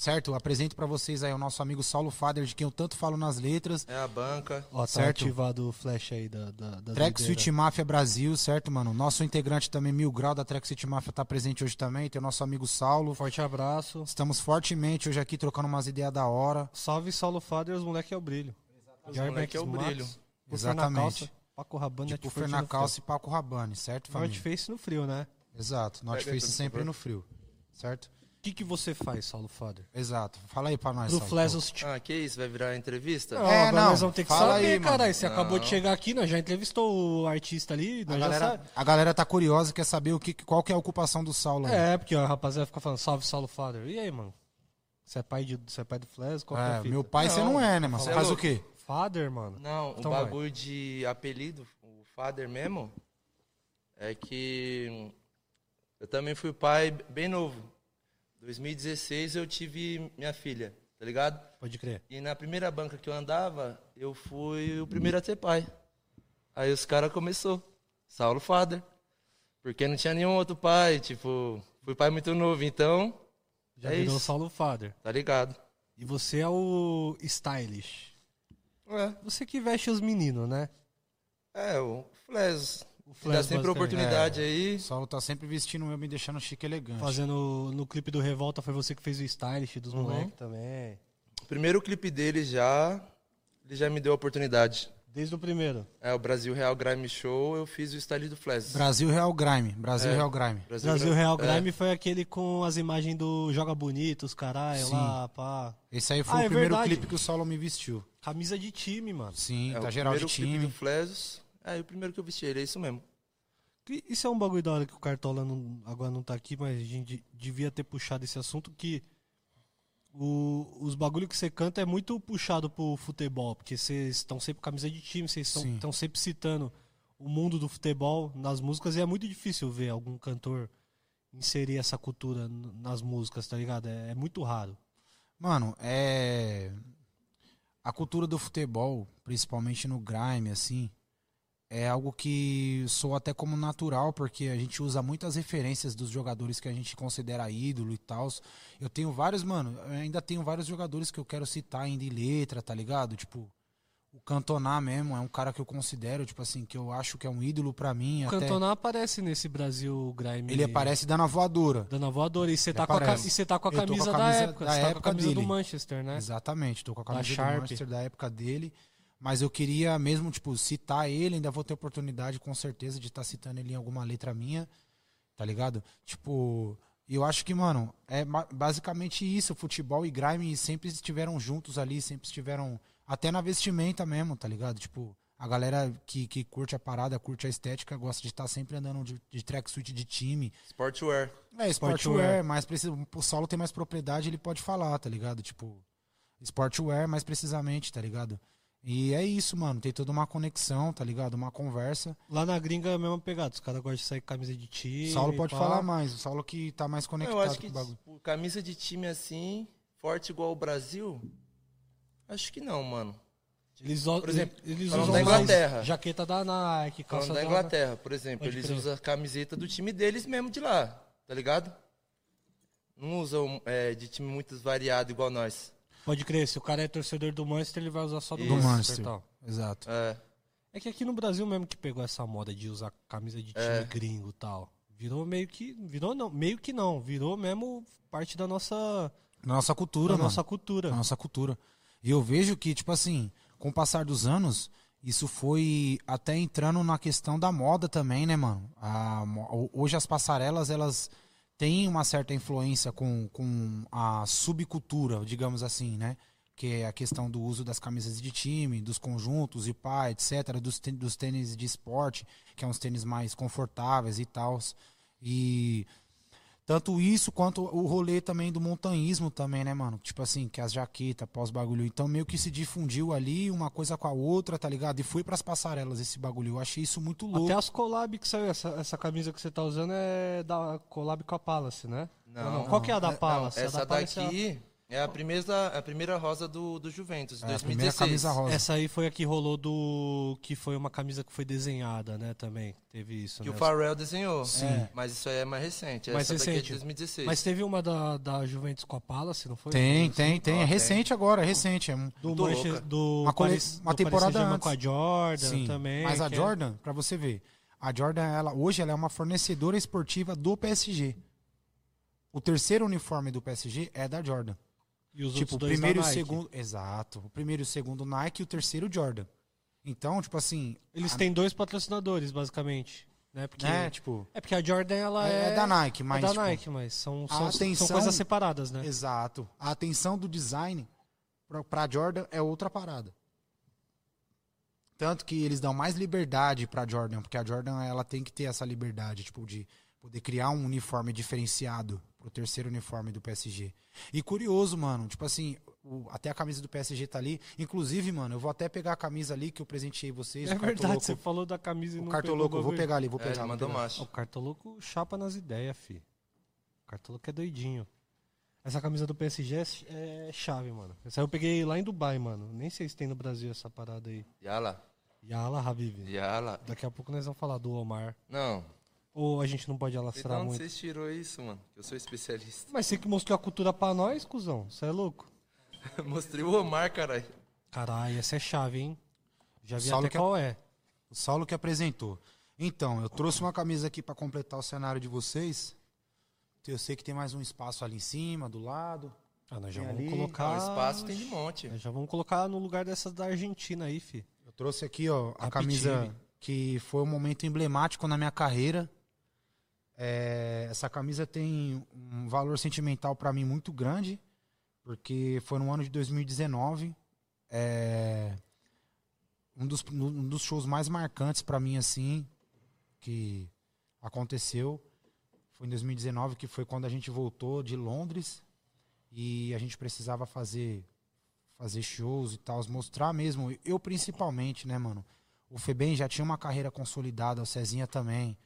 [SPEAKER 3] Certo? Apresento pra vocês aí o nosso amigo Saulo Fader, de quem eu tanto falo nas letras.
[SPEAKER 6] É a banca.
[SPEAKER 1] Ó, tá
[SPEAKER 3] certo.
[SPEAKER 1] ativado o flash aí da. da, da
[SPEAKER 3] Track
[SPEAKER 1] doideira.
[SPEAKER 3] Suite Mafia Brasil, certo, mano? Nosso integrante também, Mil Grau, da Track Suite Mafia, tá presente hoje também. Tem o nosso amigo Saulo.
[SPEAKER 1] Forte abraço.
[SPEAKER 3] Estamos fortemente hoje aqui trocando umas ideias da hora.
[SPEAKER 1] Salve, Saulo Fader, os moleque é o brilho.
[SPEAKER 6] Os moleque é o brilho.
[SPEAKER 3] Exatamente.
[SPEAKER 1] Paco Rabanne,
[SPEAKER 3] Tipo
[SPEAKER 1] Netflix
[SPEAKER 3] Fernan
[SPEAKER 1] é no
[SPEAKER 3] Calça e Paco Rabanne, certo,
[SPEAKER 1] frio. North
[SPEAKER 3] família?
[SPEAKER 1] Face no frio, né?
[SPEAKER 3] Exato. North
[SPEAKER 6] Pega aí,
[SPEAKER 3] Face
[SPEAKER 6] por
[SPEAKER 3] sempre
[SPEAKER 6] favor.
[SPEAKER 3] no frio, certo?
[SPEAKER 1] O que, que você faz, Saulo Fader?
[SPEAKER 3] Exato. Fala aí pra nós,
[SPEAKER 1] Pro
[SPEAKER 3] Saulo.
[SPEAKER 1] Flash, os t-
[SPEAKER 6] Ah, que isso? Vai virar entrevista?
[SPEAKER 1] Não,
[SPEAKER 3] É,
[SPEAKER 1] mas
[SPEAKER 3] não,
[SPEAKER 1] nós vamos ter que
[SPEAKER 3] fala aí,
[SPEAKER 1] saber,
[SPEAKER 3] mano.
[SPEAKER 1] caralho. Você acabou de
[SPEAKER 6] Não.
[SPEAKER 1] chegar aqui, nós já entrevistou o artista ali,
[SPEAKER 3] A
[SPEAKER 1] nós já
[SPEAKER 3] galera,
[SPEAKER 1] sabe.
[SPEAKER 3] a galera tá curiosa, quer saber o que, qual que é a ocupação do Saulo aí.
[SPEAKER 1] É, porque ó, a rapaziada fica falando, salve, Saulo Fader. E aí, mano? Você é pai, de, você é pai do Flash? Qual que é a
[SPEAKER 3] É,
[SPEAKER 1] fita?
[SPEAKER 3] meu pai você não é, né, mano?
[SPEAKER 6] Você
[SPEAKER 3] Você
[SPEAKER 6] é
[SPEAKER 3] faz
[SPEAKER 6] louco.
[SPEAKER 3] o quê?
[SPEAKER 1] Fader, mano.
[SPEAKER 6] Não,
[SPEAKER 1] Então
[SPEAKER 6] o
[SPEAKER 1] vai.
[SPEAKER 6] bagulho de apelido, o father mesmo, é que hum, eu também fui pai bem novo. 2016 eu tive minha filha, tá ligado?
[SPEAKER 1] Pode crer.
[SPEAKER 6] E na primeira banca que eu andava, eu fui o primeiro a ter pai. Aí os caras começou, Saulo Fader. Porque não tinha nenhum outro pai, tipo, fui pai muito novo, então,
[SPEAKER 1] Já
[SPEAKER 6] É
[SPEAKER 1] virou
[SPEAKER 6] isso.
[SPEAKER 1] Saulo Fader.
[SPEAKER 6] tá ligado?
[SPEAKER 1] E você é o stylish. Você que veste os meninos, né?
[SPEAKER 6] É, é o Fles.
[SPEAKER 1] O Flash,
[SPEAKER 6] Dá sempre
[SPEAKER 1] basicamente.
[SPEAKER 6] oportunidade aí.
[SPEAKER 3] O Saulo tá sempre vestindo eu, me deixando chique e elegante.
[SPEAKER 1] Fazendo no clipe do Revolta, foi você que fez o stylish
[SPEAKER 6] Uhum.
[SPEAKER 1] dos moleques também.
[SPEAKER 6] Primeiro clipe dele já, ele já me deu a oportunidade.
[SPEAKER 1] Desde o primeiro.
[SPEAKER 6] É, o Brasil Real Grime Show, eu fiz o style do Flash.
[SPEAKER 3] Brasil Real Grime, Brasil
[SPEAKER 6] É.
[SPEAKER 3] Real Grime.
[SPEAKER 1] Brasil Real
[SPEAKER 6] é,
[SPEAKER 1] Grime foi aquele com as imagens do Joga Bonito, os caralho
[SPEAKER 3] Sim.
[SPEAKER 1] lá, pá.
[SPEAKER 3] Esse aí foi
[SPEAKER 1] Ah,
[SPEAKER 3] o
[SPEAKER 1] é
[SPEAKER 3] primeiro
[SPEAKER 1] verdade.
[SPEAKER 3] clipe que o Saulo me vestiu.
[SPEAKER 1] Camisa de time, mano.
[SPEAKER 3] Sim,
[SPEAKER 6] é
[SPEAKER 3] tá
[SPEAKER 6] o
[SPEAKER 3] geral de
[SPEAKER 6] primeiro clipe
[SPEAKER 3] time.
[SPEAKER 6] do Flash. É, o primeiro que eu vesti ele, é isso mesmo.
[SPEAKER 1] Que- Isso é um bagulho da hora que o Cartola não- agora não tá aqui, mas a gente devia ter puxado esse assunto que o- os bagulhos que você canta é muito puxado pro futebol, porque vocês estão sempre com camisa de time, vocês
[SPEAKER 3] Sim.
[SPEAKER 1] estão sempre citando o mundo do futebol nas músicas e é muito difícil ver algum cantor inserir essa cultura n- nas músicas, tá ligado? É, é muito raro.
[SPEAKER 3] Mano, é. A cultura do futebol, principalmente no grime, assim, é algo que soa até como natural, porque a gente usa muitas referências dos jogadores que a gente considera ídolo e tal. Eu tenho vários, mano, eu ainda tenho vários jogadores que eu quero citar ainda em letra, tá ligado? Tipo, o Cantona mesmo é um cara que eu considero, tipo assim, que eu acho que é um ídolo pra mim.
[SPEAKER 1] O
[SPEAKER 3] até...
[SPEAKER 1] Cantona é um aparece nesse Brasil Grime.
[SPEAKER 3] Ele aparece dando a voadora.
[SPEAKER 1] dando a voadora e você
[SPEAKER 3] Ele
[SPEAKER 1] tá, com a ca-
[SPEAKER 3] aparece.
[SPEAKER 1] e você tá com a
[SPEAKER 3] Eu tô com a
[SPEAKER 1] camisa da
[SPEAKER 3] camisa
[SPEAKER 1] época,
[SPEAKER 3] da
[SPEAKER 1] você tá com a
[SPEAKER 3] época
[SPEAKER 1] camisa do
[SPEAKER 3] dele.
[SPEAKER 1] Manchester, né?
[SPEAKER 3] Exatamente, tô com a
[SPEAKER 1] Da
[SPEAKER 3] camisa
[SPEAKER 1] Sharp.
[SPEAKER 3] do Manchester da época dele. Mas eu queria mesmo, tipo, citar ele, ainda vou ter oportunidade, com certeza, de estar citando ele em alguma letra minha, tá ligado? Tipo, eu acho que, mano, é ma- basicamente isso, futebol e grime sempre estiveram juntos ali, sempre estiveram, até na vestimenta mesmo, tá ligado? Tipo, a galera que, que curte a parada, curte a estética, gosta de estar sempre andando de, de tracksuit de time,
[SPEAKER 6] Sportwear.
[SPEAKER 3] é,
[SPEAKER 1] Sportwear.
[SPEAKER 3] sportwear, mas precisa, o Saulo tem mais propriedade, ele pode falar, tá ligado? Tipo, sportwear mais precisamente, tá ligado? E é isso, mano, tem toda uma conexão, tá ligado? Uma conversa.
[SPEAKER 1] Lá na gringa é a mesma pegada. Os caras gostam de sair com camisa de
[SPEAKER 3] O
[SPEAKER 1] time.
[SPEAKER 3] Saulo pode
[SPEAKER 1] pá.
[SPEAKER 3] falar mais, o Saulo que tá mais
[SPEAKER 6] Eu
[SPEAKER 3] conectado
[SPEAKER 6] acho
[SPEAKER 3] com
[SPEAKER 6] que
[SPEAKER 3] o bagulho.
[SPEAKER 6] tipo, camisa de time assim, forte igual o Brasil, acho que não, mano.
[SPEAKER 1] Eles, o-
[SPEAKER 6] Por exemplo,
[SPEAKER 1] eles
[SPEAKER 6] falando
[SPEAKER 1] usam
[SPEAKER 6] da
[SPEAKER 1] mais
[SPEAKER 6] Inglaterra.
[SPEAKER 1] Jaqueta da Nike, calça
[SPEAKER 6] Falando da Inglaterra, por exemplo,
[SPEAKER 1] Pode
[SPEAKER 6] eles
[SPEAKER 1] crer.
[SPEAKER 6] usam a camiseta do time deles mesmo de lá, tá ligado? Não usam é, de time muito variado igual nós.
[SPEAKER 1] Pode crer, se o cara é torcedor do Manchester, ele vai usar só do
[SPEAKER 6] Isso. Do
[SPEAKER 3] Manchester.
[SPEAKER 1] tal.
[SPEAKER 3] Exato.
[SPEAKER 6] É,
[SPEAKER 1] É que aqui no Brasil mesmo que pegou essa moda de usar camisa de time
[SPEAKER 6] É.
[SPEAKER 1] gringo e tal. Virou meio que. Virou não. Meio que não. Virou mesmo parte da nossa,
[SPEAKER 3] Na nossa
[SPEAKER 1] da
[SPEAKER 3] cultura, mano. Ah.
[SPEAKER 1] nossa cultura.
[SPEAKER 3] a nossa cultura. E eu vejo que, tipo assim, com o passar dos anos, isso foi até entrando na questão da moda também, né, mano? A mo- ho- hoje as passarelas, elas tem uma certa influência com, com a subcultura, digamos assim, né? Que é a questão do uso das camisas de time, dos conjuntos e pá, etc., dos, tê- dos tênis de esporte, que é uns tênis mais confortáveis e tal. E tanto isso quanto o rolê também do montanhismo também, né, mano? Tipo assim, que as jaquetas, pós bagulho. Então meio que se difundiu ali uma coisa com a outra, tá ligado? E foi pras passarelas esse bagulho. Eu achei isso muito louco.
[SPEAKER 1] Até as collab que saiu, essa, essa camisa que você tá usando é da collab com a Palace, né?
[SPEAKER 6] Não,
[SPEAKER 1] Ou Qual que é a da
[SPEAKER 6] Não,
[SPEAKER 1] Palace? A
[SPEAKER 6] essa
[SPEAKER 1] da Palace é a-
[SPEAKER 6] daqui é a primeira, a primeira rosa do, do Juventus, de
[SPEAKER 3] É, a primeira
[SPEAKER 6] 2016.
[SPEAKER 3] camisa rosa.
[SPEAKER 1] Essa aí foi a que rolou do. Que foi uma camisa que foi desenhada, né? Também teve isso.
[SPEAKER 6] Que o
[SPEAKER 1] né?
[SPEAKER 6] Pharrell desenhou.
[SPEAKER 3] Sim.
[SPEAKER 6] Mas isso aí é mais recente.
[SPEAKER 1] Mais
[SPEAKER 6] essa daqui é
[SPEAKER 1] recente.
[SPEAKER 6] de 2016.
[SPEAKER 1] Mas teve uma da, da Juventus com a Palace, não foi?
[SPEAKER 3] Tem, tem, tem. É
[SPEAKER 6] Ah, tem.
[SPEAKER 3] recente agora, é recente. É um...
[SPEAKER 1] Do
[SPEAKER 6] Muito
[SPEAKER 1] Manchester.
[SPEAKER 6] louca.
[SPEAKER 1] Do
[SPEAKER 3] Uma cole-
[SPEAKER 1] Paris-
[SPEAKER 3] uma
[SPEAKER 1] do Paris
[SPEAKER 3] temporada
[SPEAKER 1] Saint-Germain
[SPEAKER 3] antes.
[SPEAKER 1] com a Jordan
[SPEAKER 3] Sim,
[SPEAKER 1] também.
[SPEAKER 3] mas a
[SPEAKER 1] que é-
[SPEAKER 3] Jordan, pra você ver, a Jordan, ela, hoje ela é uma fornecedora esportiva do PSG. O terceiro uniforme do PSG é da Jordan.
[SPEAKER 1] E os outros
[SPEAKER 3] tipo, o
[SPEAKER 1] dois da
[SPEAKER 3] primeiro e o
[SPEAKER 1] Nike.
[SPEAKER 3] segundo. Exato. O primeiro e o segundo Nike e o terceiro Jordan. Então, tipo assim.
[SPEAKER 1] Eles
[SPEAKER 3] a-
[SPEAKER 1] têm dois patrocinadores, basicamente. Né? Porque,
[SPEAKER 3] Né? Tipo,
[SPEAKER 1] É porque a Jordan ela é,
[SPEAKER 3] é, é da Nike, mas.
[SPEAKER 1] é da
[SPEAKER 3] tipo,
[SPEAKER 1] Nike, mas são,
[SPEAKER 3] a
[SPEAKER 1] são, são
[SPEAKER 3] atenção-
[SPEAKER 1] coisas separadas, né?
[SPEAKER 3] Exato. A atenção do design pra, pra Jordan é outra parada. Tanto que eles dão mais liberdade pra Jordan, porque a Jordan ela tem que ter essa liberdade, tipo, de poder criar um uniforme diferenciado pro terceiro uniforme do PSG. E curioso, mano, tipo assim, o- até a camisa do PSG tá ali. Inclusive, mano, eu vou até pegar a camisa ali que eu presenteei vocês.
[SPEAKER 1] É
[SPEAKER 3] o
[SPEAKER 1] verdade,
[SPEAKER 3] Cartoloco-
[SPEAKER 1] você falou da camisa e
[SPEAKER 3] o
[SPEAKER 1] não
[SPEAKER 3] cartoloco,
[SPEAKER 1] pegou
[SPEAKER 3] eu vou
[SPEAKER 1] bagulho.
[SPEAKER 3] pegar ali, vou
[SPEAKER 6] É,
[SPEAKER 3] pegar.
[SPEAKER 6] ele
[SPEAKER 3] vou
[SPEAKER 6] mandou
[SPEAKER 3] pegar.
[SPEAKER 1] O
[SPEAKER 6] macho.
[SPEAKER 1] Cartoloco chapa nas ideias, fi. O Cartoloco é doidinho. Essa camisa do PSG é ch- é chave, mano. Essa aí eu peguei lá em Dubai, mano. Nem sei se tem no Brasil essa parada aí.
[SPEAKER 6] Yala,
[SPEAKER 1] Yala, Habib.
[SPEAKER 6] Yala.
[SPEAKER 1] Daqui a pouco nós vamos falar do Omar.
[SPEAKER 6] Não.
[SPEAKER 1] Ou a gente não pode
[SPEAKER 6] Então,
[SPEAKER 1] alastrar
[SPEAKER 6] onde
[SPEAKER 1] muito.
[SPEAKER 6] vocês tirou isso, mano? Eu sou especialista.
[SPEAKER 1] Mas você que mostrou a cultura pra nós, cuzão. Você é louco?
[SPEAKER 6] Mostrei o Omar, caralho.
[SPEAKER 1] Caralho, essa é chave, hein? Já vi
[SPEAKER 3] Saulo
[SPEAKER 1] até
[SPEAKER 3] que-
[SPEAKER 1] qual é.
[SPEAKER 3] O Saulo que apresentou. Então, eu trouxe uma camisa aqui para completar o cenário de vocês. Eu sei que tem mais um espaço ali em cima, do lado.
[SPEAKER 1] Ah, nós já
[SPEAKER 3] Tem
[SPEAKER 1] vamos
[SPEAKER 3] ali.
[SPEAKER 1] colocar.
[SPEAKER 6] Ah, o espaço tem de monte.
[SPEAKER 1] Nós já vamos colocar no lugar dessas da Argentina aí, fi.
[SPEAKER 3] Eu trouxe aqui, ó, a
[SPEAKER 1] Rapidinho.
[SPEAKER 3] camisa que foi um momento emblemático na minha carreira. É, essa camisa tem um valor sentimental para mim muito grande, porque foi no ano de 2019. É, um, dos, um dos shows mais marcantes para mim, assim, que aconteceu. Foi em 2019, que foi quando a gente voltou de Londres e a gente precisava fazer fazer shows e tal, mostrar mesmo. Eu principalmente, né, mano? O Febem já tinha uma carreira consolidada, o Cezinha também.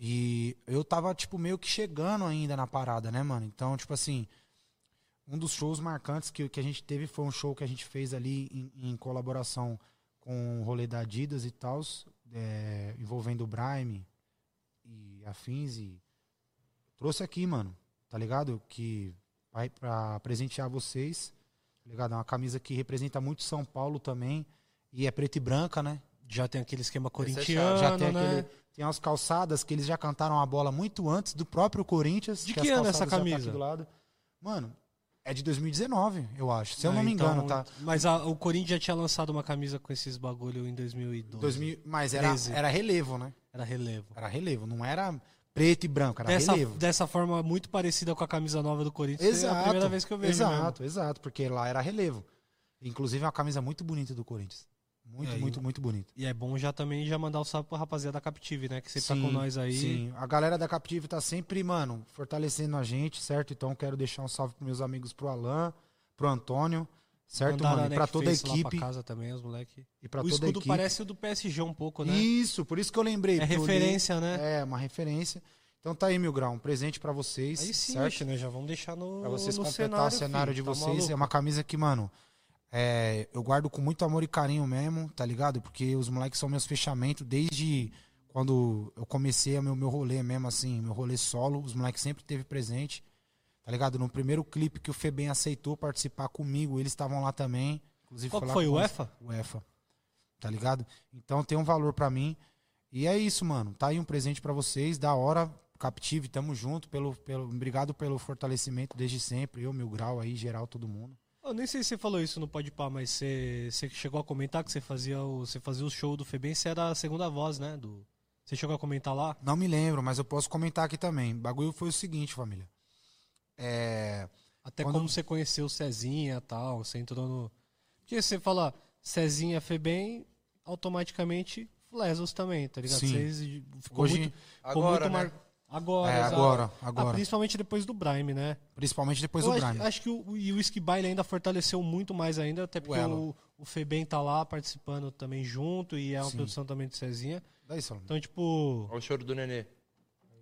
[SPEAKER 3] E eu tava, tipo, meio que chegando ainda na parada, né, mano? Então, tipo assim, um dos shows marcantes que, que a gente teve foi um show que a gente fez ali em, em colaboração com o rolê da Adidas e tal, é, envolvendo o Brime e afins. E trouxe aqui, mano, tá ligado? Que vai pra presentear vocês tá ligado? É uma camisa que representa muito São Paulo também. E é preta e branca, né?
[SPEAKER 1] Já tem aquele esquema
[SPEAKER 6] é chave.
[SPEAKER 1] corintiano,
[SPEAKER 3] Já tem
[SPEAKER 1] né?
[SPEAKER 3] aquele. Tem as calçadas que eles já cantaram a bola muito antes do próprio Corinthians.
[SPEAKER 1] De
[SPEAKER 3] as
[SPEAKER 1] que ano essa
[SPEAKER 3] calçadas já tá
[SPEAKER 1] camisa?
[SPEAKER 3] aqui do lado. Mano, é de 2019, eu acho. Se eu não me
[SPEAKER 1] Então,
[SPEAKER 3] engano, tá?
[SPEAKER 1] Mas a- o Corinthians já tinha lançado uma camisa com esses bagulho em 2012.
[SPEAKER 3] 2000, mas era,
[SPEAKER 1] 13.
[SPEAKER 3] era relevo, né?
[SPEAKER 1] Era relevo.
[SPEAKER 3] Era relevo, não era preto e branco, era
[SPEAKER 1] Dessa,
[SPEAKER 3] relevo.
[SPEAKER 1] dessa forma muito parecida com a camisa nova do Corinthians.
[SPEAKER 3] Exato.
[SPEAKER 1] É a primeira vez que eu vejo.
[SPEAKER 3] Exato, exato, porque lá era relevo. Inclusive é uma camisa muito bonita do Corinthians. Muito,
[SPEAKER 1] E aí,
[SPEAKER 3] muito, muito bonita.
[SPEAKER 1] E é bom já também já mandar o salve pro rapaziada da Captive, né? Que sempre
[SPEAKER 3] Sim,
[SPEAKER 1] tá com nós aí.
[SPEAKER 3] Sim, a galera da Captive tá sempre, mano, fortalecendo a gente, certo? Então quero deixar um salve pros meus amigos, pro Alan, pro Antônio, certo,
[SPEAKER 1] Mandaram
[SPEAKER 3] mano?
[SPEAKER 1] a
[SPEAKER 3] E pra toda a
[SPEAKER 1] Netface lá
[SPEAKER 3] equipe.
[SPEAKER 1] Pra casa também, os moleque.
[SPEAKER 3] E pra
[SPEAKER 1] o
[SPEAKER 3] toda a
[SPEAKER 1] escudo
[SPEAKER 3] equipe.
[SPEAKER 1] parece o do PSG um pouco, né?
[SPEAKER 3] Isso, por isso que eu lembrei.
[SPEAKER 1] É
[SPEAKER 3] porque eu olhei-
[SPEAKER 1] referência, né?
[SPEAKER 3] É, uma referência. Então tá aí, meu grau, um presente pra vocês,
[SPEAKER 1] Aí sim,
[SPEAKER 3] certo?
[SPEAKER 1] oxe, né? Já vamos deixar no.
[SPEAKER 3] Pra vocês
[SPEAKER 1] no
[SPEAKER 3] completar o cenário
[SPEAKER 1] filho,
[SPEAKER 3] de
[SPEAKER 1] tá
[SPEAKER 3] vocês.
[SPEAKER 1] maluco?
[SPEAKER 3] é uma camisa que, mano, é, eu guardo com muito amor e carinho mesmo, tá ligado? Porque os moleques são meus fechamentos desde quando eu comecei o meu, meu rolê mesmo, assim, meu rolê solo. Os moleques sempre teve presente, tá ligado? No primeiro clipe que o Febem aceitou participar comigo, eles estavam lá também. Inclusive,
[SPEAKER 1] Qual que
[SPEAKER 3] lá
[SPEAKER 1] foi?
[SPEAKER 3] com
[SPEAKER 1] O
[SPEAKER 3] nós-
[SPEAKER 1] UEFA?
[SPEAKER 3] UEFA. Tá ligado? Então tem um valor pra mim. E é isso, mano. Tá aí um presente pra vocês, da hora. Captive, tamo junto. Pelo, pelo, obrigado pelo fortalecimento desde sempre. Eu, Mil Grau aí, geral, todo mundo.
[SPEAKER 1] Eu nem sei se você falou isso no Pode Pá, mas você, você chegou a comentar que você fazia o você fazia o show do Febem, você era a segunda voz, né? Do, Você chegou a comentar lá?
[SPEAKER 3] Não me lembro, mas eu posso comentar aqui também. O bagulho foi o seguinte, família. É,
[SPEAKER 1] Até
[SPEAKER 3] Quando-
[SPEAKER 1] como você conheceu o Cezinha e tal, você entrou no. Porque você fala Cezinha Febem, automaticamente Flesos também, tá ligado?
[SPEAKER 3] Sim.
[SPEAKER 1] Vocês ficou
[SPEAKER 3] Hoje-
[SPEAKER 1] muito, ficou
[SPEAKER 6] Agora,
[SPEAKER 1] muito
[SPEAKER 6] né?
[SPEAKER 1] mar- Agora,
[SPEAKER 3] é,
[SPEAKER 1] exato.
[SPEAKER 3] agora,
[SPEAKER 1] Ah,
[SPEAKER 3] agora.
[SPEAKER 1] principalmente depois do Brime, né?
[SPEAKER 3] Principalmente depois
[SPEAKER 1] Eu
[SPEAKER 3] do
[SPEAKER 1] acho,
[SPEAKER 3] Grime.
[SPEAKER 1] acho que o, e o Whisky Baile ainda fortaleceu muito mais ainda, até porque
[SPEAKER 3] elo.
[SPEAKER 1] o, o Febem tá lá participando também junto e é uma produção também do Cezinha.
[SPEAKER 3] Daí, Salomão.
[SPEAKER 1] Então, tipo.
[SPEAKER 6] Olha o choro do nenê.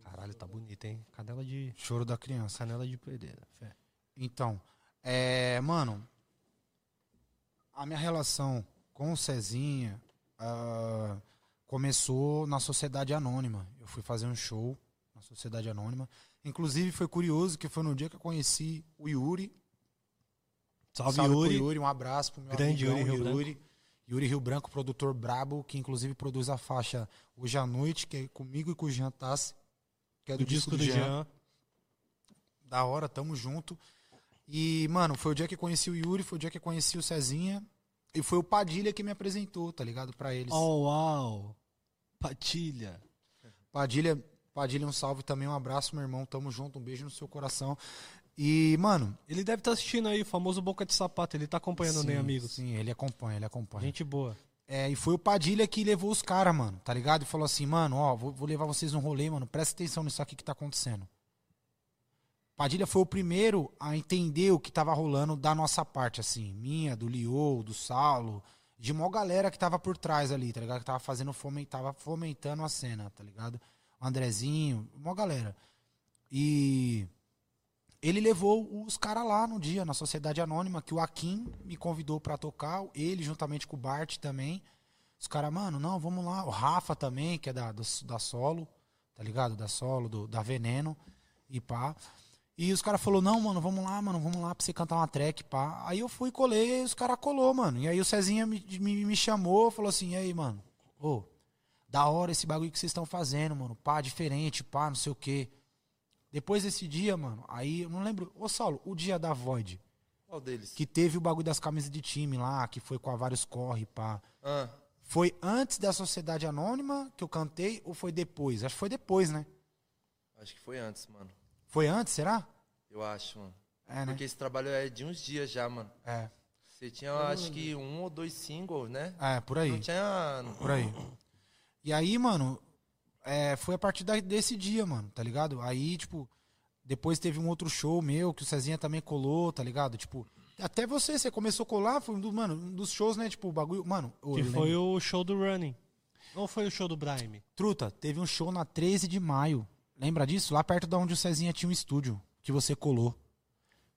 [SPEAKER 1] Caralho, tá bonito, hein? Canela de.
[SPEAKER 3] Choro da criança.
[SPEAKER 1] Canela de perdeira, fé.
[SPEAKER 3] Então, é, mano, a minha relação com o Cezinha ah, começou na Sociedade Anônima. Eu fui fazer um show na Sociedade Anônima. Inclusive, foi curioso que foi no dia que eu conheci o Yuri.
[SPEAKER 1] Salve,
[SPEAKER 3] pro
[SPEAKER 1] Yuri.
[SPEAKER 3] Um abraço pro meu
[SPEAKER 1] Grande
[SPEAKER 3] amigão,
[SPEAKER 1] Yuri Rio Branco.
[SPEAKER 3] Yuri. Yuri Rio Branco, produtor brabo, que inclusive produz a faixa Hoje à Noite, que é comigo e com o Jean Tassi, que é do
[SPEAKER 1] O disco do Jean.
[SPEAKER 3] Da hora, tamo junto. E, mano, foi o dia que eu conheci o Yuri, foi o dia que eu conheci o Cezinha. E foi o Padilha que me apresentou, tá ligado? Pra eles.
[SPEAKER 1] Oh, uau. Patilha.
[SPEAKER 3] Padilha, Padilha, um salve também, um abraço, meu irmão. Tamo junto, um beijo no seu coração. E, mano.
[SPEAKER 1] Ele deve estar assistindo aí, o famoso Boca de Sapato. Ele tá acompanhando,
[SPEAKER 3] sim,
[SPEAKER 1] né, amigo?
[SPEAKER 3] Sim, ele acompanha, ele acompanha.
[SPEAKER 1] Gente boa.
[SPEAKER 3] É, e foi o Padilha que levou os caras, mano, tá ligado? E falou assim, mano, ó, vou, vou levar vocês num rolê, mano, presta atenção nisso aqui que tá acontecendo. Padilha foi o primeiro a entender o que tava rolando da nossa parte, assim, minha, do Liô, do Saulo, de mó galera que tava por trás ali, tá ligado? Que tava fazendo, fomen- tava fomentando a cena, tá ligado? O Andrezinho, mó galera. E ele levou os caras lá no dia, na Sociedade Anônima, que o Akim me convidou pra tocar, ele juntamente com o Bart também. Os caras, mano, não, vamos lá. O Rafa também, que é da, do- da Solo, tá ligado? Da Solo, do- da Veneno e pá. E os caras falaram, não, mano, vamos lá, mano, vamos lá pra você cantar uma track, pá. Aí eu fui, colei, e os caras colou, mano. E aí o Cezinha me, me, me chamou, falou assim, e aí, mano, ô, da hora esse bagulho que vocês estão fazendo, mano, pá, diferente, pá, não sei o quê. Depois desse dia, mano, aí eu não lembro. Ô, Saulo, o dia da Void,
[SPEAKER 6] Qual deles?
[SPEAKER 3] que teve o bagulho das camisas de time lá, que foi com a Vários Corre, pá.
[SPEAKER 6] Ah,
[SPEAKER 3] Foi antes da Sociedade Anônima que eu cantei ou foi depois? Acho que foi depois, né?
[SPEAKER 6] acho que foi antes, mano.
[SPEAKER 3] Foi antes, será?
[SPEAKER 6] Eu acho, mano.
[SPEAKER 3] É, né?
[SPEAKER 6] Porque esse trabalho é de uns dias já, mano.
[SPEAKER 3] É,
[SPEAKER 6] Você tinha, acho que, um ou dois singles, né?
[SPEAKER 3] é, por aí.
[SPEAKER 6] Não tinha.
[SPEAKER 3] Por aí. E aí, mano, é, foi a partir da- desse dia, mano, tá ligado? Aí, tipo, depois teve um outro show meu que o Cezinha também colou, tá ligado? Tipo, até você, você começou a colar, foi um, do, mano, um dos shows, né? Tipo, o bagulho. Mano, ô,
[SPEAKER 1] Que
[SPEAKER 3] eu
[SPEAKER 1] foi
[SPEAKER 3] lembro-
[SPEAKER 1] o show do Running. Ou foi o show do Brime?
[SPEAKER 3] Truta, teve um show na 13 de maio. Lembra disso? Lá perto da onde o Cezinha tinha um estúdio, que você colou.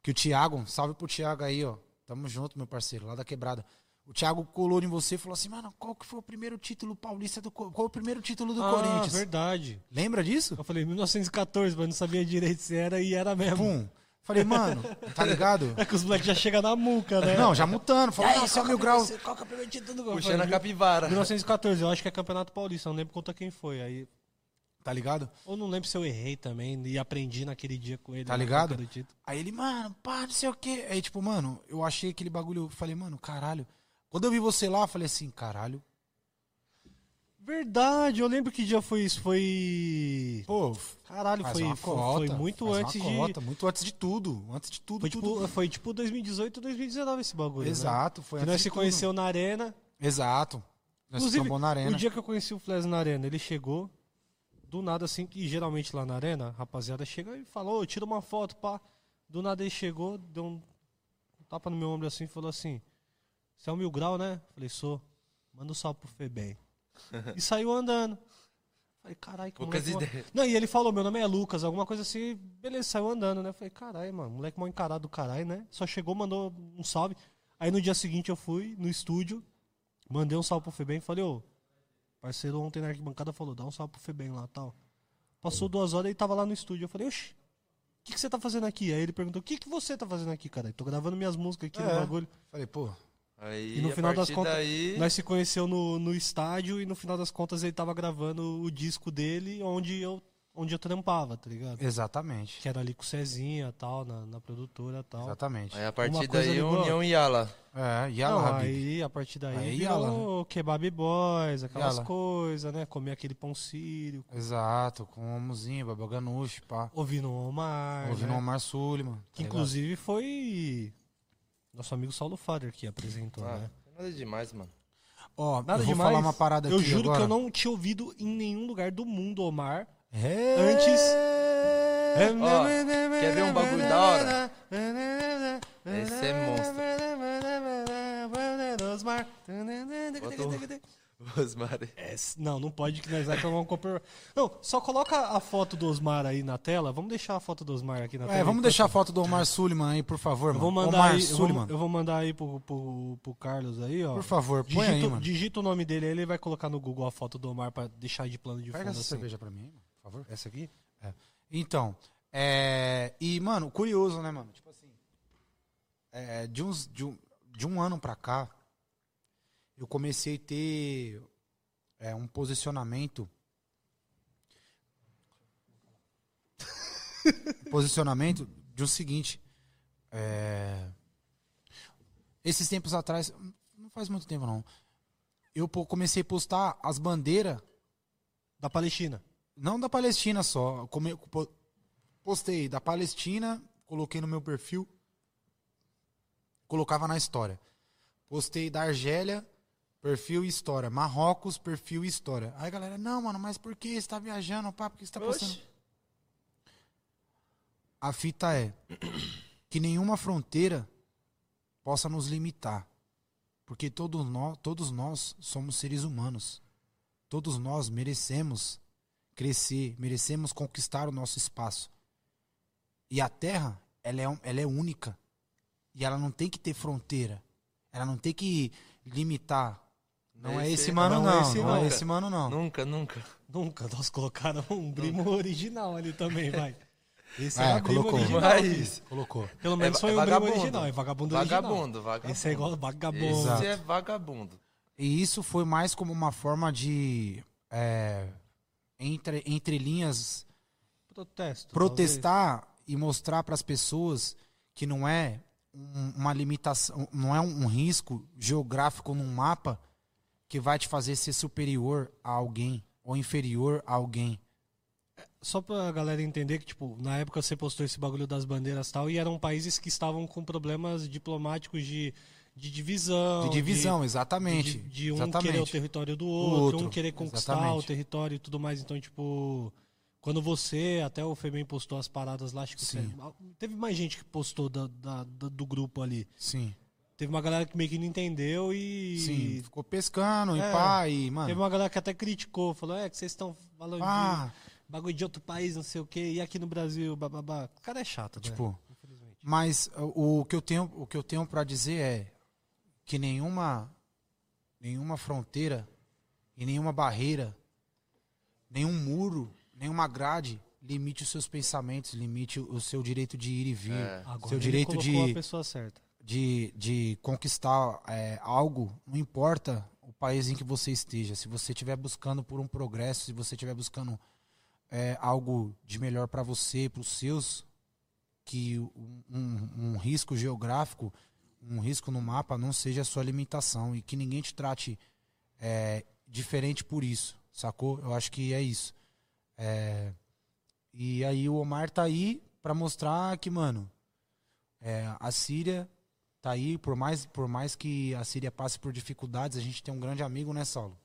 [SPEAKER 3] Que o Thiago, um salve pro Thiago aí, ó. Tamo junto, meu parceiro, lá da quebrada. O Thiago colou em você e falou assim, mano, qual que foi o primeiro título paulista do Co- Qual o primeiro título do
[SPEAKER 1] ah,
[SPEAKER 3] Corinthians?
[SPEAKER 1] verdade.
[SPEAKER 3] Lembra disso?
[SPEAKER 1] Eu falei 1914, mas não sabia direito se era e era mesmo.
[SPEAKER 3] Pum. Falei, mano, tá ligado?
[SPEAKER 1] É que os moleques já chegam na muca, né?
[SPEAKER 3] Não, já mutando. Falou, não, só mil graus.
[SPEAKER 1] Qual que é o primeiro título do gol?
[SPEAKER 6] Puxando a capivara.
[SPEAKER 1] 1914, eu acho que é Campeonato Paulista, eu não lembro contra quem foi. Aí,
[SPEAKER 3] Tá ligado?
[SPEAKER 1] ou não lembro se eu errei também e aprendi naquele dia com ele. né, na
[SPEAKER 3] Tá ligado?
[SPEAKER 1] boca do título.
[SPEAKER 3] Aí ele, mano, pá, não sei o quê. Aí, tipo, mano, eu achei aquele bagulho. eu Falei, mano, caralho. Quando eu vi você lá, eu falei assim, caralho.
[SPEAKER 1] Verdade, eu lembro que dia foi isso. Foi.
[SPEAKER 3] Pô,
[SPEAKER 1] Caralho,
[SPEAKER 3] faz
[SPEAKER 1] foi,
[SPEAKER 3] uma
[SPEAKER 1] foi-
[SPEAKER 3] cota,
[SPEAKER 1] foi muito
[SPEAKER 3] faz uma
[SPEAKER 1] antes
[SPEAKER 3] cota,
[SPEAKER 1] de.
[SPEAKER 3] Muito antes de tudo. Antes de tudo.
[SPEAKER 1] Foi
[SPEAKER 3] tudo.
[SPEAKER 1] tipo, foi tipo 2018, 2019 esse bagulho.
[SPEAKER 3] Exato, foi
[SPEAKER 1] Né? Que
[SPEAKER 3] antes
[SPEAKER 1] nós
[SPEAKER 3] de
[SPEAKER 1] se
[SPEAKER 3] tudo.
[SPEAKER 1] conheceu na arena.
[SPEAKER 3] Exato. Nós
[SPEAKER 1] Inclusive,
[SPEAKER 3] trombou na arena.
[SPEAKER 1] O dia que eu conheci o Fles na arena, ele chegou do nada assim, que geralmente lá na arena, a rapaziada chega e fala, ô, tira uma foto, pá. Do nada ele chegou, deu um tapa no meu ombro assim e falou assim, você é o Mil Grau, né? Falei, sou. Manda um salve pro Febem. e saiu andando. Falei, caralho, que
[SPEAKER 6] Poucas
[SPEAKER 1] moleque mó-"
[SPEAKER 6] ideias.
[SPEAKER 1] Não, e ele falou, meu nome é Lucas, alguma coisa assim. Beleza, saiu andando, né? Falei, caralho, mano, moleque mal encarado do caralho, né? Só chegou, mandou um salve. Aí no dia seguinte eu fui no estúdio, mandei um salve pro Febem e falei, ô, parceiro ontem na arquibancada falou, dá um salve pro Febem lá tal. Passou duas horas e tava lá no estúdio. Eu falei, oxi, o que, que você tá fazendo aqui? Aí ele perguntou, o que, que você tá fazendo aqui, cara? Eu tô gravando minhas músicas aqui no
[SPEAKER 6] É.
[SPEAKER 1] bagulho.
[SPEAKER 3] Falei, pô,
[SPEAKER 6] Aí,
[SPEAKER 1] E no
[SPEAKER 6] a
[SPEAKER 1] final das
[SPEAKER 6] partir
[SPEAKER 1] contas,
[SPEAKER 6] daí,
[SPEAKER 1] nós se conheceu no, no estádio e no final das contas ele tava gravando o disco dele, onde eu onde eu trampava, tá ligado?
[SPEAKER 3] Exatamente.
[SPEAKER 1] Que era ali com o Cezinha tal, na, na produtora tal.
[SPEAKER 3] Exatamente.
[SPEAKER 6] Aí a
[SPEAKER 1] Uma
[SPEAKER 6] partir
[SPEAKER 1] coisa
[SPEAKER 6] daí,
[SPEAKER 1] ligou.
[SPEAKER 6] União e Ala.
[SPEAKER 3] É, e a
[SPEAKER 1] É. Não,
[SPEAKER 3] lá, Bibi?
[SPEAKER 1] aí, a partir daí,
[SPEAKER 3] Aí,
[SPEAKER 1] virou kebab boys, aquelas
[SPEAKER 3] Yala.
[SPEAKER 1] coisas, né? Comer aquele pão sírio,
[SPEAKER 3] Exato, com o Homozinho, Baba Ganoush, pá.
[SPEAKER 1] ouvindo o Omar,
[SPEAKER 3] Ouvindo
[SPEAKER 1] né?
[SPEAKER 3] o Omar Suleiman. tá
[SPEAKER 1] que inclusive foi nosso amigo Saulo Fader que apresentou,
[SPEAKER 3] Tá.
[SPEAKER 6] Ah,
[SPEAKER 1] né?
[SPEAKER 6] nada demais, mano.
[SPEAKER 3] Ó,
[SPEAKER 1] Nada
[SPEAKER 3] eu vou
[SPEAKER 1] demais.
[SPEAKER 3] falar uma parada
[SPEAKER 1] Eu
[SPEAKER 3] aqui
[SPEAKER 1] juro
[SPEAKER 3] agora.
[SPEAKER 1] que eu não tinha ouvido em nenhum lugar do mundo Omar.
[SPEAKER 3] É. Antes... É.
[SPEAKER 6] Ó, quer ver um bagulho da hora? Esse é
[SPEAKER 1] monstro.
[SPEAKER 6] Osmar.
[SPEAKER 1] É, Não, não pode que nós vai tomar um copper. Não, só coloca a foto do Osmar aí na tela. Vamos deixar a foto do Osmar aqui na tela.
[SPEAKER 3] É, vamos
[SPEAKER 1] enquanto-
[SPEAKER 3] deixar a foto do Omar Suleiman aí, por favor,
[SPEAKER 1] Eu
[SPEAKER 3] mano.
[SPEAKER 1] vou mandar
[SPEAKER 3] Omar
[SPEAKER 1] aí, eu vou-
[SPEAKER 3] Suleiman.
[SPEAKER 1] eu vou mandar aí pro, pro, pro Carlos aí, ó.
[SPEAKER 3] Por favor, põe
[SPEAKER 1] digita,
[SPEAKER 3] aí, mano.
[SPEAKER 1] digita o nome dele aí, ele vai colocar no Google a foto do Omar pra deixar de plano de fundo
[SPEAKER 3] Pega essa
[SPEAKER 1] assim.
[SPEAKER 3] cerveja pra mim, aí, mano, por favor. Essa aqui? É. Então, é... E, mano, curioso, né, mano? Tipo assim, é, de, uns, de, um, de um ano pra cá, eu comecei a ter é, um posicionamento... um posicionamento de o seguinte... é, Esses tempos atrás, não faz muito tempo não, eu pô- comecei a postar as bandeiras
[SPEAKER 1] Da Palestina.
[SPEAKER 3] não da Palestina só. Come- po- postei da Palestina, coloquei no meu perfil, colocava na história. Postei da Argélia, perfil e história. Marrocos, perfil e história. Aí a galera, não, mano, mas por que você tá viajando, pá? Por que você tá postando?
[SPEAKER 6] Oxi.
[SPEAKER 3] A fita é que nenhuma fronteira possa nos limitar. Porque todos nós, todos nós somos seres humanos. Todos nós merecemos crescer, merecemos conquistar o nosso espaço. E a Terra, ela é, um- ela é única. E ela não tem que ter fronteira. Ela não tem que limitar. Não é esse mano, não.
[SPEAKER 6] esse
[SPEAKER 3] Não é
[SPEAKER 6] nunca.
[SPEAKER 3] esse mano, não.
[SPEAKER 6] Nunca, nunca.
[SPEAKER 1] Nunca, nós colocaram um primo original ali também, vai. Esse
[SPEAKER 3] É,
[SPEAKER 1] era primo
[SPEAKER 3] colocou.
[SPEAKER 1] original.
[SPEAKER 6] Mas.
[SPEAKER 3] Colocou.
[SPEAKER 1] Pelo menos
[SPEAKER 6] É
[SPEAKER 1] foi um primo
[SPEAKER 6] vagabundo.
[SPEAKER 1] original, é vagabundo original.
[SPEAKER 6] Vagabundo, vagabundo.
[SPEAKER 1] Esse é igual vagabundo.
[SPEAKER 6] Esse é vagabundo.
[SPEAKER 3] E isso foi mais como uma forma de. é, entre, entre linhas
[SPEAKER 1] é Protesto.
[SPEAKER 3] protestar e mostrar para as pessoas que não é um- uma limitação, não é um um risco geográfico num mapa que vai te fazer ser superior a alguém ou inferior a alguém.
[SPEAKER 1] Só pra galera entender que, tipo, na época você postou esse bagulho das bandeiras e tal, e eram países que estavam com problemas diplomáticos de, de divisão.
[SPEAKER 3] De divisão, exatamente.
[SPEAKER 1] De, de um querer o
[SPEAKER 3] exatamente.
[SPEAKER 1] território do outro,
[SPEAKER 3] outro,
[SPEAKER 1] um querer conquistar o
[SPEAKER 3] exatamente.
[SPEAKER 1] território e tudo mais. Então, tipo, quando você, até o Febem postou as paradas lá, acho que
[SPEAKER 3] Sim.
[SPEAKER 1] você- teve mais gente que postou da- da- da- do grupo ali.
[SPEAKER 3] Sim.
[SPEAKER 1] Teve uma galera que meio que não entendeu e.
[SPEAKER 3] Sim, ficou pescando
[SPEAKER 1] É,
[SPEAKER 3] e pá, e
[SPEAKER 1] Teve
[SPEAKER 3] mano.
[SPEAKER 1] uma galera que até criticou, falou, é, que vocês estão falando de
[SPEAKER 3] Ah,
[SPEAKER 1] bagulho de outro país, não sei o quê, e aqui no Brasil, bababá. O cara é chato, né?
[SPEAKER 3] tipo, mas uh, o que eu tenho, o que eu tenho para dizer é que nenhuma nenhuma fronteira e nenhuma barreira, nenhum muro, nenhuma grade limite os seus pensamentos, limite o seu direito de ir e vir,
[SPEAKER 6] É.
[SPEAKER 1] Agora
[SPEAKER 3] seu
[SPEAKER 1] ele
[SPEAKER 3] direito
[SPEAKER 1] colocou
[SPEAKER 3] de
[SPEAKER 1] a pessoa certa.
[SPEAKER 3] de, de conquistar é, algo, não importa o país em que você esteja, se você estiver buscando por um progresso, se você estiver buscando é, algo de melhor para você, para os seus, que um, um- um risco geográfico, um risco no mapa não seja a sua limitação e que ninguém te trate é, diferente por isso, sacou? Eu acho que é isso. É, e aí o Omar tá aí para mostrar que, mano, é, a Síria tá aí, por mais, por mais que a Síria passe por dificuldades, a gente tem um grande amigo, né, Saulo?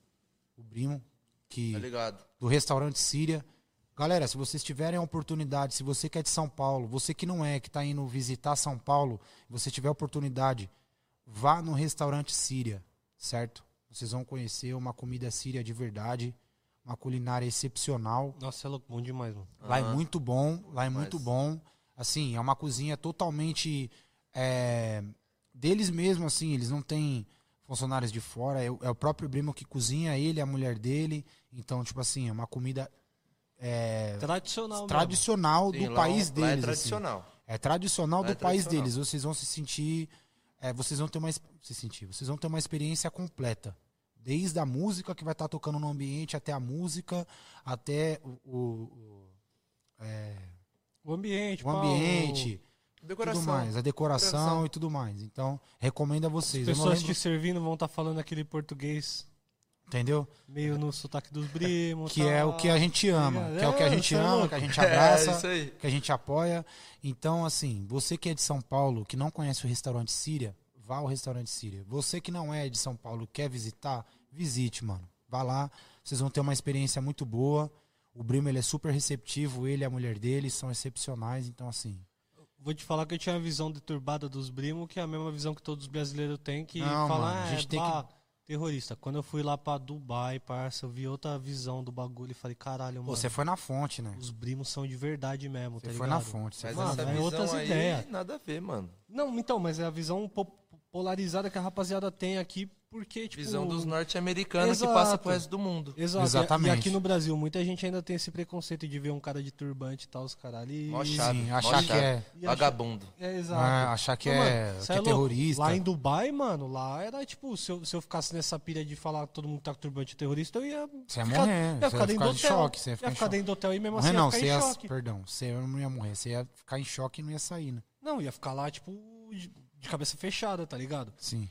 [SPEAKER 3] O Brimo, que
[SPEAKER 6] Tá ligado?
[SPEAKER 3] do restaurante Síria. Galera, se vocês tiverem a oportunidade, se você que é de São Paulo, você que não é, que está indo visitar São Paulo, você tiver a oportunidade, vá no restaurante Síria, certo? Vocês vão conhecer uma comida síria de verdade, uma culinária excepcional.
[SPEAKER 1] Nossa, é louco, bom demais, mano.
[SPEAKER 3] Lá é
[SPEAKER 6] Aham.
[SPEAKER 3] muito bom, lá é muito
[SPEAKER 6] Mas-
[SPEAKER 3] bom. Assim, é uma cozinha totalmente é, deles mesmo, assim, eles não têm funcionários de fora, é, o- é o próprio Brimo que cozinha, ele, a mulher dele. Então, tipo assim, é uma comida É,
[SPEAKER 1] Tradicional, mesmo.
[SPEAKER 3] tradicional
[SPEAKER 6] Sim,
[SPEAKER 3] do
[SPEAKER 6] lá-
[SPEAKER 3] país
[SPEAKER 6] lá
[SPEAKER 3] deles.
[SPEAKER 6] É
[SPEAKER 3] assim.
[SPEAKER 6] tradicional.
[SPEAKER 3] É tradicional
[SPEAKER 6] Lá
[SPEAKER 3] do
[SPEAKER 6] é
[SPEAKER 3] país
[SPEAKER 6] tradicional.
[SPEAKER 3] deles. Vocês vão se sentir. é, vocês vão ter uma. ex- Se sentir, vocês vão ter uma experiência completa. tá Desde a música que vai estar tocando no ambiente até a música, até o, o- o-
[SPEAKER 1] O ambiente,
[SPEAKER 3] o ambiente, tudo
[SPEAKER 6] Decoração.
[SPEAKER 1] é
[SPEAKER 3] mais, a decoração,
[SPEAKER 6] Decoração.
[SPEAKER 3] e tudo mais. Então, recomendo a
[SPEAKER 1] As
[SPEAKER 3] vocês. Eu não
[SPEAKER 1] pessoas
[SPEAKER 3] lembro-
[SPEAKER 1] te servindo vão estar falando aquele português
[SPEAKER 3] entendeu?
[SPEAKER 1] meio no sotaque dos brimos.
[SPEAKER 3] Que é o que a gente ama,
[SPEAKER 1] ligado?
[SPEAKER 3] que é o que a
[SPEAKER 1] É,
[SPEAKER 3] gente
[SPEAKER 1] você é
[SPEAKER 3] ama,
[SPEAKER 1] louco.
[SPEAKER 3] que a gente
[SPEAKER 6] É,
[SPEAKER 3] abraça,
[SPEAKER 6] isso aí.
[SPEAKER 3] que a gente apoia. Então, assim, você que é de São Paulo, que não conhece o restaurante Síria, vá ao restaurante Síria. Você que não é de São Paulo, quer visitar, visite, mano. Vá lá, vocês vão ter uma experiência muito boa. O Brimo, ele é super receptivo, ele e a mulher dele são excepcionais, então assim...
[SPEAKER 1] Vou te falar que eu tinha a visão deturbada dos brimos, que é a mesma visão que todos os brasileiros têm, que
[SPEAKER 3] Não,
[SPEAKER 1] fala,
[SPEAKER 3] mano, a
[SPEAKER 1] "Ah,
[SPEAKER 3] gente
[SPEAKER 1] é,
[SPEAKER 3] tem que-
[SPEAKER 1] bah, terrorista. Quando eu fui lá pra Dubai, parça, eu vi outra visão do bagulho e falei, caralho, mano,
[SPEAKER 3] Pô, você foi na fonte, né?
[SPEAKER 1] os brimos são de verdade mesmo,
[SPEAKER 3] Você
[SPEAKER 1] tá
[SPEAKER 3] foi
[SPEAKER 1] ligado?
[SPEAKER 3] na fonte. Você
[SPEAKER 6] Mas
[SPEAKER 3] foi na
[SPEAKER 1] Mano,
[SPEAKER 6] essa
[SPEAKER 1] é
[SPEAKER 3] fonte.
[SPEAKER 6] visão
[SPEAKER 1] outras
[SPEAKER 6] aí,
[SPEAKER 1] ideias.
[SPEAKER 6] nada a ver, mano.
[SPEAKER 1] Não, então, mas é a visão po- polarizada que a rapaziada tem aqui, porque, tipo...
[SPEAKER 6] Visão dos norte-americanos que passa
[SPEAKER 1] Exato.
[SPEAKER 6] pro resto do mundo.
[SPEAKER 1] Exato. Exatamente.
[SPEAKER 3] Exatamente.
[SPEAKER 1] E aqui no Brasil, muita gente ainda tem esse preconceito de ver um cara de turbante e tal, os caras ali.
[SPEAKER 6] Mó
[SPEAKER 1] e-
[SPEAKER 6] chato,
[SPEAKER 3] Sim,
[SPEAKER 6] mó
[SPEAKER 3] achar que
[SPEAKER 6] chato.
[SPEAKER 3] é-
[SPEAKER 1] E acha-
[SPEAKER 6] Vagabundo.
[SPEAKER 1] É, exato.
[SPEAKER 3] Ah, achar que
[SPEAKER 1] Ô,
[SPEAKER 3] é,
[SPEAKER 1] mano,
[SPEAKER 3] que
[SPEAKER 1] cê
[SPEAKER 3] é
[SPEAKER 1] louco.
[SPEAKER 3] terrorista.
[SPEAKER 1] Lá em Dubai, mano, lá era tipo, se eu, se eu ficasse nessa pilha de falar que todo mundo tá com turbante terrorista, eu ia.
[SPEAKER 3] Você ia
[SPEAKER 1] ficar-
[SPEAKER 3] morrer,
[SPEAKER 1] ia
[SPEAKER 3] você
[SPEAKER 1] ficar dentro
[SPEAKER 3] ia ficar
[SPEAKER 1] do
[SPEAKER 3] em
[SPEAKER 1] hotel.
[SPEAKER 3] choque, você ia ficar em choque.
[SPEAKER 1] dentro do hotel e mesmo
[SPEAKER 3] Morrer
[SPEAKER 1] assim
[SPEAKER 3] não,
[SPEAKER 1] ia
[SPEAKER 3] você
[SPEAKER 1] ficar
[SPEAKER 3] ia.
[SPEAKER 1] em choque.
[SPEAKER 3] Perdão, você não ia morrer, você ia ficar em choque e não ia sair, né?
[SPEAKER 1] Não, ia ficar lá, tipo, de de cabeça fechada, tá ligado?
[SPEAKER 3] Sim.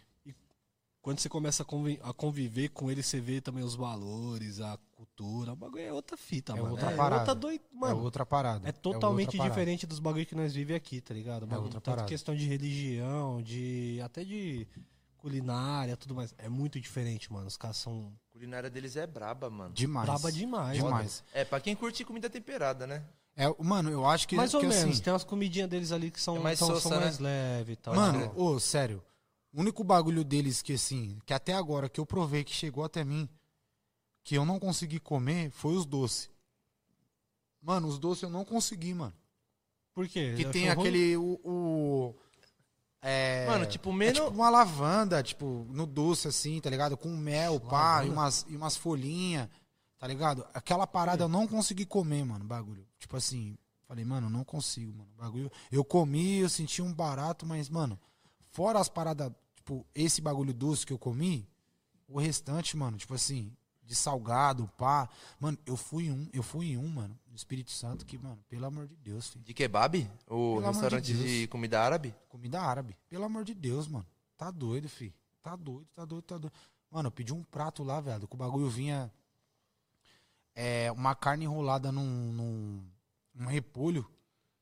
[SPEAKER 1] Quando você começa a, convi- a conviver com ele, você vê também os valores, a cultura. O bagulho é outra fita,
[SPEAKER 3] É
[SPEAKER 1] mano.
[SPEAKER 3] outra
[SPEAKER 1] é
[SPEAKER 3] parada.
[SPEAKER 1] outra doido. Mano,
[SPEAKER 3] é outra parada.
[SPEAKER 1] É
[SPEAKER 3] outra
[SPEAKER 1] totalmente
[SPEAKER 3] parada. É
[SPEAKER 1] diferente dos bagulho que nós vivemos aqui, tá ligado? Bagulho,
[SPEAKER 3] outra
[SPEAKER 1] tanto
[SPEAKER 3] parada.
[SPEAKER 1] questão de religião, de até de culinária, tudo mais. É muito diferente, mano. Os caras são
[SPEAKER 6] A culinária deles é braba, mano.
[SPEAKER 3] Demais.
[SPEAKER 1] braba demais.
[SPEAKER 3] Demais.
[SPEAKER 6] É, pra quem curte comida temperada, né?
[SPEAKER 3] É, mano, eu acho que.
[SPEAKER 1] Mais ou
[SPEAKER 3] que, assim,
[SPEAKER 1] menos. tá Tem umas comidinhas deles ali que são,
[SPEAKER 6] É mais
[SPEAKER 1] são,
[SPEAKER 6] sossa,
[SPEAKER 1] são mais leve e tal.
[SPEAKER 3] né? Mano, ô, sério. O único bagulho deles que, assim, que até agora que eu provei que chegou até mim, que eu não consegui comer, foi os doces. Mano, os doces eu não consegui, mano.
[SPEAKER 1] por quê?
[SPEAKER 3] Que
[SPEAKER 1] Achou
[SPEAKER 3] tem
[SPEAKER 1] ruim?
[SPEAKER 3] aquele. O, o- é,
[SPEAKER 6] Mano, tipo,
[SPEAKER 3] é
[SPEAKER 6] menos.
[SPEAKER 3] tipo uma lavanda, tipo, no doce, assim, tá ligado? Com mel, pá, e umas, e umas folhinhas, tá ligado? Aquela parada eu não consegui comer, mano, o bagulho. Tipo assim, falei, mano, não consigo, mano. o Bagulho. Eu comi, eu senti um barato, mas, mano, fora as paradas, tipo, esse bagulho doce que eu comi, o restante, mano, tipo assim, de salgado, pá. Mano, eu fui em um, eu fui em um, mano, no Espírito Santo, que, mano, pelo amor de Deus, filho.
[SPEAKER 6] De kebab? O
[SPEAKER 3] Pelo amor de
[SPEAKER 6] restaurante
[SPEAKER 3] Deus.
[SPEAKER 6] de comida árabe?
[SPEAKER 3] Comida árabe. Pelo amor de Deus, mano. Tá doido, fi. Tá doido, tá doido, tá doido. Mano, eu pedi um prato lá, velho, que o bagulho vinha. É, uma carne enrolada num, num um repolho.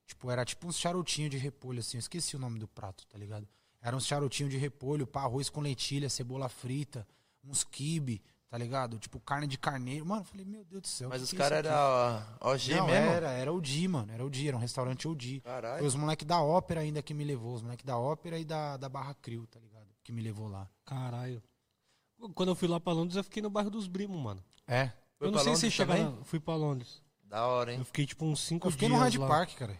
[SPEAKER 3] Tipo, era tipo uns charutinhos de repolho, assim. Eu esqueci o nome do prato, tá ligado? Era uns charutinhos de repolho, pá, arroz com lentilha, cebola frita, uns quibe, tá ligado? Tipo, carne de carneiro. Mano, eu falei, meu Deus do
[SPEAKER 1] Então
[SPEAKER 3] céu.
[SPEAKER 6] Mas
[SPEAKER 3] que
[SPEAKER 6] os
[SPEAKER 3] que é
[SPEAKER 6] caras
[SPEAKER 3] isso aqui?
[SPEAKER 6] eram OG
[SPEAKER 3] Não,
[SPEAKER 6] mesmo?
[SPEAKER 3] era, era o Di, mano. Era o Di, era um restaurante o Di. Foi
[SPEAKER 6] Caralho.
[SPEAKER 3] os moleques da ópera ainda que me levou, os moleques da ópera e da, da Barra Crio, tá ligado? Que me levou lá.
[SPEAKER 1] Caralho. Quando eu fui lá pra Londres, eu fiquei no bairro dos Brimos, mano.
[SPEAKER 3] É.
[SPEAKER 6] Foi
[SPEAKER 1] eu não
[SPEAKER 6] pra
[SPEAKER 1] sei se
[SPEAKER 6] Londres
[SPEAKER 1] chegaram.
[SPEAKER 6] também?
[SPEAKER 1] Fui pra Londres.
[SPEAKER 6] Da hora,
[SPEAKER 1] Eu
[SPEAKER 6] hein?
[SPEAKER 1] fiquei tipo uns 5
[SPEAKER 3] Eu
[SPEAKER 1] dias.
[SPEAKER 3] fiquei no Hyde
[SPEAKER 1] lá.
[SPEAKER 3] Park, cara.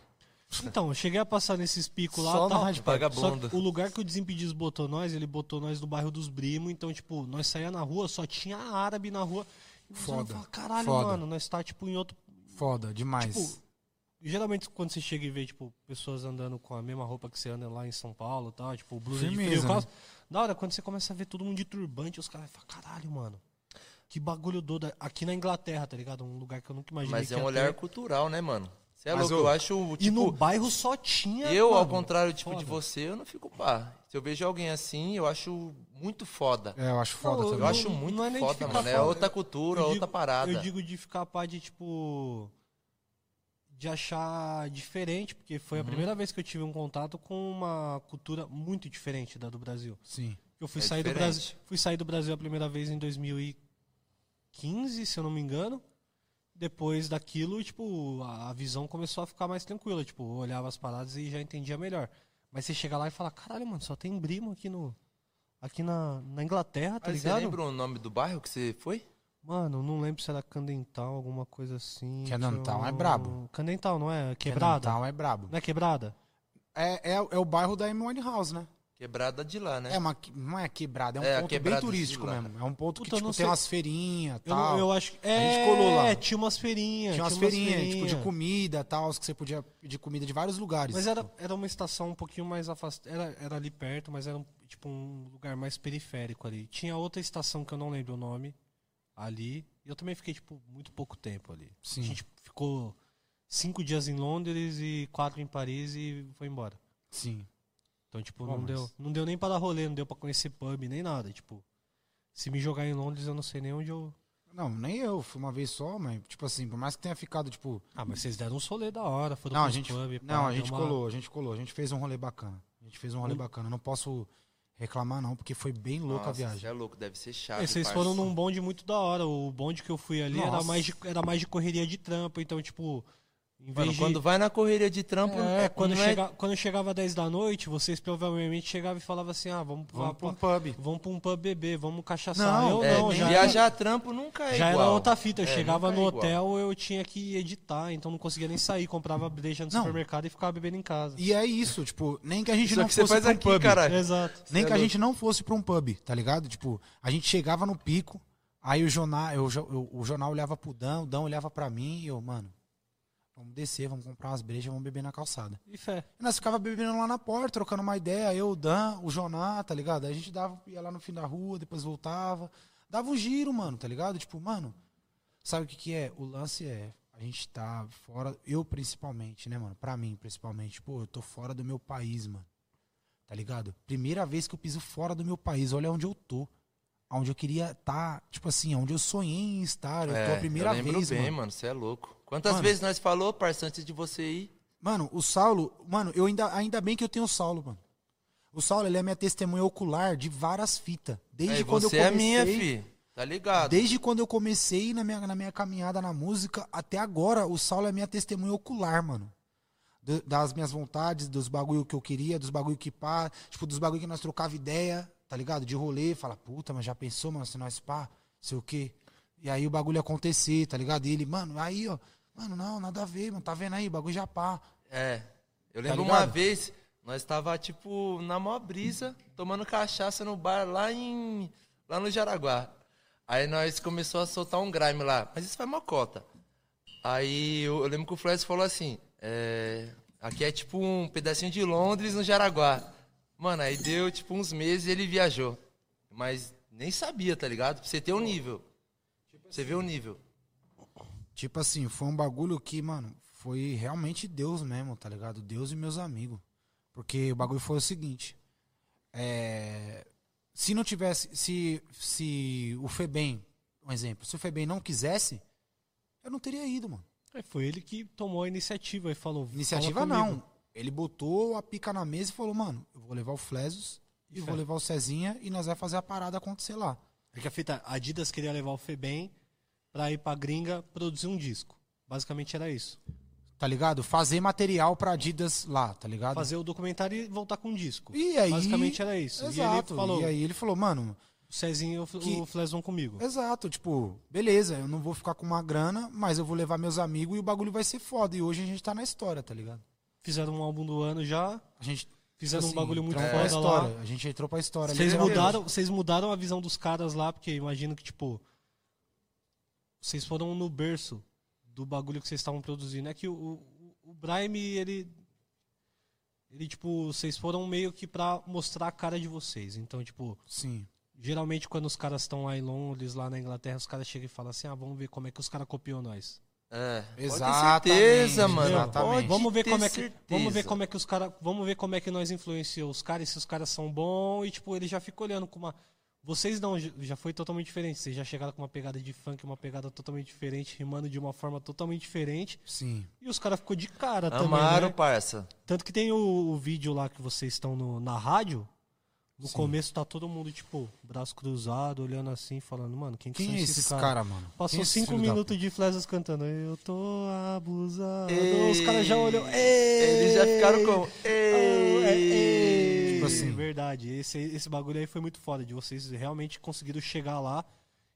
[SPEAKER 1] Então, eu cheguei a passar nesses picos lá.
[SPEAKER 3] Só no
[SPEAKER 1] tal. é,
[SPEAKER 3] Hyde Park.
[SPEAKER 1] Só
[SPEAKER 6] Vagabundo.
[SPEAKER 1] que o lugar que o Desimpedidos botou nós, ele botou nós no bairro dos Brimos, então, tipo, nós saía na rua, só tinha árabe na rua. E você
[SPEAKER 3] Foda,
[SPEAKER 1] fala, Caralho,
[SPEAKER 3] foda.
[SPEAKER 1] mano, nós tá, tipo, em outro...
[SPEAKER 3] Foda, demais.
[SPEAKER 1] Tipo, geralmente, quando você chega e vê, tipo, pessoas andando com a mesma roupa que você anda lá em São Paulo e tal, tipo, blusa de
[SPEAKER 3] Firmeza,
[SPEAKER 1] frio, calça, da hora, quando você começa a ver todo mundo de turbante, os caras falam, caralho, mano, que bagulho doido. Aqui na Inglaterra, tá ligado? Um lugar que eu nunca imaginei
[SPEAKER 6] Mas
[SPEAKER 1] que
[SPEAKER 6] é um
[SPEAKER 1] ia
[SPEAKER 6] olhar
[SPEAKER 1] ter.
[SPEAKER 6] cultural, né, mano? Você é
[SPEAKER 3] Mas,
[SPEAKER 6] louco,
[SPEAKER 3] ô,
[SPEAKER 6] eu acho,
[SPEAKER 1] E no
[SPEAKER 6] tipo,
[SPEAKER 1] bairro só tinha.
[SPEAKER 6] eu, ao
[SPEAKER 1] mano,
[SPEAKER 6] contrário, tipo, de
[SPEAKER 1] foda.
[SPEAKER 6] você, eu não fico pá. Se eu vejo alguém assim, eu acho muito foda.
[SPEAKER 3] É, eu acho foda
[SPEAKER 1] Não,
[SPEAKER 3] também.
[SPEAKER 6] Eu acho
[SPEAKER 1] não
[SPEAKER 6] muito
[SPEAKER 1] é nem de
[SPEAKER 6] foda,
[SPEAKER 1] ficar
[SPEAKER 6] mano. É
[SPEAKER 1] foda.
[SPEAKER 6] outra cultura,
[SPEAKER 1] Eu
[SPEAKER 6] outra
[SPEAKER 1] digo-
[SPEAKER 6] parada.
[SPEAKER 1] Eu digo de ficar a par de, tipo. De achar diferente, porque foi
[SPEAKER 6] Uhum.
[SPEAKER 1] a primeira vez que eu tive um contato com uma cultura muito diferente da do Brasil.
[SPEAKER 3] Sim.
[SPEAKER 1] Eu fui,
[SPEAKER 6] É
[SPEAKER 1] sair, do
[SPEAKER 6] diferente.
[SPEAKER 1] Brasil, fui sair do Brasil a primeira vez em 2015, se eu não me engano. Depois daquilo, tipo, a, a visão começou a ficar mais tranquila. Tipo, eu olhava as paradas e já entendia melhor. Mas você chega lá e fala, caralho, mano, só tem brimo aqui no. Aqui na, na Inglaterra, tá
[SPEAKER 6] Ah, Você
[SPEAKER 1] ligado?
[SPEAKER 6] lembra o nome do bairro que você foi?
[SPEAKER 1] Mano, não lembro se era Candental, alguma coisa assim.
[SPEAKER 3] Candental
[SPEAKER 1] Tinha
[SPEAKER 3] é brabo.
[SPEAKER 1] Candental, não é? Quebrada?
[SPEAKER 3] Então é brabo.
[SPEAKER 1] Não é quebrada?
[SPEAKER 3] É, é, é o bairro da M1 House, né?
[SPEAKER 6] Quebrada de lá, né?
[SPEAKER 3] É uma, que- não é quebrada, é um
[SPEAKER 6] É, a
[SPEAKER 3] ponto bem
[SPEAKER 6] quebrada de
[SPEAKER 3] turístico
[SPEAKER 6] lá.
[SPEAKER 3] mesmo. É um ponto que
[SPEAKER 1] Puta, eu
[SPEAKER 3] tipo,
[SPEAKER 1] não
[SPEAKER 3] tem
[SPEAKER 1] sei.
[SPEAKER 3] umas feirinhas e
[SPEAKER 1] Eu, não-
[SPEAKER 3] tal.
[SPEAKER 1] eu acho que.
[SPEAKER 3] A
[SPEAKER 1] É,
[SPEAKER 3] gente colou lá.
[SPEAKER 1] tinha umas feirinhas.
[SPEAKER 3] Tinha umas feirinhas, tipo, de comida e tal, que você podia pedir comida de vários lugares.
[SPEAKER 1] Mas era, era uma estação um pouquinho mais afastada. Era, era ali perto, mas era um, tipo um lugar mais periférico ali. Tinha outra estação que eu não lembro o nome ali. E eu também fiquei, tipo, muito pouco tempo ali.
[SPEAKER 3] Sim.
[SPEAKER 1] A gente ficou cinco dias em Londres e quatro em Paris e foi embora.
[SPEAKER 3] Sim.
[SPEAKER 1] Então, tipo,
[SPEAKER 3] Bom,
[SPEAKER 1] não,
[SPEAKER 3] mas-
[SPEAKER 1] deu, não deu nem pra dar rolê, não deu pra conhecer pub, nem nada. Tipo, se me jogar em Londres, eu não sei nem onde eu.
[SPEAKER 3] Não, nem eu. Fui uma vez só, mas, tipo assim, por mais que tenha ficado, tipo.
[SPEAKER 1] Ah, mas vocês deram um rolê da hora, foram
[SPEAKER 3] Não, a
[SPEAKER 1] pros
[SPEAKER 3] gente,
[SPEAKER 1] pub, pá,
[SPEAKER 3] não, a
[SPEAKER 1] deu
[SPEAKER 3] gente
[SPEAKER 1] uma- Hum.
[SPEAKER 3] colou, a gente colou. A gente fez um rolê bacana. A gente fez um rolê bacana. Não posso reclamar, não, porque foi bem louca
[SPEAKER 6] Nossa,
[SPEAKER 3] a viagem.
[SPEAKER 6] você é louco, deve ser chato.
[SPEAKER 1] É, vocês foram num bonde muito da hora. O bonde que eu fui ali era
[SPEAKER 3] Nossa.
[SPEAKER 1] mais, de, era mais de correria de trampo. Então, tipo, em vez
[SPEAKER 6] Mano,
[SPEAKER 1] de.
[SPEAKER 6] quando vai na correria de trampo,
[SPEAKER 1] É, quando,
[SPEAKER 6] não é-
[SPEAKER 1] chega, quando chegava 10 da noite, vocês provavelmente chegavam e falavam assim: ah, vamos,
[SPEAKER 3] Vamos
[SPEAKER 1] vamos,
[SPEAKER 3] pra um
[SPEAKER 1] vamos,
[SPEAKER 3] pub.
[SPEAKER 1] pra um pub beber, vamos cachaçar.
[SPEAKER 3] Não,
[SPEAKER 1] eu
[SPEAKER 6] é,
[SPEAKER 1] não, já.
[SPEAKER 6] viajar a trampo nunca é
[SPEAKER 1] Já
[SPEAKER 6] igual.
[SPEAKER 1] era outra fita, eu
[SPEAKER 6] É,
[SPEAKER 1] chegava
[SPEAKER 6] nunca
[SPEAKER 1] no
[SPEAKER 6] é igual.
[SPEAKER 1] hotel, eu tinha que editar, então não conseguia nem sair, comprava breja no
[SPEAKER 3] Não.
[SPEAKER 1] supermercado e ficava bebendo em casa.
[SPEAKER 3] E é isso, tipo, nem que a gente
[SPEAKER 6] Isso
[SPEAKER 3] não
[SPEAKER 6] que você
[SPEAKER 3] fosse
[SPEAKER 6] faz
[SPEAKER 3] pra um
[SPEAKER 6] aqui,
[SPEAKER 3] pub.
[SPEAKER 6] caralho.
[SPEAKER 1] Exato.
[SPEAKER 3] Nem
[SPEAKER 6] Cê
[SPEAKER 3] que
[SPEAKER 6] é
[SPEAKER 3] a
[SPEAKER 6] louco.
[SPEAKER 3] gente não fosse pra um pub, tá ligado? Tipo, a gente chegava no pico, aí o jornal, eu, jo- eu- o jornal olhava pro Dan, o Dan olhava pra mim e eu, mano, vamos descer, vamos comprar umas brejas, vamos beber na calçada.
[SPEAKER 1] E fé.
[SPEAKER 3] E nós ficava bebendo lá na porta, trocando uma ideia, eu, o Dan, o Joná, tá ligado? Aí a gente dava, ia lá no fim da rua, depois voltava. Dava um giro, mano, tá ligado? Tipo, mano, sabe o que que é? O lance é, a gente tá fora, eu principalmente, né, mano? Pra mim, principalmente. Pô, eu tô fora do meu país, mano. Tá ligado? Primeira vez que eu piso fora do meu país, olha onde eu tô. Onde eu queria estar, tipo assim, onde eu sonhei em estar. Eu tô
[SPEAKER 6] É,
[SPEAKER 3] a primeira
[SPEAKER 6] eu lembro
[SPEAKER 3] vez,
[SPEAKER 6] bem,
[SPEAKER 3] mano.
[SPEAKER 6] mano, você é louco. Quantas
[SPEAKER 3] Mano.
[SPEAKER 6] vezes nós falou, parça, antes de você ir?
[SPEAKER 3] Mano, o Saulo, mano, eu ainda, ainda bem que eu tenho o Saulo, mano. O Saulo, ele é minha testemunha ocular de várias fitas. Desde
[SPEAKER 6] Aí,
[SPEAKER 3] quando
[SPEAKER 6] você
[SPEAKER 3] eu
[SPEAKER 6] é
[SPEAKER 3] comecei,
[SPEAKER 6] minha, fi. Tá ligado?
[SPEAKER 3] Desde quando eu comecei na minha, na minha caminhada na música, até agora, o Saulo é minha testemunha ocular, mano. Do- das minhas vontades, dos bagulho que eu queria, dos bagulho que pá, tipo, dos bagulho que nós trocava ideia, tá ligado? De rolê, fala, puta, mas já pensou, mano, se nós pá, sei o quê. E aí o bagulho acontecer, tá ligado? E ele, mano, aí, ó, mano, não, nada a ver, mano, tá vendo aí, o bagulho já pá.
[SPEAKER 6] É. Eu lembro
[SPEAKER 3] Tá ligado?
[SPEAKER 6] uma vez, nós tava, tipo, na mó brisa, tomando cachaça no bar lá em. lá no Jaraguá. Aí nós começou a soltar um grime lá. Mas isso foi mocota. Aí eu, eu lembro que o Flash falou assim: é, aqui é tipo um pedacinho de Londres no Jaraguá. Mano, aí deu tipo uns meses e ele viajou. Mas nem sabia, tá ligado? Pra você ter um nível. Pra você ver o nível.
[SPEAKER 3] Tipo assim, foi um bagulho que, mano, foi realmente Deus mesmo, tá ligado? Deus e meus amigos. Porque o bagulho foi o seguinte. é, Se não tivesse. Se, se o Febem, um exemplo, se o Febem não quisesse, eu não teria ido, mano.
[SPEAKER 1] É, foi ele que tomou a iniciativa e falou. "Fala
[SPEAKER 3] Iniciativa
[SPEAKER 1] comigo."
[SPEAKER 3] não. Ele botou a pica na mesa e falou, mano, eu vou levar o Flesos e
[SPEAKER 1] Isso
[SPEAKER 3] vou
[SPEAKER 1] é.
[SPEAKER 3] levar o Cezinha e nós vai fazer a parada acontecer lá.
[SPEAKER 1] Porque É a fita, a Adidas queria levar o Febem pra ir pra gringa produzir um disco. Basicamente era isso.
[SPEAKER 3] Tá ligado? Fazer material pra Adidas lá, tá ligado?
[SPEAKER 1] Fazer o documentário e voltar com um disco.
[SPEAKER 3] E aí.
[SPEAKER 1] Basicamente era isso.
[SPEAKER 3] Exato.
[SPEAKER 1] E ele falou,
[SPEAKER 3] e aí ele falou, mano,
[SPEAKER 1] o Cezinho e o, F-
[SPEAKER 3] Que- É.
[SPEAKER 1] o Flash vão comigo.
[SPEAKER 3] Exato, tipo, beleza, eu não vou ficar com uma grana, mas eu vou levar meus amigos e o bagulho vai ser foda. E hoje a gente tá na história, tá ligado?
[SPEAKER 1] Fizeram um álbum do ano já,
[SPEAKER 3] A gente
[SPEAKER 1] fizeram
[SPEAKER 3] assim,
[SPEAKER 1] um bagulho muito
[SPEAKER 3] entrou pra
[SPEAKER 1] foda lá.
[SPEAKER 3] história. A gente entrou pra é história.
[SPEAKER 1] Vocês
[SPEAKER 3] literalmente.
[SPEAKER 1] mudaram, vocês mudaram a visão dos caras lá, porque imagino que, tipo. Vocês foram no berço do bagulho que vocês estavam produzindo. É que o, o, o Brime, ele. Ele, tipo, vocês foram meio que pra mostrar a cara de vocês. Então, tipo,
[SPEAKER 3] Sim.
[SPEAKER 1] geralmente quando os caras estão lá em Londres, lá na Inglaterra, os caras chegam e falam assim: ah, vamos ver como é que os caras copiam nós.
[SPEAKER 6] É. Pode ter
[SPEAKER 3] Exatamente,
[SPEAKER 6] certeza, mano.
[SPEAKER 3] exatamente.
[SPEAKER 6] Pode
[SPEAKER 1] Vamos ver
[SPEAKER 6] ter
[SPEAKER 1] como é que vamos ver
[SPEAKER 6] certeza.
[SPEAKER 1] como é que os cara, vamos ver como é que nós influenciou os caras, se os caras são bons e tipo, ele já fica olhando com uma vocês não, j- já foi totalmente diferente. Vocês já chegaram com uma pegada de funk, uma pegada totalmente diferente, rimando de uma forma totalmente diferente.
[SPEAKER 3] Sim.
[SPEAKER 1] E os caras ficou de cara
[SPEAKER 6] Amaram,
[SPEAKER 1] também, né?
[SPEAKER 6] parça.
[SPEAKER 1] Tanto que tem o, o vídeo lá que vocês estão no- na rádio. No começo tá todo mundo, tipo, braço cruzado, olhando assim, falando, mano, quem, que
[SPEAKER 3] Quem
[SPEAKER 1] são
[SPEAKER 3] é
[SPEAKER 1] esses,
[SPEAKER 3] esses
[SPEAKER 1] caras?
[SPEAKER 3] cara, mano? Quem
[SPEAKER 1] Passou
[SPEAKER 3] é esses
[SPEAKER 1] cinco
[SPEAKER 3] filho da
[SPEAKER 1] minutos de Flesas cantando. Eu tô abusado.
[SPEAKER 6] Ei.
[SPEAKER 1] Os caras já olham.
[SPEAKER 6] Eles já ficaram com.
[SPEAKER 1] Ei. Ah, é,
[SPEAKER 3] Tipo assim.
[SPEAKER 1] Verdade. Esse, esse bagulho aí foi muito foda. De vocês realmente conseguiram chegar lá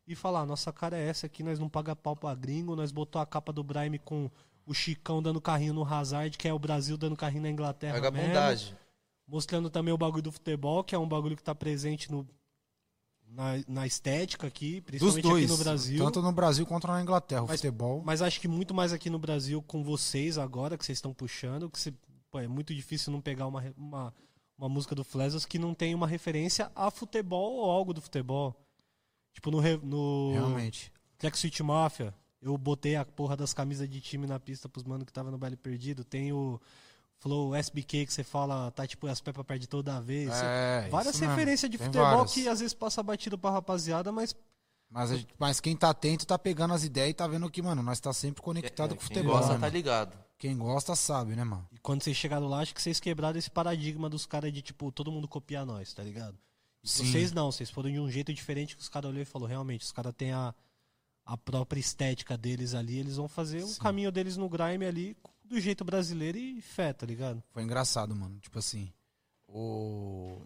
[SPEAKER 1] e falar: nossa cara é essa aqui, nós não paga pau pra gringo. Nós botou a capa do Brime com o Chicão dando carrinho no Hazard, que é o Brasil dando carrinho na Inglaterra. É mesmo
[SPEAKER 6] Vagabundagem.
[SPEAKER 1] mostrando também o bagulho do futebol, que é um bagulho que tá presente no, na, na estética aqui,
[SPEAKER 3] Dos
[SPEAKER 1] principalmente
[SPEAKER 3] dois.
[SPEAKER 1] aqui no Brasil.
[SPEAKER 3] Tanto no Brasil quanto na Inglaterra. O
[SPEAKER 1] Mas-
[SPEAKER 3] futebol.
[SPEAKER 1] Mas acho que muito mais aqui no Brasil com vocês agora, que vocês estão puxando, que se- pô, é muito difícil não pegar uma, re- uma, uma música do Flesos que não tem uma referência a futebol ou algo do futebol. Tipo, no, re- no
[SPEAKER 3] Realmente.
[SPEAKER 1] Jack City Mafia, Eu botei a porra das camisas de time na pista pros mano que tava no baile perdido. Tem o Flow SBK que você fala, tá tipo as pepas perde toda vez.
[SPEAKER 3] É,
[SPEAKER 1] várias
[SPEAKER 3] isso mesmo.
[SPEAKER 1] referências de
[SPEAKER 3] Tem
[SPEAKER 1] futebol
[SPEAKER 3] várias.
[SPEAKER 1] que às vezes passa batido pra rapaziada, mas
[SPEAKER 3] Mas, a gente- mas quem tá atento tá pegando as ideias e tá vendo que, mano, nós tá sempre conectado com o
[SPEAKER 6] Quem
[SPEAKER 3] futebol. né,
[SPEAKER 6] gosta tá
[SPEAKER 3] mano?
[SPEAKER 6] ligado.
[SPEAKER 3] Quem gosta sabe, né, mano?
[SPEAKER 1] E quando vocês chegaram lá, acho que vocês quebraram esse paradigma dos caras de, tipo, todo mundo copiar nós, tá ligado? E
[SPEAKER 3] Sim.
[SPEAKER 1] Vocês não, vocês foram de um jeito diferente que os caras olhou e falou, realmente, os caras têm a, a própria estética deles ali, eles vão fazer o caminho deles no grime ali do jeito brasileiro e fé, tá ligado?
[SPEAKER 3] Foi engraçado, mano. Tipo assim, o...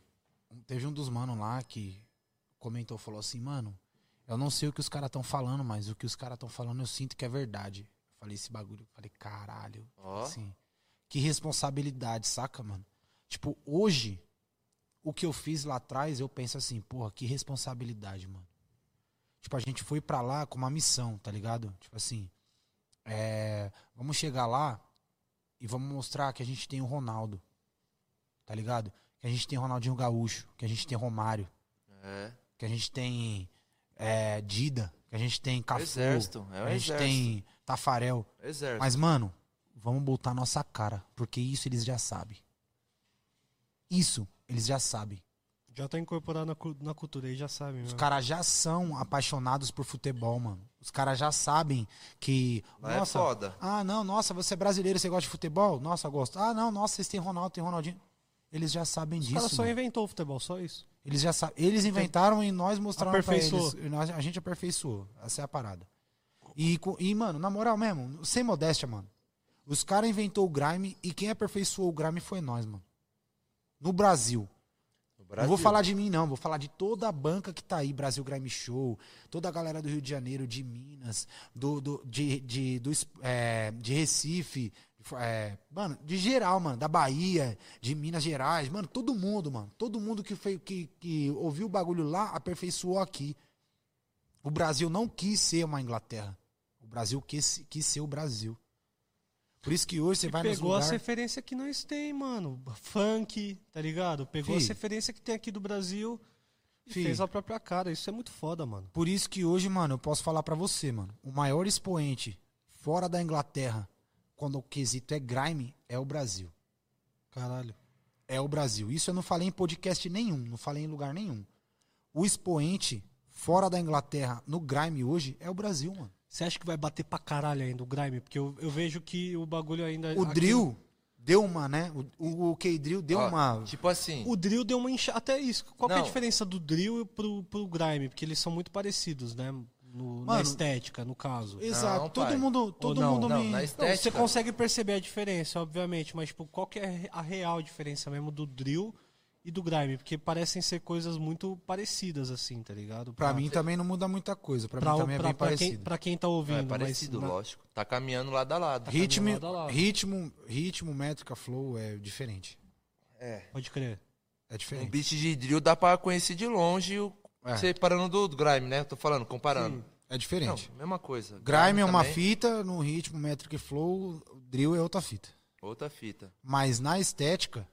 [SPEAKER 3] teve um dos manos lá que comentou, falou assim, mano, eu não sei o que os caras estão falando, mas o que os caras estão falando eu sinto que é verdade. Eu falei esse bagulho, eu falei, caralho.
[SPEAKER 6] Ó.
[SPEAKER 3] Assim, que responsabilidade, saca, mano? Tipo, hoje, o que eu fiz lá atrás, eu penso assim, porra, que responsabilidade, mano. Tipo, a gente foi pra lá com uma missão, tá ligado? Tipo assim, é, vamos chegar lá e vamos mostrar que a gente tem o Ronaldo, tá ligado? Que a gente tem Ronaldinho Gaúcho, que a gente tem Romário,
[SPEAKER 6] É.
[SPEAKER 3] que a gente tem é, Dida, que a gente tem Cafu,
[SPEAKER 6] Exército, é o
[SPEAKER 3] a gente
[SPEAKER 6] exército.
[SPEAKER 3] tem Tafarel.
[SPEAKER 6] Exército.
[SPEAKER 3] Mas, mano, vamos botar nossa cara, porque isso eles já sabem. Isso eles já sabem.
[SPEAKER 1] Já tá incorporado na, cu- na cultura, aí já sabem, né?
[SPEAKER 3] Os
[SPEAKER 1] mesmo.
[SPEAKER 3] caras já são apaixonados por futebol, mano. Os caras já sabem que.
[SPEAKER 6] Lá é
[SPEAKER 3] nossa,
[SPEAKER 6] foda.
[SPEAKER 3] ah, não, nossa, você é brasileiro, você gosta de futebol? Nossa, eu gosto. Ah, não, nossa, vocês têm Ronaldo, tem Ronaldinho. Eles já sabem
[SPEAKER 1] Os caras
[SPEAKER 3] disso.
[SPEAKER 1] só
[SPEAKER 3] mano.
[SPEAKER 1] inventou o futebol, só isso.
[SPEAKER 3] Eles já sabem. Eles inventaram e nós mostramos pra
[SPEAKER 1] Aperfeiçoou.
[SPEAKER 3] eles. E nós- a gente aperfeiçoou. Essa é a parada. E, co- e, mano, na moral mesmo, sem modéstia, mano. Os caras inventou o grime e quem aperfeiçoou o grime foi nós, mano. No Brasil.
[SPEAKER 6] No
[SPEAKER 3] Não
[SPEAKER 6] Brasil.
[SPEAKER 3] vou falar de mim, não. Vou falar de toda a banca que tá aí, Brasil Grime Show, toda a galera do Rio de Janeiro, de Minas, do, do, de, de, do, es- é, de Recife, é, mano, de geral, mano, da Bahia, de Minas Gerais, mano, todo mundo, mano. Todo mundo que, foi, que, que ouviu o bagulho lá aperfeiçoou aqui. O Brasil não quis ser uma Inglaterra. O Brasil quis, quis ser o Brasil. Por isso que hoje você vai nos
[SPEAKER 1] Pegou
[SPEAKER 3] lugar...
[SPEAKER 1] as referências que nós tem, mano. Funk, tá ligado? Pegou
[SPEAKER 3] Fih.
[SPEAKER 1] as referências que tem aqui do Brasil e
[SPEAKER 3] Fih.
[SPEAKER 1] fez a própria cara. Isso é muito foda, mano.
[SPEAKER 3] Por isso que hoje, mano, eu posso falar pra você, mano. O maior expoente fora da Inglaterra, quando o quesito é grime, é o Brasil.
[SPEAKER 1] Caralho.
[SPEAKER 3] É o Brasil. Isso eu não falei em podcast nenhum, não falei em lugar nenhum. O expoente fora da Inglaterra no grime hoje é o Brasil, mano.
[SPEAKER 1] Você acha que vai bater pra caralho ainda o grime? Porque eu, eu vejo que o bagulho ainda.
[SPEAKER 3] O
[SPEAKER 1] aqui-
[SPEAKER 3] drill deu uma, né? O, o, o K-Drill deu
[SPEAKER 6] Ó,
[SPEAKER 3] uma.
[SPEAKER 6] Tipo assim.
[SPEAKER 1] O drill deu uma incha... Até isso. Qual que é a
[SPEAKER 6] Não.
[SPEAKER 1] diferença do drill pro, pro grime? Porque eles são muito parecidos, né? No- na
[SPEAKER 3] Mano,
[SPEAKER 1] estética, no caso.
[SPEAKER 3] Exato.
[SPEAKER 6] Não,
[SPEAKER 3] todo
[SPEAKER 6] pai.
[SPEAKER 3] mundo, todo
[SPEAKER 1] não,
[SPEAKER 3] mundo
[SPEAKER 6] não,
[SPEAKER 3] me.
[SPEAKER 6] na
[SPEAKER 1] Não,
[SPEAKER 6] estética.
[SPEAKER 1] você consegue perceber a diferença, obviamente, mas tipo, qual que é a real diferença mesmo do drill e do grime? Porque parecem ser coisas muito parecidas, assim, tá ligado?
[SPEAKER 3] Pra mim também não muda muita coisa. Pra,
[SPEAKER 1] pra,
[SPEAKER 3] mim também é
[SPEAKER 1] pra-
[SPEAKER 3] bem
[SPEAKER 1] pra quem,
[SPEAKER 3] parecido.
[SPEAKER 1] pra quem tá
[SPEAKER 6] Não,
[SPEAKER 1] ouvindo.
[SPEAKER 6] é parecido,
[SPEAKER 1] mas,
[SPEAKER 6] lógico. Tá caminhando lado a lado.
[SPEAKER 3] Ritmo,
[SPEAKER 1] lado a lado.
[SPEAKER 3] ritmo, ritmo, métrica, flow é diferente.
[SPEAKER 1] Pode crer.
[SPEAKER 3] É
[SPEAKER 6] Um
[SPEAKER 3] diferente.
[SPEAKER 6] beat de drill dá pra conhecer de longe o.
[SPEAKER 3] É.
[SPEAKER 6] Separando do, do grime, né? Tô falando, comparando.
[SPEAKER 3] É diferente.
[SPEAKER 6] Não, mesma coisa.
[SPEAKER 3] Grime é uma
[SPEAKER 6] também,
[SPEAKER 3] fita, no ritmo, metric e flow, drill é outra fita.
[SPEAKER 6] Outra fita.
[SPEAKER 3] Mas na estética,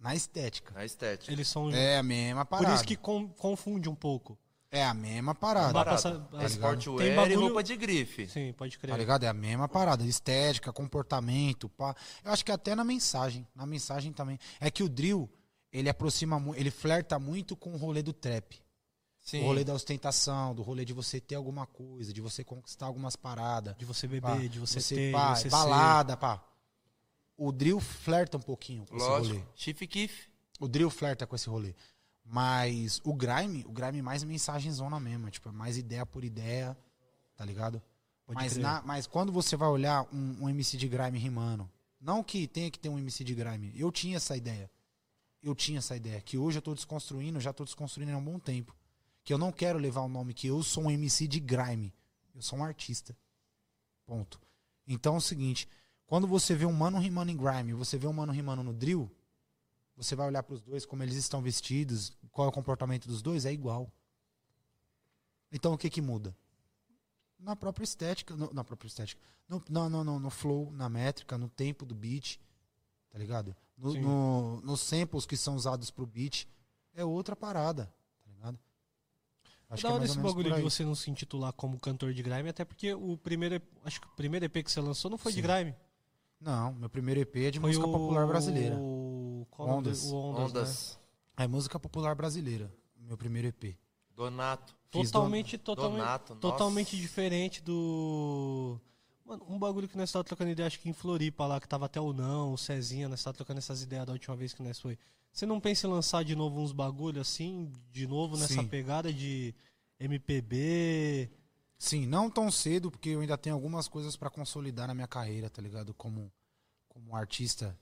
[SPEAKER 3] na estética,
[SPEAKER 6] Na estética.
[SPEAKER 1] Eles são.
[SPEAKER 3] é a mesma
[SPEAKER 1] Uhum. por
[SPEAKER 3] parada.
[SPEAKER 1] isso que con- confunde um pouco.
[SPEAKER 3] É a mesma parada, tá
[SPEAKER 1] Dá pra sa-
[SPEAKER 6] É sportwear
[SPEAKER 1] Tem
[SPEAKER 6] e
[SPEAKER 1] bagulho-
[SPEAKER 6] roupa de grife.
[SPEAKER 1] Sim, pode crer.
[SPEAKER 3] tá ligado? É a mesma parada. Estética, comportamento, pá. Eu acho que até na mensagem, na mensagem também. É que o drill, ele aproxima, mu- ele flerta muito com o rolê do trap.
[SPEAKER 6] Sim.
[SPEAKER 3] O rolê da ostentação, do rolê de você ter alguma coisa, de você conquistar algumas paradas.
[SPEAKER 1] De você beber,
[SPEAKER 3] pá.
[SPEAKER 1] de você, ter,
[SPEAKER 3] pá,
[SPEAKER 1] de você
[SPEAKER 3] Ah, balada, pá. O drill flerta um pouquinho com esse rolê.
[SPEAKER 6] Lógico. Chif Kiff.
[SPEAKER 3] O drill flerta com esse rolê. Mas o grime, o grime é mais mensagenzona mesmo. Tipo, é mais ideia por ideia, tá ligado?
[SPEAKER 1] Pode
[SPEAKER 3] Mas,
[SPEAKER 1] crer.
[SPEAKER 3] na- mas quando você vai olhar um, um MC de grime rimando, não que tenha que ter um MC de grime. Eu tinha essa ideia. Eu tinha essa ideia. Que hoje eu tô desconstruindo, já tô desconstruindo há um bom tempo. Que eu não quero levar o nome que eu sou um MC de grime. Eu sou um artista. Ponto. Então é o seguinte, quando você vê um mano rimando em grime, você vê um mano rimando no drill, você vai olhar pros dois, como eles estão vestidos, qual é o comportamento dos dois, é igual. Então o que que muda? Na própria estética, no- na própria estética, no, não, não, não, no flow, na métrica, no tempo do beat, tá ligado? No,
[SPEAKER 1] Sim.
[SPEAKER 3] no- nos samples que são usados pro beat, é outra parada, tá ligado? Acho
[SPEAKER 1] da
[SPEAKER 3] que é
[SPEAKER 1] hora
[SPEAKER 3] mais
[SPEAKER 1] esse
[SPEAKER 3] ou menos
[SPEAKER 1] bagulho
[SPEAKER 3] por
[SPEAKER 1] de
[SPEAKER 3] aí.
[SPEAKER 1] você não se intitular como cantor de grime, até porque o primeiro, e- acho que o primeiro EP que você lançou não foi de
[SPEAKER 3] Sim.
[SPEAKER 1] grime.
[SPEAKER 3] Não, meu primeiro EP é de
[SPEAKER 1] Foi
[SPEAKER 3] música
[SPEAKER 1] o...
[SPEAKER 3] popular brasileira.
[SPEAKER 1] Qual o nome
[SPEAKER 3] Ondas.
[SPEAKER 1] dele? O Ondas. né?
[SPEAKER 6] Ondas.
[SPEAKER 3] É música popular brasileira, meu primeiro EP.
[SPEAKER 6] Donato.
[SPEAKER 3] Fiz
[SPEAKER 1] Totalmente, totalmente,
[SPEAKER 6] Donato, nossa.
[SPEAKER 1] totalmente diferente do. Mano, um bagulho que nós tava trocando ideia, acho que em Floripa lá, que tava até o Não, o Cezinha, nós tava trocando essas ideias da última vez que nós foi. Você não pensa em lançar de novo uns bagulho assim, de novo nessa
[SPEAKER 3] Sim.
[SPEAKER 1] pegada de MPB?
[SPEAKER 3] Sim, não tão cedo, porque eu ainda tenho algumas coisas pra consolidar na minha carreira, tá ligado? Como, como artista.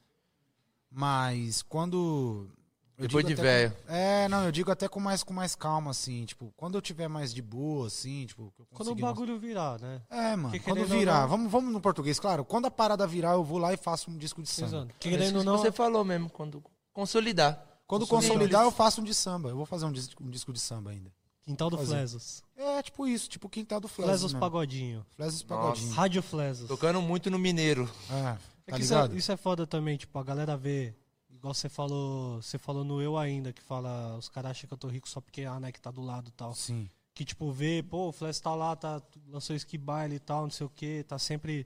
[SPEAKER 3] Mas quando. eu
[SPEAKER 6] Depois
[SPEAKER 3] digo
[SPEAKER 6] de
[SPEAKER 3] até
[SPEAKER 6] velho.
[SPEAKER 3] com- É, não, eu digo até com mais, com mais calma, assim. Tipo, quando eu tiver mais de boa, assim, tipo. que eu
[SPEAKER 1] Quando o
[SPEAKER 3] conseguir mostrar-
[SPEAKER 1] bagulho virar, né?
[SPEAKER 3] É, mano.
[SPEAKER 1] Porque
[SPEAKER 3] quando
[SPEAKER 1] querendo ou
[SPEAKER 3] virar,
[SPEAKER 1] não-
[SPEAKER 3] vamos, vamos no português, claro. Quando a parada virar, eu vou lá e faço um disco de samba.
[SPEAKER 1] Exato.
[SPEAKER 6] É isso
[SPEAKER 1] Querendo
[SPEAKER 6] que
[SPEAKER 1] ou não,
[SPEAKER 6] Você falou mesmo, quando consolidar.
[SPEAKER 3] Quando
[SPEAKER 6] Consolidar.
[SPEAKER 3] consolidar, eu faço um de samba. Eu vou fazer um disco, um disco de samba ainda.
[SPEAKER 1] Quintal do
[SPEAKER 3] Fazer.
[SPEAKER 1] Flesos.
[SPEAKER 3] É, tipo isso, tipo Quintal do Flesos.
[SPEAKER 1] Flesos
[SPEAKER 3] mesmo.
[SPEAKER 1] Pagodinho.
[SPEAKER 3] Flesos Pagodinho.
[SPEAKER 1] Rádio Flesos.
[SPEAKER 6] Tocando muito no Mineiro.
[SPEAKER 3] É,
[SPEAKER 1] É
[SPEAKER 3] tá
[SPEAKER 1] que isso, é,
[SPEAKER 3] ligado?
[SPEAKER 1] isso é foda também, tipo, a galera vê, igual você falou, você falou no eu ainda, que fala, os caras acham que eu tô rico só porque a Nike tá do lado e tal.
[SPEAKER 3] Sim.
[SPEAKER 1] Que tipo, vê, pô, o Flash tá lá, tá, lançou ski baile e tal, não sei o que, tá sempre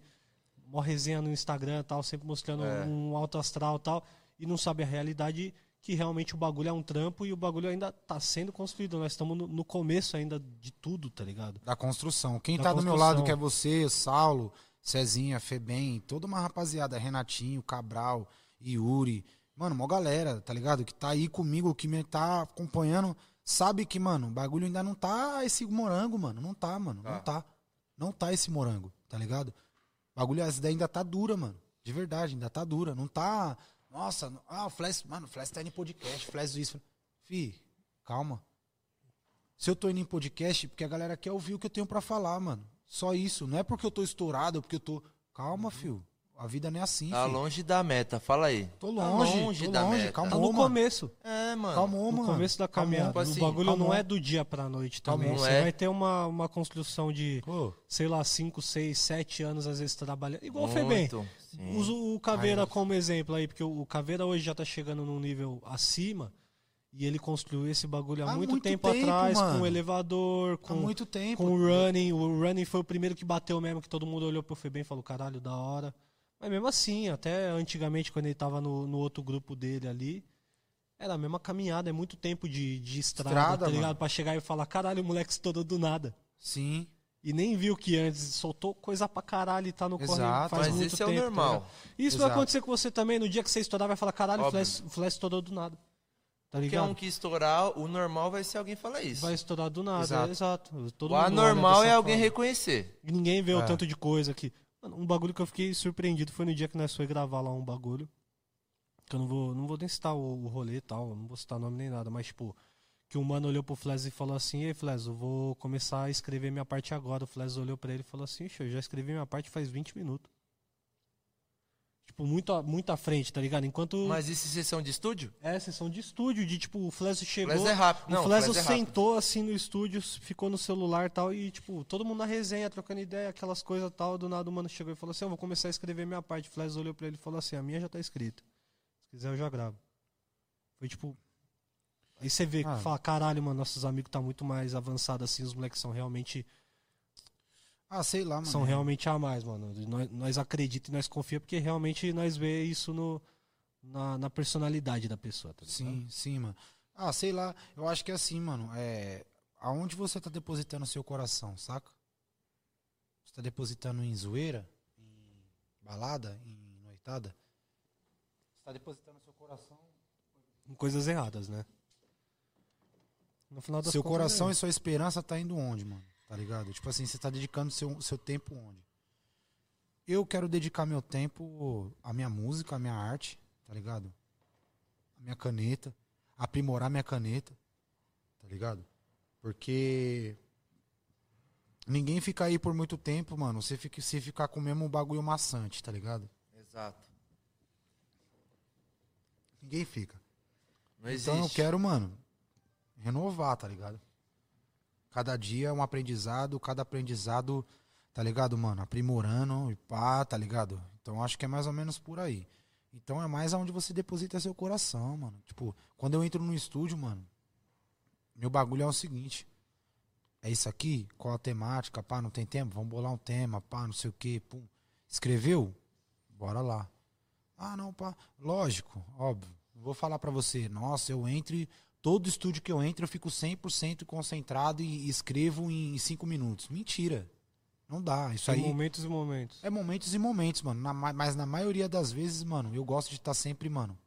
[SPEAKER 1] mó resenha no Instagram e tal, sempre mostrando
[SPEAKER 6] É.
[SPEAKER 1] um alto astral e tal, e não sabe a realidade que realmente o bagulho é um trampo e o bagulho ainda tá sendo construído. Nós estamos no, no começo ainda de tudo, tá ligado?
[SPEAKER 3] Da construção. Quem
[SPEAKER 1] Da
[SPEAKER 3] tá do meu
[SPEAKER 1] construção.
[SPEAKER 3] lado, que é você, Saulo, Cezinha, Febem, toda uma rapaziada, Renatinho, Cabral, Yuri. Mano, mó galera, tá ligado? Que tá aí comigo, que me tá acompanhando, sabe que, mano, o bagulho ainda não tá esse morango, mano. Não tá, mano. Não tá. Não tá esse morango, tá ligado? O bagulho, as ideias ainda tá dura, mano. De verdade, ainda tá dura. Não tá. Nossa, não- ah, o Flash, mano, o Flash tá indo em podcast, o Flash isso. Fi, calma. Se eu tô indo em podcast, porque a galera quer ouvir o que eu tenho pra falar, mano. Só isso. Não é porque eu tô estourado, é porque eu tô. Calma,
[SPEAKER 1] Uhum.
[SPEAKER 3] fio. A vida não é assim,
[SPEAKER 6] Tá
[SPEAKER 3] fio.
[SPEAKER 6] longe da meta, fala aí.
[SPEAKER 3] Tô longe,
[SPEAKER 6] Tá longe
[SPEAKER 3] tô
[SPEAKER 6] da
[SPEAKER 3] longe.
[SPEAKER 6] meta.
[SPEAKER 3] Calma,
[SPEAKER 1] Tá no
[SPEAKER 3] mano.
[SPEAKER 1] começo.
[SPEAKER 6] É, mano.
[SPEAKER 3] Calmou,
[SPEAKER 1] no
[SPEAKER 3] mano.
[SPEAKER 1] começada da caminhada.
[SPEAKER 6] Tipo assim,
[SPEAKER 1] o bagulho
[SPEAKER 3] calmou.
[SPEAKER 1] não é do dia pra noite também.
[SPEAKER 3] Calmou.
[SPEAKER 1] Você
[SPEAKER 6] Não é.
[SPEAKER 1] vai ter uma, uma construção de,
[SPEAKER 3] Pô,
[SPEAKER 1] sei lá, 5, 6, 7 anos, às vezes, trabalhando. Igual o Febem.
[SPEAKER 6] Muito. Sim.
[SPEAKER 1] Usa o Caveira como exemplo aí, porque o o Caveira hoje já tá chegando num nível acima e ele construiu esse bagulho há, muito, tempo, atrás, com
[SPEAKER 3] mano.
[SPEAKER 1] o elevador,
[SPEAKER 3] há
[SPEAKER 1] com,
[SPEAKER 3] muito tempo.
[SPEAKER 1] com o running. O running foi o primeiro que bateu mesmo, que todo mundo olhou pro Febem e falou, caralho, da hora. Mas mesmo assim, até antigamente, quando ele tava no, no outro grupo dele ali, era a mesma caminhada, é muito tempo de, de estrada,
[SPEAKER 3] Estrada,
[SPEAKER 1] tá ligado?
[SPEAKER 3] mano.
[SPEAKER 1] Pra chegar e falar, caralho, o moleque estourou do nada.
[SPEAKER 3] Sim.
[SPEAKER 1] E nem viu que antes soltou coisa pra caralho e tá no corre
[SPEAKER 3] Exato.
[SPEAKER 1] faz
[SPEAKER 6] Mas
[SPEAKER 1] muito
[SPEAKER 6] esse é o
[SPEAKER 1] tempo. tá
[SPEAKER 6] normal.
[SPEAKER 1] ligado? Isso vai
[SPEAKER 3] Exato.
[SPEAKER 1] acontecer com você também. No dia que você estourar, vai falar, caralho, o
[SPEAKER 6] Óbvio.
[SPEAKER 1] Flash, o Flash estourou do nada. Tá
[SPEAKER 6] Porque é
[SPEAKER 1] ligado?
[SPEAKER 6] um que estourar, o normal vai ser alguém falar isso.
[SPEAKER 1] Vai estourar do nada,
[SPEAKER 3] Exato.
[SPEAKER 1] é, exato. Todo
[SPEAKER 6] o
[SPEAKER 1] mundo olha
[SPEAKER 6] anormal
[SPEAKER 1] dessa
[SPEAKER 6] é alguém
[SPEAKER 1] forma.
[SPEAKER 6] reconhecer.
[SPEAKER 1] Ninguém
[SPEAKER 6] É.
[SPEAKER 1] vê o tanto de coisa aqui. Mano, um bagulho que eu fiquei surpreendido foi no dia que nós foi gravar lá um bagulho. Que eu não vou, não vou nem citar o, o rolê e tal, não vou citar nome nem nada, mas tipo, que o mano olhou pro Flash e falou assim: Ei, Flash, eu vou começar a escrever minha parte agora. O Flash olhou pra ele e falou assim: Ixi, eu já escrevi minha parte faz 20 minutos. Tipo, muito, a- muito à frente, tá ligado? Enquanto.
[SPEAKER 6] Mas isso é sessão de estúdio?
[SPEAKER 1] É, sessão de estúdio, de tipo, o Flash chegou.
[SPEAKER 6] Flash é rápido. Não,
[SPEAKER 1] o Flash
[SPEAKER 6] Flash é rápido.
[SPEAKER 1] sentou assim no estúdio, ficou no celular e tal, e tipo, todo mundo na resenha, trocando ideia, aquelas coisas e tal. Do nada o mano chegou e falou assim: Eu vou começar a escrever minha parte. O Flash olhou pra ele e falou assim: A minha já tá escrita. Se quiser eu já gravo. Foi tipo. Aí você vê,
[SPEAKER 3] Ah.
[SPEAKER 1] fala: Caralho, mano, nossos amigos tá muito mais avançado assim, os moleques são realmente.
[SPEAKER 3] Ah, sei lá, mano.
[SPEAKER 1] São realmente a mais, mano. Nós, nós acredita e nós confia porque realmente nós vê isso no, na, na personalidade da pessoa, tá ligado?
[SPEAKER 3] Sim, sim, mano. Ah, sei lá, eu acho que é assim, mano. É, aonde você tá depositando seu coração, saca? Você tá depositando em zoeira, em balada, em noitada? Você tá depositando seu coração.
[SPEAKER 1] em coisas erradas, né? No final das
[SPEAKER 3] Seu
[SPEAKER 1] contas,
[SPEAKER 3] coração
[SPEAKER 1] é.
[SPEAKER 3] e sua esperança tá indo onde, mano? Tá ligado? Tipo assim, você tá dedicando seu, seu tempo onde? Eu quero dedicar meu tempo à minha música, à minha arte, tá ligado? A minha caneta, aprimorar minha caneta, tá ligado? Porque ninguém fica aí por muito tempo, mano. Você fica, se ficar com o mesmo bagulho maçante, tá ligado?
[SPEAKER 6] Exato.
[SPEAKER 3] Ninguém fica.
[SPEAKER 6] Não existe.
[SPEAKER 3] Então eu quero, mano, renovar, tá ligado? Cada dia é um aprendizado, cada aprendizado, tá ligado, mano? Aprimorando e pá, tá ligado? Então acho que é mais ou menos por aí. Então é mais aonde você deposita seu coração, mano. Tipo, quando eu entro no estúdio, mano, meu bagulho é o seguinte. é isso aqui? Qual a temática? Pá, não tem tempo? Vamos bolar um tema, pá, não sei o quê. Pum. Escreveu? Bora lá. Ah, não, pá. Lógico, óbvio. Não vou falar pra você, nossa, eu entro e todo estúdio que eu entro eu fico 100% concentrado e escrevo em 5 minutos. Mentira. Não dá. Isso aí
[SPEAKER 1] Momentos e momentos.
[SPEAKER 3] é momentos e momentos, mano. Na ma- mas na maioria das vezes, mano, eu gosto de estar sempre, mano.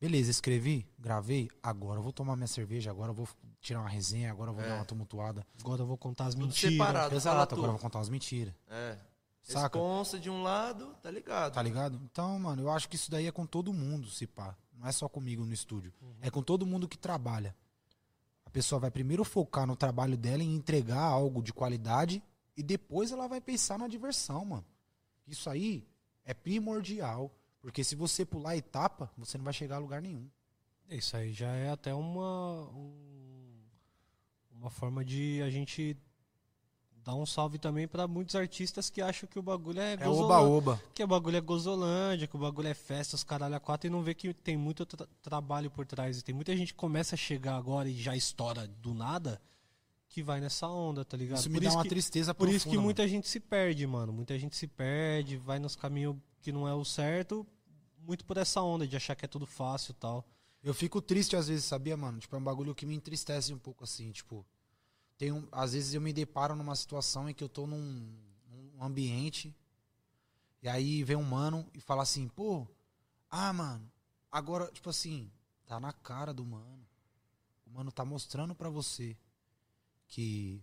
[SPEAKER 3] Beleza, escrevi, gravei. Agora eu vou tomar minha cerveja, agora eu vou tirar uma resenha, agora eu vou
[SPEAKER 6] É.
[SPEAKER 3] dar uma tumultuada.
[SPEAKER 1] Agora eu vou contar as
[SPEAKER 6] Tudo
[SPEAKER 1] mentiras.
[SPEAKER 6] separado. Fala
[SPEAKER 3] Exato,
[SPEAKER 6] tudo.
[SPEAKER 3] agora eu vou contar umas mentiras.
[SPEAKER 6] É.
[SPEAKER 3] Saca?
[SPEAKER 6] Responsa de um lado, tá ligado?
[SPEAKER 3] Tá ligado? Então, mano, eu acho que isso daí é com todo mundo, se pá. Não é só comigo no estúdio. É com todo mundo que trabalha. A pessoa vai primeiro focar no trabalho dela em entregar algo de qualidade e depois ela vai pensar na diversão, mano. Isso aí é primordial. Porque se você pular a etapa, você não vai chegar a lugar nenhum.
[SPEAKER 1] Isso aí já é até uma um- uma forma de a gente dar um salve também pra muitos artistas que acham que o bagulho é,
[SPEAKER 3] É
[SPEAKER 1] gozolândia,
[SPEAKER 3] oba-oba.
[SPEAKER 1] que o bagulho é gozolândia, que o bagulho é festa, os caralho a quatro e não vê que tem muito tra- trabalho por trás e tem muita gente que começa a chegar agora e já estoura do nada que vai nessa onda, tá ligado?
[SPEAKER 3] Isso me
[SPEAKER 1] Por
[SPEAKER 3] dá uma
[SPEAKER 1] que-
[SPEAKER 3] tristeza
[SPEAKER 1] por
[SPEAKER 3] profunda,
[SPEAKER 1] isso que
[SPEAKER 3] mano.
[SPEAKER 1] muita gente se perde, mano. Muita gente se perde, vai nos caminhos que não é o certo, muito por essa onda de achar que é tudo fácil e tal.
[SPEAKER 3] Eu fico triste às vezes, sabia, mano? Tipo, é um bagulho que me entristece um pouco, assim, tipo... Tem um, às vezes eu me deparo numa situação em que eu tô num, num ambiente e aí vem um mano e fala assim, pô, ah, mano, agora, tipo assim, tá na cara do mano. O mano tá mostrando pra você que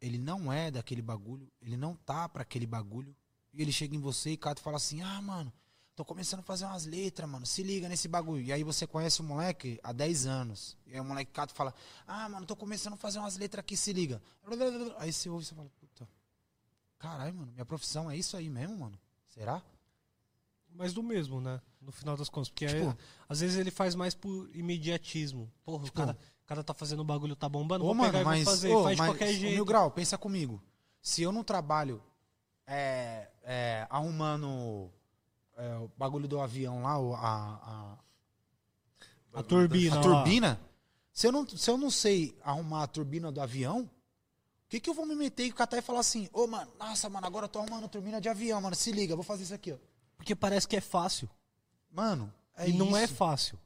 [SPEAKER 3] ele não é daquele bagulho, ele não tá pra aquele bagulho. E ele chega em você e cata e fala assim, ah, mano, Tô começando a fazer umas letras, mano. Se liga nesse bagulho. E aí você conhece o moleque há 10 anos. E aí o moleque cata e fala: Ah, mano, tô começando a fazer umas letras aqui, se liga. Aí você ouve e você fala: Puta, caralho, mano, minha profissão é isso aí mesmo, mano? Será?
[SPEAKER 1] Mas do mesmo, né? No final das contas. Porque
[SPEAKER 3] Tipo-
[SPEAKER 1] aí, às vezes ele faz mais por imediatismo. Porra,
[SPEAKER 3] Tipo-
[SPEAKER 1] o cara, o cara tá fazendo o bagulho, tá bombando,
[SPEAKER 3] Ô,
[SPEAKER 1] vou
[SPEAKER 3] mano,
[SPEAKER 1] pegar
[SPEAKER 3] mas,
[SPEAKER 1] e vou fazer.
[SPEAKER 3] ô,
[SPEAKER 1] faz
[SPEAKER 3] mas
[SPEAKER 1] de qualquer
[SPEAKER 3] o Mil
[SPEAKER 1] jeito.
[SPEAKER 3] Grau, pensa comigo. Se eu não trabalho é, é, arrumando é, o bagulho do avião lá, o- a- a,
[SPEAKER 1] A turbina.
[SPEAKER 3] a
[SPEAKER 1] ó.
[SPEAKER 3] turbina? Se eu, não, se eu não sei arrumar a turbina do avião, o que, que eu vou me meter e catar e falar assim, ô mano, nossa, mano, agora eu tô arrumando turbina de avião, mano. Se liga, eu vou fazer isso aqui, ó.
[SPEAKER 1] Porque parece que é fácil.
[SPEAKER 3] Mano, é
[SPEAKER 1] e
[SPEAKER 3] isso.
[SPEAKER 1] não é fácil.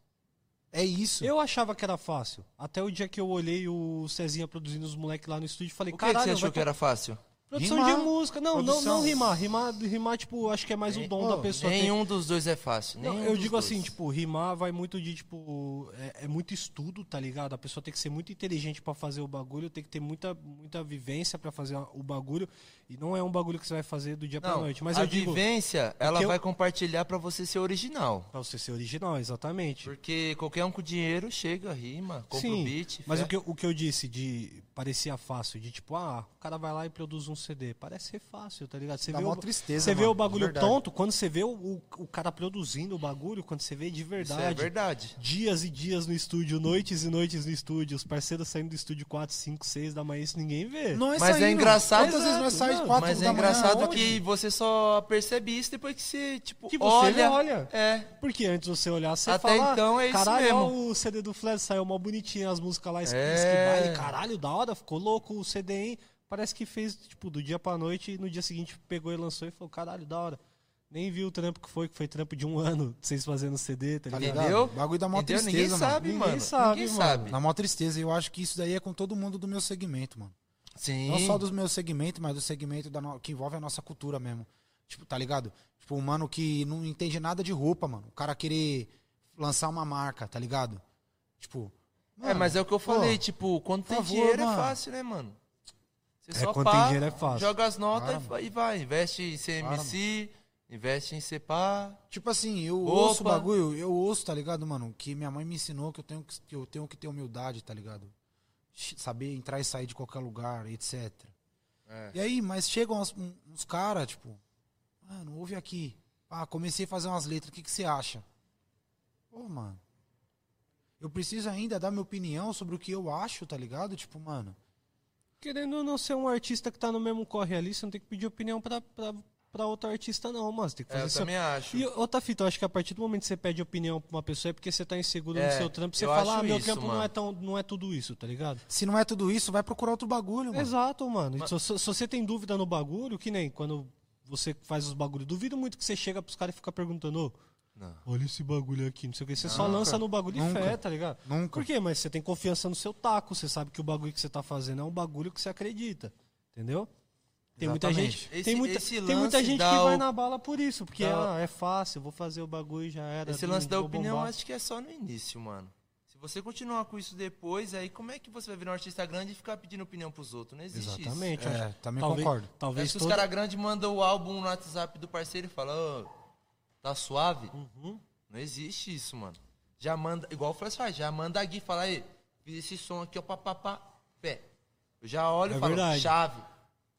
[SPEAKER 3] É isso.
[SPEAKER 1] Eu achava que era fácil. Até o dia que eu olhei o Cezinha produzindo os moleques lá no estúdio e falei,
[SPEAKER 6] O que, que
[SPEAKER 1] caralho,
[SPEAKER 6] você achou
[SPEAKER 1] vai tá
[SPEAKER 6] que era fácil?
[SPEAKER 1] Produção
[SPEAKER 3] Rimar.
[SPEAKER 1] de música. Não,
[SPEAKER 3] Produção.
[SPEAKER 1] não, não rimar. rimar. Rimar, tipo, acho que é mais o dom
[SPEAKER 3] Ô,
[SPEAKER 1] da pessoa. Tem-
[SPEAKER 6] Nenhum dos dois é fácil.
[SPEAKER 1] Não,
[SPEAKER 6] nenhum
[SPEAKER 1] eu
[SPEAKER 6] dos
[SPEAKER 1] digo
[SPEAKER 6] dois.
[SPEAKER 1] assim, tipo, rimar vai muito de, tipo, é, é muito estudo, tá ligado? A pessoa tem que ser muito inteligente pra fazer o bagulho, tem que ter muita, muita vivência pra fazer a- o bagulho. E não é um bagulho que você vai fazer do dia pra
[SPEAKER 6] Não,
[SPEAKER 1] noite. Mas
[SPEAKER 6] a
[SPEAKER 1] eu digo,
[SPEAKER 6] vivência, ela
[SPEAKER 1] eu-
[SPEAKER 6] vai compartilhar pra você ser original.
[SPEAKER 1] pra você ser original, exatamente.
[SPEAKER 6] Porque qualquer um com dinheiro chega, rima, compra o beat.
[SPEAKER 1] mas
[SPEAKER 6] fe-
[SPEAKER 1] o que, eu- o que eu disse de parecia fácil, de tipo, ah, o cara vai lá e produz um CD. Parece ser fácil, tá ligado? Você
[SPEAKER 3] Dá
[SPEAKER 1] vê
[SPEAKER 3] mó
[SPEAKER 1] o,
[SPEAKER 3] tristeza,
[SPEAKER 1] você vê
[SPEAKER 3] mano,
[SPEAKER 1] o bagulho
[SPEAKER 3] verdade.
[SPEAKER 1] tonto, quando você vê o, o, o cara produzindo o bagulho, quando você vê de
[SPEAKER 6] Isso
[SPEAKER 1] verdade.
[SPEAKER 6] é verdade.
[SPEAKER 1] Dias e dias no estúdio, noites e noites no estúdio, os parceiros saindo do estúdio 4, 5, 6 da manhã, isso ninguém vê.
[SPEAKER 3] Não
[SPEAKER 6] Mas
[SPEAKER 3] saindo.
[SPEAKER 6] é engraçado.
[SPEAKER 3] Quantas vezes nós saímos
[SPEAKER 1] Não,
[SPEAKER 3] quatro
[SPEAKER 6] Mas
[SPEAKER 3] da
[SPEAKER 6] é
[SPEAKER 3] manhã
[SPEAKER 6] engraçado
[SPEAKER 3] hoje?
[SPEAKER 6] que você só percebe isso depois que você, tipo,
[SPEAKER 1] Que você
[SPEAKER 6] olha.
[SPEAKER 1] olha.
[SPEAKER 6] É.
[SPEAKER 1] Porque antes você olhar, você
[SPEAKER 6] Até
[SPEAKER 1] fala,
[SPEAKER 6] então é isso
[SPEAKER 1] caralho,
[SPEAKER 6] mesmo."
[SPEAKER 1] ó, o CD do Flash saiu mó bonitinho, as músicas lá,
[SPEAKER 6] É.
[SPEAKER 1] é... baile, caralho, da hora, ficou louco o CD, hein? Parece que fez, tipo, do dia pra noite, e no dia seguinte pegou e lançou e falou, caralho, da hora. Nem viu o trampo que foi, que foi trampo de um ano, de vocês fazendo CD, tá
[SPEAKER 3] Tá
[SPEAKER 1] ligado?
[SPEAKER 3] ligado?
[SPEAKER 6] Entendeu?
[SPEAKER 3] Bagulho
[SPEAKER 1] É
[SPEAKER 3] da mó
[SPEAKER 6] Entendeu?
[SPEAKER 3] tristeza,
[SPEAKER 6] Ninguém
[SPEAKER 3] mano.
[SPEAKER 6] sabe,
[SPEAKER 1] Ninguém
[SPEAKER 6] mano.
[SPEAKER 1] sabe,
[SPEAKER 6] Ninguém
[SPEAKER 1] mano.
[SPEAKER 6] sabe.
[SPEAKER 3] Dá mó tristeza. E eu acho que isso daí é com todo mundo do meu segmento, mano.
[SPEAKER 6] Sim.
[SPEAKER 3] Não só dos meus segmentos, mas do segmento da no- que envolve a nossa cultura mesmo. Tipo, tá ligado? Tipo, um mano que não entende nada de roupa, mano. O cara querer lançar uma marca, tá ligado? Tipo.
[SPEAKER 6] É, mas é o que eu
[SPEAKER 3] pô,
[SPEAKER 6] falei, tipo, quando tem
[SPEAKER 3] por favor,
[SPEAKER 6] dinheiro
[SPEAKER 3] mano.
[SPEAKER 6] é fácil, né, mano? Você
[SPEAKER 1] É, quando tem dinheiro é fácil.
[SPEAKER 6] joga as notas
[SPEAKER 3] Para,
[SPEAKER 6] e vai- e vai. Investe em CMC, investe em CEPA.
[SPEAKER 3] Tipo assim, eu
[SPEAKER 6] Opa.
[SPEAKER 3] ouço o bagulho, eu ouço, tá ligado, mano? Que minha mãe me ensinou que eu tenho que, que eu tenho que ter humildade, tá ligado? Ch- Saber entrar e sair de qualquer lugar, etc.
[SPEAKER 6] É.
[SPEAKER 3] E aí, mas chegam uns, um- uns caras, tipo, mano, ouve aqui. Ah, comecei a fazer umas letras, o que, que você acha? Pô, mano. Eu preciso ainda dar minha opinião sobre o que eu acho, tá ligado? Tipo, mano.
[SPEAKER 1] Querendo ou não ser um artista que tá no mesmo corre ali, você não tem que pedir opinião pra, pra, pra outro artista, não, mano. Você tem que
[SPEAKER 6] É,
[SPEAKER 1] fazer
[SPEAKER 6] eu
[SPEAKER 1] seu.
[SPEAKER 6] também acho.
[SPEAKER 1] E outra fita, eu acho que a partir do momento que você pede opinião pra uma pessoa é porque você tá inseguro
[SPEAKER 6] É,
[SPEAKER 1] no seu trampo. Você
[SPEAKER 6] eu
[SPEAKER 1] fala,
[SPEAKER 6] acho
[SPEAKER 1] ah, meu
[SPEAKER 6] isso,
[SPEAKER 1] trampo não
[SPEAKER 6] mano.
[SPEAKER 1] é, tão, não é tudo isso, tá ligado?
[SPEAKER 3] Se não é tudo isso, vai procurar outro bagulho, mano.
[SPEAKER 1] Exato, mano. E Se, se- se você tem dúvida no bagulho, que nem quando você faz os bagulhos, duvido muito que você chega pros caras e fica perguntando, ô,
[SPEAKER 6] Não.
[SPEAKER 1] olha esse bagulho aqui, não sei o que. Você só lança no bagulho e fé, tá ligado?
[SPEAKER 3] Nunca.
[SPEAKER 1] Por quê? Mas você tem confiança no seu taco, você sabe que o bagulho que você tá fazendo é um bagulho que você acredita, entendeu? Tem muita
[SPEAKER 3] Exatamente.
[SPEAKER 1] gente,
[SPEAKER 6] Esse-
[SPEAKER 1] tem muita,
[SPEAKER 6] esse
[SPEAKER 1] tem muita
[SPEAKER 6] lance
[SPEAKER 1] gente que
[SPEAKER 6] dá
[SPEAKER 1] vai
[SPEAKER 6] o-
[SPEAKER 1] na bala por isso, porque
[SPEAKER 6] dá-
[SPEAKER 1] ah, é fácil, vou fazer o bagulho e já era.
[SPEAKER 6] Esse
[SPEAKER 1] não
[SPEAKER 6] lance da
[SPEAKER 1] vou
[SPEAKER 6] opinião
[SPEAKER 1] bombar.
[SPEAKER 6] acho que é só no início, mano. Se você continuar com isso depois, aí como é que você vai virar um artista grande e ficar pedindo opinião pros outros? Não existe isso.
[SPEAKER 1] Exatamente. eu
[SPEAKER 3] É,
[SPEAKER 1] acho.
[SPEAKER 3] também
[SPEAKER 1] Talvez-
[SPEAKER 3] concordo.
[SPEAKER 6] É
[SPEAKER 1] Talvez
[SPEAKER 6] que os
[SPEAKER 1] todo-
[SPEAKER 6] caras grandes mandam o álbum no WhatsApp do parceiro e falam, "Ô, tá suave?
[SPEAKER 1] Uhum.
[SPEAKER 6] Não existe isso, mano. Já manda, igual o Flash faz, já manda a Gui falar aí, fiz esse som aqui, ó, papapá, pé. Eu já olho
[SPEAKER 1] É
[SPEAKER 6] e falo,
[SPEAKER 1] verdade.
[SPEAKER 6] chave.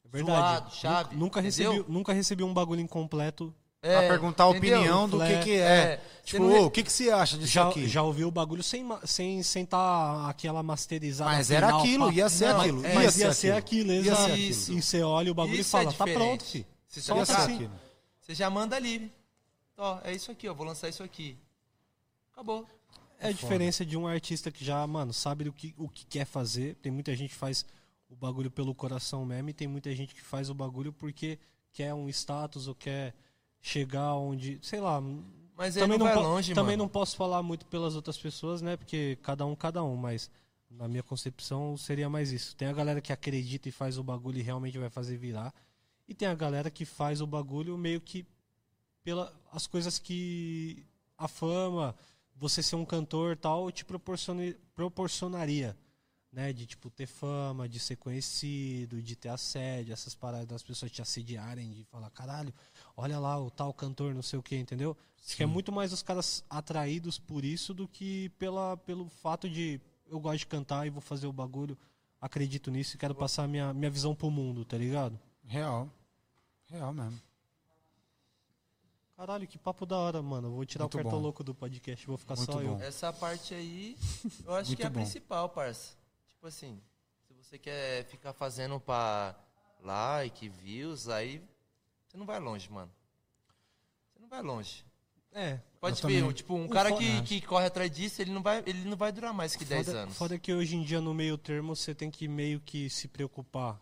[SPEAKER 1] É verdade.
[SPEAKER 6] Suado, chave.
[SPEAKER 1] Nunca, nunca
[SPEAKER 6] entendeu?
[SPEAKER 1] recebi, nunca recebi um bagulho incompleto.
[SPEAKER 3] Pra perguntar a
[SPEAKER 6] É, entendeu?
[SPEAKER 3] opinião do que,
[SPEAKER 1] Fle-
[SPEAKER 3] que é.
[SPEAKER 6] é, você
[SPEAKER 3] Tipo,
[SPEAKER 6] não
[SPEAKER 3] ô,
[SPEAKER 6] re-
[SPEAKER 3] o que, que você acha disso
[SPEAKER 1] Já,
[SPEAKER 3] aqui?
[SPEAKER 1] já ouvi o bagulho sem ma- sem sem tá aquela masterizada.
[SPEAKER 3] Mas era
[SPEAKER 1] final,
[SPEAKER 3] aquilo,
[SPEAKER 1] pá.
[SPEAKER 3] ia ser
[SPEAKER 6] Não,
[SPEAKER 3] aquilo.
[SPEAKER 6] é,
[SPEAKER 3] ia
[SPEAKER 1] Mas
[SPEAKER 3] ser
[SPEAKER 1] ia ser aquilo,
[SPEAKER 3] Ia ser
[SPEAKER 1] exato.
[SPEAKER 6] aquilo.
[SPEAKER 1] E você olha o bagulho
[SPEAKER 6] Isso
[SPEAKER 1] e fala,
[SPEAKER 6] é
[SPEAKER 1] tá
[SPEAKER 6] diferente.
[SPEAKER 1] pronto, fi.
[SPEAKER 6] Você
[SPEAKER 1] Só
[SPEAKER 6] tá
[SPEAKER 3] Ia ser
[SPEAKER 1] assim.
[SPEAKER 3] aquilo.
[SPEAKER 6] Você já manda livre. Ó, é isso aqui, ó. Vou lançar isso aqui. Acabou.
[SPEAKER 1] É a diferença de um artista que já, mano, sabe do que, o que quer fazer. Tem muita gente que faz o bagulho pelo coração mesmo e tem muita gente que faz o bagulho porque quer um status ou quer chegar onde, sei lá,
[SPEAKER 6] Mas ele
[SPEAKER 1] também
[SPEAKER 6] não
[SPEAKER 1] não,
[SPEAKER 6] vai
[SPEAKER 1] po-
[SPEAKER 6] longe,
[SPEAKER 1] também
[SPEAKER 6] mano.
[SPEAKER 1] não posso falar muito pelas outras pessoas, né? Porque cada um, cada um, mas na minha concepção seria mais isso. Tem a galera que acredita e faz o bagulho e realmente vai fazer virar. E tem a galera que faz o bagulho meio que pelas as coisas que a fama, você ser um cantor e tal, te proporcione- proporcionaria. Né, de tipo ter fama, de ser conhecido, de ter assédio, essas paradas das pessoas te assediarem, de falar, caralho, olha lá o tal cantor, não sei o que, entendeu? Acho que é muito mais os caras atraídos por isso do que pela, pelo fato de eu gosto de cantar e vou fazer o bagulho, acredito nisso e quero passar minha, minha visão pro mundo, tá ligado?
[SPEAKER 3] Real. Real mesmo.
[SPEAKER 1] Caralho, que papo da hora, mano. Eu vou tirar
[SPEAKER 3] Muito
[SPEAKER 1] o cartão
[SPEAKER 3] bom.
[SPEAKER 1] louco do podcast, vou ficar
[SPEAKER 3] Muito
[SPEAKER 1] só
[SPEAKER 3] bom.
[SPEAKER 1] eu.
[SPEAKER 6] Essa parte aí, eu acho que é a
[SPEAKER 3] Muito bom.
[SPEAKER 6] principal, parça. Tipo assim, se você quer ficar fazendo pra like, views, aí você não vai longe, mano. Você não vai longe.
[SPEAKER 1] É.
[SPEAKER 6] Pode
[SPEAKER 3] Eu
[SPEAKER 6] ver,
[SPEAKER 3] também.
[SPEAKER 6] tipo, um
[SPEAKER 1] O
[SPEAKER 6] cara
[SPEAKER 1] fo-
[SPEAKER 6] que, que corre atrás disso, ele não vai, ele não vai durar mais que 10
[SPEAKER 1] foda,
[SPEAKER 6] anos.
[SPEAKER 1] foda é que hoje em dia no meio termo você tem que meio que se preocupar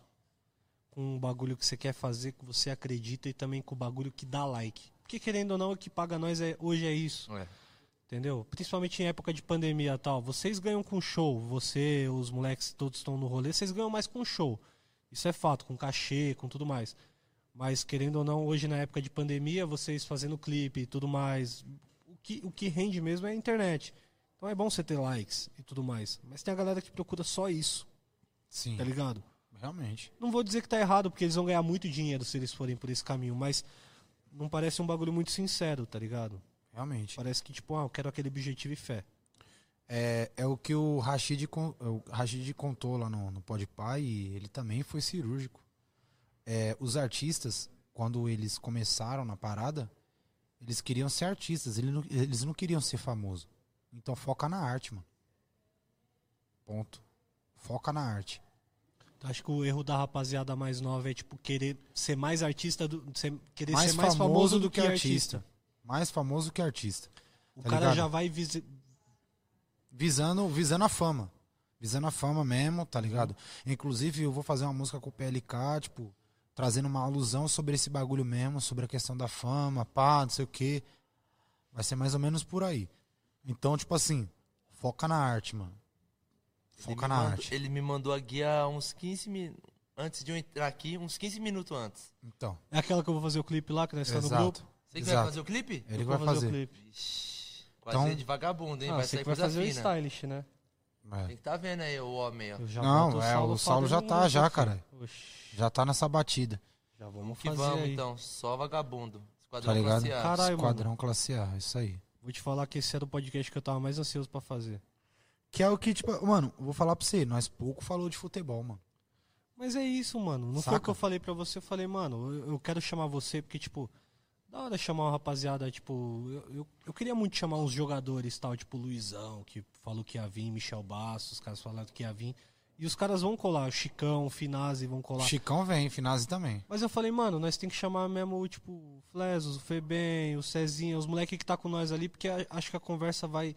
[SPEAKER 1] com o bagulho que você quer fazer, que você acredita e também com o bagulho que dá like. Porque querendo ou não, o que paga nós é, hoje é isso.
[SPEAKER 6] É.
[SPEAKER 1] Entendeu? Principalmente em época de pandemia e tal. Vocês ganham com show. Você, os moleques todos estão no rolê, vocês ganham mais com show. Isso é fato, com cachê, com tudo mais. Mas querendo ou não, hoje na época de pandemia, vocês fazendo clipe e tudo mais. O que, o que rende mesmo é a internet. Então é bom você ter likes e tudo mais. Mas tem a galera que procura só isso,
[SPEAKER 3] Sim.
[SPEAKER 1] tá ligado?
[SPEAKER 3] Realmente.
[SPEAKER 1] Não vou dizer que tá errado, porque eles vão ganhar muito dinheiro se eles forem por esse caminho, mas não parece um bagulho muito sincero, tá ligado?
[SPEAKER 3] Realmente.
[SPEAKER 1] Parece que, tipo, ah, eu quero aquele objetivo e fé.
[SPEAKER 3] É, é o que o Rashid, con- é, o Rashid contou lá no, no Podpah e ele também foi cirúrgico. É, os artistas, quando eles começaram na parada, eles queriam ser artistas, ele não- eles não queriam ser famosos. Então foca na arte, mano. Ponto. Foca na arte.
[SPEAKER 1] Acho que o erro da rapaziada mais nova é, tipo, querer ser mais artista, do, ser- querer
[SPEAKER 3] mais
[SPEAKER 1] ser mais
[SPEAKER 3] famoso, do que,
[SPEAKER 1] artista.
[SPEAKER 3] artista. Mais famoso que artista.
[SPEAKER 1] O
[SPEAKER 3] tá
[SPEAKER 1] cara
[SPEAKER 3] ligado?
[SPEAKER 1] já vai visi-
[SPEAKER 3] visando, visando a fama. Visando a fama mesmo, tá ligado? Inclusive, eu vou fazer uma música com o PLK, tipo, trazendo uma alusão sobre esse bagulho mesmo, sobre a questão da fama, pá, não sei o quê. Vai ser mais ou menos por aí. Então, tipo assim, foca na arte, mano. Foca
[SPEAKER 6] me
[SPEAKER 3] na
[SPEAKER 6] mandou-
[SPEAKER 3] arte.
[SPEAKER 6] Ele me mandou a guia uns 15 minutos. Antes de eu entrar aqui, uns 15 minutos antes.
[SPEAKER 3] Então,
[SPEAKER 1] É aquela que eu vou fazer o clipe lá, que nós estamos Tá no grupo.
[SPEAKER 3] exato.
[SPEAKER 6] Você que vai
[SPEAKER 3] Exato.
[SPEAKER 6] fazer o clipe?
[SPEAKER 3] Ele
[SPEAKER 1] Eu
[SPEAKER 3] vai
[SPEAKER 1] vou
[SPEAKER 3] fazer.
[SPEAKER 1] o clipe.
[SPEAKER 6] Ixi, quase
[SPEAKER 3] Então-
[SPEAKER 6] é de vagabundo, hein?
[SPEAKER 1] Ah,
[SPEAKER 6] vai
[SPEAKER 1] você
[SPEAKER 6] sair
[SPEAKER 1] que vai
[SPEAKER 6] coisa
[SPEAKER 1] fazer o
[SPEAKER 6] fina.
[SPEAKER 1] stylist, né?
[SPEAKER 3] É.
[SPEAKER 6] Tem que tá vendo aí o homem, ó.
[SPEAKER 1] Eu já
[SPEAKER 3] Não,
[SPEAKER 1] boto
[SPEAKER 3] é, o Saulo já
[SPEAKER 1] fazendo
[SPEAKER 3] tá,
[SPEAKER 1] um
[SPEAKER 3] já,
[SPEAKER 1] grupo,
[SPEAKER 3] cara.
[SPEAKER 1] filho. Oxi,
[SPEAKER 3] Já tá nessa batida.
[SPEAKER 1] já vamos
[SPEAKER 6] Que
[SPEAKER 1] fazer
[SPEAKER 6] vamos,
[SPEAKER 1] aí.
[SPEAKER 6] então. Só vagabundo.
[SPEAKER 3] Tá
[SPEAKER 6] Esquadrão
[SPEAKER 3] ligado?
[SPEAKER 6] classe A.
[SPEAKER 1] Caralho,
[SPEAKER 3] Esquadrão classe A, isso aí.
[SPEAKER 1] Vou te falar que esse era o podcast que eu tava mais ansioso pra fazer.
[SPEAKER 3] Que é o que, tipo, mano, eu vou falar pra você, nós pouco falou de futebol, mano.
[SPEAKER 1] Mas é isso, mano. Não foi o
[SPEAKER 3] Saca?
[SPEAKER 1] que eu falei pra você. Eu falei, mano, eu, eu quero chamar você porque, tipo, da hora chamar uma rapaziada, tipo, eu, eu, eu queria muito chamar uns jogadores tal, tipo Luizão, que falou que ia vir, Michel Bastos, os caras falaram que ia vir. E os caras vão colar, o Chicão, o Finazzi vão colar.
[SPEAKER 3] Chicão vem, Finazzi também.
[SPEAKER 1] Mas eu falei, mano, nós tem que chamar mesmo, tipo, o Flesos, o Febem, o Cezinha, os moleques que tá com nós ali, porque a- acho que a conversa vai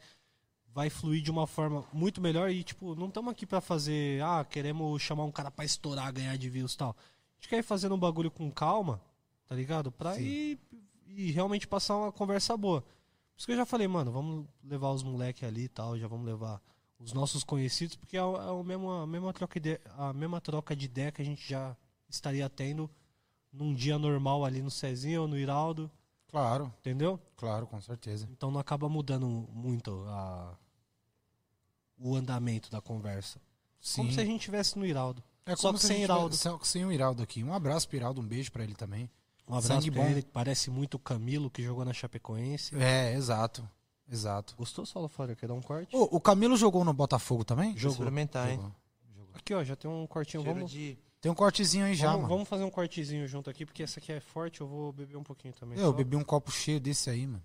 [SPEAKER 1] vai fluir de uma forma muito melhor e, tipo, não estamos aqui pra fazer, ah, queremos chamar um cara pra estourar, ganhar de views e tal. A gente quer ir fazendo um bagulho com calma, tá ligado? Pra ir e realmente passar uma conversa boa. Por isso que eu já falei, mano, vamos levar os moleques ali e tal, já vamos levar os nossos conhecidos, porque é, o- é o mesmo, a, mesma troca de, a mesma troca de ideia que a gente já estaria tendo num dia normal ali no Cezinho ou no Iraldo,
[SPEAKER 3] Claro,
[SPEAKER 1] entendeu?
[SPEAKER 3] claro, com certeza.
[SPEAKER 1] Então não acaba mudando muito a- o andamento da conversa. Como se a gente tivesse no Iraldo.
[SPEAKER 3] É
[SPEAKER 1] Só
[SPEAKER 3] como
[SPEAKER 1] que
[SPEAKER 3] se a
[SPEAKER 1] sem
[SPEAKER 3] gente
[SPEAKER 1] Iraldo.
[SPEAKER 3] tivesse- Só que sem o Iraldo aqui. Um abraço pro Iraldo, um beijo pra ele também.
[SPEAKER 1] Um abraço
[SPEAKER 3] Sangue
[SPEAKER 1] pra
[SPEAKER 3] bom.
[SPEAKER 1] ele, que parece muito o Camilo, que jogou na Chapecoense.
[SPEAKER 3] É, exato. Exato.
[SPEAKER 1] Gostou, Saulo Fora? Quer dar um corte?
[SPEAKER 3] Ô, o Camilo jogou no Botafogo também?
[SPEAKER 6] Vou experimentar, hein?
[SPEAKER 3] Jogou.
[SPEAKER 1] Aqui, ó, já tem um cortinho.
[SPEAKER 6] Cheiro
[SPEAKER 1] Vamos,
[SPEAKER 6] de
[SPEAKER 3] Tem um cortezinho aí já,
[SPEAKER 1] vamos,
[SPEAKER 3] mano.
[SPEAKER 1] vamos fazer um cortezinho junto aqui, porque essa aqui é forte, eu vou beber um pouquinho também.
[SPEAKER 3] Eu
[SPEAKER 1] só.
[SPEAKER 3] bebi um copo cheio desse aí, mano.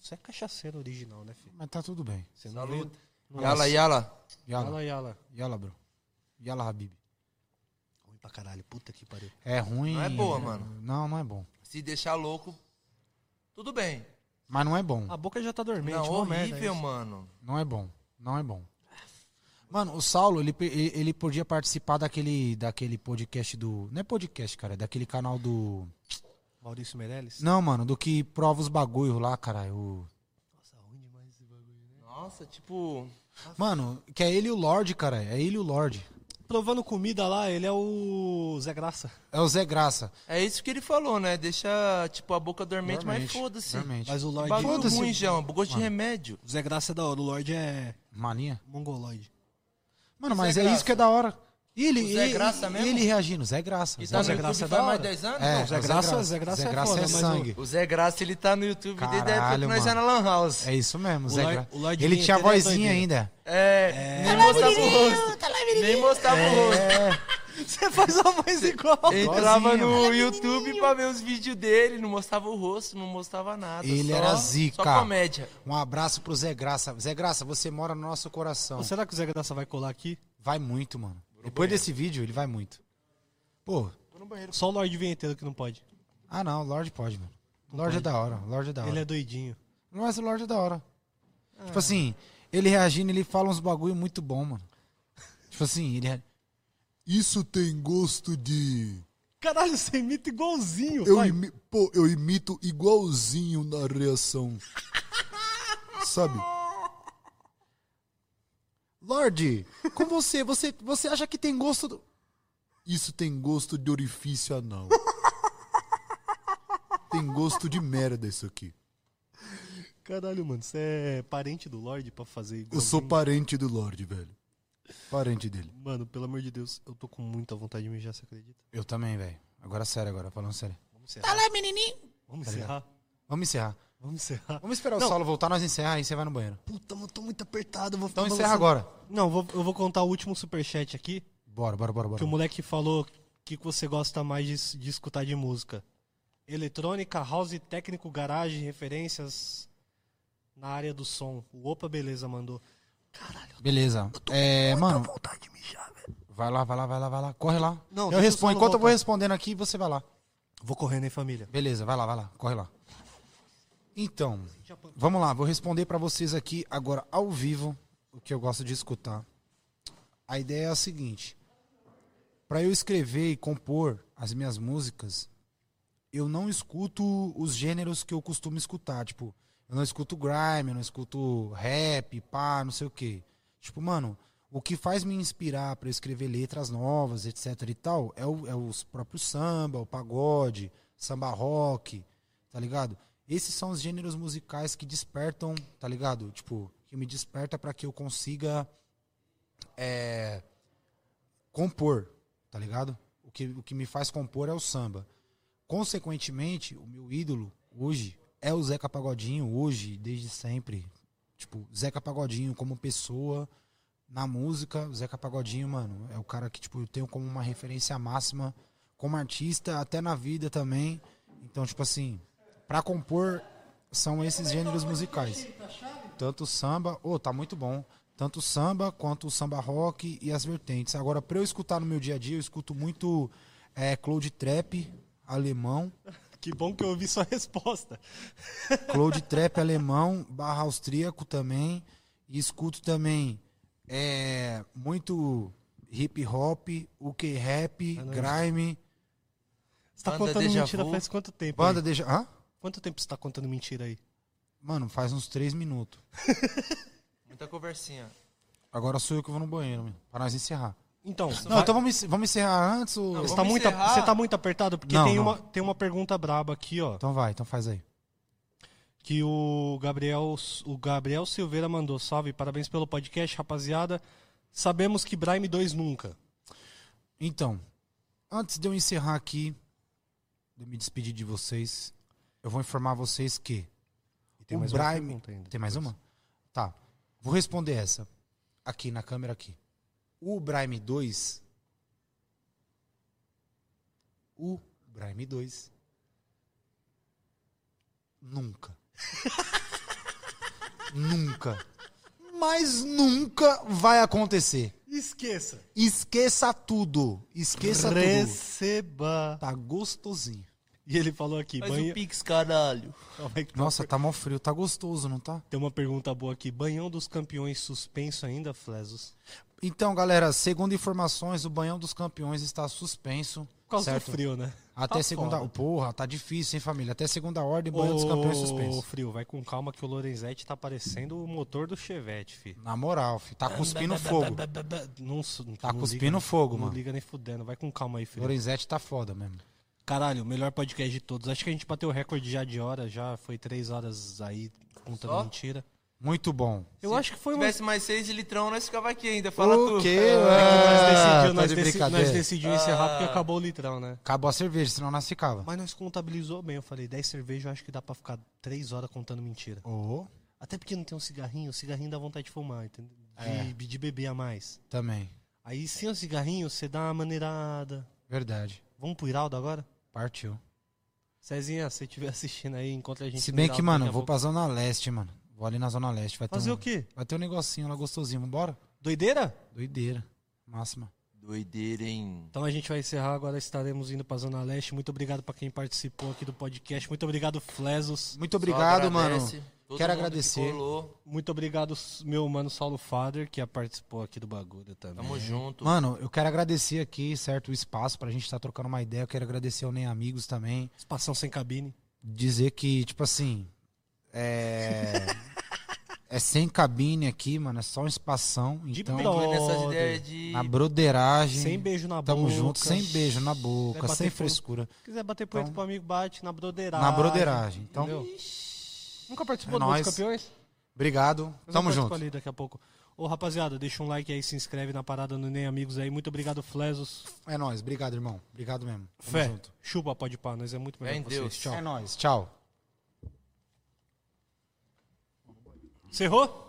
[SPEAKER 1] Você é cachaceiro original, né, filho?
[SPEAKER 3] Mas tá tudo bem.
[SPEAKER 1] Você não
[SPEAKER 6] Salud.
[SPEAKER 1] veio...
[SPEAKER 6] Yala, yala.
[SPEAKER 3] Yala,
[SPEAKER 1] Yala, yala.
[SPEAKER 3] yala, bro. Yala, Habib.
[SPEAKER 1] Ruim pra caralho, puta que pariu.
[SPEAKER 3] É ruim.
[SPEAKER 6] Não é boa, mano.
[SPEAKER 3] Não, não é bom.
[SPEAKER 6] Se deixar louco, tudo bem.
[SPEAKER 3] Mas não é bom.
[SPEAKER 1] A boca já tá dormente,
[SPEAKER 6] Não,
[SPEAKER 1] uma merda
[SPEAKER 6] horrível,
[SPEAKER 1] isso.
[SPEAKER 6] mano.
[SPEAKER 3] Não é bom. Não é bom. Mano, o Saulo, ele, ele ele podia participar daquele, daquele podcast do. Não é podcast, cara. É daquele canal do.
[SPEAKER 1] Maurício Meirelles?
[SPEAKER 3] Não, mano, do que prova os bagulho lá, caralho. o-
[SPEAKER 1] Nossa, ruim demais esse bagulho.
[SPEAKER 6] Nossa, tipo.
[SPEAKER 3] Mano, que é ele e o Lorde, cara. É ele e o Lorde.
[SPEAKER 1] Provando comida lá, ele é o Zé Graça.
[SPEAKER 3] É o Zé Graça.
[SPEAKER 6] É isso que ele falou, né? Deixa, tipo, a boca dormente, mas
[SPEAKER 3] Dormente,
[SPEAKER 6] foda-se.
[SPEAKER 3] dormente.
[SPEAKER 1] Mas o Lorde...
[SPEAKER 6] Bagulho
[SPEAKER 3] Foda-se.
[SPEAKER 6] ruim, João. Gosto de remédio.
[SPEAKER 1] O Zé Graça é da hora, o Lorde é
[SPEAKER 3] Mania.
[SPEAKER 1] mongoloide.
[SPEAKER 3] Mano,
[SPEAKER 6] Zé
[SPEAKER 3] mas é
[SPEAKER 6] Graça.
[SPEAKER 3] isso que é da hora. E ele,
[SPEAKER 6] O Zé
[SPEAKER 3] e-
[SPEAKER 6] Graça
[SPEAKER 3] e-
[SPEAKER 6] mesmo?
[SPEAKER 3] ele reagindo, Zé Graça.
[SPEAKER 6] E
[SPEAKER 3] Zé
[SPEAKER 6] tá no
[SPEAKER 1] Zé
[SPEAKER 6] YouTube
[SPEAKER 1] Graça é
[SPEAKER 6] faz
[SPEAKER 1] da
[SPEAKER 6] mais
[SPEAKER 1] hora.
[SPEAKER 6] 10 anos?
[SPEAKER 3] É,
[SPEAKER 6] não?
[SPEAKER 1] Zé Graça- Zé Graça é foda,
[SPEAKER 3] é
[SPEAKER 1] mas o-
[SPEAKER 3] sangue.
[SPEAKER 6] O Zé Graça, ele tá no YouTube desde a época que
[SPEAKER 3] Caralho,
[SPEAKER 6] nós
[SPEAKER 3] mano.
[SPEAKER 6] era na Lan House.
[SPEAKER 3] É isso mesmo,
[SPEAKER 1] O
[SPEAKER 3] Zé
[SPEAKER 1] Lorde-
[SPEAKER 3] Graça.
[SPEAKER 1] o Lorde
[SPEAKER 3] Ele
[SPEAKER 1] Vinheta,
[SPEAKER 3] tinha a
[SPEAKER 1] ele é
[SPEAKER 3] vozinha
[SPEAKER 1] doido.
[SPEAKER 3] ainda.
[SPEAKER 6] É, nem mostrava o rosto. Nem mostrava o rosto.
[SPEAKER 1] Você faz uma voz igual.
[SPEAKER 6] É. Entrava no YouTube pra ver os vídeos dele, não mostrava o rosto, não mostrava nada.
[SPEAKER 3] Ele
[SPEAKER 6] só-
[SPEAKER 3] era zica.
[SPEAKER 6] Só comédia.
[SPEAKER 3] Um abraço pro Zé Graça. Zé Graça, você mora no nosso coração.
[SPEAKER 1] Pô, será que o Zé Graça vai colar aqui?
[SPEAKER 3] Vai muito, mano. Depois desse vídeo, ele vai muito. Pô,
[SPEAKER 1] Só o Lorde Vinheteiro que não pode.
[SPEAKER 3] ah não, o Lorde pode, mano. O Lorde é da hora, o Lorde é da hora.
[SPEAKER 1] Ele é Ah. doidinho.
[SPEAKER 3] Mas o Lorde é da hora. Tipo assim, ele reagindo, ele fala uns bagulho muito bom, mano. Tipo assim, ele... Isso tem gosto de...
[SPEAKER 1] Caralho, você imita igualzinho.
[SPEAKER 3] Eu
[SPEAKER 1] pai.
[SPEAKER 3] imi- Pô, eu imito igualzinho na reação. Sabe? Lorde, com você, você, você acha que tem gosto do... Isso tem gosto de orifício anal. Tem gosto de merda isso aqui.
[SPEAKER 1] Caralho, mano, você é parente do Lorde pra fazer igual.
[SPEAKER 3] Eu sou parente do Lorde, velho. Parente dele.
[SPEAKER 1] Mano, pelo amor de Deus, eu tô com muita vontade de mijar, você acredita?
[SPEAKER 3] Eu também, velho. Agora sério, agora, falando sério.
[SPEAKER 1] Vamos encerrar. Tá lá, menininho. Vamos encerrar.
[SPEAKER 3] Vamos encerrar.
[SPEAKER 1] Vamos encerrar.
[SPEAKER 3] Vamos esperar
[SPEAKER 1] Não.
[SPEAKER 3] o Saulo voltar, nós encerrar, aí você vai no banheiro.
[SPEAKER 1] Puta, mano, tô muito apertado. eu Vou ficar
[SPEAKER 3] Então encerra
[SPEAKER 1] balançando.
[SPEAKER 3] agora.
[SPEAKER 1] Não, vou- eu vou contar o último superchat aqui.
[SPEAKER 3] Bora, bora, bora,
[SPEAKER 1] Que o
[SPEAKER 3] bora.
[SPEAKER 1] moleque falou o que que você gosta mais de, de escutar de música. Eletrônica, house, técnico, garagem, referências na área do som. O Opa Beleza mandou.
[SPEAKER 3] Beleza. É, mano. Vai lá, vai lá, vai lá, vai lá. Corre lá.
[SPEAKER 1] Não, deixa
[SPEAKER 3] eu
[SPEAKER 1] o
[SPEAKER 3] respondo.
[SPEAKER 1] Saulo
[SPEAKER 3] Enquanto eu vou
[SPEAKER 1] voltar.
[SPEAKER 3] respondendo aqui, você vai lá.
[SPEAKER 1] Vou correndo, hein, família?
[SPEAKER 3] Beleza, vai lá, vai lá. Corre lá. Então, vamos lá. Vou responder pra vocês aqui agora ao vivo o que eu gosto de escutar. A ideia é a seguinte. Pra eu escrever e compor as minhas músicas, eu não escuto os gêneros que eu costumo escutar. Tipo, eu não escuto grime, eu não escuto rap, pá, não sei o quê. Tipo, mano, o que faz me inspirar pra eu escrever letras novas, etc e tal, é, o, é os próprios samba, o pagode, samba rock, tá ligado? Esses são os gêneros musicais que despertam, tá ligado? Tipo, que me desperta pra que eu consiga é, compor, tá ligado? O que, o que me faz compor é o samba. Consequentemente, o meu ídolo hoje é o Zeca Pagodinho, hoje, desde sempre. Tipo, Zeca Pagodinho como pessoa, na música, o Zeca Pagodinho, mano, é o cara que, tipo, eu tenho como uma referência máxima, como artista, até na vida também. Então, tipo assim, pra compor, são esses gêneros musicais. Tanto samba, ô, tá muito bom. Tanto o samba quanto o samba rock e as vertentes. Agora, pra eu escutar no meu dia a dia, eu escuto muito é, Cloud Trap alemão.
[SPEAKER 1] Que bom que eu ouvi sua resposta.
[SPEAKER 3] Cloud Trap alemão, barra austríaco também. E escuto também é, muito hip hop, UK rap,
[SPEAKER 1] Ah, não.
[SPEAKER 3] grime,
[SPEAKER 1] Você tá
[SPEAKER 6] Banda
[SPEAKER 1] contando
[SPEAKER 6] Deja
[SPEAKER 1] mentira
[SPEAKER 6] Vu.
[SPEAKER 1] faz quanto tempo?
[SPEAKER 3] banda
[SPEAKER 1] aí?
[SPEAKER 3] de. Hã?
[SPEAKER 1] Quanto tempo você tá contando mentira aí?
[SPEAKER 3] Mano, faz uns três minutos.
[SPEAKER 6] Muita conversinha.
[SPEAKER 3] Agora sou eu que vou no banheiro, meu, pra nós encerrar.
[SPEAKER 1] Então,
[SPEAKER 3] Não, então vamos, encer- vamos encerrar antes ou.
[SPEAKER 1] você,
[SPEAKER 6] vamos
[SPEAKER 1] tá muito,
[SPEAKER 6] encerrar.
[SPEAKER 1] você tá muito apertado porque
[SPEAKER 3] Não,
[SPEAKER 1] tem,
[SPEAKER 3] não.
[SPEAKER 1] Uma, tem uma pergunta braba aqui, ó.
[SPEAKER 3] Então vai, então faz aí.
[SPEAKER 1] Que o Gabriel, o Gabriel Silveira mandou. Salve, parabéns pelo podcast, rapaziada. Sabemos que Brime 2 nunca.
[SPEAKER 3] Então, antes de eu encerrar aqui, de eu me despedir de vocês, eu vou informar vocês que
[SPEAKER 1] E tem
[SPEAKER 3] o
[SPEAKER 1] mais uma
[SPEAKER 3] Brime.
[SPEAKER 1] pergunta ainda.
[SPEAKER 3] Tem mais uma? Tá. Vou responder essa. Aqui na câmera aqui. O Brime 2. O Brime 2. Nunca. nunca. Mas nunca vai acontecer.
[SPEAKER 1] Esqueça.
[SPEAKER 3] Esqueça tudo. Esqueça tudo.
[SPEAKER 1] Receba.
[SPEAKER 3] Tá gostosinho.
[SPEAKER 1] E ele falou aqui,
[SPEAKER 6] Faz
[SPEAKER 1] banha...
[SPEAKER 6] o Pix, caralho.
[SPEAKER 1] Calma aí que tem uma
[SPEAKER 3] Nossa, tá mó frio. Tá gostoso, não tá?
[SPEAKER 1] Tem uma pergunta boa aqui. Banhão dos campeões suspenso ainda, Flesos?
[SPEAKER 3] Então, galera, segundo informações, o Banhão dos Campeões está suspenso.
[SPEAKER 1] Por causa
[SPEAKER 3] certo?
[SPEAKER 1] do frio, né?
[SPEAKER 3] Até
[SPEAKER 1] Tá
[SPEAKER 3] segunda.
[SPEAKER 1] foda.
[SPEAKER 3] Porra, tá difícil, hein, família? Até segunda ordem, Banhão dos Campeões
[SPEAKER 1] Ô,
[SPEAKER 3] suspenso.
[SPEAKER 1] frio, vai com calma que o Lorenzetti tá parecendo o motor do Chevette, fi.
[SPEAKER 3] Na moral, fi, tá cuspindo fogo.
[SPEAKER 1] Não, su-
[SPEAKER 3] Tá
[SPEAKER 1] não
[SPEAKER 3] cuspindo
[SPEAKER 1] liga,
[SPEAKER 3] fogo,
[SPEAKER 1] Não
[SPEAKER 3] mano.
[SPEAKER 1] liga nem fudendo. Vai com calma aí, frio.
[SPEAKER 3] Lorenzetti tá foda mesmo.
[SPEAKER 1] Caralho, melhor podcast de todos. Acho que a gente bateu o recorde já de hora. Já foi três horas aí contando
[SPEAKER 6] Só?
[SPEAKER 1] mentira.
[SPEAKER 3] Muito bom.
[SPEAKER 1] Eu acho que foi
[SPEAKER 6] Se
[SPEAKER 1] um...
[SPEAKER 6] tivesse mais seis de litrão, nós ficava aqui ainda. Fala tu.
[SPEAKER 1] É
[SPEAKER 3] Ah, tá
[SPEAKER 1] nós, deci- nós
[SPEAKER 3] de tá brincadeira. Ah.
[SPEAKER 1] decidimos encerrar porque acabou o litrão, né?
[SPEAKER 3] Acabou a cerveja, senão nós ficava.
[SPEAKER 1] Mas nós contabilizou bem. Eu falei, 10 cervejas, eu acho que dá pra ficar 3 horas contando mentira.
[SPEAKER 3] Ô,
[SPEAKER 1] Até porque não tem um cigarrinho, o cigarrinho dá vontade de fumar, entendeu?
[SPEAKER 3] É.
[SPEAKER 1] De, de beber a mais.
[SPEAKER 3] também.
[SPEAKER 1] Aí sem o cigarrinho, você dá uma maneirada.
[SPEAKER 3] Verdade.
[SPEAKER 1] Vamos pro Iraldo agora?
[SPEAKER 3] Partiu.
[SPEAKER 1] Cezinha, se você estiver assistindo aí, encontra a gente
[SPEAKER 3] Se
[SPEAKER 1] no
[SPEAKER 3] bem
[SPEAKER 1] Iraldo
[SPEAKER 3] que, mano,
[SPEAKER 1] daqui a
[SPEAKER 3] eu vou
[SPEAKER 1] pouco.
[SPEAKER 3] pra Zona Leste, mano. Vou ali na Zona Leste. Vai ter,
[SPEAKER 1] Fazer
[SPEAKER 3] um,
[SPEAKER 1] o quê?
[SPEAKER 3] vai ter um negocinho lá gostosinho. Vambora?
[SPEAKER 1] Doideira?
[SPEAKER 3] Doideira. Máxima.
[SPEAKER 6] Doideira, hein?
[SPEAKER 1] Então a gente vai encerrar, agora estaremos indo pra Zona Leste. Muito obrigado pra quem participou aqui do podcast. Muito obrigado, Flesos.
[SPEAKER 3] Muito obrigado, mano.
[SPEAKER 6] Todo
[SPEAKER 3] Quero
[SPEAKER 6] mundo que
[SPEAKER 3] agradecer.
[SPEAKER 6] colou.
[SPEAKER 1] Muito obrigado, meu mano Saulo Fader, que é, participou aqui do bagulho também.
[SPEAKER 6] Tamo junto.
[SPEAKER 3] Mano, eu quero agradecer aqui, certo, o espaço pra gente estar trocando uma ideia. Eu quero agradecer ao Nem Amigos também.
[SPEAKER 1] Espação sem cabine.
[SPEAKER 3] Dizer que, tipo assim, é. é sem cabine aqui, mano. É só um espação.
[SPEAKER 1] De
[SPEAKER 3] Então,
[SPEAKER 1] boa.
[SPEAKER 6] Incluindo essas
[SPEAKER 1] brother.
[SPEAKER 6] ideias de.
[SPEAKER 3] na broderagem.
[SPEAKER 1] Sem beijo na
[SPEAKER 3] Tamo
[SPEAKER 1] boca.
[SPEAKER 3] junto, sem beijo na
[SPEAKER 1] Vai
[SPEAKER 3] boca,
[SPEAKER 1] bater
[SPEAKER 3] sem
[SPEAKER 1] fogo.
[SPEAKER 3] frescura.
[SPEAKER 1] Se quiser bater punheta
[SPEAKER 3] Então-
[SPEAKER 1] pro amigo, bate na broderagem.
[SPEAKER 3] Na broderagem. Então,
[SPEAKER 1] entendeu? Nunca participou
[SPEAKER 3] É
[SPEAKER 1] do Mundo
[SPEAKER 3] nóis.
[SPEAKER 1] dos Campeões?
[SPEAKER 3] obrigado.
[SPEAKER 1] Mas
[SPEAKER 3] Tamo
[SPEAKER 1] eu participo
[SPEAKER 3] junto.
[SPEAKER 1] ali daqui a pouco. Ô, rapaziada, deixa um like aí, se inscreve na parada no Nem Amigos aí. Muito obrigado, Flesos.
[SPEAKER 3] É nóis. Obrigado, irmão. Obrigado mesmo. Tamo
[SPEAKER 1] Fé,
[SPEAKER 3] junto.
[SPEAKER 1] chupa, pode pá. Nós é muito melhor
[SPEAKER 6] Fé em
[SPEAKER 1] que vocês.
[SPEAKER 6] Deus.
[SPEAKER 1] Tchau.
[SPEAKER 3] É nóis. Tchau.
[SPEAKER 1] Cerrou?